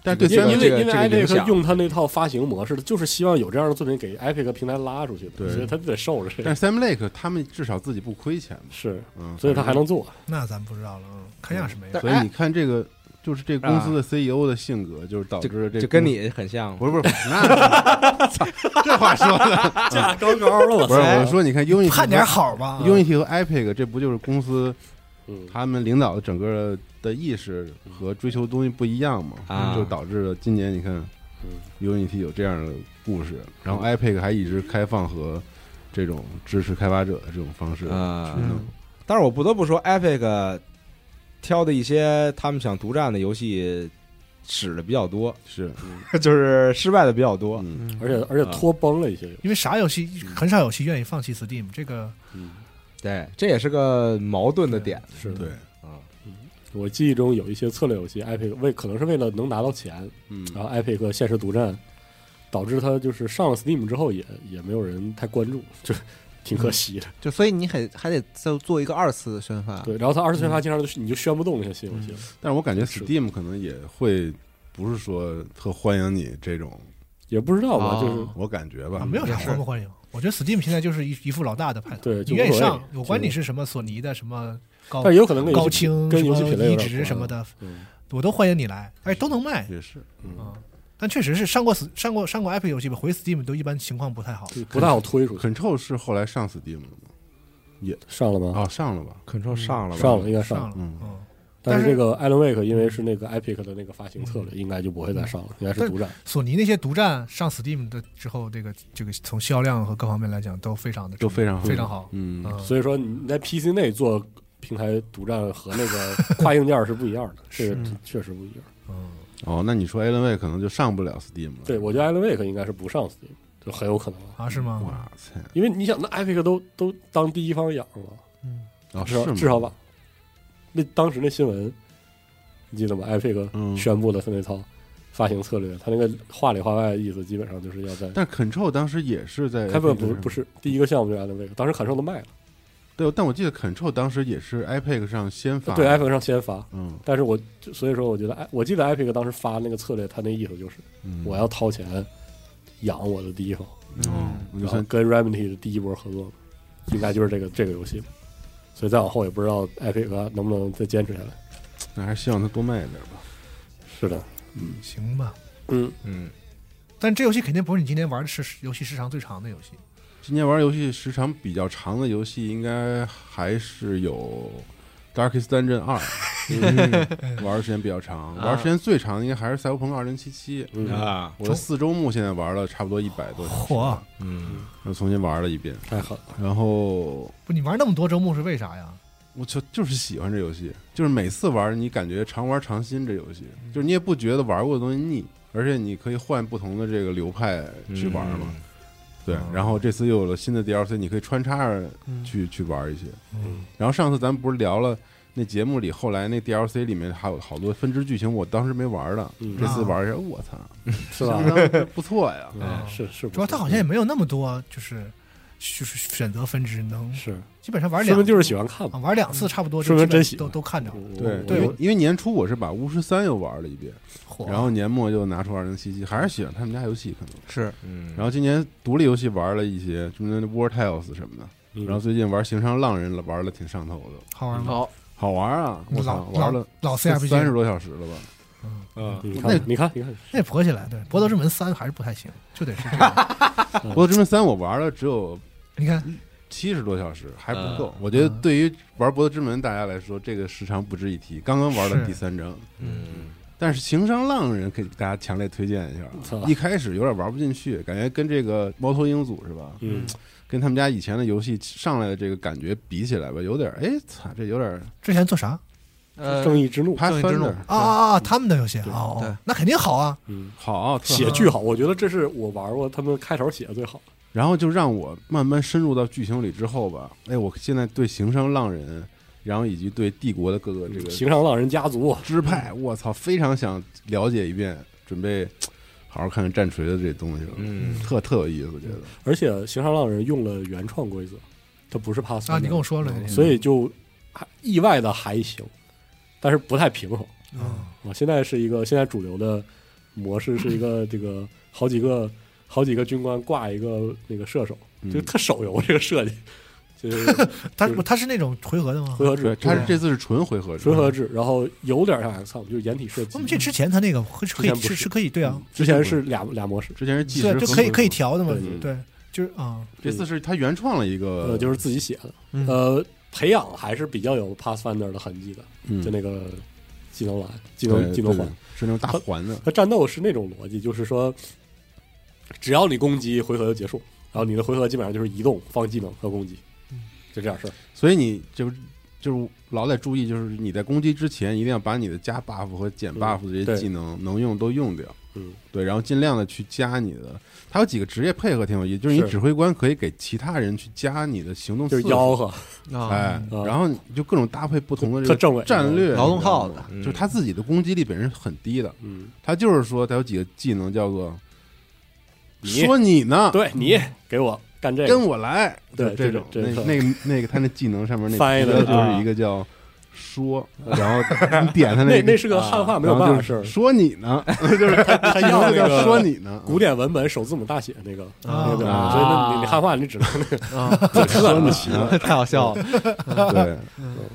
Speaker 7: 但是对
Speaker 5: 因
Speaker 7: 三
Speaker 5: 为因
Speaker 4: 这个
Speaker 5: 为因为
Speaker 4: 这个影
Speaker 5: Epic
Speaker 4: 响
Speaker 5: 用他那套发行模式，就是希望有这样的作品给 Epic 平台拉出去的，
Speaker 7: 对
Speaker 5: 所以他就得受着这
Speaker 7: 但
Speaker 5: 个。
Speaker 7: 是 Sam Lake 他们至少自己不亏钱嘛，
Speaker 5: 是，
Speaker 7: 嗯，
Speaker 5: 所以他还能做。
Speaker 2: 那咱不知道了，嗯看样是没有。
Speaker 4: 哎
Speaker 7: 所以你看这个，就是这公司的 CEO 的性格，就是导
Speaker 4: 啊就
Speaker 7: 致了这
Speaker 4: 就跟
Speaker 7: 公
Speaker 4: 你很像
Speaker 7: 不是不是，那 操这话说的
Speaker 5: 价高高了，我
Speaker 7: 不是
Speaker 4: 哎
Speaker 7: 我说，你看 Unity
Speaker 2: 看点好吧，
Speaker 7: 和 Unity 和 Epic，这不就是公司
Speaker 5: 嗯，
Speaker 7: 他们领导的整个的意识和追求的东西不一样嘛？
Speaker 4: 嗯啊
Speaker 7: 就导致了今年你看
Speaker 5: 嗯
Speaker 7: Unity 有这样的故事，然
Speaker 4: 嗯
Speaker 7: 后 Epic 还一直开放和这种支持开发者的这种方式
Speaker 4: 啊
Speaker 7: 去弄
Speaker 3: 嗯
Speaker 4: 但是我不得不说，Epic 挑的一些他们想独占的游戏使的比较多，
Speaker 7: 是，
Speaker 4: 就是失败的比较多。啊
Speaker 7: 嗯，
Speaker 5: 而且而且拖崩了一些。
Speaker 2: 因为啥游戏很少有游戏愿意放弃 Steam 这个
Speaker 5: 嗯，
Speaker 4: 对，这也是个矛盾的点
Speaker 5: 是的嗯
Speaker 7: 对，
Speaker 4: 啊。
Speaker 5: 我记忆中有一些策略游戏，Epic 为可能是为了能拿到钱，
Speaker 7: 嗯，
Speaker 5: 然后 Epic 限时独占，导致它就是上了 Steam 之后也也没有人太关注， 就挺
Speaker 7: 嗯
Speaker 5: 可惜的。
Speaker 3: 就所以你还还得再做一个二次宣发。嗯
Speaker 5: 对，然后它二次宣发经常就你就宣不动那些新游戏了。
Speaker 7: 但是我感觉
Speaker 5: 是
Speaker 7: Steam 可能也会不是说特欢迎你这种
Speaker 5: 也不知道吧，
Speaker 3: 哦
Speaker 5: 就是
Speaker 7: 我感觉吧
Speaker 2: 啊，，没有啥
Speaker 3: 是
Speaker 2: 欢不欢迎。我觉得 Steam 现在就是一一副老大的派头，
Speaker 5: 对就
Speaker 2: 你愿意
Speaker 5: 无所谓
Speaker 2: 上，我管你是什么索尼的什么高
Speaker 5: 但是有可能跟游
Speaker 2: 高
Speaker 5: 戏
Speaker 2: 清、
Speaker 5: 跟
Speaker 2: 什
Speaker 5: 游
Speaker 2: 么
Speaker 5: 戏品类有
Speaker 2: 移
Speaker 5: 点
Speaker 2: 植什么
Speaker 5: 关系，
Speaker 2: 的，
Speaker 5: 嗯
Speaker 2: 我都欢迎你来，而且都能卖
Speaker 7: 也是，
Speaker 5: 嗯，
Speaker 2: 啊。但确实是上过 S- 上过上过 Epic 游戏吧，回 Steam 都一般情况不太好。
Speaker 5: 就不太好推出去。
Speaker 7: Control 是后来上 Steam 了吗？
Speaker 5: 上了吗？
Speaker 7: 啊，上了吧？
Speaker 4: ，Control 上了吧？
Speaker 5: 上了，应该上了。
Speaker 2: 上了，
Speaker 7: 嗯
Speaker 2: 嗯，
Speaker 5: 但
Speaker 2: 但
Speaker 5: 是
Speaker 2: 是
Speaker 5: 这个 Alan Wake 因为是那个 Epic 的那个发行策略，应该就不会再上了，应该是
Speaker 2: 但
Speaker 5: 独占。
Speaker 2: 索尼那些独占上 Steam 的之后，这个这个从销量和各方面来讲都非常的
Speaker 7: 都非常好
Speaker 2: 非常好。
Speaker 7: 嗯，
Speaker 2: 嗯，
Speaker 5: 所以说你在 PC 内做平台独占和那个跨硬件是不一样的，这个确实不一样。
Speaker 2: 嗯
Speaker 7: 哦，那你说 Alan Way 可能就上不了 Steam 了。
Speaker 5: 对，我觉得 Alan Wake 应该是不上 Steam，就很有可能了，
Speaker 2: 啊是吗？
Speaker 7: 哇塞，
Speaker 5: 因为你想，那 Epic 都都当第一方养了，
Speaker 2: 嗯
Speaker 7: 哦，
Speaker 5: 至
Speaker 7: 是
Speaker 5: 少
Speaker 7: 吗
Speaker 5: 至少吧。那当时那新闻你记得吗？Epic
Speaker 7: 嗯
Speaker 5: 宣布的他那套发行策略，他那个话里话外的意思基本上就是要在。
Speaker 7: 但 Control 当时也是在
Speaker 5: 开本不
Speaker 7: Epic
Speaker 5: 是
Speaker 7: 上
Speaker 5: 不是第一个项目就是 Alan Wake，当时砍售都卖了，
Speaker 7: 对，但我记得 Control 当时也是 iPad 上先发，
Speaker 5: 对 iPhone 上先发，
Speaker 7: 嗯
Speaker 5: 但是我就所以说，我觉得，哎，我记得 Epic 当时发那个策略，他那意思就是
Speaker 7: 嗯，
Speaker 5: 我要掏钱养我的第一方，
Speaker 7: 哦，
Speaker 2: 嗯
Speaker 7: 那就
Speaker 5: 然后
Speaker 7: 算
Speaker 5: 跟 Remedy 的第一波合作，应该就是这个这个游戏了。所以再往后也不知道 Epic 啊能不能再坚持下来。
Speaker 7: 那还是希望它多卖一点吧。嗯
Speaker 5: 是的，
Speaker 2: 行吧，
Speaker 5: 嗯，
Speaker 4: 嗯，
Speaker 2: 但这游戏肯定不是你今天玩的是游戏时长最长的游 戏。
Speaker 7: 今年玩游戏时长比较长的游戏，应该还是有《Darkest Dungeon 二》嗯，玩的时间比较长，玩的时间最长的应该还是《赛博朋克二零七七》。
Speaker 5: 啊嗯
Speaker 4: 啊，
Speaker 7: 我的四周目现在玩了差不多一百多小时，
Speaker 2: 嚯，
Speaker 4: 嗯，
Speaker 7: 又重新玩了一遍。
Speaker 5: 太狠了，
Speaker 7: 然后
Speaker 2: 不，你玩那么多周目是为啥呀？
Speaker 7: 我就就是喜欢这游戏，就是每次玩你感觉常玩常新这游戏，就是你也不觉得玩过的东西腻，而且你可以换不同的这个流派去玩嘛。对，然后这次又有了新的 DLC，你可以穿插着去、去玩一些。
Speaker 2: 嗯，
Speaker 7: 然后上次咱们不是聊了那节目里，后来那 DLC 里面还有好多分支剧情，我当时没玩的，
Speaker 5: 嗯
Speaker 7: 这次玩一下，我操，
Speaker 5: 是吧？
Speaker 7: 相 当不错 呀！
Speaker 5: 嗯，是是不错，
Speaker 2: 主要它好像也没有那么多，就是就是选择分支能，
Speaker 5: 是，
Speaker 2: 基本上玩
Speaker 5: 说
Speaker 2: 两
Speaker 5: 明就是喜欢看
Speaker 2: 啊
Speaker 5: 嘛。
Speaker 2: 玩两次差不多，
Speaker 5: 说明
Speaker 2: 就基本
Speaker 5: 真喜欢
Speaker 2: 都都看着了。
Speaker 7: 对，
Speaker 5: 我
Speaker 2: 对
Speaker 7: 因
Speaker 5: 我
Speaker 7: 为因为年初我是把巫师三又玩了一遍，
Speaker 2: 嚯，
Speaker 7: 然后年末又拿出二零七七，还是喜欢他们家游戏可能。
Speaker 3: 是
Speaker 4: 嗯，
Speaker 7: 然后今年独立游戏玩了一些，什么 War Tales 什么的，
Speaker 5: 嗯
Speaker 7: 然后最近玩《行商浪人》了，玩的挺上头的，
Speaker 2: 好玩吗？
Speaker 3: 好，
Speaker 7: 好玩啊！我操
Speaker 2: 老，
Speaker 7: 玩了
Speaker 2: 老老
Speaker 7: 三十
Speaker 2: CRPG
Speaker 7: 多小时了吧？呃
Speaker 4: 嗯，
Speaker 5: 你
Speaker 7: 那
Speaker 5: 看，你看，你看，
Speaker 2: 那婆起来，对《博德之门三》还是不太行，就得是 这样。
Speaker 7: 《博德之门三》我玩了只有
Speaker 2: 你看，
Speaker 7: 七十多小时，还不够
Speaker 4: 嗯。
Speaker 7: 我觉得对于玩《博德之门》大家来说，这个时长不值一提。刚刚玩了
Speaker 2: 是
Speaker 7: 第三章，
Speaker 4: 嗯，
Speaker 7: 但是《行商浪人》可以给大家强烈推荐一下
Speaker 5: 操
Speaker 7: 啊。一开始有点玩不进去，感觉跟这个猫头鹰组是吧？
Speaker 5: 嗯，
Speaker 7: 跟他们家以前的游戏上来的这个感觉比起来吧，有点哎，操，这有点
Speaker 2: 之前做啥
Speaker 3: 呃，
Speaker 5: 正义之怒，
Speaker 7: 拍
Speaker 3: 正义之
Speaker 7: 翻
Speaker 3: 怒
Speaker 7: 的。
Speaker 2: 啊啊啊！他们的游戏哦，
Speaker 3: 对
Speaker 2: 哦那肯定好啊。
Speaker 5: 嗯，
Speaker 7: 好，特好
Speaker 5: 写巨好，我觉得这是我玩过他们开头写的最好。
Speaker 7: 然后就让我慢慢深入到剧情里之后吧，哎，我现在对行商浪人，然后以及对帝国的各个这个
Speaker 5: 行商浪人家族，啊
Speaker 7: 支派，我操，非常想了解一遍，准备好好看看战锤的这东西了，
Speaker 4: 嗯
Speaker 7: 特特有意思，我觉得
Speaker 5: 而且《行商浪人》用了原创规则，它不是 pass
Speaker 2: 啊，你跟我说了那天，
Speaker 5: 所以就还意外的还行，但是不太平衡
Speaker 2: 嗯
Speaker 5: 啊。现在是一个现在主流的模式是一个这个好几个好几个军官挂一个那个射手，
Speaker 7: 嗯
Speaker 5: 就特手游这个设计，就是
Speaker 2: 他
Speaker 5: 就是
Speaker 2: 他是那种回合的吗
Speaker 5: 回？合
Speaker 7: 对，
Speaker 5: 制，
Speaker 7: 它是这次是纯回合制，嗯
Speaker 5: 纯合制，然后有点像 X COM，就是掩体射击
Speaker 2: 我。们这之前他那个可可
Speaker 5: 之前
Speaker 2: 以
Speaker 5: 不是嗯
Speaker 2: 是是可以对啊，
Speaker 5: 之前是俩俩模式，
Speaker 7: 之前是计时
Speaker 2: 对，啊
Speaker 7: 和
Speaker 2: 就可以可以
Speaker 7: 调，
Speaker 2: 调的嘛
Speaker 5: 对
Speaker 7: 对，
Speaker 2: 对，就是啊，
Speaker 7: 这 次是它原创了一
Speaker 5: 嗯呃，
Speaker 7: 个，
Speaker 5: 就是自己写的，
Speaker 3: 嗯
Speaker 5: 呃，培养还是比较有 Pathfinder 的痕迹的，
Speaker 7: 嗯
Speaker 5: 就那个技能栏、技
Speaker 7: 对
Speaker 5: 能技能
Speaker 7: 对
Speaker 5: 环。
Speaker 7: 是那种大环的，
Speaker 5: 它战斗是那种逻辑，就是说，只要你攻击，回合就结束，然后你的回合基本上就是移动、放技能和攻击，就这点事儿。
Speaker 7: 所以你就就是老得注意，就是你在攻击之前一定要把你的加 buff 和减
Speaker 5: 嗯
Speaker 7: buff 的这些
Speaker 5: 对
Speaker 7: 技能能用都用掉，
Speaker 5: 嗯，
Speaker 7: 对，然后尽量的去加你的。它有几个职业配合挺有意思，就是你
Speaker 5: 是
Speaker 7: 指挥官可以给其他人去加你的行动
Speaker 5: 就
Speaker 7: 次
Speaker 5: 是
Speaker 7: 数，
Speaker 5: 吆喝，
Speaker 3: 啊，
Speaker 7: 哎，
Speaker 5: 嗯
Speaker 7: 然后你就各种搭配不同的
Speaker 5: 特
Speaker 7: 这个
Speaker 5: 政委
Speaker 7: 战略，，
Speaker 3: 劳动号
Speaker 7: 你知道吗
Speaker 4: 嗯
Speaker 7: 就是他自己的攻击力本身很低的，
Speaker 5: 嗯，
Speaker 7: 他就是说他有几个技能叫做
Speaker 5: 你
Speaker 7: 说你呢，嗯
Speaker 5: 对你给我干这
Speaker 7: 跟
Speaker 5: 个，
Speaker 7: 我来，
Speaker 5: 对
Speaker 7: 就
Speaker 5: 这
Speaker 7: 种
Speaker 5: 种
Speaker 7: 那
Speaker 5: 这种
Speaker 7: 那个那个他那技能上面那
Speaker 5: 翻译
Speaker 7: 提
Speaker 5: 的
Speaker 7: 的就
Speaker 5: 啊
Speaker 7: 是一个叫说， 然后你点他
Speaker 5: 那
Speaker 7: 个，啊
Speaker 5: 那是个汉化没
Speaker 7: 然
Speaker 5: 有
Speaker 7: 后
Speaker 5: 办
Speaker 7: 就
Speaker 5: 法的
Speaker 7: 是
Speaker 5: 事儿，
Speaker 7: 说你 呢，
Speaker 5: 就是他他
Speaker 7: 然
Speaker 5: 要
Speaker 7: 后
Speaker 5: 那
Speaker 7: 叫
Speaker 5: 个
Speaker 7: 说你呢，
Speaker 5: 古典文本首字母大写那个
Speaker 2: 啊
Speaker 5: 那个，所以
Speaker 7: 啊
Speaker 5: 那你你汉化你只能那个
Speaker 7: 说你呢，
Speaker 3: 啊 太好笑了。
Speaker 7: 对，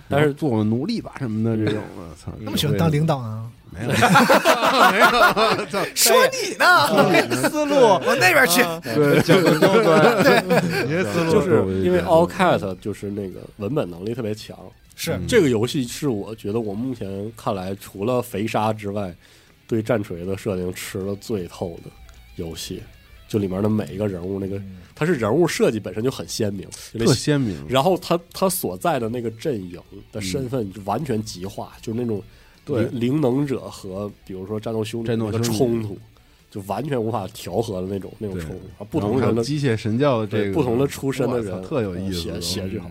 Speaker 5: 但是
Speaker 7: 做我奴隶吧什么的这种，我操，
Speaker 2: 那么喜欢当领导啊？
Speaker 7: 没 有没有，操 哎
Speaker 2: 说你呢，思路往那边去。
Speaker 7: 对，
Speaker 3: 讲的高端，你这思路
Speaker 5: 就是因为 All Cat 就是那个文本能力特别强，
Speaker 2: 是
Speaker 5: 这个游戏是我觉得我目前看来除了肥鲨之外，对战锤的设定吃的最透的游戏，就里面的每一个人物那个，它是人物设计本身就很鲜明，就那
Speaker 7: 特鲜明，嗯
Speaker 5: 然后他他所在的那个阵营的身份就完全极化，就是那种
Speaker 7: 对
Speaker 5: 灵灵能者和比如说战斗修女
Speaker 7: 战斗
Speaker 5: 的
Speaker 7: 修女
Speaker 5: 冲突，就完全无法调和的那种那种
Speaker 7: 对
Speaker 5: 冲突，啊不
Speaker 7: 然后
Speaker 5: 同
Speaker 7: 还有
Speaker 5: 人的
Speaker 7: 机械神教的这
Speaker 5: 对
Speaker 7: 个
Speaker 5: 不同的出身的人呃
Speaker 7: 哇操特有意思，
Speaker 5: 写写就好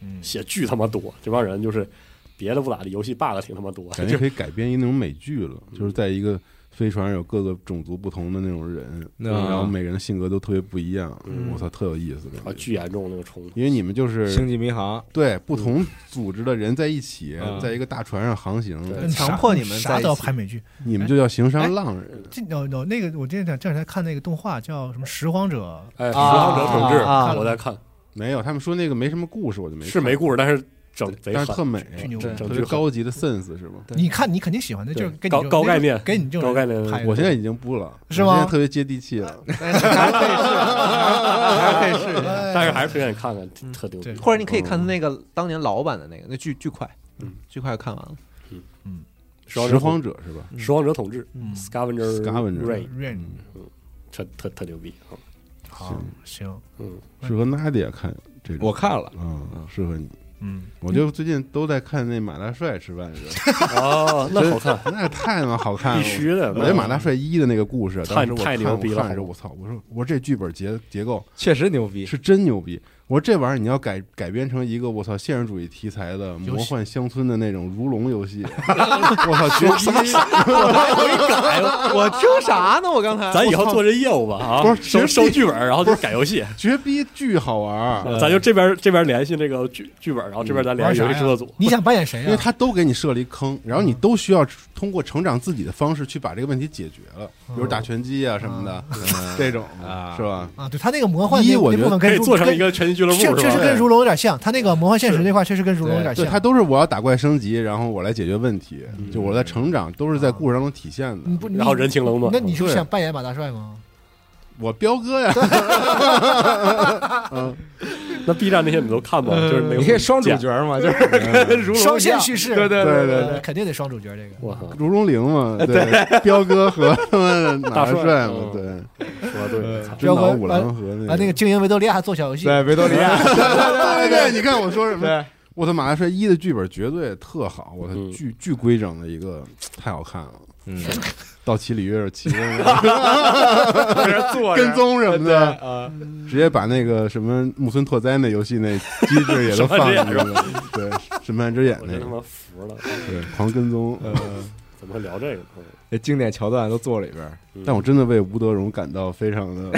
Speaker 7: 嗯，
Speaker 5: 写巨他妈多，这帮人就是别的不咋地，游戏 bug 挺他妈多，
Speaker 7: 感
Speaker 5: 就
Speaker 7: 觉可以改编一那种美剧了，就是在一个飞船上有各个种族不同的那种人，
Speaker 4: 那
Speaker 7: 然后每个人的性格都特别不一样，
Speaker 5: 嗯
Speaker 7: 我操，特有意思，感觉
Speaker 5: 啊巨严重那个冲突，
Speaker 7: 因为你们就是
Speaker 4: 星际迷航，
Speaker 7: 对不同组织的人在一起
Speaker 4: 嗯，
Speaker 7: 在一个大船上航行，
Speaker 5: 对
Speaker 3: 强迫你们在
Speaker 2: 啥
Speaker 3: 一
Speaker 2: 都要
Speaker 3: 起
Speaker 2: 拍美剧。
Speaker 7: 你们就叫行商浪人。
Speaker 2: 哎这有有那个，我今天讲这两天看那个动画叫什么《拾荒者
Speaker 5: 哎，拾荒者统治，
Speaker 3: 啊
Speaker 5: 我在看
Speaker 7: 没有，他们说那个没什么故事，我就没
Speaker 5: 是没
Speaker 7: 看
Speaker 5: 故事，但是整贼
Speaker 7: 但是特
Speaker 5: 狠，
Speaker 7: 美，》，
Speaker 2: 巨牛逼！
Speaker 3: 对
Speaker 7: 特
Speaker 5: 整
Speaker 7: 别
Speaker 5: 剧
Speaker 7: 高级的 sense 是吗？
Speaker 3: 对
Speaker 2: 你看你肯定喜欢的，就是
Speaker 5: 对
Speaker 2: 跟你
Speaker 5: 高
Speaker 2: 这种
Speaker 5: 高概念
Speaker 2: 给你这种
Speaker 5: 高概念
Speaker 2: 拍的
Speaker 7: 我现在已经不了，
Speaker 2: 是
Speaker 7: 我
Speaker 2: 吗哎
Speaker 7: 现在特别接地气 了。
Speaker 3: 还是可以试一 下。
Speaker 5: 但是还是推荐你看看，挺特牛逼
Speaker 2: 对。
Speaker 3: 或者你可以看那个当年老版的那个，那巨巨快，巨快看完了。
Speaker 7: 拾荒者是吧？
Speaker 5: 拾荒者统治
Speaker 2: 嗯
Speaker 5: ，Scavenger
Speaker 7: Scavenger 嗯
Speaker 5: Raid，嗯
Speaker 2: Rain
Speaker 5: 特特特牛逼啊！
Speaker 2: 好行，
Speaker 5: 嗯
Speaker 7: 适合 Nadia 看这种。
Speaker 4: 我看了，
Speaker 7: 嗯，适合你。
Speaker 2: 嗯，
Speaker 7: 我就最近都在看那马大帅吃饭去，
Speaker 5: 哦，那好看，
Speaker 7: 那太他妈好看了，
Speaker 5: 必须的
Speaker 7: 我我对马大帅一的那个故事，
Speaker 5: 太
Speaker 7: 当时我
Speaker 5: 太
Speaker 7: 看
Speaker 5: 牛逼了
Speaker 7: 我看着我操，我说我说这剧本结结构
Speaker 4: 确实牛逼，
Speaker 7: 是真牛逼。我说这玩意儿你要改改编成一个我操现实主义题材的魔幻乡村的那种如龙游戏，我操绝逼！
Speaker 3: 我听啥呢？我刚才
Speaker 5: 咱以后做这业务吧啊，
Speaker 7: 不是
Speaker 5: 收
Speaker 7: 绝
Speaker 5: 收
Speaker 7: 壁
Speaker 5: 剧本，然后就改游戏，
Speaker 7: 绝逼巨好玩儿，
Speaker 5: 咱就这边这边联系那个剧剧本，然后这边咱联
Speaker 2: 玩
Speaker 5: 系
Speaker 2: 啥
Speaker 5: 游戏
Speaker 2: 呀
Speaker 5: 制作组。
Speaker 2: 你想扮演谁啊
Speaker 7: 因为
Speaker 2: 呀？
Speaker 7: 他都给你设了一坑，然后你都需要通过成长自己的方式去把这个问题解决了，
Speaker 2: 嗯
Speaker 7: 比如打拳击啊什么的，这种
Speaker 4: 啊
Speaker 7: 是吧？
Speaker 2: 啊，对他那个魔幻
Speaker 7: 一
Speaker 2: 那
Speaker 7: 我
Speaker 2: 那
Speaker 7: 觉
Speaker 2: 部
Speaker 7: 得
Speaker 2: 分
Speaker 5: 可
Speaker 2: 跟
Speaker 5: 以
Speaker 2: 如
Speaker 5: 做成
Speaker 2: 跟
Speaker 5: 一个拳击俱乐
Speaker 2: 确
Speaker 5: 部，
Speaker 2: 确
Speaker 5: 是
Speaker 2: 实
Speaker 5: 吧？
Speaker 2: 跟如龙有点像，他那个魔幻现实那块确实跟如龙有点
Speaker 7: 对，
Speaker 2: 像
Speaker 7: 他。都是我要打怪升级，然后我来解决问题，就我在成长，都是在故事当中体现的
Speaker 2: 你。嗯不，
Speaker 5: 嗯然后
Speaker 2: 你
Speaker 5: 人情冷暖
Speaker 2: 那你是不是
Speaker 7: 对
Speaker 2: 想扮演马大帅吗？
Speaker 7: 我彪哥 呀，嗯
Speaker 5: 那 B 站那些你都看吗？就是
Speaker 7: 呃
Speaker 5: 那个
Speaker 4: 你可以双主角
Speaker 5: 啊
Speaker 4: 嘛，就是跟 如龙一样
Speaker 2: 双线叙事，对
Speaker 4: 对
Speaker 7: 对对对，
Speaker 2: 肯定得双主角这个。
Speaker 5: 我操，
Speaker 7: 如龙零嘛，对，彪哥和他妈 的马帅嘛
Speaker 5: 大帅，
Speaker 7: 对，
Speaker 5: 说得
Speaker 2: 呃
Speaker 5: 对，操
Speaker 7: 呃真岛五郎和那
Speaker 2: 啊，那个精英维多利亚做小游戏，
Speaker 4: 对维多利 亚，
Speaker 7: 对对对，你看我说什么？
Speaker 4: 对，
Speaker 7: 我操，马大帅一的剧本绝对特好，我操
Speaker 5: 嗯，
Speaker 7: 巨巨规整的一个，太好看了。
Speaker 4: 嗯，
Speaker 7: 到骑里约骑
Speaker 4: 坐着
Speaker 7: 跟踪什么
Speaker 4: 对
Speaker 7: 的，
Speaker 5: 呃
Speaker 4: 啊，
Speaker 7: 直接把那个什么木村拓哉那游戏那机制也都放进去了，对，审判之眼
Speaker 5: 我
Speaker 7: 那
Speaker 5: 真他
Speaker 7: 个，
Speaker 5: 妈服了，嗯呃
Speaker 7: 对，狂跟踪。
Speaker 5: 怎么会聊这个？
Speaker 4: 那经典桥段都坐里边儿，
Speaker 7: 但我真的为吴德荣感到非常的，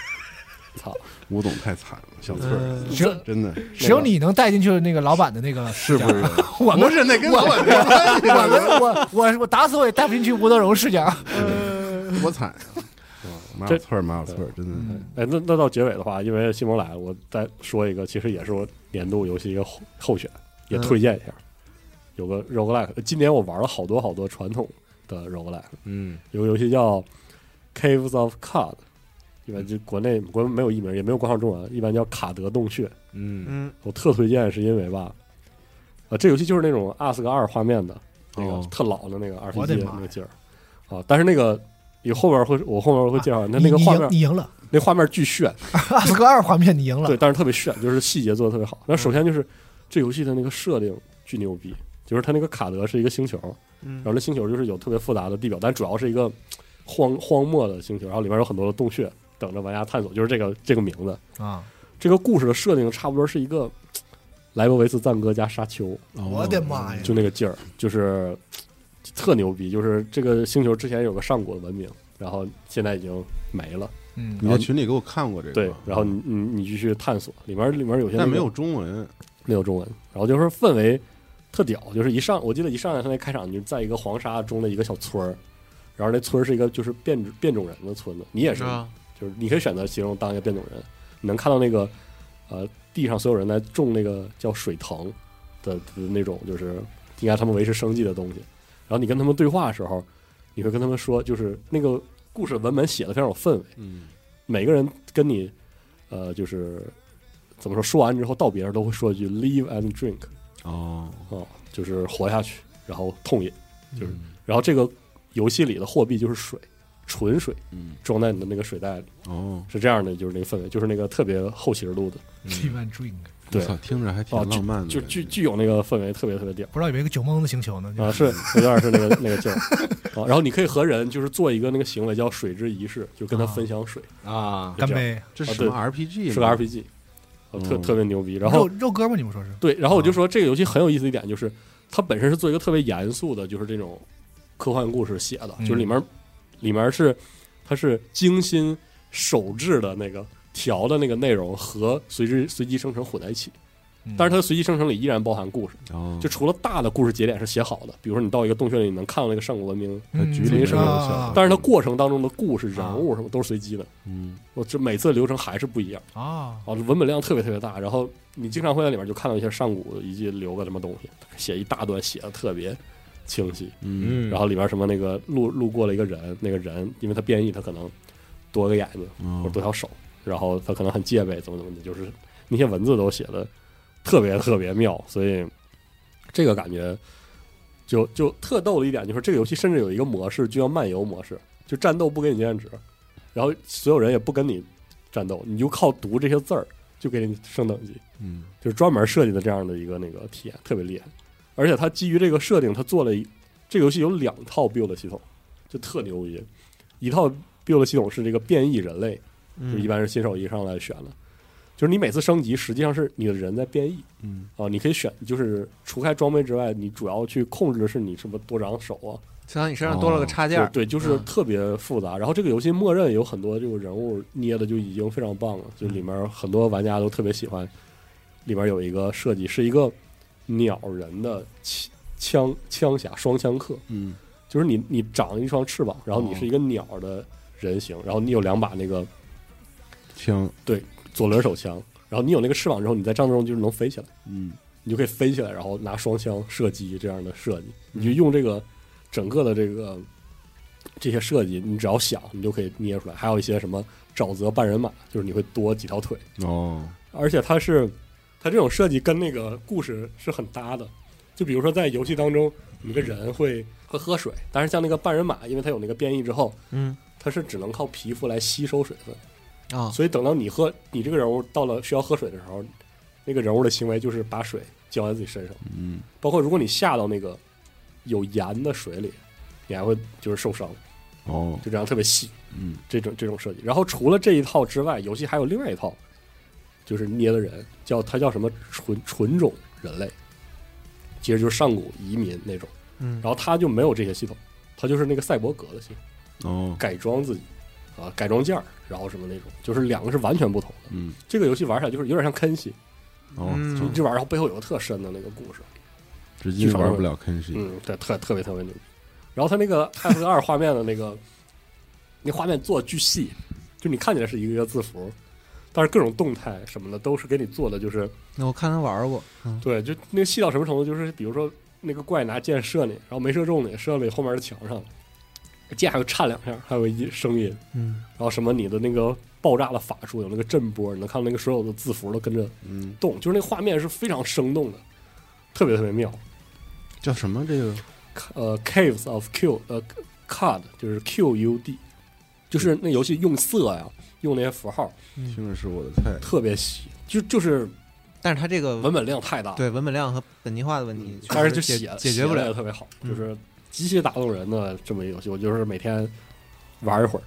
Speaker 5: 操，
Speaker 7: 吴总太惨了，小翠儿
Speaker 5: 嗯
Speaker 2: 只有
Speaker 7: 真的
Speaker 2: 只有你能带进去那个老板的那个，
Speaker 7: 是不是？
Speaker 2: 我
Speaker 7: 不
Speaker 2: 们
Speaker 7: 是那跟老板没关系，
Speaker 2: 我们我我我打死我也带不进去吴德荣视角。
Speaker 7: 多惨啊！马小翠儿，马小翠儿，真的
Speaker 5: 哎，那那到结尾的话，因为西蒙来了，我再说一个，其实也是我年度游戏一个候候选，也推荐一下。有个 roguelike，今年我玩了好多好多传统的 roguelike，
Speaker 4: 嗯，
Speaker 5: 有个游戏叫 Caves of Cod，一般就国内国没有译名，也没有官方中文，一般叫卡德洞穴。
Speaker 4: 嗯
Speaker 3: 嗯，
Speaker 5: 我特推荐，是因为吧，呃，这游戏就是那种 ASK 二画面的那个
Speaker 7: 哦
Speaker 5: 特老的那个
Speaker 2: 我的
Speaker 5: RPG
Speaker 2: 妈
Speaker 5: 那
Speaker 2: 呀
Speaker 5: 个劲儿啊，但是那个。以后边会，我后面会介绍它
Speaker 2: 你
Speaker 5: 那个
Speaker 2: 啊你
Speaker 5: 画
Speaker 2: 赢
Speaker 5: 面，
Speaker 2: 你赢了，
Speaker 5: 那画面巨炫，
Speaker 2: 阿斯克二画面你赢 了
Speaker 5: 对，，但是特别炫，就是细节做的特别好。那首先就是这游戏的那个设定巨牛逼，就是它那个卡德是一个星球，然后那星球就是有特别复杂的地表，但主要是一个荒荒漠的星球，然后里面有很多的洞穴等着玩家探索，就是这个这个名字。
Speaker 2: 啊！
Speaker 5: 这个故事的设定差不多是一个莱博维茨赞歌加沙丘，
Speaker 2: 我的妈呀！
Speaker 5: 就那个劲儿，就是特牛逼。就是这个星球之前有个上古的文明，然后现在已经没了。
Speaker 2: 嗯，
Speaker 7: 你在群里给我看过这个，
Speaker 5: 对，然后你你你继续探索，里面里面有些那
Speaker 7: 但
Speaker 5: 个
Speaker 7: 没有中文，
Speaker 5: 没有中文，然后就是氛围特屌，就是一上我记得一上来他那开场就是在一个黄沙中的一个小村儿，然后那村儿是一个就是变种变种人的村子，你也是，
Speaker 3: 啊，
Speaker 5: 就是你可以选择其中当一个变种人，你能看到那个呃地上所有人在种那个叫水藤的的那种，就是应该他们维持生计的东西。然后你跟他们对话的时候，你会跟他们说，就是那个故事文本写的非常有氛围，
Speaker 7: 嗯，
Speaker 5: 每个人跟你呃就是怎么说，说完之后到别人都会说一句 “live and drink”，
Speaker 7: 哦，嗯
Speaker 5: 哦，就是活下去，然后痛饮，就是，然后这个游戏里的货币就是水，纯水
Speaker 7: 嗯，
Speaker 5: 装在你的那个水袋里，
Speaker 7: 哦，嗯
Speaker 5: 是这样的，就是那个氛围，就是那个特别后期录的，
Speaker 2: Live and Drink，
Speaker 5: 对
Speaker 7: 我操，听着还挺
Speaker 5: 哦
Speaker 7: 浪漫的，
Speaker 5: 就具具有那个氛围，特别特别屌
Speaker 2: 不知道有没有一个酒蒙子星球呢？就
Speaker 5: 啊，是有点是那个那个 劲儿啊。然后你可以和人就是做一个那个行为叫水之仪式，就跟他分享水，
Speaker 4: 啊，
Speaker 2: 干杯，
Speaker 7: 这是
Speaker 5: 啊
Speaker 7: 什
Speaker 5: 对
Speaker 7: 么 RPG？
Speaker 5: 是个 RPG，啊特
Speaker 7: 嗯
Speaker 5: 特别牛逼。然后
Speaker 2: 肉肉哥吗？你们说是？
Speaker 5: 对，然后我就说这个游戏很有意思一点就是，它本身是做一个特别严肃的，就是这种科幻故事写的，
Speaker 2: 嗯
Speaker 5: 就是里面里面是它是精心手制的那个调的那个内容和随之随机生成混在一起，
Speaker 2: 嗯
Speaker 5: 但是它的随机生成里依然包含故事，
Speaker 7: 哦，
Speaker 5: 就除了大的故事节点是写好的，比如说你到一个洞穴里，你能看到那个上古文明，
Speaker 2: 它
Speaker 7: 局里
Speaker 5: 面
Speaker 7: 是有
Speaker 2: 啊
Speaker 7: 小，
Speaker 5: 但是它过程当中的故事、人物什么都是随机的，
Speaker 7: 啊嗯，
Speaker 5: 我这每次的流程还是不一样。
Speaker 2: 啊，
Speaker 5: 啊，文本量特别特别大，然后你经常会在里面就看到一些上古遗迹留的什么东西，写一大段，写的特别清晰。
Speaker 7: 嗯，
Speaker 5: 然后里边什么那个路路过了一个人，那个人因为他变异，他可能多个眼睛或者
Speaker 7: 哦
Speaker 5: 多条手，然后他可能很戒备，怎么怎么的，就是那些文字都写的特别特别妙，所以这个感觉就就特逗的一点就是这个游戏甚至有一个模式就叫漫游模式，就战斗不给你经验值，然后所有人也不跟你战斗，你就靠读这些字儿就给你升等级，
Speaker 7: 嗯，
Speaker 5: 就是专门设计的这样的一个那个体验，特别厉害。而且它基于这个设定，它做了一这个游戏有两套 build 系统，就特牛逼。一套 build 系统是这个变异人类，就一般是新手一上来选的，就是你每次升级，实际上是你的人在变异。
Speaker 7: 嗯，
Speaker 5: 啊，你可以选，就是除开装备之外，你主要去控制的是你什么多长手啊，
Speaker 3: 相当于你身上多
Speaker 7: 哦
Speaker 3: 了个插件儿，
Speaker 5: 对，就是
Speaker 3: 嗯
Speaker 5: 特别复杂。然后这个游戏默认有很多这个人物捏的就已经非常棒了，就
Speaker 7: 嗯
Speaker 5: 里面很多玩家都特别喜欢。里面有一个设计是一个鸟人的枪枪枪侠双枪客，
Speaker 7: 嗯，哦
Speaker 5: 就是你你长一双翅膀，然后你是一个鸟的人形，然后你有两把那个
Speaker 7: 枪，
Speaker 5: 左轮手枪，然后你有那个翅膀之后，你在战斗中就是能飞起来。
Speaker 7: 嗯，
Speaker 5: 你就可以飞起来，然后拿双枪射击这样的设计。你就用这个整个的这个这些设计，你只要想，你就可以捏出来。还有一些什么沼泽半人马，就是你会多几条腿，
Speaker 7: 哦，
Speaker 5: 而且它是它这种设计跟那个故事是很搭的。就比如说在游戏当中，你个人会会喝水，但是像那个半人马，因为它有那个变异之后，
Speaker 3: 嗯
Speaker 5: 它是只能靠皮肤来吸收水分，
Speaker 3: 啊，
Speaker 5: 所以等到你喝你这个人物到了需要喝水的时候，那个人物的行为就是把水浇在自己身上。
Speaker 7: 嗯，
Speaker 5: 包括如果你下到那个有盐的水里，你还会就是受伤，
Speaker 7: 哦，
Speaker 5: 就这样特别细，
Speaker 7: 嗯，
Speaker 5: 这种这种设计。然后除了这一套之外，游戏还有另外一套，就是捏的人叫它叫什么纯纯种人类，其实就是上古移民那种。
Speaker 3: 嗯
Speaker 5: 然后它就没有这些系统，它就是那个赛博格的系统，
Speaker 7: 哦，
Speaker 5: 改装自己啊，改装件儿，然后什么那种，就是两个是完全不同的。
Speaker 7: 嗯，
Speaker 5: 这个游戏玩起来就是有点像坑系，
Speaker 7: 哦，
Speaker 3: 嗯
Speaker 5: 就一直玩，然后背后有个特深的那个故事。
Speaker 7: 至今玩不了坑系，
Speaker 5: 嗯，对，特特别特别牛逼。然后它那个 F 二画面的那个， 那画面做的巨细，就你看起来是一个一个字符，但是各种动态什么的都是给你做的，就是
Speaker 3: 那我看他玩过，嗯
Speaker 5: 对，就那个细到什么程度，就是比如说那个怪拿箭射你，然后没射中你，射到你后面的墙上，箭还有颤两下，还有一声音，
Speaker 3: 嗯
Speaker 5: 然后什么你的那个爆炸的法术有那个震波，你能看到那个所有的字符都跟着
Speaker 7: 嗯，
Speaker 5: 动，就是那个画面是非常生动的，特别特别妙。
Speaker 7: 叫什么这个？
Speaker 5: 呃，Caves of Q 呃 CUD 就是 QUD，就是那游戏用色呀，用那些符号
Speaker 7: 听着是我的菜，
Speaker 5: 特别细，就就是
Speaker 3: 嗯但是他这个
Speaker 5: 文本量太大，，
Speaker 3: 对文本量和本地化的问题，确
Speaker 5: 但是
Speaker 3: 实
Speaker 5: 就
Speaker 3: 解
Speaker 5: 写
Speaker 3: 解决不
Speaker 5: 写
Speaker 3: 了
Speaker 5: 得，特别好，
Speaker 3: 嗯
Speaker 5: 就是极其打动人的这么一个游戏，我就是每天玩一会儿，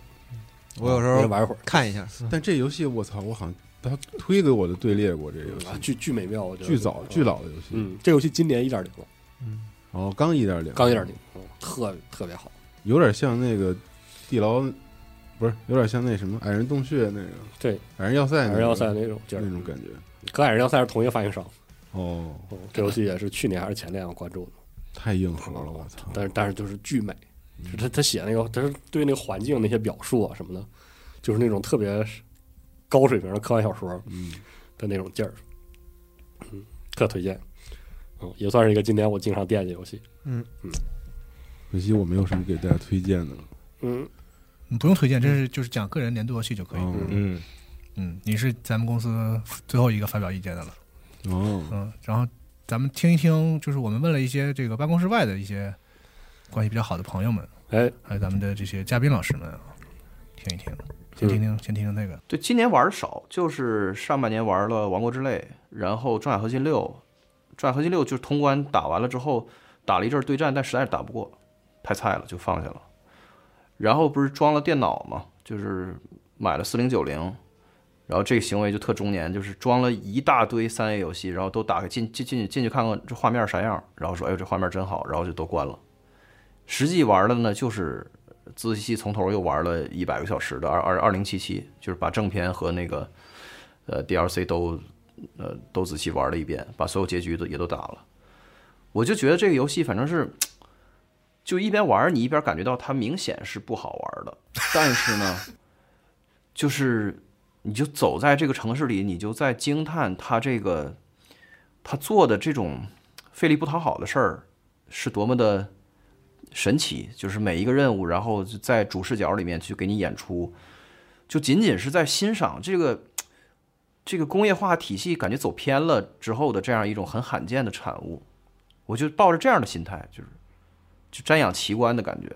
Speaker 3: 我有时
Speaker 5: 每天
Speaker 3: 候
Speaker 5: 啊玩一会儿，
Speaker 3: 看一下，
Speaker 7: 但这游戏我操，我好像他推给我的队列过这个游
Speaker 5: 啊，
Speaker 7: 戏，
Speaker 5: 巨巨美妙，我觉得
Speaker 7: 巨早巨，老的游戏，
Speaker 5: 嗯，这游戏今年一点零了，
Speaker 3: 嗯
Speaker 7: 哦，刚一点零，
Speaker 5: 刚一点零，，嗯特特别好，
Speaker 7: 有点像那个地牢，不是有点像那什么矮人洞穴那个
Speaker 5: 对，
Speaker 7: 矮人要塞那
Speaker 5: 二
Speaker 7: 个
Speaker 5: 幺三那种劲儿
Speaker 7: 那，种感觉，
Speaker 5: 跟《矮人要塞》是同一个发行商，
Speaker 7: 哦，
Speaker 5: 嗯这游戏也是去年还是前年我关注的，嗯
Speaker 7: 太硬核了，我操！嗯
Speaker 5: 但是但是就是巨美，就是他他写那个，他是对那个环境那些表述啊什么的，就是那种特别高水平的科幻小说
Speaker 7: 嗯，
Speaker 5: 的那种劲儿，嗯，特推荐，嗯，也算是一个今年我经常惦记的游戏，
Speaker 7: 嗯可惜我没有什么给大家推荐的了。
Speaker 5: 嗯，
Speaker 2: 你不用推荐，这是就是讲个人年度游戏就可以。
Speaker 7: 哦
Speaker 4: 嗯，
Speaker 2: 嗯，你是咱们公司最后一个发表意见的了。
Speaker 7: 哦，
Speaker 2: 嗯，然后咱们听一听，就是我们问了一些这个办公室外的一些关系比较好的朋友们，
Speaker 5: 哎，
Speaker 2: 还有咱们的这些嘉宾老师们啊，听一听，
Speaker 5: 嗯
Speaker 2: 先听听，先听听那个。
Speaker 10: 对，今年玩的少，就是上半年玩了《王国之泪》，然后《装甲核心六》，《装甲核心六》就是通关打完了之后，打了一阵儿对战，但实在是打不过，太菜了，就放下了。然后不是装了电脑嘛，就是买了四零九零，然后这个行为就特中年，就是装了一大堆三 A 游戏，然后都打开进进进去进去看看这画面啥样，然后说哎呦这画面真好，然后就都关了。实际玩的呢，就是仔仔细细从头又玩了一百个小时的二二二零七七，就是把正片和那个呃 DLC 都呃都仔细玩了一遍，把所有结局都也都打了。我就觉得这个游戏反正是，就一边玩儿你一边感觉到它明显是不好玩儿的，但是呢， 就是你就走在这个城市里，你就在惊叹它这个它做的这种费力不讨好的事儿是多么的。神奇，就是每一个任务，然后就在主视角里面去给你演出，就仅仅是在欣赏这个这个工业化体系感觉走偏了之后的这样一种很罕见的产物，我就抱着这样的心态，就是就瞻仰奇观的感觉，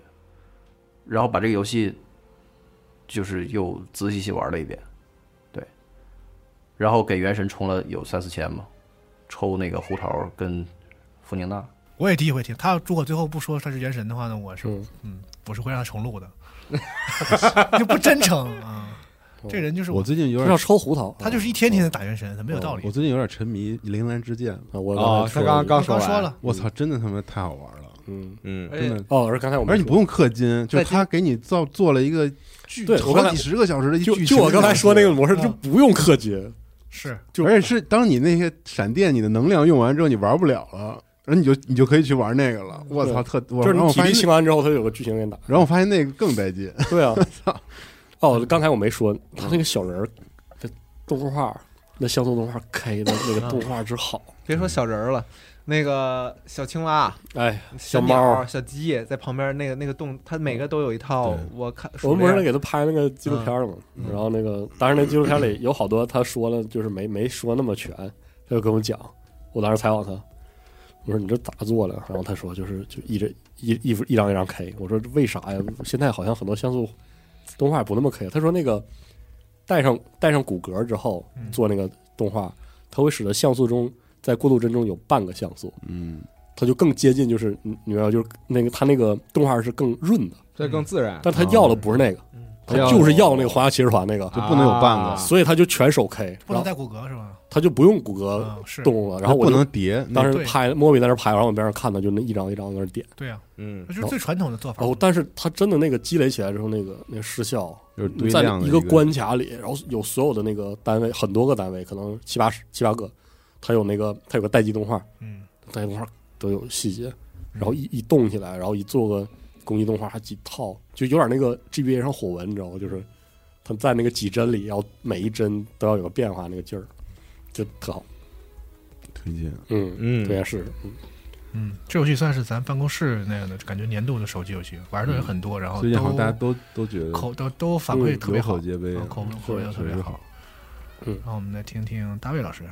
Speaker 10: 然后把这个游戏就是又仔仔细细玩了一遍，对，然后给原神充了有三四千嘛，抽那个胡桃跟弗宁娜。
Speaker 2: 我也第一回听，他如果最后不说他是原神的话呢，我是
Speaker 5: 嗯
Speaker 2: 嗯，我是会让他重录的， 就不真诚啊。这人就是
Speaker 7: 哦我，最近有
Speaker 5: 要
Speaker 7: 点，哦
Speaker 5: 抽胡桃，哦
Speaker 2: 他就是一天天的打原神，他没有道理
Speaker 7: 我。最近有点沉迷《铃兰之剑》了，
Speaker 5: 啊，我
Speaker 4: 哦，他
Speaker 5: 才
Speaker 4: 刚刚
Speaker 2: 我刚
Speaker 4: 完
Speaker 2: 说，了，哎
Speaker 7: 我操，真的他妈太好玩了，
Speaker 5: 嗯，
Speaker 4: 嗯，
Speaker 7: 真的。
Speaker 5: 哦，而刚才我们
Speaker 7: 而你不用氪金，就是
Speaker 3: 在
Speaker 7: 他给你造做了一个剧，
Speaker 5: 对我刚
Speaker 7: 好
Speaker 5: 才
Speaker 7: 几十个小时的一
Speaker 5: 就
Speaker 7: 剧
Speaker 5: 就
Speaker 7: 情。
Speaker 5: 我刚才说那个模式
Speaker 2: 嗯
Speaker 5: 就不用氪金，
Speaker 2: 是
Speaker 5: 就
Speaker 7: 而且是当你那些闪电，你的能量用完之后，你玩不了了，然后你就你就可以去玩那个了。我操，特我
Speaker 5: 就是
Speaker 7: 然后
Speaker 5: 你
Speaker 7: 我
Speaker 5: 体
Speaker 7: 发
Speaker 5: 力
Speaker 7: 现
Speaker 5: 清
Speaker 7: 那，
Speaker 5: 完之后，它有个剧情给你打。
Speaker 7: 然后我发现那个更带 劲。
Speaker 5: 对啊，哦，刚才我没说，他那个小人儿的动画，那像素动画开的那个动画之好，
Speaker 3: 嗯别说小人儿了，那个小青蛙、
Speaker 5: 哎，
Speaker 3: 小
Speaker 5: 小猫
Speaker 3: 鸟、小鸡在旁边那个那个洞，它每个都有一套
Speaker 7: 对。
Speaker 3: 我看嗯
Speaker 5: 我们不
Speaker 3: 数
Speaker 5: 是
Speaker 3: 量
Speaker 5: 给他拍那个纪录片儿嘛，然后那个当然那纪录片里有好多他说了就是没没说那么全，他就跟我讲，我当时采访他，我说你这咋做的？然后他说就是就一直一一一张一张 K，我说为啥呀？现在好像很多像素动画不那么 K，他说那个带上带上骨骼之后做那个动画，它会使得像素中在过渡帧中有半个像素，
Speaker 7: 嗯，
Speaker 5: 它就更接近就是你你明白吗就是那个它那个动画是更润的，
Speaker 4: 这更自然，
Speaker 5: 但他要的不是那个。
Speaker 2: 嗯
Speaker 5: 他就是要那个皇家骑士团那个，
Speaker 7: 就不能有半个
Speaker 4: 啊
Speaker 5: 所以他就全手 K，
Speaker 2: 不
Speaker 5: 然
Speaker 2: 能
Speaker 5: 后
Speaker 2: 带骨骼是吧？
Speaker 5: 他就不用骨骼
Speaker 2: 嗯，是，
Speaker 5: 动了。然后我
Speaker 7: 不
Speaker 5: 就
Speaker 7: 能叠，那
Speaker 5: 当时
Speaker 2: 对
Speaker 5: 拍莫比在那拍，然后我边上看他就那一张一张在那点。
Speaker 2: 对啊，
Speaker 4: 嗯
Speaker 2: 那就是最传统的做法
Speaker 5: 然。后，哦但是他真的那个积累起来之后，那个那个失效，
Speaker 7: 就是堆
Speaker 5: 在
Speaker 7: 量的
Speaker 5: 一
Speaker 7: 个
Speaker 5: 个关卡里，然后有所有的那个单位，很多个单位，可能七八十七八个，他有那个他有个待机动画，
Speaker 2: 嗯，
Speaker 5: 待机动画都有细节，然后一一动起来，然后一做个公益动画，还几套，就有点那个 GBA 上火纹，你知道吗？就是他在那个几帧里，然后每一帧都要有个变化，那个劲儿就特好。
Speaker 7: 推荐。
Speaker 5: 嗯，
Speaker 4: 嗯
Speaker 5: 对，是，嗯
Speaker 2: 嗯，这游戏算是咱办公室那样的感觉年度的手机游戏，玩的人很多，然后
Speaker 7: 最近好像大家
Speaker 2: 都
Speaker 7: 都都觉得
Speaker 2: 口都都反馈特别
Speaker 7: 有
Speaker 2: 好
Speaker 7: 口，皆碑
Speaker 2: 嗯，口口碑都特
Speaker 7: 确
Speaker 2: 别
Speaker 7: 实
Speaker 2: 好。
Speaker 7: 好。嗯
Speaker 2: 让我们来听听大卫老师。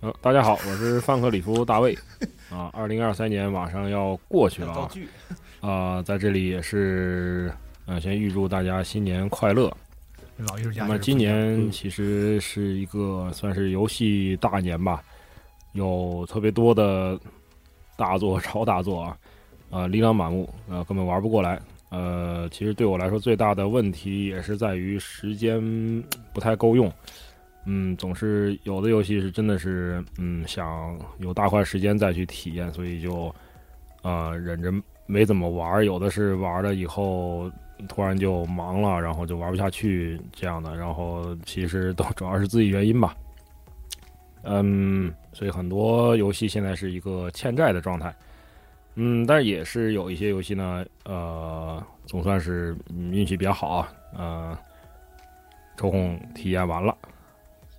Speaker 11: 呃，大家好，我是范克里夫大卫，啊，二零二三年马上要过去了
Speaker 3: 道
Speaker 11: 啊，
Speaker 3: 具，
Speaker 11: 啊，在这里也是，呃，先预祝大家新年快乐。
Speaker 2: 老艺术家就是不
Speaker 11: 那
Speaker 2: 一样。
Speaker 11: 么今年
Speaker 5: 嗯
Speaker 11: 其实是一个算是游戏大年吧，有特别多的大作、 超大作啊，呃，琳琅满目，呃，根本玩不过来。呃，其实对我来说最大的问题也是在于时间嗯不太够用。嗯，总是有的游戏是真的是，嗯，想有大块时间再去体啊验，所以就，呃，忍着没怎么玩儿。有的是玩了以后突然就忙了，然后就玩不下去这样的，然后其实都 主要是自己原因吧。嗯，所以很多游戏现在是一个欠债的状态。嗯，但是也是有一些游戏呢，呃，总算是嗯运气比较好啊，呃，抽空体验啊完了。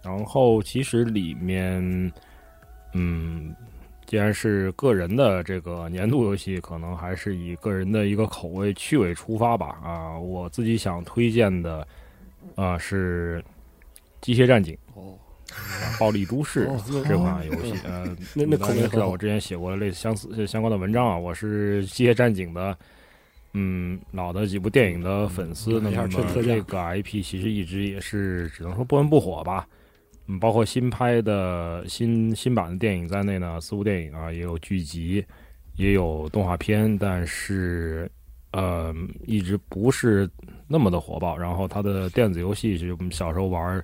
Speaker 11: 然后其实里面，嗯，既然是个人的这个年度游戏，可能还是以个人的一个口味趣味出发吧。啊，我自己想推荐的啊、是《机械战警》
Speaker 5: 哦，嗯
Speaker 11: 《暴力都市》这款游戏。呃，
Speaker 5: 那那
Speaker 11: 大
Speaker 5: 口
Speaker 11: 家
Speaker 5: 味
Speaker 11: 知道
Speaker 5: 很
Speaker 11: 我
Speaker 5: 好，
Speaker 11: 之前写过的类似相似相关的文章啊，我是《机械战警》的，嗯，老的几部电影的粉丝。那
Speaker 5: 嗯一下
Speaker 11: 么
Speaker 5: 趁特价
Speaker 11: 这个 IP 其实一直也是只能说不温不火吧。嗯，包括新拍的新新版的电影在内呢，四部电影啊，也有剧集，也有动画片，但是呃，一直不是那么的火爆。然后它的电子游戏是我们小时候玩儿，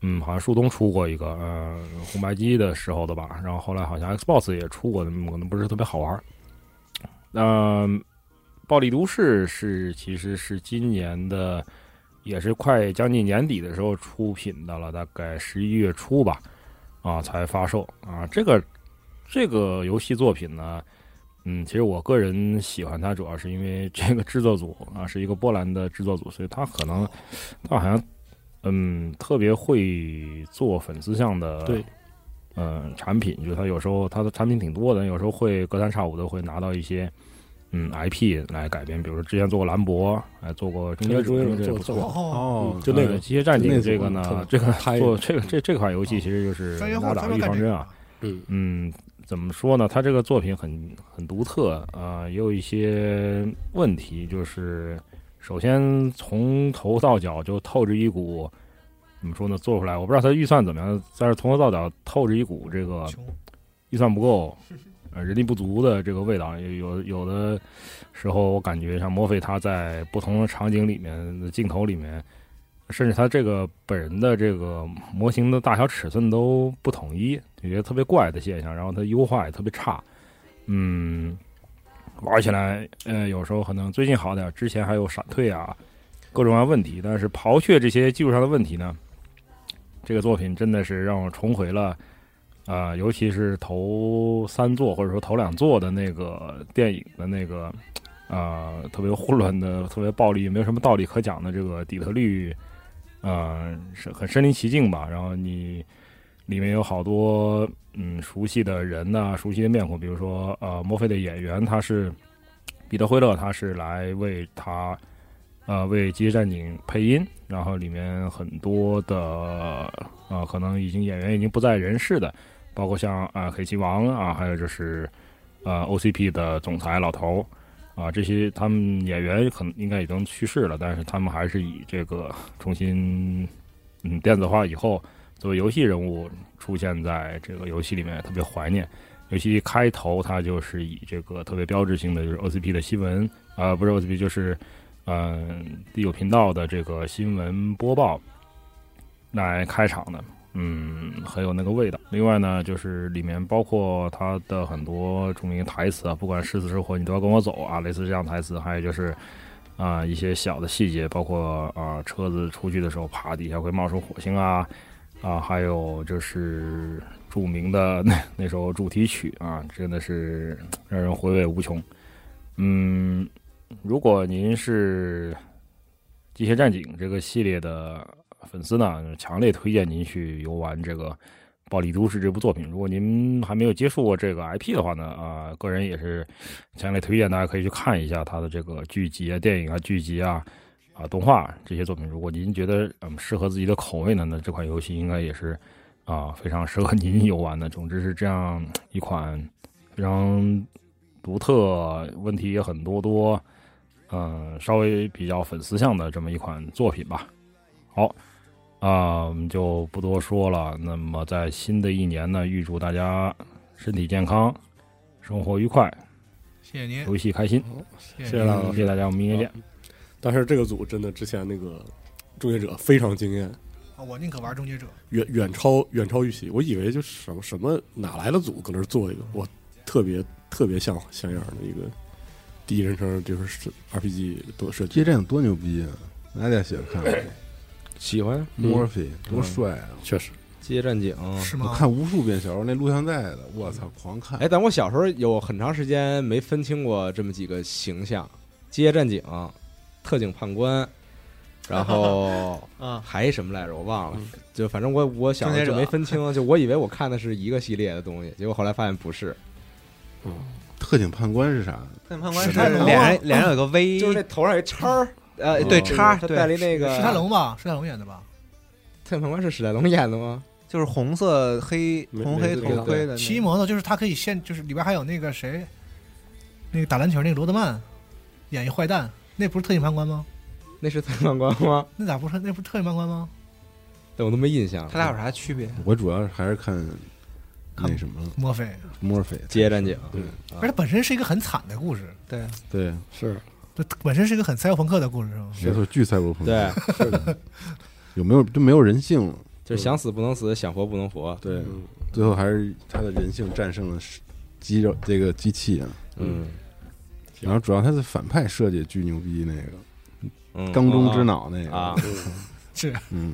Speaker 11: 嗯，好像树东出过一个，呃，红白机的时候的吧。然后后来好像 Xbox 也出过，嗯可能不是特别好玩儿。那、暴力都市》是其实是今年的，也是快将近年底的时候出品的了，大概十一月初吧，啊，才发售啊。这个这个游戏作品呢，嗯，其实我个人喜欢它，主要是因为这个制作组啊是一个波兰的制作组，所以它可能它好像嗯特别会做粉丝向的
Speaker 5: 对
Speaker 11: 嗯产品，就是它有时候它的产品挺多的，有时候会隔三差五的会拿到一些嗯 IP 来改编，比如说之前做过兰博，还做过终结者，
Speaker 5: 中
Speaker 11: 终结
Speaker 5: 间
Speaker 11: 者
Speaker 5: 做
Speaker 11: 不
Speaker 5: 做
Speaker 11: 错。
Speaker 2: 哦，
Speaker 7: 哦，
Speaker 5: 就那个
Speaker 11: 呃机械战
Speaker 5: 就那组
Speaker 11: 警这个
Speaker 5: 特别
Speaker 11: 呢，这个
Speaker 5: 嗨
Speaker 11: 做这个这这款游戏其实就
Speaker 2: 嗯啊
Speaker 11: 是
Speaker 2: 三月后
Speaker 11: 拉
Speaker 2: 咱
Speaker 11: 打
Speaker 2: 们
Speaker 11: 预
Speaker 2: 干
Speaker 11: 防
Speaker 2: 这
Speaker 11: 针
Speaker 2: 个
Speaker 11: 啊，
Speaker 5: 嗯，
Speaker 11: 嗯，怎么说呢？它这个作品很很独特，呃，也有一些问题，就是首先从头到脚就透着一股怎么说呢？做出来，我不知道它预算怎么样，但是从头到脚透着一股这个
Speaker 2: 穷
Speaker 11: 预算不够，呃，人力不足的这个味道。有有有的时候，我感觉像墨菲他在不同的场景里面、的镜头里面，甚至他这个本人的这个模型的大小尺寸都不统一，就觉得特别怪的现象。然后他优化也特别差，嗯，玩起来，呃，有时候可能最近好点儿，之前还有闪退啊，各种各样的问题。但是刨却这些技术上的问题呢，这个作品真的是让我重回了。啊，尤其是头三座或者说头两座的那个电影的那个啊、特别混乱的、特别暴力、没有什么道理可讲的这个底特律，呃，是很身临其境吧。然后你里面有好多嗯熟悉的人呐、熟悉的面孔，比如说呃，墨菲的演员他是彼得·惠勒，他是来为他呃为《机械战警》配音，然后里面很多的呃可能已经演员已经不在人世的。包括像啊、呃、黑棋王啊，还有就是呃 OCP 的总裁老头儿啊、这些他们演员可能应该已经去世了，但是他们还是以这个重新嗯电子化以后作为游戏人物出现在这个游戏里面，特别怀念。尤其开头它就是以这个特别标志性的就是 OCP 的新闻啊、不是 OCP 就是嗯、呃、第九频道的这个新闻播报来开场的。嗯，很有那个味道。另外呢，就是里面包括它的很多著名台词啊，不管是死是活，你都要跟我走啊，类似这样的台词。还有就是啊、一些小的细节，包括啊、车子出去的时候，啪底下会冒出火星啊，啊，还有就是著名的那那首主题曲啊，真的是让人回味无穷。嗯，如果您是《机械战警》这个系列的粉丝呢，强烈推荐您去游玩这个《暴力都市》这部作品。如果您还没有接触过这个 IP 的话呢，啊、个人也是强烈推荐大家可以去看一下它的这个剧集啊、电影啊、剧集啊、啊动画这些作品。如果您觉得嗯适合自己的口味呢，那这款游戏应该也是啊、非常适合您游玩的。总之是这样一款非常独特、问题也很多多。嗯，稍微比较粉丝向的这么一款作品吧。好，啊、我们就不多说了。那么在新的一年呢，预祝大家身体健康，生活愉快，
Speaker 2: 谢谢您，
Speaker 11: 游戏开心。
Speaker 5: 谢
Speaker 2: 谢您
Speaker 5: 谢大老
Speaker 11: 谢
Speaker 5: 师。
Speaker 11: 谢大家，我们明天见。
Speaker 5: 但是这个组真的之前那个终结者非常惊艳，
Speaker 2: 啊！我宁可玩终结者，
Speaker 5: 远远超远超预期。我以为就是什么什么哪来的组搁那儿做一个，我特别特别像像样的一个第一人称就是是 RPG 多设计，
Speaker 7: 街战有多牛逼啊！拿点血看看
Speaker 4: 喜欢嗯
Speaker 7: ，Morphy 多帅啊！
Speaker 5: 嗯确实
Speaker 4: 街战警。
Speaker 2: 是
Speaker 7: 我
Speaker 2: 吗？
Speaker 7: 看无数遍小时候那录像带的，我操，狂看
Speaker 4: 哎，！但我小时候有很长时间没分清过这么几个形象：街战警、特警判官，然后
Speaker 3: 啊，
Speaker 4: 还什么来着？我忘了。
Speaker 5: 嗯
Speaker 4: 就反正我我小时候
Speaker 3: 终结
Speaker 4: 就
Speaker 3: 者
Speaker 4: 没分清，就我以为我看的是一个系列的东西，结果后来发现不是，
Speaker 5: 嗯
Speaker 7: 特警判官是啥？
Speaker 3: 那判官
Speaker 2: 史
Speaker 3: 是
Speaker 2: 泰龙
Speaker 3: 脸
Speaker 2: 啊
Speaker 3: 上脸上有个 V，
Speaker 4: 就是那头上有一叉儿，
Speaker 3: 呃对
Speaker 7: 嗯
Speaker 3: 叉，
Speaker 4: 他
Speaker 3: 对
Speaker 4: 戴了一那个
Speaker 2: 史泰龙吧，史泰龙演的吧？
Speaker 4: 特警判官是史泰龙演的吗？
Speaker 3: 就是红色黑
Speaker 5: 没
Speaker 3: 红黑
Speaker 5: 没
Speaker 3: 头盔的那个
Speaker 2: 奇异摩托就是他可以现，就是里边还有那个谁，那个打篮球那个罗德曼演一坏蛋，那不是特警判官吗？
Speaker 4: 那是特警判官吗？
Speaker 2: 那咋不是那不是特警判官吗？
Speaker 4: 但我都没印象了。
Speaker 3: 他俩有啥区别？啊
Speaker 7: 我主要是还是看
Speaker 2: 看
Speaker 7: 那什么
Speaker 2: 墨菲，啊
Speaker 7: Morphy
Speaker 4: 街战警，
Speaker 7: 对啊
Speaker 2: 而且本身是一个很惨的故事，
Speaker 3: 对，
Speaker 7: 对，嗯
Speaker 5: 是
Speaker 2: 就本身是一个很赛博朋克的故事，是吗？
Speaker 7: 没错，巨赛博朋克，
Speaker 4: 对，
Speaker 7: 有没有就没有人性了？
Speaker 4: 就是想死不能死，想活不能活。
Speaker 7: 对
Speaker 5: 嗯，
Speaker 7: 最后还是他的人性战胜了肌肉这个机器啊。
Speaker 4: 嗯
Speaker 7: 然后主要他的反派设计巨牛逼，那个
Speaker 4: 嗯，
Speaker 7: 缸中之脑那个
Speaker 4: 啊，，
Speaker 2: 是，
Speaker 7: 嗯，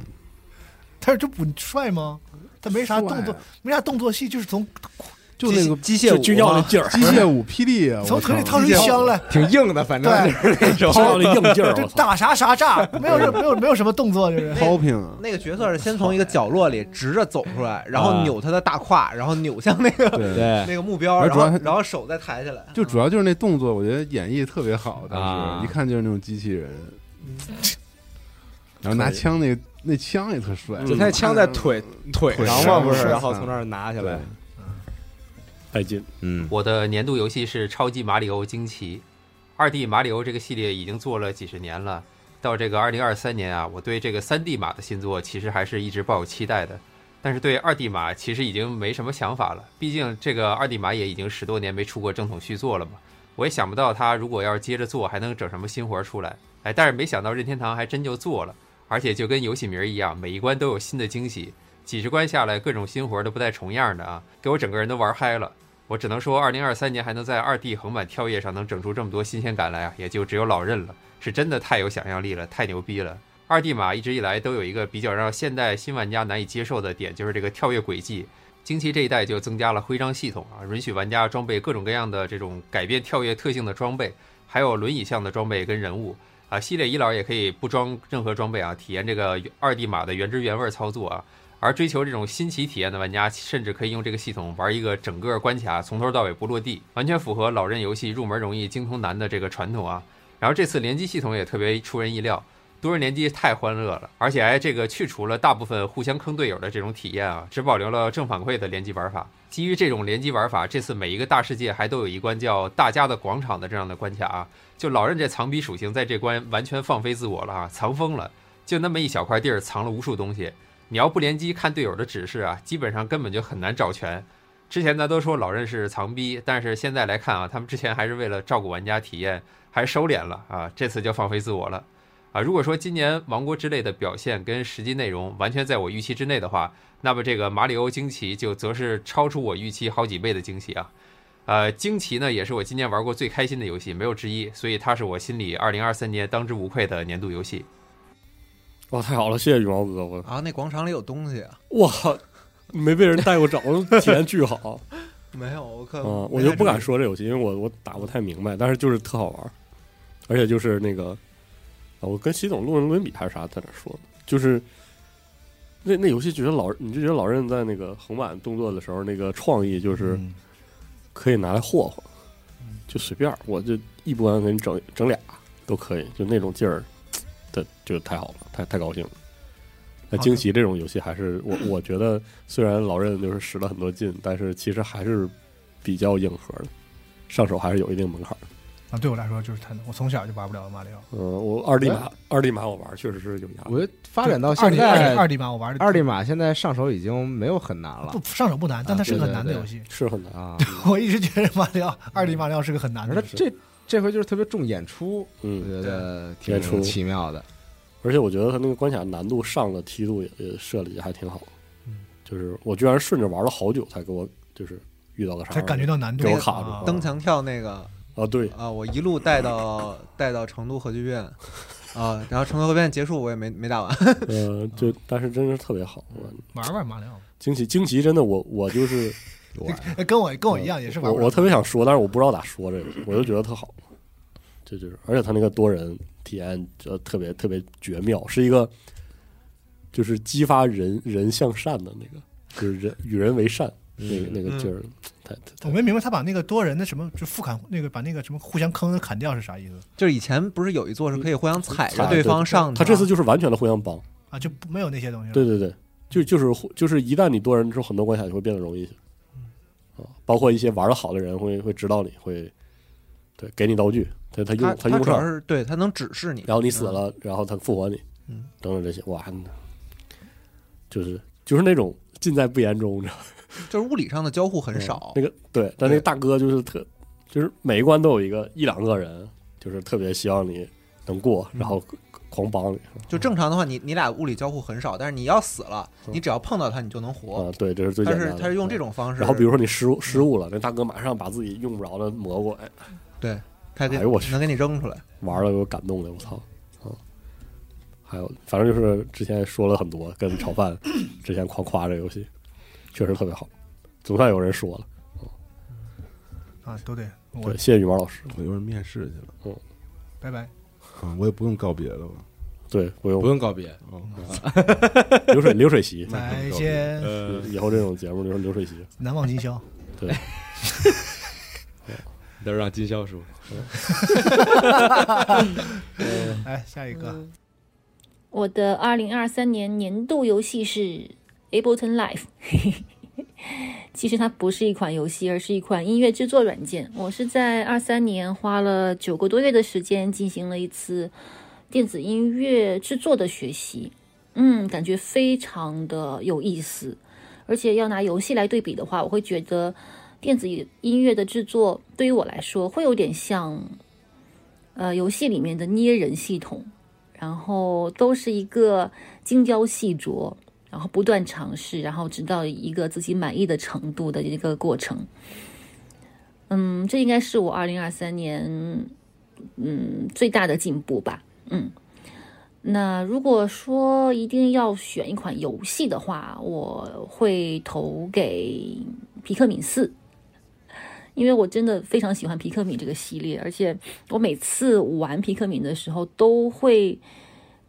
Speaker 2: 他这不帅吗？他没啥动作
Speaker 7: 帅啊，
Speaker 2: 没啥动作戏，就是从
Speaker 7: 就那个
Speaker 3: 机械啊
Speaker 5: 就
Speaker 3: 舞
Speaker 5: 就要
Speaker 4: 啊
Speaker 5: 那
Speaker 3: 嘛
Speaker 5: 劲儿，
Speaker 7: 机械舞霹雳啊，
Speaker 2: 从
Speaker 7: 我
Speaker 2: 腿里
Speaker 7: 靠
Speaker 2: 掏出一箱来，
Speaker 4: 挺硬的，反正就是那种
Speaker 5: 就要那硬 劲儿，
Speaker 2: 就
Speaker 5: 我操！
Speaker 2: 打啥啥炸，没有任没有没有什么动作，就是。
Speaker 7: popping 啊，
Speaker 3: 那个角色是先从一个角落里直着走出来，然
Speaker 5: 嗯
Speaker 3: 后扭他的大胯，然后扭向那个
Speaker 7: 对。
Speaker 4: 对，
Speaker 3: 那个目标，
Speaker 7: 而
Speaker 3: 然
Speaker 7: 主要
Speaker 3: 后
Speaker 7: 他
Speaker 3: 然后手再抬起来。
Speaker 2: 嗯
Speaker 7: 就主要就是那动作，我觉得演绎特别好，当
Speaker 4: 啊
Speaker 7: 时一看就是那种机器人，
Speaker 2: 嗯
Speaker 7: 然后拿枪那个那枪也特帅，
Speaker 4: 就他嗯那枪在腿腿
Speaker 7: 腿
Speaker 4: 上嘛，
Speaker 7: 上
Speaker 4: 不是，
Speaker 7: 是
Speaker 4: 然后
Speaker 7: 吧
Speaker 4: 从那儿拿下
Speaker 7: 对
Speaker 4: 来，
Speaker 5: 带劲，
Speaker 4: 嗯，
Speaker 12: 我的年度游戏是《超级马里奥惊奇》，二 D 马里奥这个系列已经做了几十年了，到这个二零二三年啊，我对这个三 D 马的新作其实还是一直抱有期待的，但是对二 D 马其实已经没什么想法了，毕竟这个二 D 马也已经十多年没出过正统续作了嘛，我也想不到他如果要是接着做还能整什么新活儿出来，哎，但是没想到任天堂还真就做了，而且就跟游戏名儿一样，每一关都有新的惊喜。几十关下来，各种新活儿都不带重样的啊，给我整个人都玩嗨了。我只能说，二零二三年还能在二 D 横版跳跃上能整出这么多新鲜感来啊，也就只有老任了，是真的太有想象力了，太牛逼了。二 D 马一直以来都有一个比较让现代新玩家难以接受的点，就是这个跳跃轨迹。惊奇这一代就增加了徽章系统啊，允许玩家装备各种各样的这种改变跳跃特性的装备，还有轮椅向的装备跟人物啊。系列遗老也可以不装任何装备啊，体验这个二 D 马的原汁原味操作啊。而追求这种新奇体验的玩家，甚至可以用这个系统玩一个整个关卡从头到尾不落地，完全符合老任游戏入门容易、精通难的这个传统啊。然后这次联机系统也特别出人意料，多人联机太欢乐了，而且还这个去除了大部分互相坑队友的这种体验啊，只保留了正反馈的联机玩法。基于这种联机玩法，这次每一个大世界还都有一关叫“大家的广场”的这样的关卡啊，就老任这藏笔属性在这关完全放飞自我了啊，藏疯了，就那么一小块地儿藏了无数东西。你要不联机看队友的指示啊，基本上根本就很难找全。之前咱都说老任是藏逼，但是现在来看啊，他们之前还是为了照顾玩家体验，还收敛了啊，这次就放飞自我了啊。如果说今年《王国之泪》的表现跟实际内容完全在我预期之内的话，那么这个《马里欧惊奇》就则是超出我预期好几倍的惊喜啊。呃，惊奇呢也是我今年玩过最开心的游戏，没有之一，所以它是我心里2023年当之无愧的年度游戏。
Speaker 5: 哇，太好了，谢谢羽毛哥，我
Speaker 3: 啊，那广场里有东西啊？
Speaker 5: 哇，没被人带过着，体验巨好。
Speaker 3: 没有，我可
Speaker 5: 啊、我就不敢说这游戏，因为我我打不太明白，但是就是特好玩儿，而且就是那个，啊、我跟习总路人伦比还是啥在那说呢，就是那那游戏觉得老你就觉得老任在那个横版动作的时候，那个创意就是
Speaker 2: 嗯
Speaker 5: 可以拿来霍霍，就随便儿，我就一波给你整整俩都可以，就那种劲儿，的就太好了，太太高兴了。那
Speaker 2: 好的
Speaker 5: 惊奇这种游戏还是我我觉得，虽然老任就是使了很多劲，但是其实还是比较硬核的，上手还是有一定门槛的。
Speaker 2: 啊，对我来说就是太难，我从小就玩不了马里奥。
Speaker 5: 嗯，我二 D 马二 D 马我玩确实是有压力，
Speaker 4: 我觉得发展到
Speaker 2: 二
Speaker 4: 现
Speaker 2: D 二 D
Speaker 4: 在
Speaker 2: 二，D 版我玩的
Speaker 4: 二 D 码现在上手已经没有很难了
Speaker 2: 不上手不难，但它是个
Speaker 4: 对
Speaker 2: 很
Speaker 4: 对
Speaker 2: 难的
Speaker 4: 对
Speaker 2: 游戏。
Speaker 5: 是很难。
Speaker 4: 啊。
Speaker 2: 我一直觉得马里奥二 D 马里奥是个很难
Speaker 4: 而
Speaker 2: 的
Speaker 4: 他
Speaker 2: 游戏。
Speaker 4: 这这回就是特别重演出，我
Speaker 5: 嗯，
Speaker 4: 觉得
Speaker 5: 演出
Speaker 4: 挺奇妙的。
Speaker 5: 而且我觉得他那个关卡难度上了梯度也也设计还挺好，
Speaker 2: 嗯
Speaker 5: 就是我居然顺着玩了好久才给我就是遇到个啥
Speaker 2: 才
Speaker 5: 玩意儿，
Speaker 2: 感觉到难度
Speaker 5: 给我
Speaker 2: 了
Speaker 5: 卡住嗯
Speaker 2: 啊
Speaker 5: 了
Speaker 3: 蹬墙跳那个
Speaker 5: 啊， 对，
Speaker 3: 啊，我一路带到带到成都核聚变，啊，然后成都核聚变结束我也没没打完，
Speaker 5: 呃，就但是真是特别好，我感觉
Speaker 2: 玩玩马里奥，
Speaker 5: 惊奇惊奇真的我我就是
Speaker 2: 哎 跟我跟我一样也是玩
Speaker 5: 我
Speaker 2: 不了
Speaker 5: 我特别想说，但是我不知道咋说这个，我就觉得特好，这就是，而且他那个多人体验就特别特别绝妙，是一个就是激发人人向善的那个，就是人与人为善那
Speaker 3: 嗯
Speaker 5: 个那个劲儿，太太
Speaker 2: 我
Speaker 5: 太
Speaker 2: 没明白他把那个多人的什么就复砍那个把那个什么互相坑的砍掉是啥意思
Speaker 3: 就是以前不是有一座是可以互相踩着
Speaker 5: 踩对
Speaker 3: 对方上的吗，
Speaker 5: 他这次就是完全的互相帮，
Speaker 2: 啊？就不没有那些东西了。
Speaker 5: 对对对，就就是互就是一旦你多人之后，很多关卡就会变得容易一些，
Speaker 3: 嗯
Speaker 5: 啊，包括一些玩的好的人会会指导你，会对给你道具，他他
Speaker 3: 他
Speaker 5: 用
Speaker 3: 他
Speaker 5: 用不
Speaker 3: 主要
Speaker 5: 上，
Speaker 3: 是对他能指示你，
Speaker 5: 然哦后你死了，然后他复活你，
Speaker 3: 嗯
Speaker 5: 等等这些，哇，就是就是那种尽在不言中，你知道吗
Speaker 3: 就是物理上的交互很少
Speaker 5: 那，个对，但那个大哥就是特，就是每一关都有一个一两个人，就是特别希望你能过，
Speaker 3: 嗯
Speaker 5: 然后狂帮你
Speaker 3: 就正常的话，你你俩物理交互很少，但是你要死了，
Speaker 5: 嗯
Speaker 3: 你只要碰到他，你就能活。
Speaker 5: 啊，对，这是最
Speaker 3: 但
Speaker 5: 简单
Speaker 3: 是
Speaker 5: 的。
Speaker 3: 他是
Speaker 5: 嗯
Speaker 3: 用这种方式，嗯
Speaker 5: 然后比如说你失误失误了，那大哥马上把自己用不着的蘑菇，哎，
Speaker 3: 他给
Speaker 5: 哎呦我去
Speaker 3: 能给你扔出来，
Speaker 5: 玩了给我感动的，我操！啊，还有，反正就是之前说了很多，跟炒饭之前狂夸这游戏，确实特别好，总算有人说了。
Speaker 2: 啊，都对，我
Speaker 5: 对，谢谢羽毛老师。
Speaker 7: 我一会儿面试去了，
Speaker 4: 嗯
Speaker 2: 拜拜。
Speaker 7: 啊，我也不用告别了吧？
Speaker 5: 对，不用
Speaker 4: 不用告别，
Speaker 7: 哦，
Speaker 5: 流水流水席，
Speaker 2: 再见，
Speaker 7: 呃，
Speaker 5: 以后这种节目就是流水席。
Speaker 2: 难忘今宵。
Speaker 4: 都让金宵说。
Speaker 5: 哎
Speaker 2: 来哎下一个，
Speaker 1: 嗯我的二零二三年年度游戏是《Ableton Live》。其实它不是一款游戏，而是一款音乐制作软件。我是在二三年花了九个多月的时间进行了一次电子音乐制作的学习，嗯，感觉非常的有意思。而且要拿游戏来对比的话，我会觉得电子音乐的制作对于我来说会有点像，呃，游戏里面的捏人系统。然后都是一个精雕细琢，然后不断尝试，然后直到一个自己满意的程度的一个过程。嗯，这应该是我二零二三年嗯最大的进步吧。嗯，那如果说一定要选一款游戏的话，我会投给《皮克敏四》。因为我真的非常喜欢皮克敏这个系列，而且我每次玩皮克敏的时候都会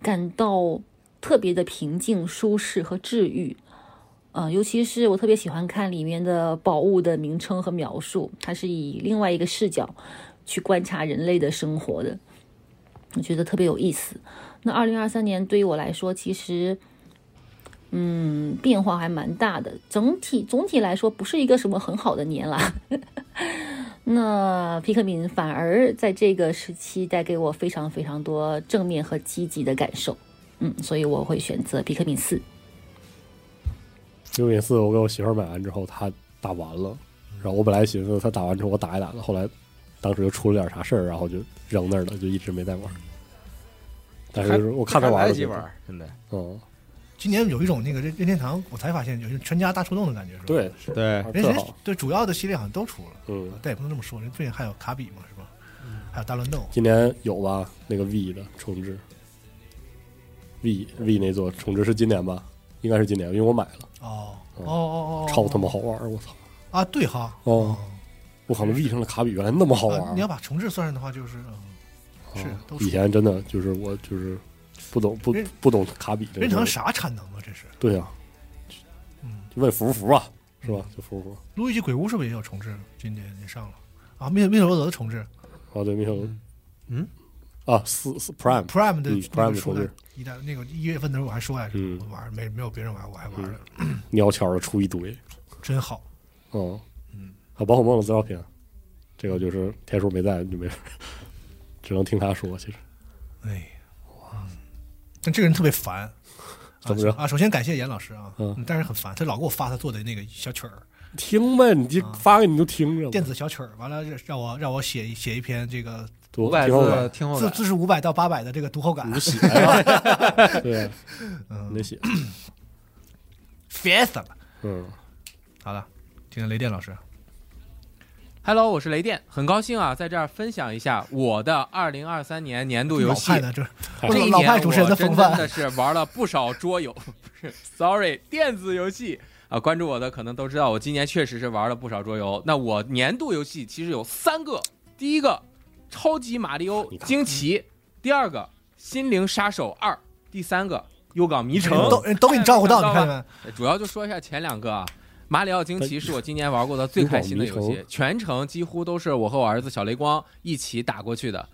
Speaker 1: 感到特别的平静、舒适和治愈。呃，尤其是我特别喜欢看里面的宝物的名称和描述，它是以另外一个视角去观察人类的生活的，我觉得特别有意思。那二零二三年对于我来说，其实。嗯，变化还蛮大的。整体总体来说，不是一个什么很好的年啦。那皮克敏反而在这个时期带给我非常非常多正面和积极的感受，嗯，所以我会选择皮克敏四。
Speaker 5: 因为每次我给我媳妇儿买完之后，她打完了，然后我本来寻思她打完之后我打一打的，后来当时又出了点啥事儿，然后就扔那儿了，就一直没再玩儿。但是就是我看她玩
Speaker 4: 还
Speaker 5: 儿
Speaker 4: 来
Speaker 5: 了
Speaker 4: 得及
Speaker 5: 就，
Speaker 4: 玩儿，真的。
Speaker 5: 嗯，
Speaker 2: 今年有一种那个任任天堂，我才发现有一种全家大出动的感觉，是吧？
Speaker 5: 对，
Speaker 4: 对，
Speaker 2: 人
Speaker 5: 特
Speaker 2: 人
Speaker 5: 好，
Speaker 2: 对主要的系列好像都出了，
Speaker 5: 嗯。
Speaker 2: 但也不能这么说，人最近还有卡比嘛，是吧？还有大乱斗，
Speaker 5: 今年有吧？那个 V 的重置，V V 那座重置是今年吧？应该是今年，因为我买了，
Speaker 2: 哦哦
Speaker 5: 嗯
Speaker 2: 哦哦，
Speaker 5: 超他妈好玩儿！我操！
Speaker 2: 啊，对哈，
Speaker 5: 哦，我靠，那 V 上的卡比原来那么好玩
Speaker 2: 啊，你要
Speaker 5: 儿！
Speaker 2: 把重置算上的话，就是嗯是
Speaker 5: 啊
Speaker 2: 都出
Speaker 5: 以前真的就是我就是不懂不
Speaker 2: 任
Speaker 5: 不懂卡比这
Speaker 2: 任天堂
Speaker 5: 个，
Speaker 2: 啥产能啊？这是
Speaker 5: 对呀，
Speaker 2: 嗯
Speaker 5: 就问服不服啊？是吧？就服不服？
Speaker 2: 路易吉鬼屋是不是也有重置？今年也上了啊，密密特罗德的重置
Speaker 5: 啊，对，没想到，
Speaker 3: 嗯，
Speaker 5: 啊，四四 Prime，
Speaker 2: ，Prime 的
Speaker 5: 嗯
Speaker 2: 那个
Speaker 5: Prime
Speaker 2: 出
Speaker 5: 重
Speaker 2: 来
Speaker 5: 置
Speaker 2: 一代那个一月份的时候我还说来着，
Speaker 5: 嗯
Speaker 2: 我玩儿没没有别人玩儿，我还玩儿了，
Speaker 5: 鸟悄的出一堆，
Speaker 2: 真好。
Speaker 5: 嗯，啊，宝可梦的资料片，这个就是天叔没在就没，只能听他说，其实。
Speaker 2: 哎呀，但这个人特别烦。啊
Speaker 5: 怎么着
Speaker 2: 啊？首先感谢严老师啊，
Speaker 5: 嗯
Speaker 2: 但是很烦，他老给我发他做的那个小曲儿，
Speaker 5: 听呗，你就
Speaker 2: 啊
Speaker 5: 发给你就听着吧。
Speaker 2: 电子小曲儿，完了让我让我写一写一篇这个
Speaker 5: 读
Speaker 3: 五百
Speaker 5: 挺好
Speaker 3: 字
Speaker 5: 玩，
Speaker 3: 听后
Speaker 2: 字
Speaker 3: 感，
Speaker 2: 字是五百到八百的这个读后感
Speaker 5: 你， 写呀，啊对，你得
Speaker 2: 嗯，
Speaker 5: 写，
Speaker 2: 烦死了。
Speaker 5: 嗯，
Speaker 2: 好了，今天雷电老师，
Speaker 13: Hello，我是雷电，很高兴啊，在这儿分享一下我的2023年年度游
Speaker 2: 老
Speaker 13: 戏。
Speaker 2: 派的这
Speaker 13: 这一
Speaker 2: 老
Speaker 13: 年
Speaker 2: 派主持人
Speaker 13: 我
Speaker 2: 的
Speaker 13: 真
Speaker 2: 风范
Speaker 13: 的是玩了不少桌游，不是，sorry，电子游戏啊。关注我的可能都知道，我今年确实是玩了不少桌游。那我年度游戏其实有三个，第一个《超级马里奥惊奇》，第二个《心灵杀手二》，第三个《幽港迷城》。
Speaker 2: 都都给你照顾到，你看
Speaker 13: 吧
Speaker 2: 看，
Speaker 13: 主要就说一下前两个啊，《马里奥惊奇》是我今年玩过的最开心的游
Speaker 5: 有点迷
Speaker 13: 戏
Speaker 5: 愁，
Speaker 13: 全程几乎都是我和我儿子小雷光一起打过去的。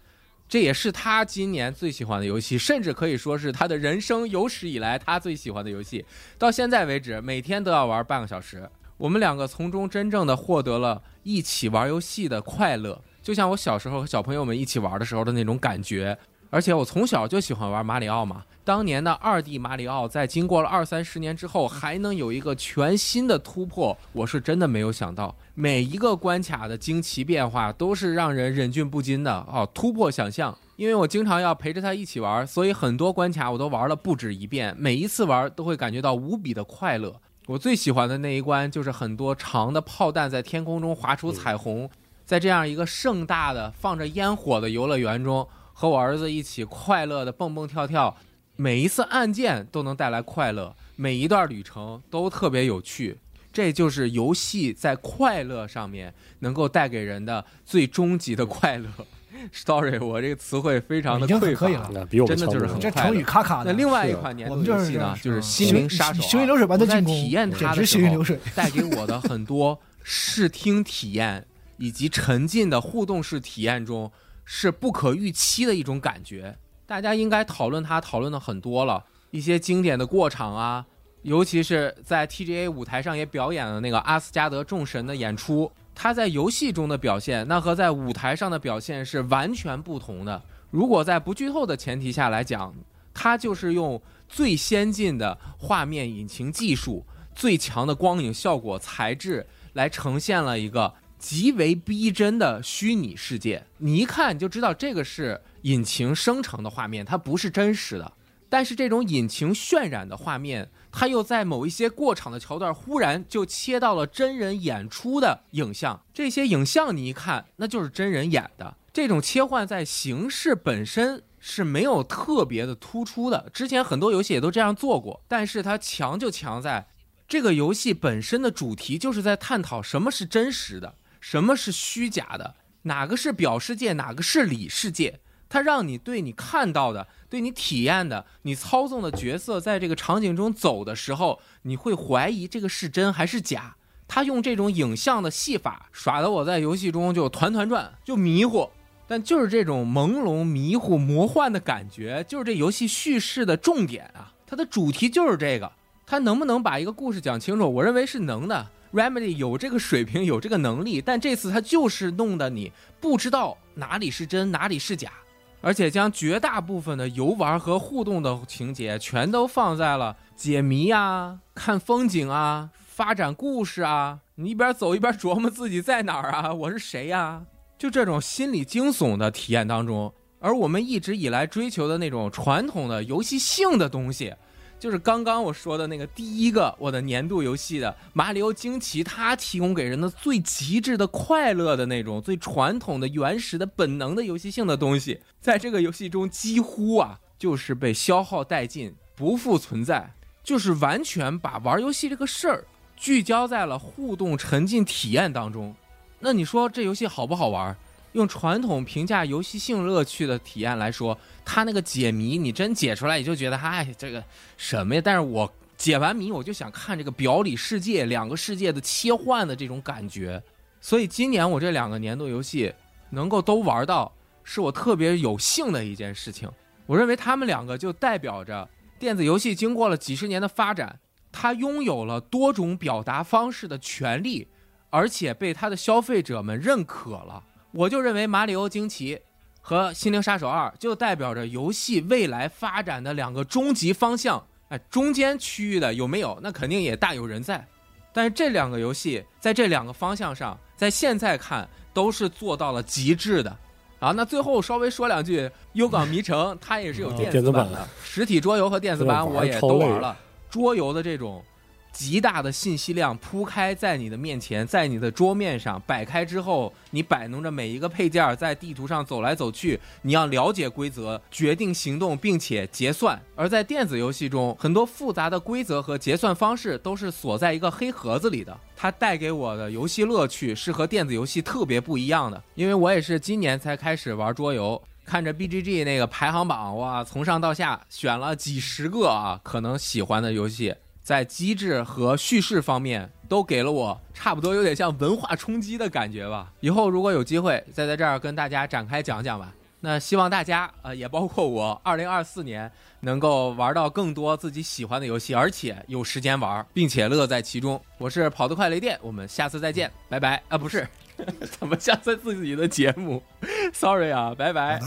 Speaker 13: 这也是他今年最喜欢的游戏，甚至可以说是他的人生有史以来他最喜欢的游戏。到现在为止，每天都要玩半个小时。我们两个从中真正的获得了一起玩游戏的快乐，就像我小时候和小朋友们一起玩的时候的那种感觉。而且我从小就喜欢玩马里奥嘛，当年的二 D 马里奥在经过了二三十年之后，还能有一个全新的突破，我是真的没有想到。每一个关卡的惊奇变化都是让人忍俊不禁的哦，突破想象。因为我经常要陪着他一起玩，所以很多关卡我都玩了不止一遍，每一次玩都会感觉到无比的快乐。我最喜欢的那一关就是很多长的炮弹在天空中划出彩
Speaker 2: 嗯
Speaker 13: 虹，在这样一个盛大的放着烟火的游乐园中，和我儿子一起快乐的蹦蹦跳跳，每一次按键都能带来快乐，每一段旅程都特别有趣。这就是游戏在快乐上面能够带给人的最终极的快乐。Sorry，我这个词汇非常的
Speaker 2: 已经很
Speaker 13: 匮
Speaker 2: 可以
Speaker 13: 乏
Speaker 2: 了，
Speaker 5: 啊比我们
Speaker 13: 真的
Speaker 5: 强
Speaker 13: 就是
Speaker 5: 多
Speaker 13: 很
Speaker 5: 了
Speaker 2: 这
Speaker 13: 快
Speaker 2: 成
Speaker 13: 乐
Speaker 2: 语咔咔
Speaker 13: 那
Speaker 2: 的。
Speaker 13: 另外
Speaker 5: 啊
Speaker 13: 一款年
Speaker 2: 我
Speaker 13: 度
Speaker 2: 们就
Speaker 13: 游
Speaker 2: 是
Speaker 13: 戏
Speaker 2: 这样
Speaker 13: 呢，
Speaker 5: 嗯
Speaker 13: 就是《
Speaker 2: 行
Speaker 13: 心灵杀手、啊》。
Speaker 2: 行云流水般的
Speaker 13: 我在
Speaker 2: 进攻
Speaker 13: 体验它
Speaker 2: 简
Speaker 13: 的
Speaker 2: 直
Speaker 13: 时
Speaker 2: 行云流
Speaker 13: 候
Speaker 2: 水，
Speaker 13: 带给我的很多视听体验以及沉浸的互动式体验中，是不可预期的一种感觉。大家应该讨论它讨论的很多了，一些经典的过场啊，尤其是在 TGA 舞台上也表演了那个阿斯加德众神的演出，他在游戏中的表现，那和在舞台上的表现是完全不同的。如果在不剧透的前提下来讲，它就是用最先进的画面引擎技术、最强的光影效果材质来呈现了一个极为逼真的虚拟世界。你一看你就知道这个是引擎生成的画面，它不是真实的。但是这种引擎渲染的画面，它又在某一些过场的桥段忽然就切到了真人演出的影像，这些影像你一看，那就是真人演的。这种切换在形式本身是没有特别的突出的，之前很多游戏也都这样做过，但是它强就强在这个游戏本身的主题就是在探讨什么是真实的，什么是虚假的，哪个是表世界，哪个是里世界。它让你对你看到的、对你体验的、你操纵的角色在这个场景中走的时候，你会怀疑这个是真还是假。他用这种影像的戏法耍得我在游戏中就团团转，就迷糊。但就是这种朦胧、迷糊、魔幻的感觉，就是这游戏叙事的重点啊！它的主题就是这个，它能不能把一个故事讲清楚？我认为是能的。Remedy 有这个水平，有这个能力，但这次它就是弄得你不知道哪里是真，哪里是假。而且将绝大部分的游玩和互动的情节全都放在了解谜啊、看风景啊、发展故事啊，你一边走一边琢磨自己在哪儿啊，我是谁呀、就这种心理惊悚的体验当中。而我们一直以来追求的那种传统的游戏性的东西，就是刚刚我说的那个第一个我的年度游戏的《马里奥惊奇》，它提供给人的最极致的快乐的那种最传统的、原始的、本能的游戏性的东西，在这个游戏中几乎啊就是被消耗殆尽，不复存在，就是完全把玩游戏这个事儿聚焦在了互动沉浸体验当中。那你说这游戏好不好玩？用传统评价游戏性乐趣的体验来说，它那个解谜，你真解出来，你就觉得嗨、这个什么呀？但是我解完谜，我就想看这个表里世界两个世界的切换的这种感觉。所以今年我这两个年度游戏能够都玩到，是我特别有幸的一件事情。我认为他们两个就代表着电子游戏经过了几十年的发展，它拥有了多种表达方式的权利，而且被它的消费者们认可了。我就认为《马里奥惊奇》和《心灵杀手二》就代表着游戏未来发展的两个终极方向。哎，中间区域的有没有？那肯定也大有人在。但是这两个游戏在这两个方向上，在现在看都是做到了极致的。啊，那最后稍微说两句，《幽港迷城》它也是有
Speaker 5: 啊
Speaker 13: 嗯电
Speaker 5: 电
Speaker 13: 子
Speaker 5: 子
Speaker 13: 版
Speaker 5: 版
Speaker 13: 的，实体桌游和电子版我也都玩了。桌游的这种极大的信息量铺开在你的面前，在你的桌面上摆开之后，你摆弄着每一个配件儿在地图上走来走去，你要了解规则，决定行动，并且结算。而在电子游戏中，很多复杂的规则和结算方式都是锁在一个黑盒子里的。它带给我的游戏乐趣是和电子游戏特别不一样的，因为我也是今年才开始玩桌游，看着 BGG 那个排行榜，哇，从上到下选了几十个啊，可能喜欢的游戏，在机制和叙事方面都给了我差不多有点像文化冲击的感觉吧。以后如果有机会，再在这儿跟大家展开讲讲吧。那希望大家，呃，也包括我，二零二四年能够玩到更多自己喜欢的游戏，而且有时间玩，并且乐在其中。我是跑得快雷电，我们下次再见，拜拜啊！不是， 怎么下次自己的节目？Sorry 啊，拜拜。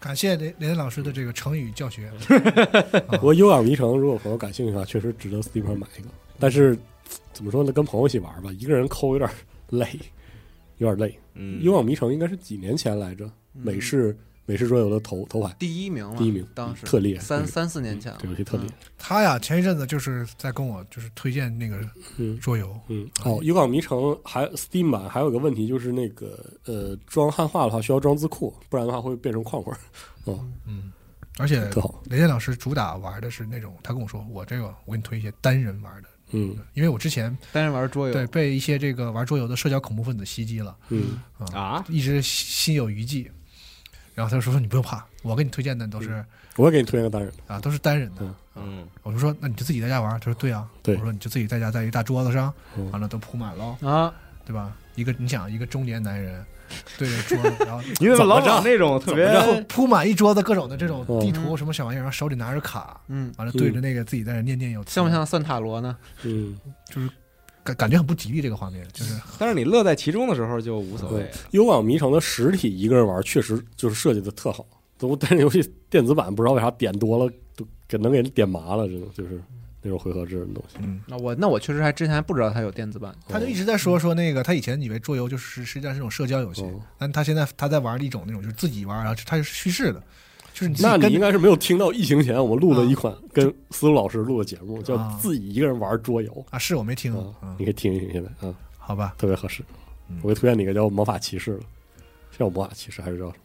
Speaker 2: 感谢雷雷电老师的这个成语教 学。嗯
Speaker 5: 不过《幽暗迷城》如果朋友感兴趣的话，确实值得 Steam 上买一个。但是怎么说呢，跟朋友一起玩吧，一个人抠有点累，有点累。
Speaker 4: 嗯
Speaker 5: 幽暗迷城》应该是几年前来着，美式美式桌游的头头牌，
Speaker 3: 嗯第一名嘛，
Speaker 5: 第一名
Speaker 3: 当时
Speaker 5: 特厉害
Speaker 3: 三
Speaker 5: 嗯
Speaker 3: 三四年前了嗯
Speaker 5: 这，游戏特厉害。
Speaker 2: 他呀，前一阵子就是在跟我就是推荐那个
Speaker 5: 嗯
Speaker 2: 桌游，
Speaker 5: 嗯，
Speaker 2: 哎
Speaker 5: 哦，《幽暗迷城》还 Steam 版还有一个问题就是那个呃，装汉化的话需要装字库，不然的话会变成框框。哦，
Speaker 2: 而且
Speaker 5: 特好。
Speaker 2: 雷电老师主打玩的是那种，他跟我说，我这个我给你推一些单人玩的，
Speaker 5: 嗯
Speaker 2: 因为我之前
Speaker 3: 单人玩桌游，
Speaker 2: 对被一些这个玩桌游的社交恐怖分子袭击了，
Speaker 5: 嗯
Speaker 13: 啊，
Speaker 2: 一直心有余悸。然后他说：“你不用怕，我给你推荐的都是
Speaker 5: 我也给你推荐个单人，
Speaker 2: 啊，都是单人的。
Speaker 4: 嗯，
Speaker 2: 我就说：“那你就自己在家玩。”他说：“对啊。”
Speaker 5: 对
Speaker 2: 我说：“你就自己在家，在一大桌子上，
Speaker 5: 嗯
Speaker 2: 完了都铺满了，
Speaker 3: 啊，
Speaker 2: 对吧？一个你想一个中年男人对着桌子，然后
Speaker 4: 你怎么老
Speaker 5: 怎么
Speaker 4: 找
Speaker 5: 着
Speaker 4: 那种特别
Speaker 2: 然后铺满一桌子各种的这种
Speaker 5: 嗯
Speaker 2: 地图什么小玩意儿，然后手里拿着卡，
Speaker 3: 嗯，
Speaker 2: 完了对着那个自己在那念念有词，
Speaker 3: 像不像算塔罗呢？
Speaker 5: 嗯，
Speaker 2: 感感觉很不吉利这个画面，就是
Speaker 5: 哦
Speaker 4: 但是你乐在其中的时候就无所谓
Speaker 5: 对，《幽网迷城》的实体一个人玩确实就是设计的特好，都但是游戏电子版不知道为啥点多了，都给能给人点麻了，真的就是那种回合制的东西。
Speaker 2: 嗯
Speaker 3: 那我那我确实还之前还不知道它有电子版，哦
Speaker 2: 他就一直在说说那个，他以前以为桌游就是实际上是种社交游戏
Speaker 5: 哦，
Speaker 2: 但他现在他在玩一种那种就是自己玩，然后他是叙事的，就是你自
Speaker 5: 那
Speaker 2: 己
Speaker 5: 你
Speaker 2: 跟
Speaker 5: 应该是没有听到疫情前我们录了一款跟思路老师录的节目，叫
Speaker 2: 啊
Speaker 5: 《自己一个人玩桌游
Speaker 2: 啊，是我没听》
Speaker 5: 啊
Speaker 2: 啊，，
Speaker 5: 你可以听一听，现在啊，
Speaker 2: 好吧，嗯
Speaker 5: 特别合适。我给推荐你一个叫《魔法骑士》的，是叫《魔法骑士》还是叫什么？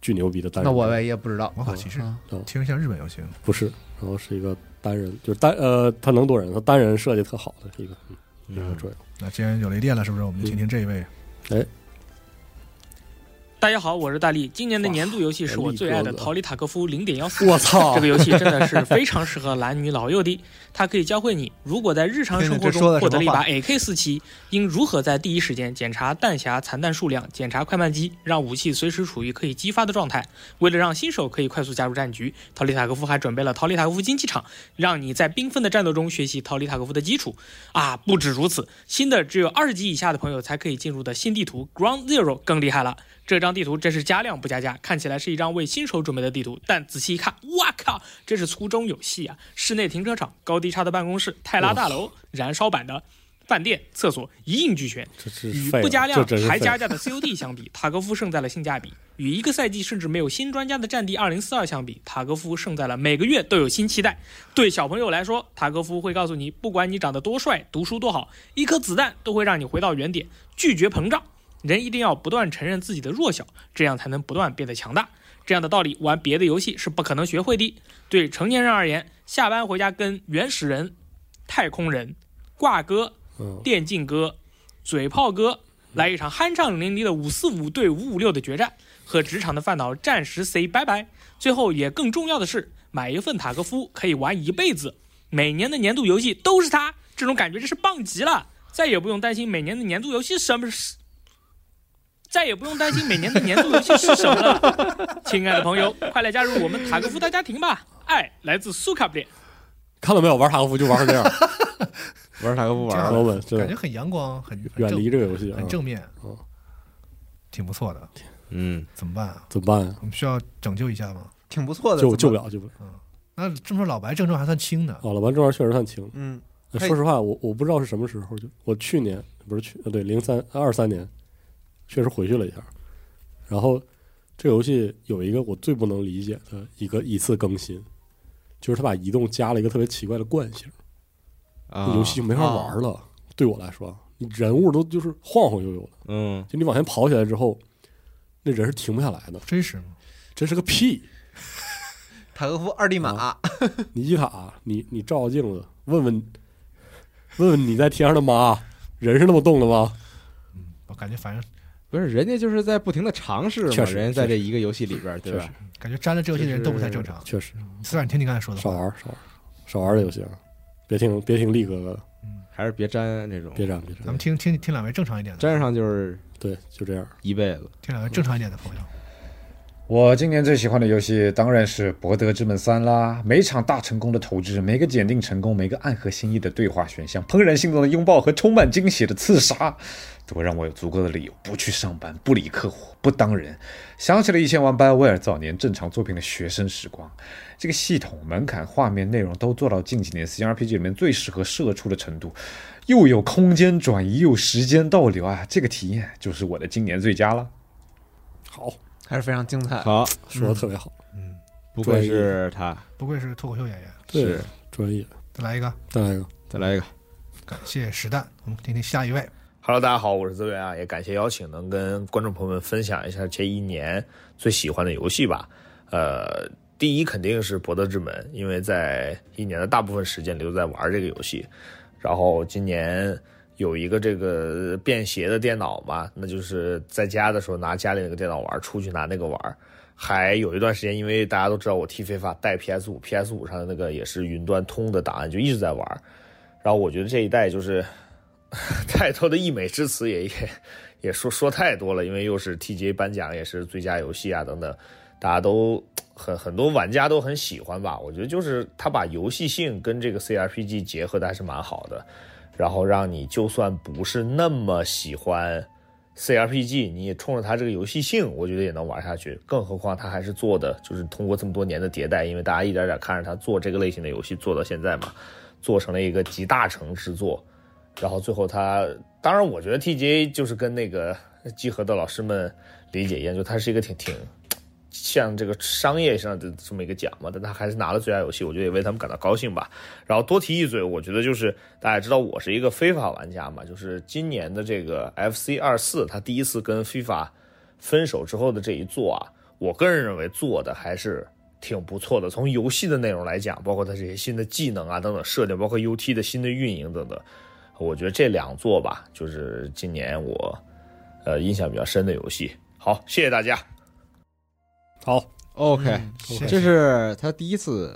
Speaker 5: 巨牛逼的单
Speaker 3: 那
Speaker 5: 人。
Speaker 3: 我也不知道。
Speaker 2: 魔法骑士
Speaker 3: 啊
Speaker 5: 哦
Speaker 2: 听着像日本游戏，
Speaker 5: 不是，然后是一个单人，就是单呃，他能多人，他单人设计特好的一个
Speaker 2: 嗯
Speaker 5: 一个桌游。
Speaker 2: 那既然有雷电了，是不是我们就听听这一位？
Speaker 5: 嗯哎
Speaker 14: 大家好，我是大力。今年的年度游戏是我最爱
Speaker 5: 哇立
Speaker 14: 的《
Speaker 5: 哥哥
Speaker 14: 逃离塔科夫零点幺四》。
Speaker 5: 我操
Speaker 14: 这个游戏真的是非常适合男女老幼的，它可以教会你，如果在日常
Speaker 3: 听
Speaker 14: 生活
Speaker 3: 听这说的什么
Speaker 14: 中获得了一把 AK 四七，应如何在第一时间检查弹匣残弹数量，检查快慢机，让武器随时处于可以激发的状态。为了让新手可以快速加入战局，逃离塔科夫还准备了逃离塔科夫竞技场，让你在缤纷的战斗中学习逃离塔科夫的基础。啊，不止如此，新的只有二十级以下的朋友才可以进入的新地图 Ground Zero 更厉害了。这张地图真是加量不加价，看起来是一张为新手准备的地图，但仔细一看，哇靠，这是粗中有细啊！室内停车场、高低差的办公室、泰拉大楼、燃烧版的饭店、厕所一应俱全。
Speaker 5: 这是
Speaker 14: 与
Speaker 5: 废了
Speaker 14: 不加
Speaker 5: 这
Speaker 14: 量
Speaker 5: 真是
Speaker 14: 还
Speaker 5: 废
Speaker 14: 加
Speaker 5: 了
Speaker 14: 价的 COD 相比，塔科夫胜在了性价比；与一个赛季甚至没有新专家的战地2042相比，塔科夫胜在了每个月都有新期待。对小朋友来说，塔科夫会告诉你，不管你长得多帅、读书多好，一颗子弹都会让你回到原点，拒绝膨胀。人一定要不断承认自己的弱小，这样才能不断变得强大。这样的道理玩别的游戏是不可能学会的。对成年人而言，下班回家跟原始人、太空人、挂歌、
Speaker 5: 嗯，
Speaker 14: 电竞哥、嘴炮哥，来一场酣畅淋漓的五四五对五五六的决战，和职场的烦恼暂时 say 拜拜。最后也更重要的是，买一份塔科夫可以玩一辈子，每年的年度游戏都是它，这种感觉真是棒极了，再也不用担心每年的年度游戏什么是。再也不用担心每年的年度游戏是什么了，亲爱的朋友，快来加入我们塔科夫大家庭吧！爱来自苏卡布列。
Speaker 5: 看到没有？玩塔科夫就玩成这 样，
Speaker 4: 玩啥都不玩
Speaker 2: 这
Speaker 4: 了
Speaker 2: 样。
Speaker 5: 朋友们，真
Speaker 2: 感觉
Speaker 5: 的
Speaker 2: 很阳光，很很
Speaker 5: 远
Speaker 2: 正
Speaker 5: 离这个游戏啊
Speaker 2: 很！正面
Speaker 5: 嗯，
Speaker 2: 挺不错的。
Speaker 4: 嗯，
Speaker 2: 怎么办啊？
Speaker 5: 怎么办呀？
Speaker 2: 我们需要拯救一下吗？
Speaker 3: 挺不错的，
Speaker 5: 救救
Speaker 3: 怎
Speaker 5: 不
Speaker 3: 么
Speaker 5: 了，救不了。
Speaker 2: 嗯那这么说，老白症状还算轻的，
Speaker 5: 好了，玩这玩意儿确实算轻。
Speaker 3: 嗯，嘿
Speaker 5: 呃说实话，我我不知道是什么时候，就我去年不是去呃对零三二三年，确实回去了一下。然后这个游戏有一个我最不能理解的一个一次更新，就是他把移动加了一个特别奇怪的惯性。
Speaker 4: 啊
Speaker 5: 游戏就没法玩了。对我来说，你人物都就是晃晃悠悠的，
Speaker 4: 嗯，
Speaker 5: 就你往前跑起来之后，那人是停不下来的，
Speaker 2: 真实吗？
Speaker 5: 真是个 屁！啊
Speaker 3: 塔科夫二地马，
Speaker 5: 你一塔，你你照照镜子，问问 问问你在天上的妈，人是那么动的吗？
Speaker 2: 我感觉反正
Speaker 4: 不是人家就是在不停的尝试嘛，
Speaker 5: 确实
Speaker 4: 人家在这一个游戏里边，对
Speaker 5: 确
Speaker 4: 吧？
Speaker 2: 感觉沾了这游戏的人都不太正常。
Speaker 5: 确实，
Speaker 2: 虽然你听你刚才说的
Speaker 5: 少
Speaker 2: 话，
Speaker 5: 玩儿少玩儿少玩儿这游戏啊！别听别听力哥哥的，
Speaker 4: 嗯还是别沾这种，
Speaker 5: 别沾别沾
Speaker 2: 咱，们听听听两位正常一点的，
Speaker 4: 沾上就是
Speaker 5: 对，就这样。
Speaker 4: 一辈子。
Speaker 2: 听两位正常一点的朋友。
Speaker 15: 我今年最喜欢的游戏当然是《博德之门三》啦！啊每场大成功的投掷，每个检定成功，每个暗合心意的对话选项，怦然心动的拥抱和充满惊喜的刺杀，都让我有足够的理由不去上班，不理客户，不当人。想起了以前玩 BioWare 早年正常作品的学生时光，这个系统门槛、画面、内容都做到近几年 CRPG 里面最适合社畜的程度，又有空间转移，又有时间倒流啊！这个体验就是我的今年最佳了。
Speaker 5: 好，
Speaker 3: 还是非常精彩。
Speaker 4: 好，
Speaker 5: 说的特别好，
Speaker 4: 不愧是他，
Speaker 5: 嗯
Speaker 2: 不愧是脱口秀演员，
Speaker 5: 对
Speaker 4: 是，
Speaker 5: 嗯专业。
Speaker 2: 再来一个，
Speaker 5: 再来一个，
Speaker 4: 再来一个，
Speaker 2: 感谢实弹。我们听听下一位，
Speaker 16: Hello，大家好，我是资源啊，也感谢邀请，能跟观众朋友们分享一下这一年最喜欢的游戏吧。呃，第一肯定是《博德之门》，因为在一年的大部分时间里都在玩这个游戏。然后今年有一个这个便携的电脑嘛，那就是在家的时候拿家里那个电脑玩，出去拿那个玩。还有一段时间，因为大家都知道我踢非法带 PS 五，PS 五上的那个也是云端通的档案，就一直在玩。然后我觉得这一代就是 太多的溢美之词也也也说说太多了，因为又是 TGA 颁奖，也是最佳游戏啊等等，大家都很很多玩家都很喜欢吧。我觉得就是他把游戏性跟这个 CRPG 结合的还是蛮好的，然后让你就算不是那么喜欢 CRPG，你也冲着它这个游戏性，我觉得也能玩下去。更何况它还是做的就是通过这么多年的迭代，因为大家一点点看着它做这个类型的游戏做到现在嘛，做成了一个集大成之作。然后最后他，当然我觉得 TGA 就是跟那个集合的老师们理解一样，就它是一个挺挺像这个商业上的这么一个奖嘛，但他还是拿了最佳游戏，我觉得也为他们感到高兴吧。然后多提一嘴，我觉得就是大家知道我是一个非法玩家嘛，就是今年的这个 FC 二四，他第一次跟非法分手之后的这一做啊，我个人认为做的还是挺不错的。从游戏的内容来讲，包括它这些新的技能啊等等设定，包括 UT 的新的运营等等，我觉得这两座吧，就是今年我呃印象比较深的游戏。好，谢谢大家。
Speaker 5: 好，
Speaker 4: OK，
Speaker 2: 谢谢
Speaker 4: 嗯这是他第一次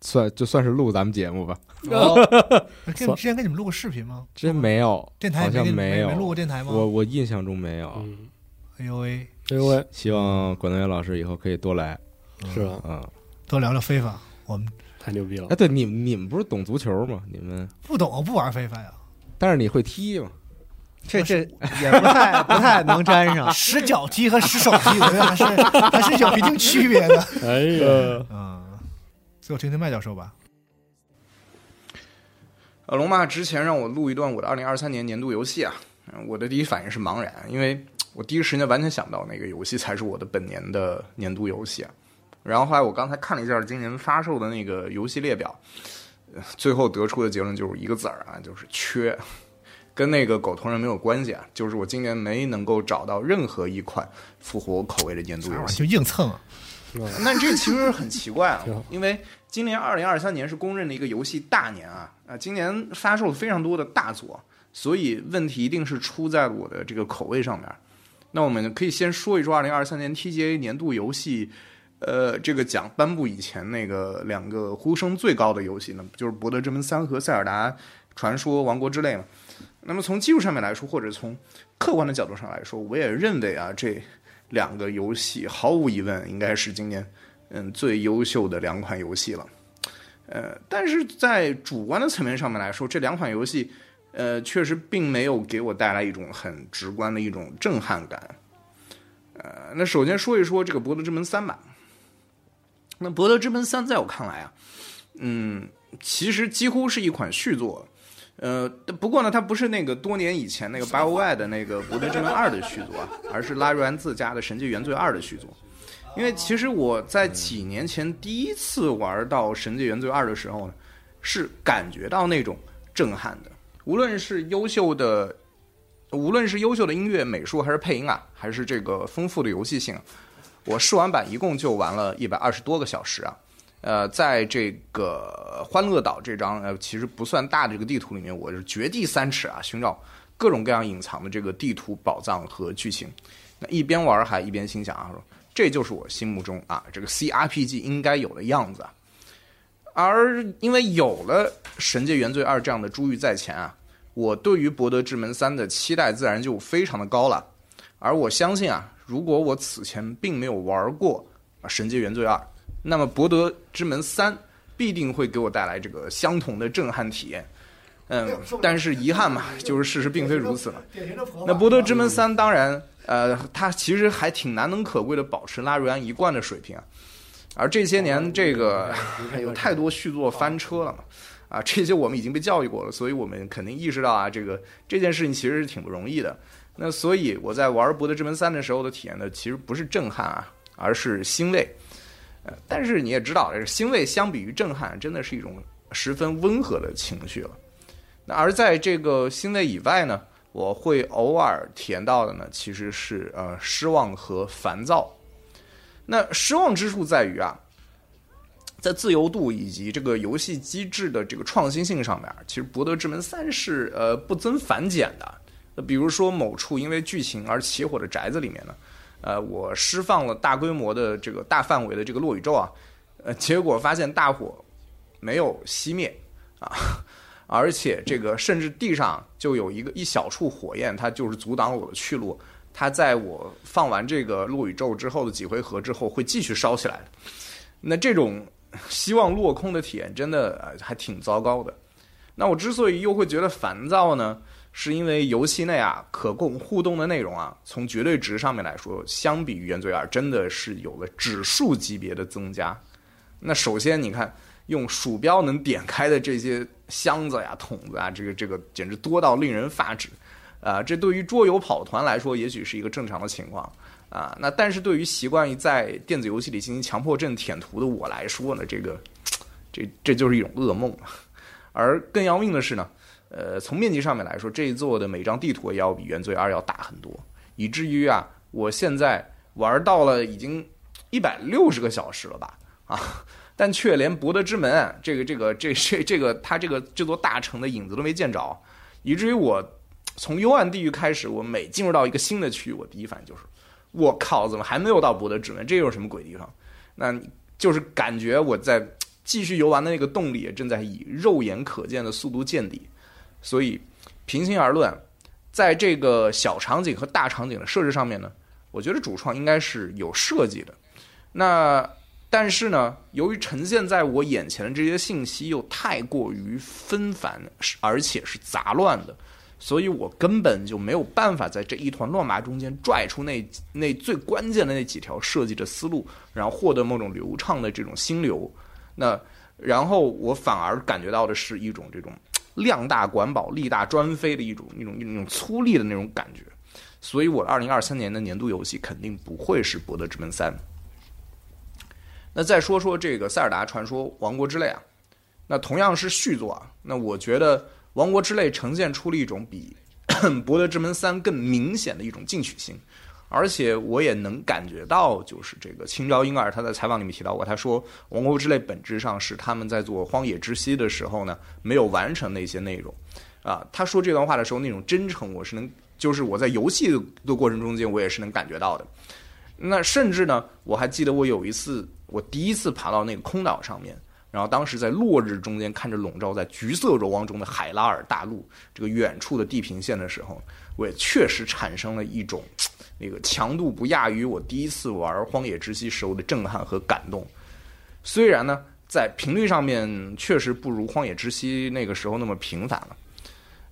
Speaker 4: 算就算是录咱们节目吧，
Speaker 2: 哦 哎跟之前跟你们录过视频吗？
Speaker 4: 真没有，
Speaker 2: 电台
Speaker 4: 好
Speaker 2: 也没
Speaker 4: 像
Speaker 2: 跟
Speaker 4: 有
Speaker 2: 没录过电台吗
Speaker 4: 我我印象中没有，
Speaker 5: 嗯，
Speaker 2: 哎呦喂，
Speaker 5: 哎呦喂，
Speaker 4: 希望管东元老师以后可以多来，
Speaker 5: 是吧？
Speaker 4: 嗯，
Speaker 2: 多聊聊非法。我们
Speaker 5: 太牛逼了
Speaker 4: 哎，！对，你们你们不是懂足球吗？你们，
Speaker 2: 不懂，我不玩非法呀，
Speaker 4: 但是你会踢吗？
Speaker 3: 这这也不太不太能沾 上。
Speaker 2: 使脚踢和使手踢，我觉得还是还是有一定区别的。
Speaker 5: 哎呀，
Speaker 2: 嗯，最后听听麦教授吧。
Speaker 17: 呃，龙妈之前让我录一段我的二零二三年年度游戏啊，呃我的第一反应是茫然，因为我第一时间完全想不到那个游戏才是我的本年的年度游戏啊、然后后来我刚才看了一下今年发售的那个游戏列表，呃最后得出的结论就是一个字儿啊，就是缺，跟那个狗头人没有关系啊，就是我今年没能够找到任何一款符合我口味的年
Speaker 3: 哎
Speaker 17: 度游戏。
Speaker 2: 就硬蹭啊，
Speaker 17: 那这其实很奇怪啊，因为今年二零二三年是公认的一个游戏大年啊，啊，今年发售了非常多的大作，所以问题一定是出在我的这个口味上面。那我们可以先说一说二零二三年 TGA 年度游戏，呃，这个奖颁布以前那个两个呼声最高的游戏呢，就是《博德之门三》和《塞尔达传说：王国之泪》嘛。那么从技术上面来说，或者从客观的角度上来说，我也认为啊，这两个游戏毫无疑问应该是今年嗯最优秀的两款游戏了。呃，但是在主观的层面上面来说，这两款游戏呃确实并没有给我带来一种很直观的一种震撼感。呃，那首先说一说这个《博德之门三》吧。那《博德之门三》在我看来啊，嗯，其实几乎是一款续作。呃，不过呢，它不是那个多年以前那个 BioWare 的那个《博德之门二》的续作啊， 而是拉瑞安自家的《神界原罪二》的续作。因为其实我在几年前第一次玩到《神界原罪二》的时候呢，是感觉到那种震撼的。无论是优秀的，无论是优秀的音乐、美术，还是配音啊，还是这个丰富的游戏性，我试玩版一共就玩了一百二十多个小时啊。呃，在这个欢乐岛这张呃其实不算大的这个地图里面，我是掘地三尺啊，寻找各种各样隐藏的这个地图宝藏和剧情。那一边玩还一边心想啊，说这就是我心目中啊这个 CRPG 应该有的样子啊。而因为有了《神界原罪二》这样的珠玉在前啊，我对于《博德之门三》的期待自然就非常的高了。而我相信啊，如果我此前并没有玩过《神界原罪二》，那么《博德之门三》必定会给我带来这个相同的震撼体验。嗯，但是遗憾嘛，就是事实并非如此嘛。
Speaker 2: 典型的婆
Speaker 17: 那《博德之门三》当然，呃，它其实还挺难能可贵的，保持拉瑞安一贯的水平啊。而这些年，这个有太多续作翻车了嘛，啊，这些我们已经被教育过了，所以我们肯定意识到啊，这个这件事情其实是挺不容易的。那所以我在玩《博德之门三》的时候的体验呢，其实不是震撼啊，而是欣慰。呃，但是你也知道，这个欣慰相比于震撼，真的是一种十分温和的情绪了。那而在这个欣慰以外呢，我会偶尔体验到的呢，其实是呃失望和烦躁。那失望之处在于啊，在自由度以及这个游戏机制的这个创新性上面，其实《博德之门三》是呃不增反减的。那比如说某处因为剧情而起火的宅子里面呢，呃，我释放了大规模的这个大范围的这个落宇宙啊，呃，结果发现大火没有熄灭啊，而且这个甚至地上就有一个一小处火焰，它就是阻挡了我的去路。它在我放完这个落宇宙之后的几回合之后，会继续烧起来的。那这种希望落空的体验，真的呃还挺糟糕的。那我之所以又会觉得烦躁呢，是因为游戏内啊可供互动的内容啊，从绝对值上面来说，相比于原罪二，真的是有了指数级别的增加。那首先你看，用鼠标能点开的这些箱子呀、桶子啊，这个这个简直多到令人发指。啊、这对于桌游跑团来说，也许是一个正常的情况啊、那但是对于习惯于在电子游戏里进行强迫症舔图的我来说呢，这个这这就是一种噩梦啊。而更要命的是呢，呃，从面积上面来说，这一座的每张地图也要比原罪二要大很多，以至于啊，我现在玩到了已经一百六十个小时了吧啊，但却连博德之门啊这个这个这这这个它这个这座大城的影子都没见着，以至于我从幽暗地狱开始，我每进入到一个新的区域，我第一反应就是，我靠，怎么还没有到博德之门？这又是什么鬼地方？那你就是感觉我在继续游玩的那个动力也正在以肉眼可见的速度见底。所以，平心而论，啊在这个小场景和大场景的设置上面呢，我觉得主创应该是有设计的。那但是呢，由于呈现在我眼前的这些信息又太过于纷繁，是而且是杂乱的，所以我根本就没有办法在这一团乱麻中间拽出那那最关键的那几条设计的思路，然后获得某种流畅的这种心流。那然后我反而感觉到的是一种这种量大管饱、力大专飞的一种一种一种一种粗粝的那种感觉。所以我二零二三年的年度游戏肯定不会是《博德之门三》。那再说说这个《塞尔达传说：王国之泪》啊，那同样是续作啊，那我觉得《王国之泪》呈现出了一种比 《博德之门三》更明显的一种进取心，而且我也能感觉到，就是这个青沼英二他在采访里面提到过，他说《王国之泪》本质上是他们在做《荒野之息》的时候呢，没有完成的一些内容。啊，他说这段话的时候，那种真诚，我是能，就是我在游戏的过程中间，我也是能感觉到的。那甚至呢，我还记得我有一次，我第一次爬到那个空岛上面，然后当时在落日中间看着笼罩在橘色柔光中的海拉尔大陆这个远处的地平线的时候，我也确实产生了一种那个强度不亚于我第一次玩《荒野之息》时候的震撼和感动。虽然呢，在频率上面确实不如《荒野之息》那个时候那么频繁了。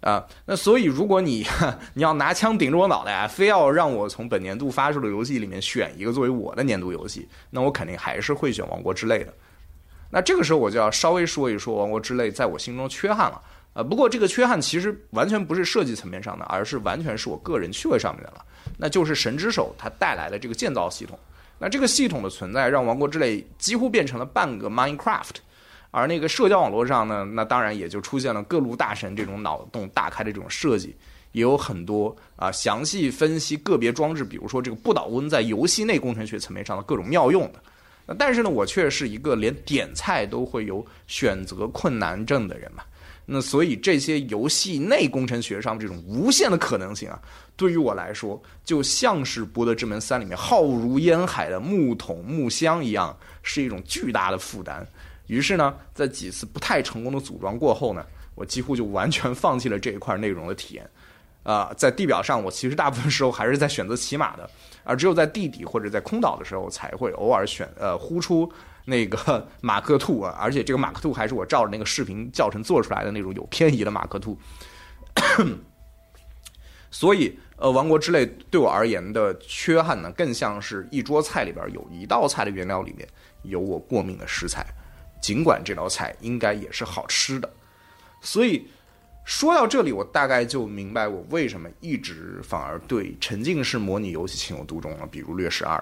Speaker 17: 啊，那所以如果你 你要拿枪顶着我脑袋啊，非要让我从本年度发售的游戏里面选一个作为我的年度游戏，那我肯定还是会选《王国之泪》的。那这个时候我就要稍微说一说《王国之泪》在我心中缺憾了。呃，不过这个缺憾其实完全不是设计层面上的，而是完全是我个人趣味上面的了。那就是神之手它带来的这个建造系统。那这个系统的存在，让《王国之泪》几乎变成了半个 Minecraft。而那个社交网络上呢，那当然也就出现了各路大神这种脑洞大开的这种设计，也有很多啊详细分析个别装置，比如说这个不倒翁在游戏内工程学层面上的各种妙用的。那但是呢，我却是一个连点菜都会有选择困难症的人嘛。那所以这些游戏内工程学上这种无限的可能性啊，对于我来说，就像是《博德之门三》里面浩如烟海的木桶、木箱一样，是一种巨大的负担。于是呢，在几次不太成功的组装过后呢，我几乎就完全放弃了这一块内容的体验。啊、在地表上，我其实大部分时候还是在选择骑马的，而只有在地底或者在空岛的时候，才会偶尔选呃呼出那个 马克兔啊，而且这个马克兔还是我照着那个视频教程做出来的那种有偏移的马克兔。 所以，呃，《王国之泪》对我而言的缺憾呢，更像是一桌菜里边有一道菜的原料里面有我过敏的食材，尽管这道菜应该也是好吃的。所以说到这里，我大概就明白我为什么一直反而对沉浸式模拟游戏情有独钟了，比如《掠食二》，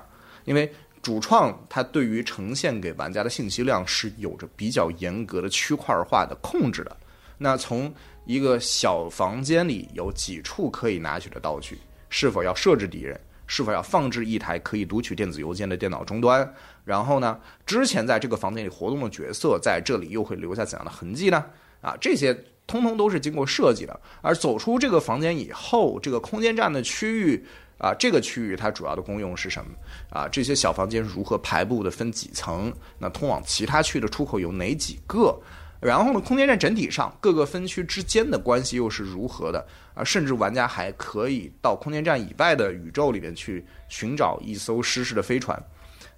Speaker 17: 因为主创它对于呈现给玩家的信息量是有着比较严格的区块化的控制的。那从一个小房间里有几处可以拿取的道具，是否要设置敌人，是否要放置一台可以读取电子邮件的电脑终端，然后呢，之前在这个房间里活动的角色在这里又会留下怎样的痕迹呢？啊，这些通通都是经过设计的。而走出这个房间以后，这个空间站的区域啊，这个区域它主要的功用是什么？啊，这些小房间如何排布的，分几层？那通往其他区的出口有哪几个？然后呢，空间站整体上各个分区之间的关系又是如何的？啊，甚至玩家还可以到空间站以外的宇宙里面去寻找一艘失事的飞船。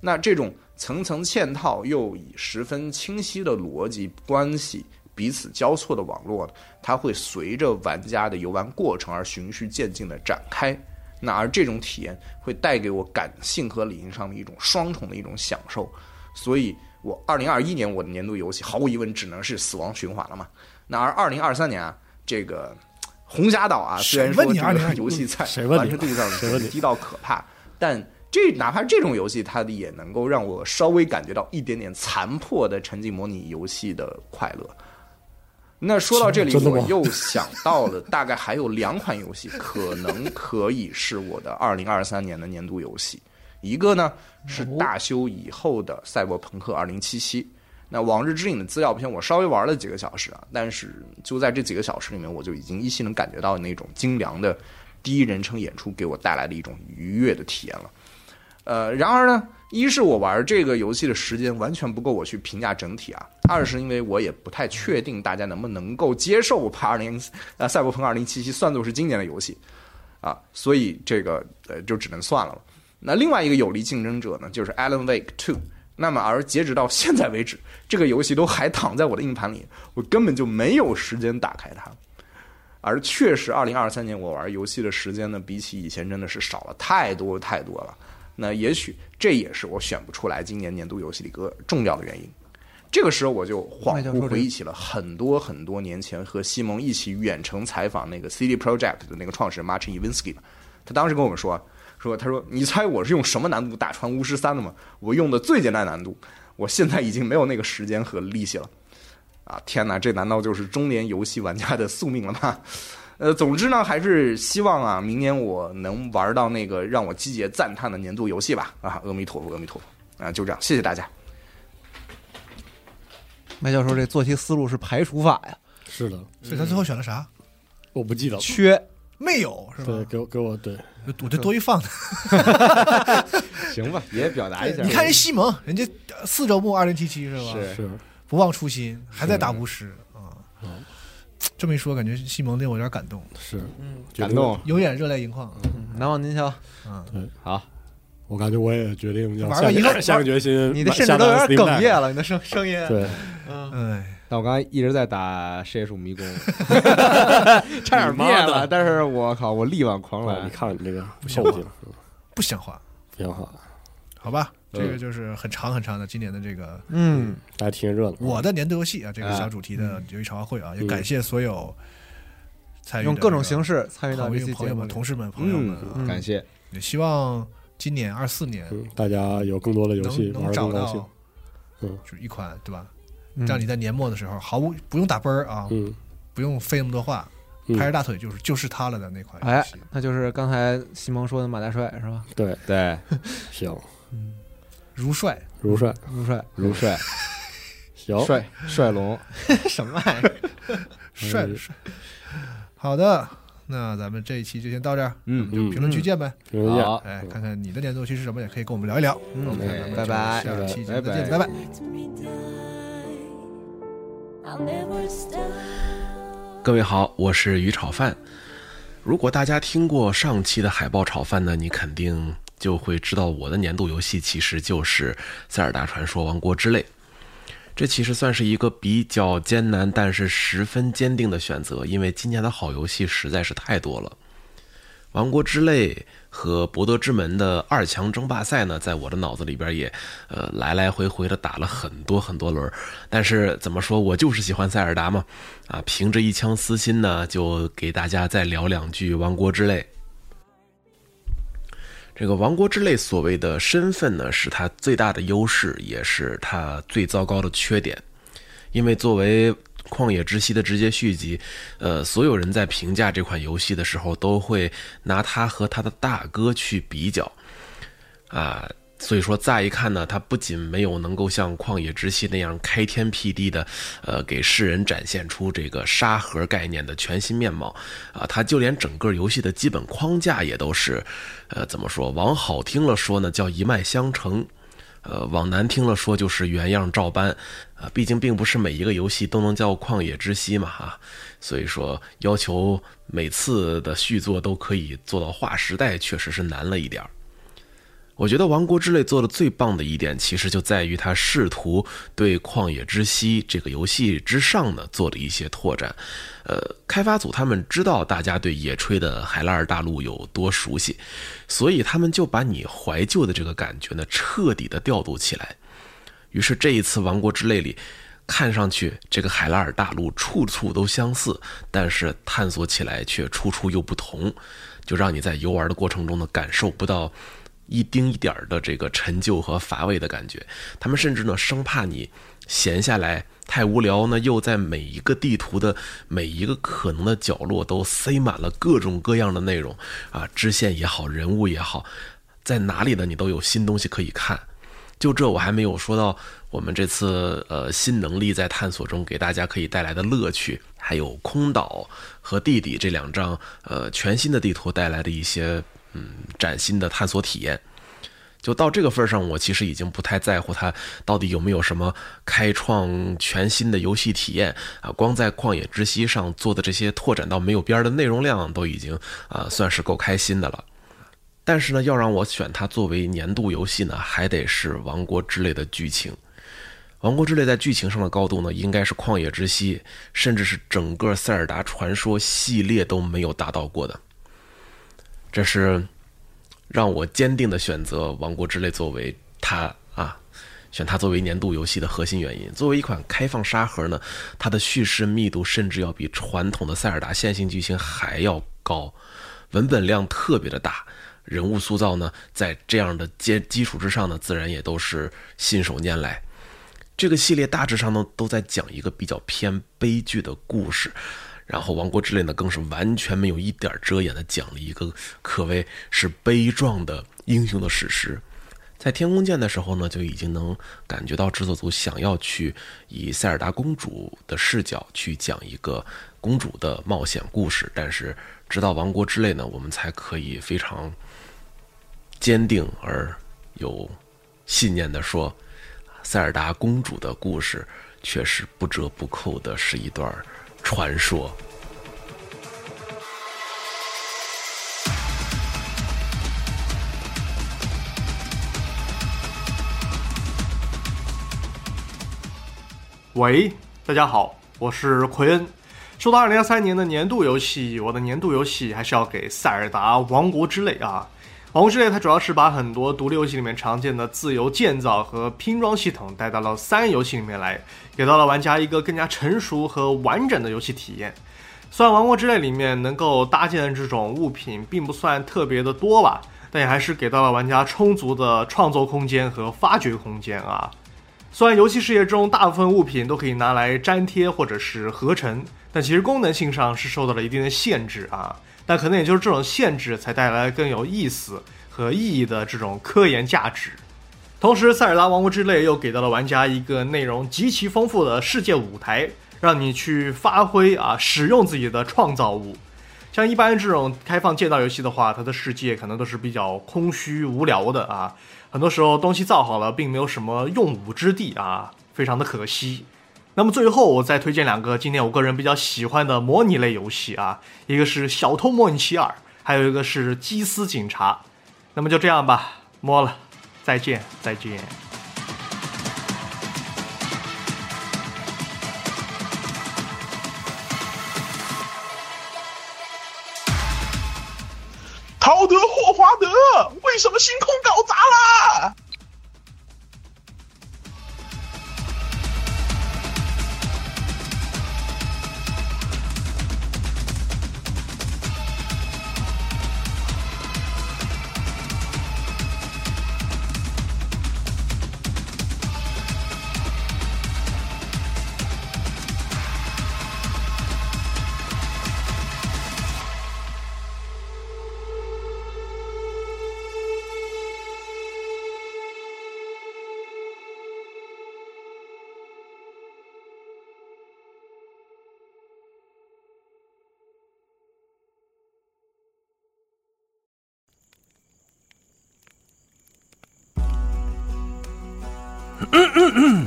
Speaker 17: 那这种层层嵌套又以十分清晰的逻辑关系彼此交错的网络，它会随着玩家的游玩过程而循序渐进的展开。那而这种体验会带给我感性和理性上的一种双重的一种享受，所以我二零二一年我的年度游戏毫无疑问只能是《死亡循环》了嘛。那而二零二三年啊，这个红霞岛啊，虽然说
Speaker 2: 谁问你
Speaker 17: 这个
Speaker 2: 2021
Speaker 17: 游戏在
Speaker 2: 谁问你啊
Speaker 17: 完成度上
Speaker 2: 谁问你
Speaker 17: 低到可怕，但这哪怕这种游戏，它也能够让我稍微感觉到一点点残破的沉浸模拟游戏的快乐。那说到这里，
Speaker 5: 真的
Speaker 17: 我
Speaker 5: 吗
Speaker 17: 又想到了，大概还有两款游戏可能可以是我的二零二三年的年度游戏。一个呢是
Speaker 5: 哦
Speaker 17: 大修以后的《赛博朋克二零七七》，那《往日之影》的资料片我稍微玩了几个小时啊，但是就在这几个小时里面，我就已经依稀能感觉到那种精良的第一人称演出给我带来的一种愉悦的体验了。呃，然而呢，一是我玩这个游戏的时间完全不够我去评价整体啊；二是因为我也不太确定大家能不能够接受 把二零呃赛博朋克二零七七算作是今年的游戏啊，所以这个呃就只能算了嘛。那另外一个有力竞争者呢，就是 Alan Wake Two。那么而截止到现在为止，这个游戏都还躺在我的硬盘里，我根本就没有时间打开它。而确实，二零二三年我玩游戏的时间呢，比起以前真的是少了太多太多了。那也许这也是我选不出来今年年度游戏的一个重要的原因。这个时候我就恍惚回忆起了很多很多年前和西蒙一起远程采访那个 CD Project 的那个创始人 Martin Ivinsky 嘛，他当时跟我们说，说他说你猜我是用什么难度打穿巫师三的吗？我用的最简单难度，我现在已经没有那个时间和力气了。啊，天哪，这难道就是中年游戏玩家的宿命了吗？呃，总之呢，还是希望啊，明年我能玩到那个让我季节赞叹的年度游戏吧。啊，阿弥陀佛，阿弥陀佛，啊，就这样，谢谢大家。
Speaker 3: 麦教授这做题思路是排除法呀，
Speaker 5: 是的，嗯
Speaker 2: 所以他最后选了啥？
Speaker 5: 我不记得了
Speaker 3: 缺
Speaker 2: 没有是吧？
Speaker 5: 对，给我给我对，
Speaker 2: 我就多一 放。
Speaker 4: 行吧，也表达一下。
Speaker 2: 你看人西蒙，人家呃四周目二零七七是吧？
Speaker 4: 是嗯
Speaker 5: 是
Speaker 2: 不忘初心，还在打巫师啊。这么一说，感觉西蒙令我有点感动，
Speaker 5: 是
Speaker 2: 嗯
Speaker 5: 决定感动
Speaker 2: 有点热泪盈
Speaker 4: 嗯
Speaker 2: 眶。
Speaker 3: 难忘今 宵。
Speaker 2: 嗯，
Speaker 5: 对，
Speaker 4: 好，
Speaker 5: 我感觉我也决定要
Speaker 2: 玩吧
Speaker 5: 下
Speaker 2: 一个
Speaker 5: 下个决心，
Speaker 3: 你的甚
Speaker 5: 下
Speaker 3: 至都
Speaker 5: 单
Speaker 3: 有点
Speaker 5: Steam Deck
Speaker 3: 哽咽了，你的声声音。
Speaker 5: 对，
Speaker 3: 嗯，
Speaker 2: 哎，
Speaker 4: 但我刚才一直在打世界 树迷宫，差点
Speaker 5: 妈
Speaker 4: 灭
Speaker 5: 的
Speaker 4: 了。但是我靠，我力挽狂
Speaker 5: 哦
Speaker 4: 澜
Speaker 5: 你。看你这个不
Speaker 2: 像
Speaker 5: 行
Speaker 2: 话
Speaker 5: 不行，
Speaker 2: 不像话，
Speaker 5: 不像话，
Speaker 2: 好吧？
Speaker 5: 嗯
Speaker 2: 这个就是很长很长的今年的这个
Speaker 3: 嗯，
Speaker 5: 大家听着热闹。
Speaker 2: 我的年度游戏啊，这个
Speaker 4: 啊
Speaker 2: 小主题的游戏茶话会啊，也
Speaker 5: 嗯
Speaker 2: 感谢所有参与的
Speaker 3: 用各
Speaker 2: 这
Speaker 3: 种
Speaker 2: 个
Speaker 3: 形式参与到
Speaker 2: 朋
Speaker 3: 这
Speaker 2: 友
Speaker 3: 期
Speaker 2: 朋
Speaker 3: 节
Speaker 2: 友
Speaker 3: 目
Speaker 2: 们、
Speaker 3: 里。
Speaker 2: 同事们、朋友们啊，
Speaker 4: 嗯，感谢。
Speaker 2: 也希望今年二四年
Speaker 4: 嗯
Speaker 5: 嗯大家有更多的游戏
Speaker 2: 能
Speaker 5: 玩
Speaker 2: 能
Speaker 5: 的更高
Speaker 2: 找
Speaker 5: 兴
Speaker 2: 到，
Speaker 5: 嗯
Speaker 2: 就是一款对吧？
Speaker 4: 嗯
Speaker 2: 这样你在年末的时候毫无不用打奔儿啊，
Speaker 5: 嗯
Speaker 2: 不用费那么多话，
Speaker 3: 嗯
Speaker 2: 拍着大腿就是就是它了的那款。
Speaker 3: 哎，那就是刚才西蒙说的马大帅是吧？
Speaker 5: 对
Speaker 4: 对，
Speaker 5: 行，
Speaker 2: 如帅，
Speaker 5: 如帅，
Speaker 3: 如帅，
Speaker 4: 如帅，
Speaker 5: 行
Speaker 4: 帅帅 龙，嗯
Speaker 3: 什么玩意儿？
Speaker 2: 帅帅。好的，那咱们这一期就先到这儿，
Speaker 4: 嗯，
Speaker 2: 就评论区见呗。
Speaker 5: 评论区见好
Speaker 2: 哎，看看你的年度期是什么，也可以跟我们聊一聊。
Speaker 3: 嗯
Speaker 2: OK，咱们就
Speaker 3: 拜拜
Speaker 2: 下期节目再
Speaker 3: 拜
Speaker 2: 见，
Speaker 3: 拜
Speaker 2: 拜拜。
Speaker 18: 各位好，我是鱼炒饭。如果大家听过上期的海豹炒饭呢，你肯定就会知道我的年度游戏其实就是《塞尔达传说：王国之泪》。这其实算是一个比较艰难，但是十分坚定的选择，因为今年的好游戏实在是太多了。《王国之泪》和《博德之门》的二强争霸赛呢，在我的脑子里边也，呃，来来回回的打了很多很多轮儿。但是怎么说，我就是喜欢塞尔达嘛，啊，凭着一腔私心呢，就给大家再聊两句《王国之泪》。这个王国之泪所谓的身份呢，是它最大的优势，也是它最糟糕的缺点。因为作为《旷野之息》的直接续集，呃，所有人在评价这款游戏的时候，都会拿它和它的大哥去比较，啊，所以说乍一看呢，它不仅没有能够像《旷野之息》那样开天辟地的，呃，给世人展现出这个沙盒概念的全新面貌，啊，它就连整个游戏的基本框架也都是，呃，怎么说？往好听了说呢，叫一脉相承。呃，往难听了说就是原样照搬，啊，毕竟并不是每一个游戏都能叫《旷野之息》嘛，哈、所以说要求每次的续作都可以做到划时代，确实是难了一点儿。我觉得《王国之泪》做的最棒的一点，其实就在于它试图对《旷野之息》这个游戏之上呢做了一些拓展。呃，开发组他们知道大家对野炊的海拉尔大陆有多熟悉，所以他们就把你怀旧的这个感觉呢彻底的调度起来。于是这一次《王国之泪》里，看上去这个海拉尔大陆处处都相似，但是探索起来却处处又不同，就让你在游玩的过程中呢感受不到一丁一点儿的这个陈旧和乏味的感觉。他们甚至呢生怕你闲下来太无聊呢，又在每一个地图的每一个可能的角落都塞满了各种各样的内容啊，支线也好，人物也好，在哪里呢你都有新东西可以看。就这我还没有说到我们这次呃新能力在探索中给大家可以带来的乐趣，还有空岛和地底这两张呃全新的地图带来的一些嗯崭新的探索体验。就到这个份儿上，我其实已经不太在乎它到底有没有什么开创全新的游戏体验啊。光在《旷野之息》上做的这些拓展到没有边儿的内容量，都已经啊算是够开心的了。但是呢，要让我选它作为年度游戏呢，还得是《王国之泪》的剧情。《王国之泪》在剧情上的高度呢，应该是《旷野之息》，甚至是整个《塞尔达传说》系列都没有达到过的。这是让我坚定的选择《王国之泪》作为它啊，选它作为年度游戏的核心原因。作为一款开放沙盒呢，它的叙事密度甚至要比传统的塞尔达线性剧情还要高，文本量特别的大，人物塑造呢，在这样的基基础之上呢，自然也都是信手拈来。这个系列大致上呢都在讲一个比较偏悲剧的故事，然后《王国之泪》呢更是完全没有一点遮掩的讲了一个可谓是悲壮的英雄的史诗。在《天空剑》的时候呢，就已经能感觉到制作组想要去以塞尔达公主的视角去讲一个公主的冒险故事，但是直到《王国之泪》呢，我们才可以非常坚定而有信念地说，塞尔达公主的故事确实不折不扣的是一段传说。
Speaker 6: 喂，大家好，我是奎恩。说到2023年的年度游戏，我的年度游戏还是要给《塞尔达王国之泪》啊。王国之泪它主要是把很多独立游戏里面常见的自由建造和拼装系统带到了三 A 游戏里面来，给到了玩家一个更加成熟和完整的游戏体验。虽然《王国之泪》里面能够搭建的这种物品并不算特别的多吧，但也还是给到了玩家充足的创作空间和发掘空间啊。虽然游戏世界中大部分物品都可以拿来粘贴或者是合成，但其实功能性上是受到了一定的限制啊。但可能也就是这种限制，才带来更有意思和意义的这种科研价值。同时，《塞尔达王国之泪》又给到了玩家一个内容极其丰富的世界舞台，让你去发挥啊，使用自己的创造物。像一般这种开放建造游戏的话，它的世界可能都是比较空虚无聊的啊，很多时候东西造好了，并没有什么用武之地啊，非常的可惜。那么最后我再推荐两个今天我个人比较喜欢的模拟类游戏啊，一个是《小偷模拟器二》，还有一个是《缉私警察》。那么就这样吧，摸了，再见，再见。
Speaker 19: 陶德·霍华德，为什么星空搞砸啦？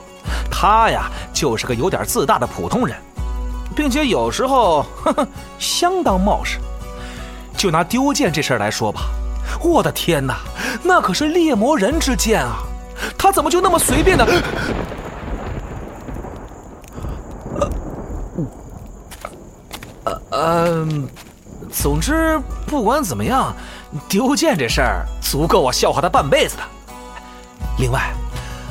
Speaker 20: 他呀就是个有点自大的普通人，并且有时候 呵呵相当冒失。就拿丢剑这事儿来说吧，我的天哪，那可是猎魔人之剑啊！他怎么就那么随便的？呃，嗯、总之不管怎么样，丢剑这事儿足够我笑话他半辈子的。另外，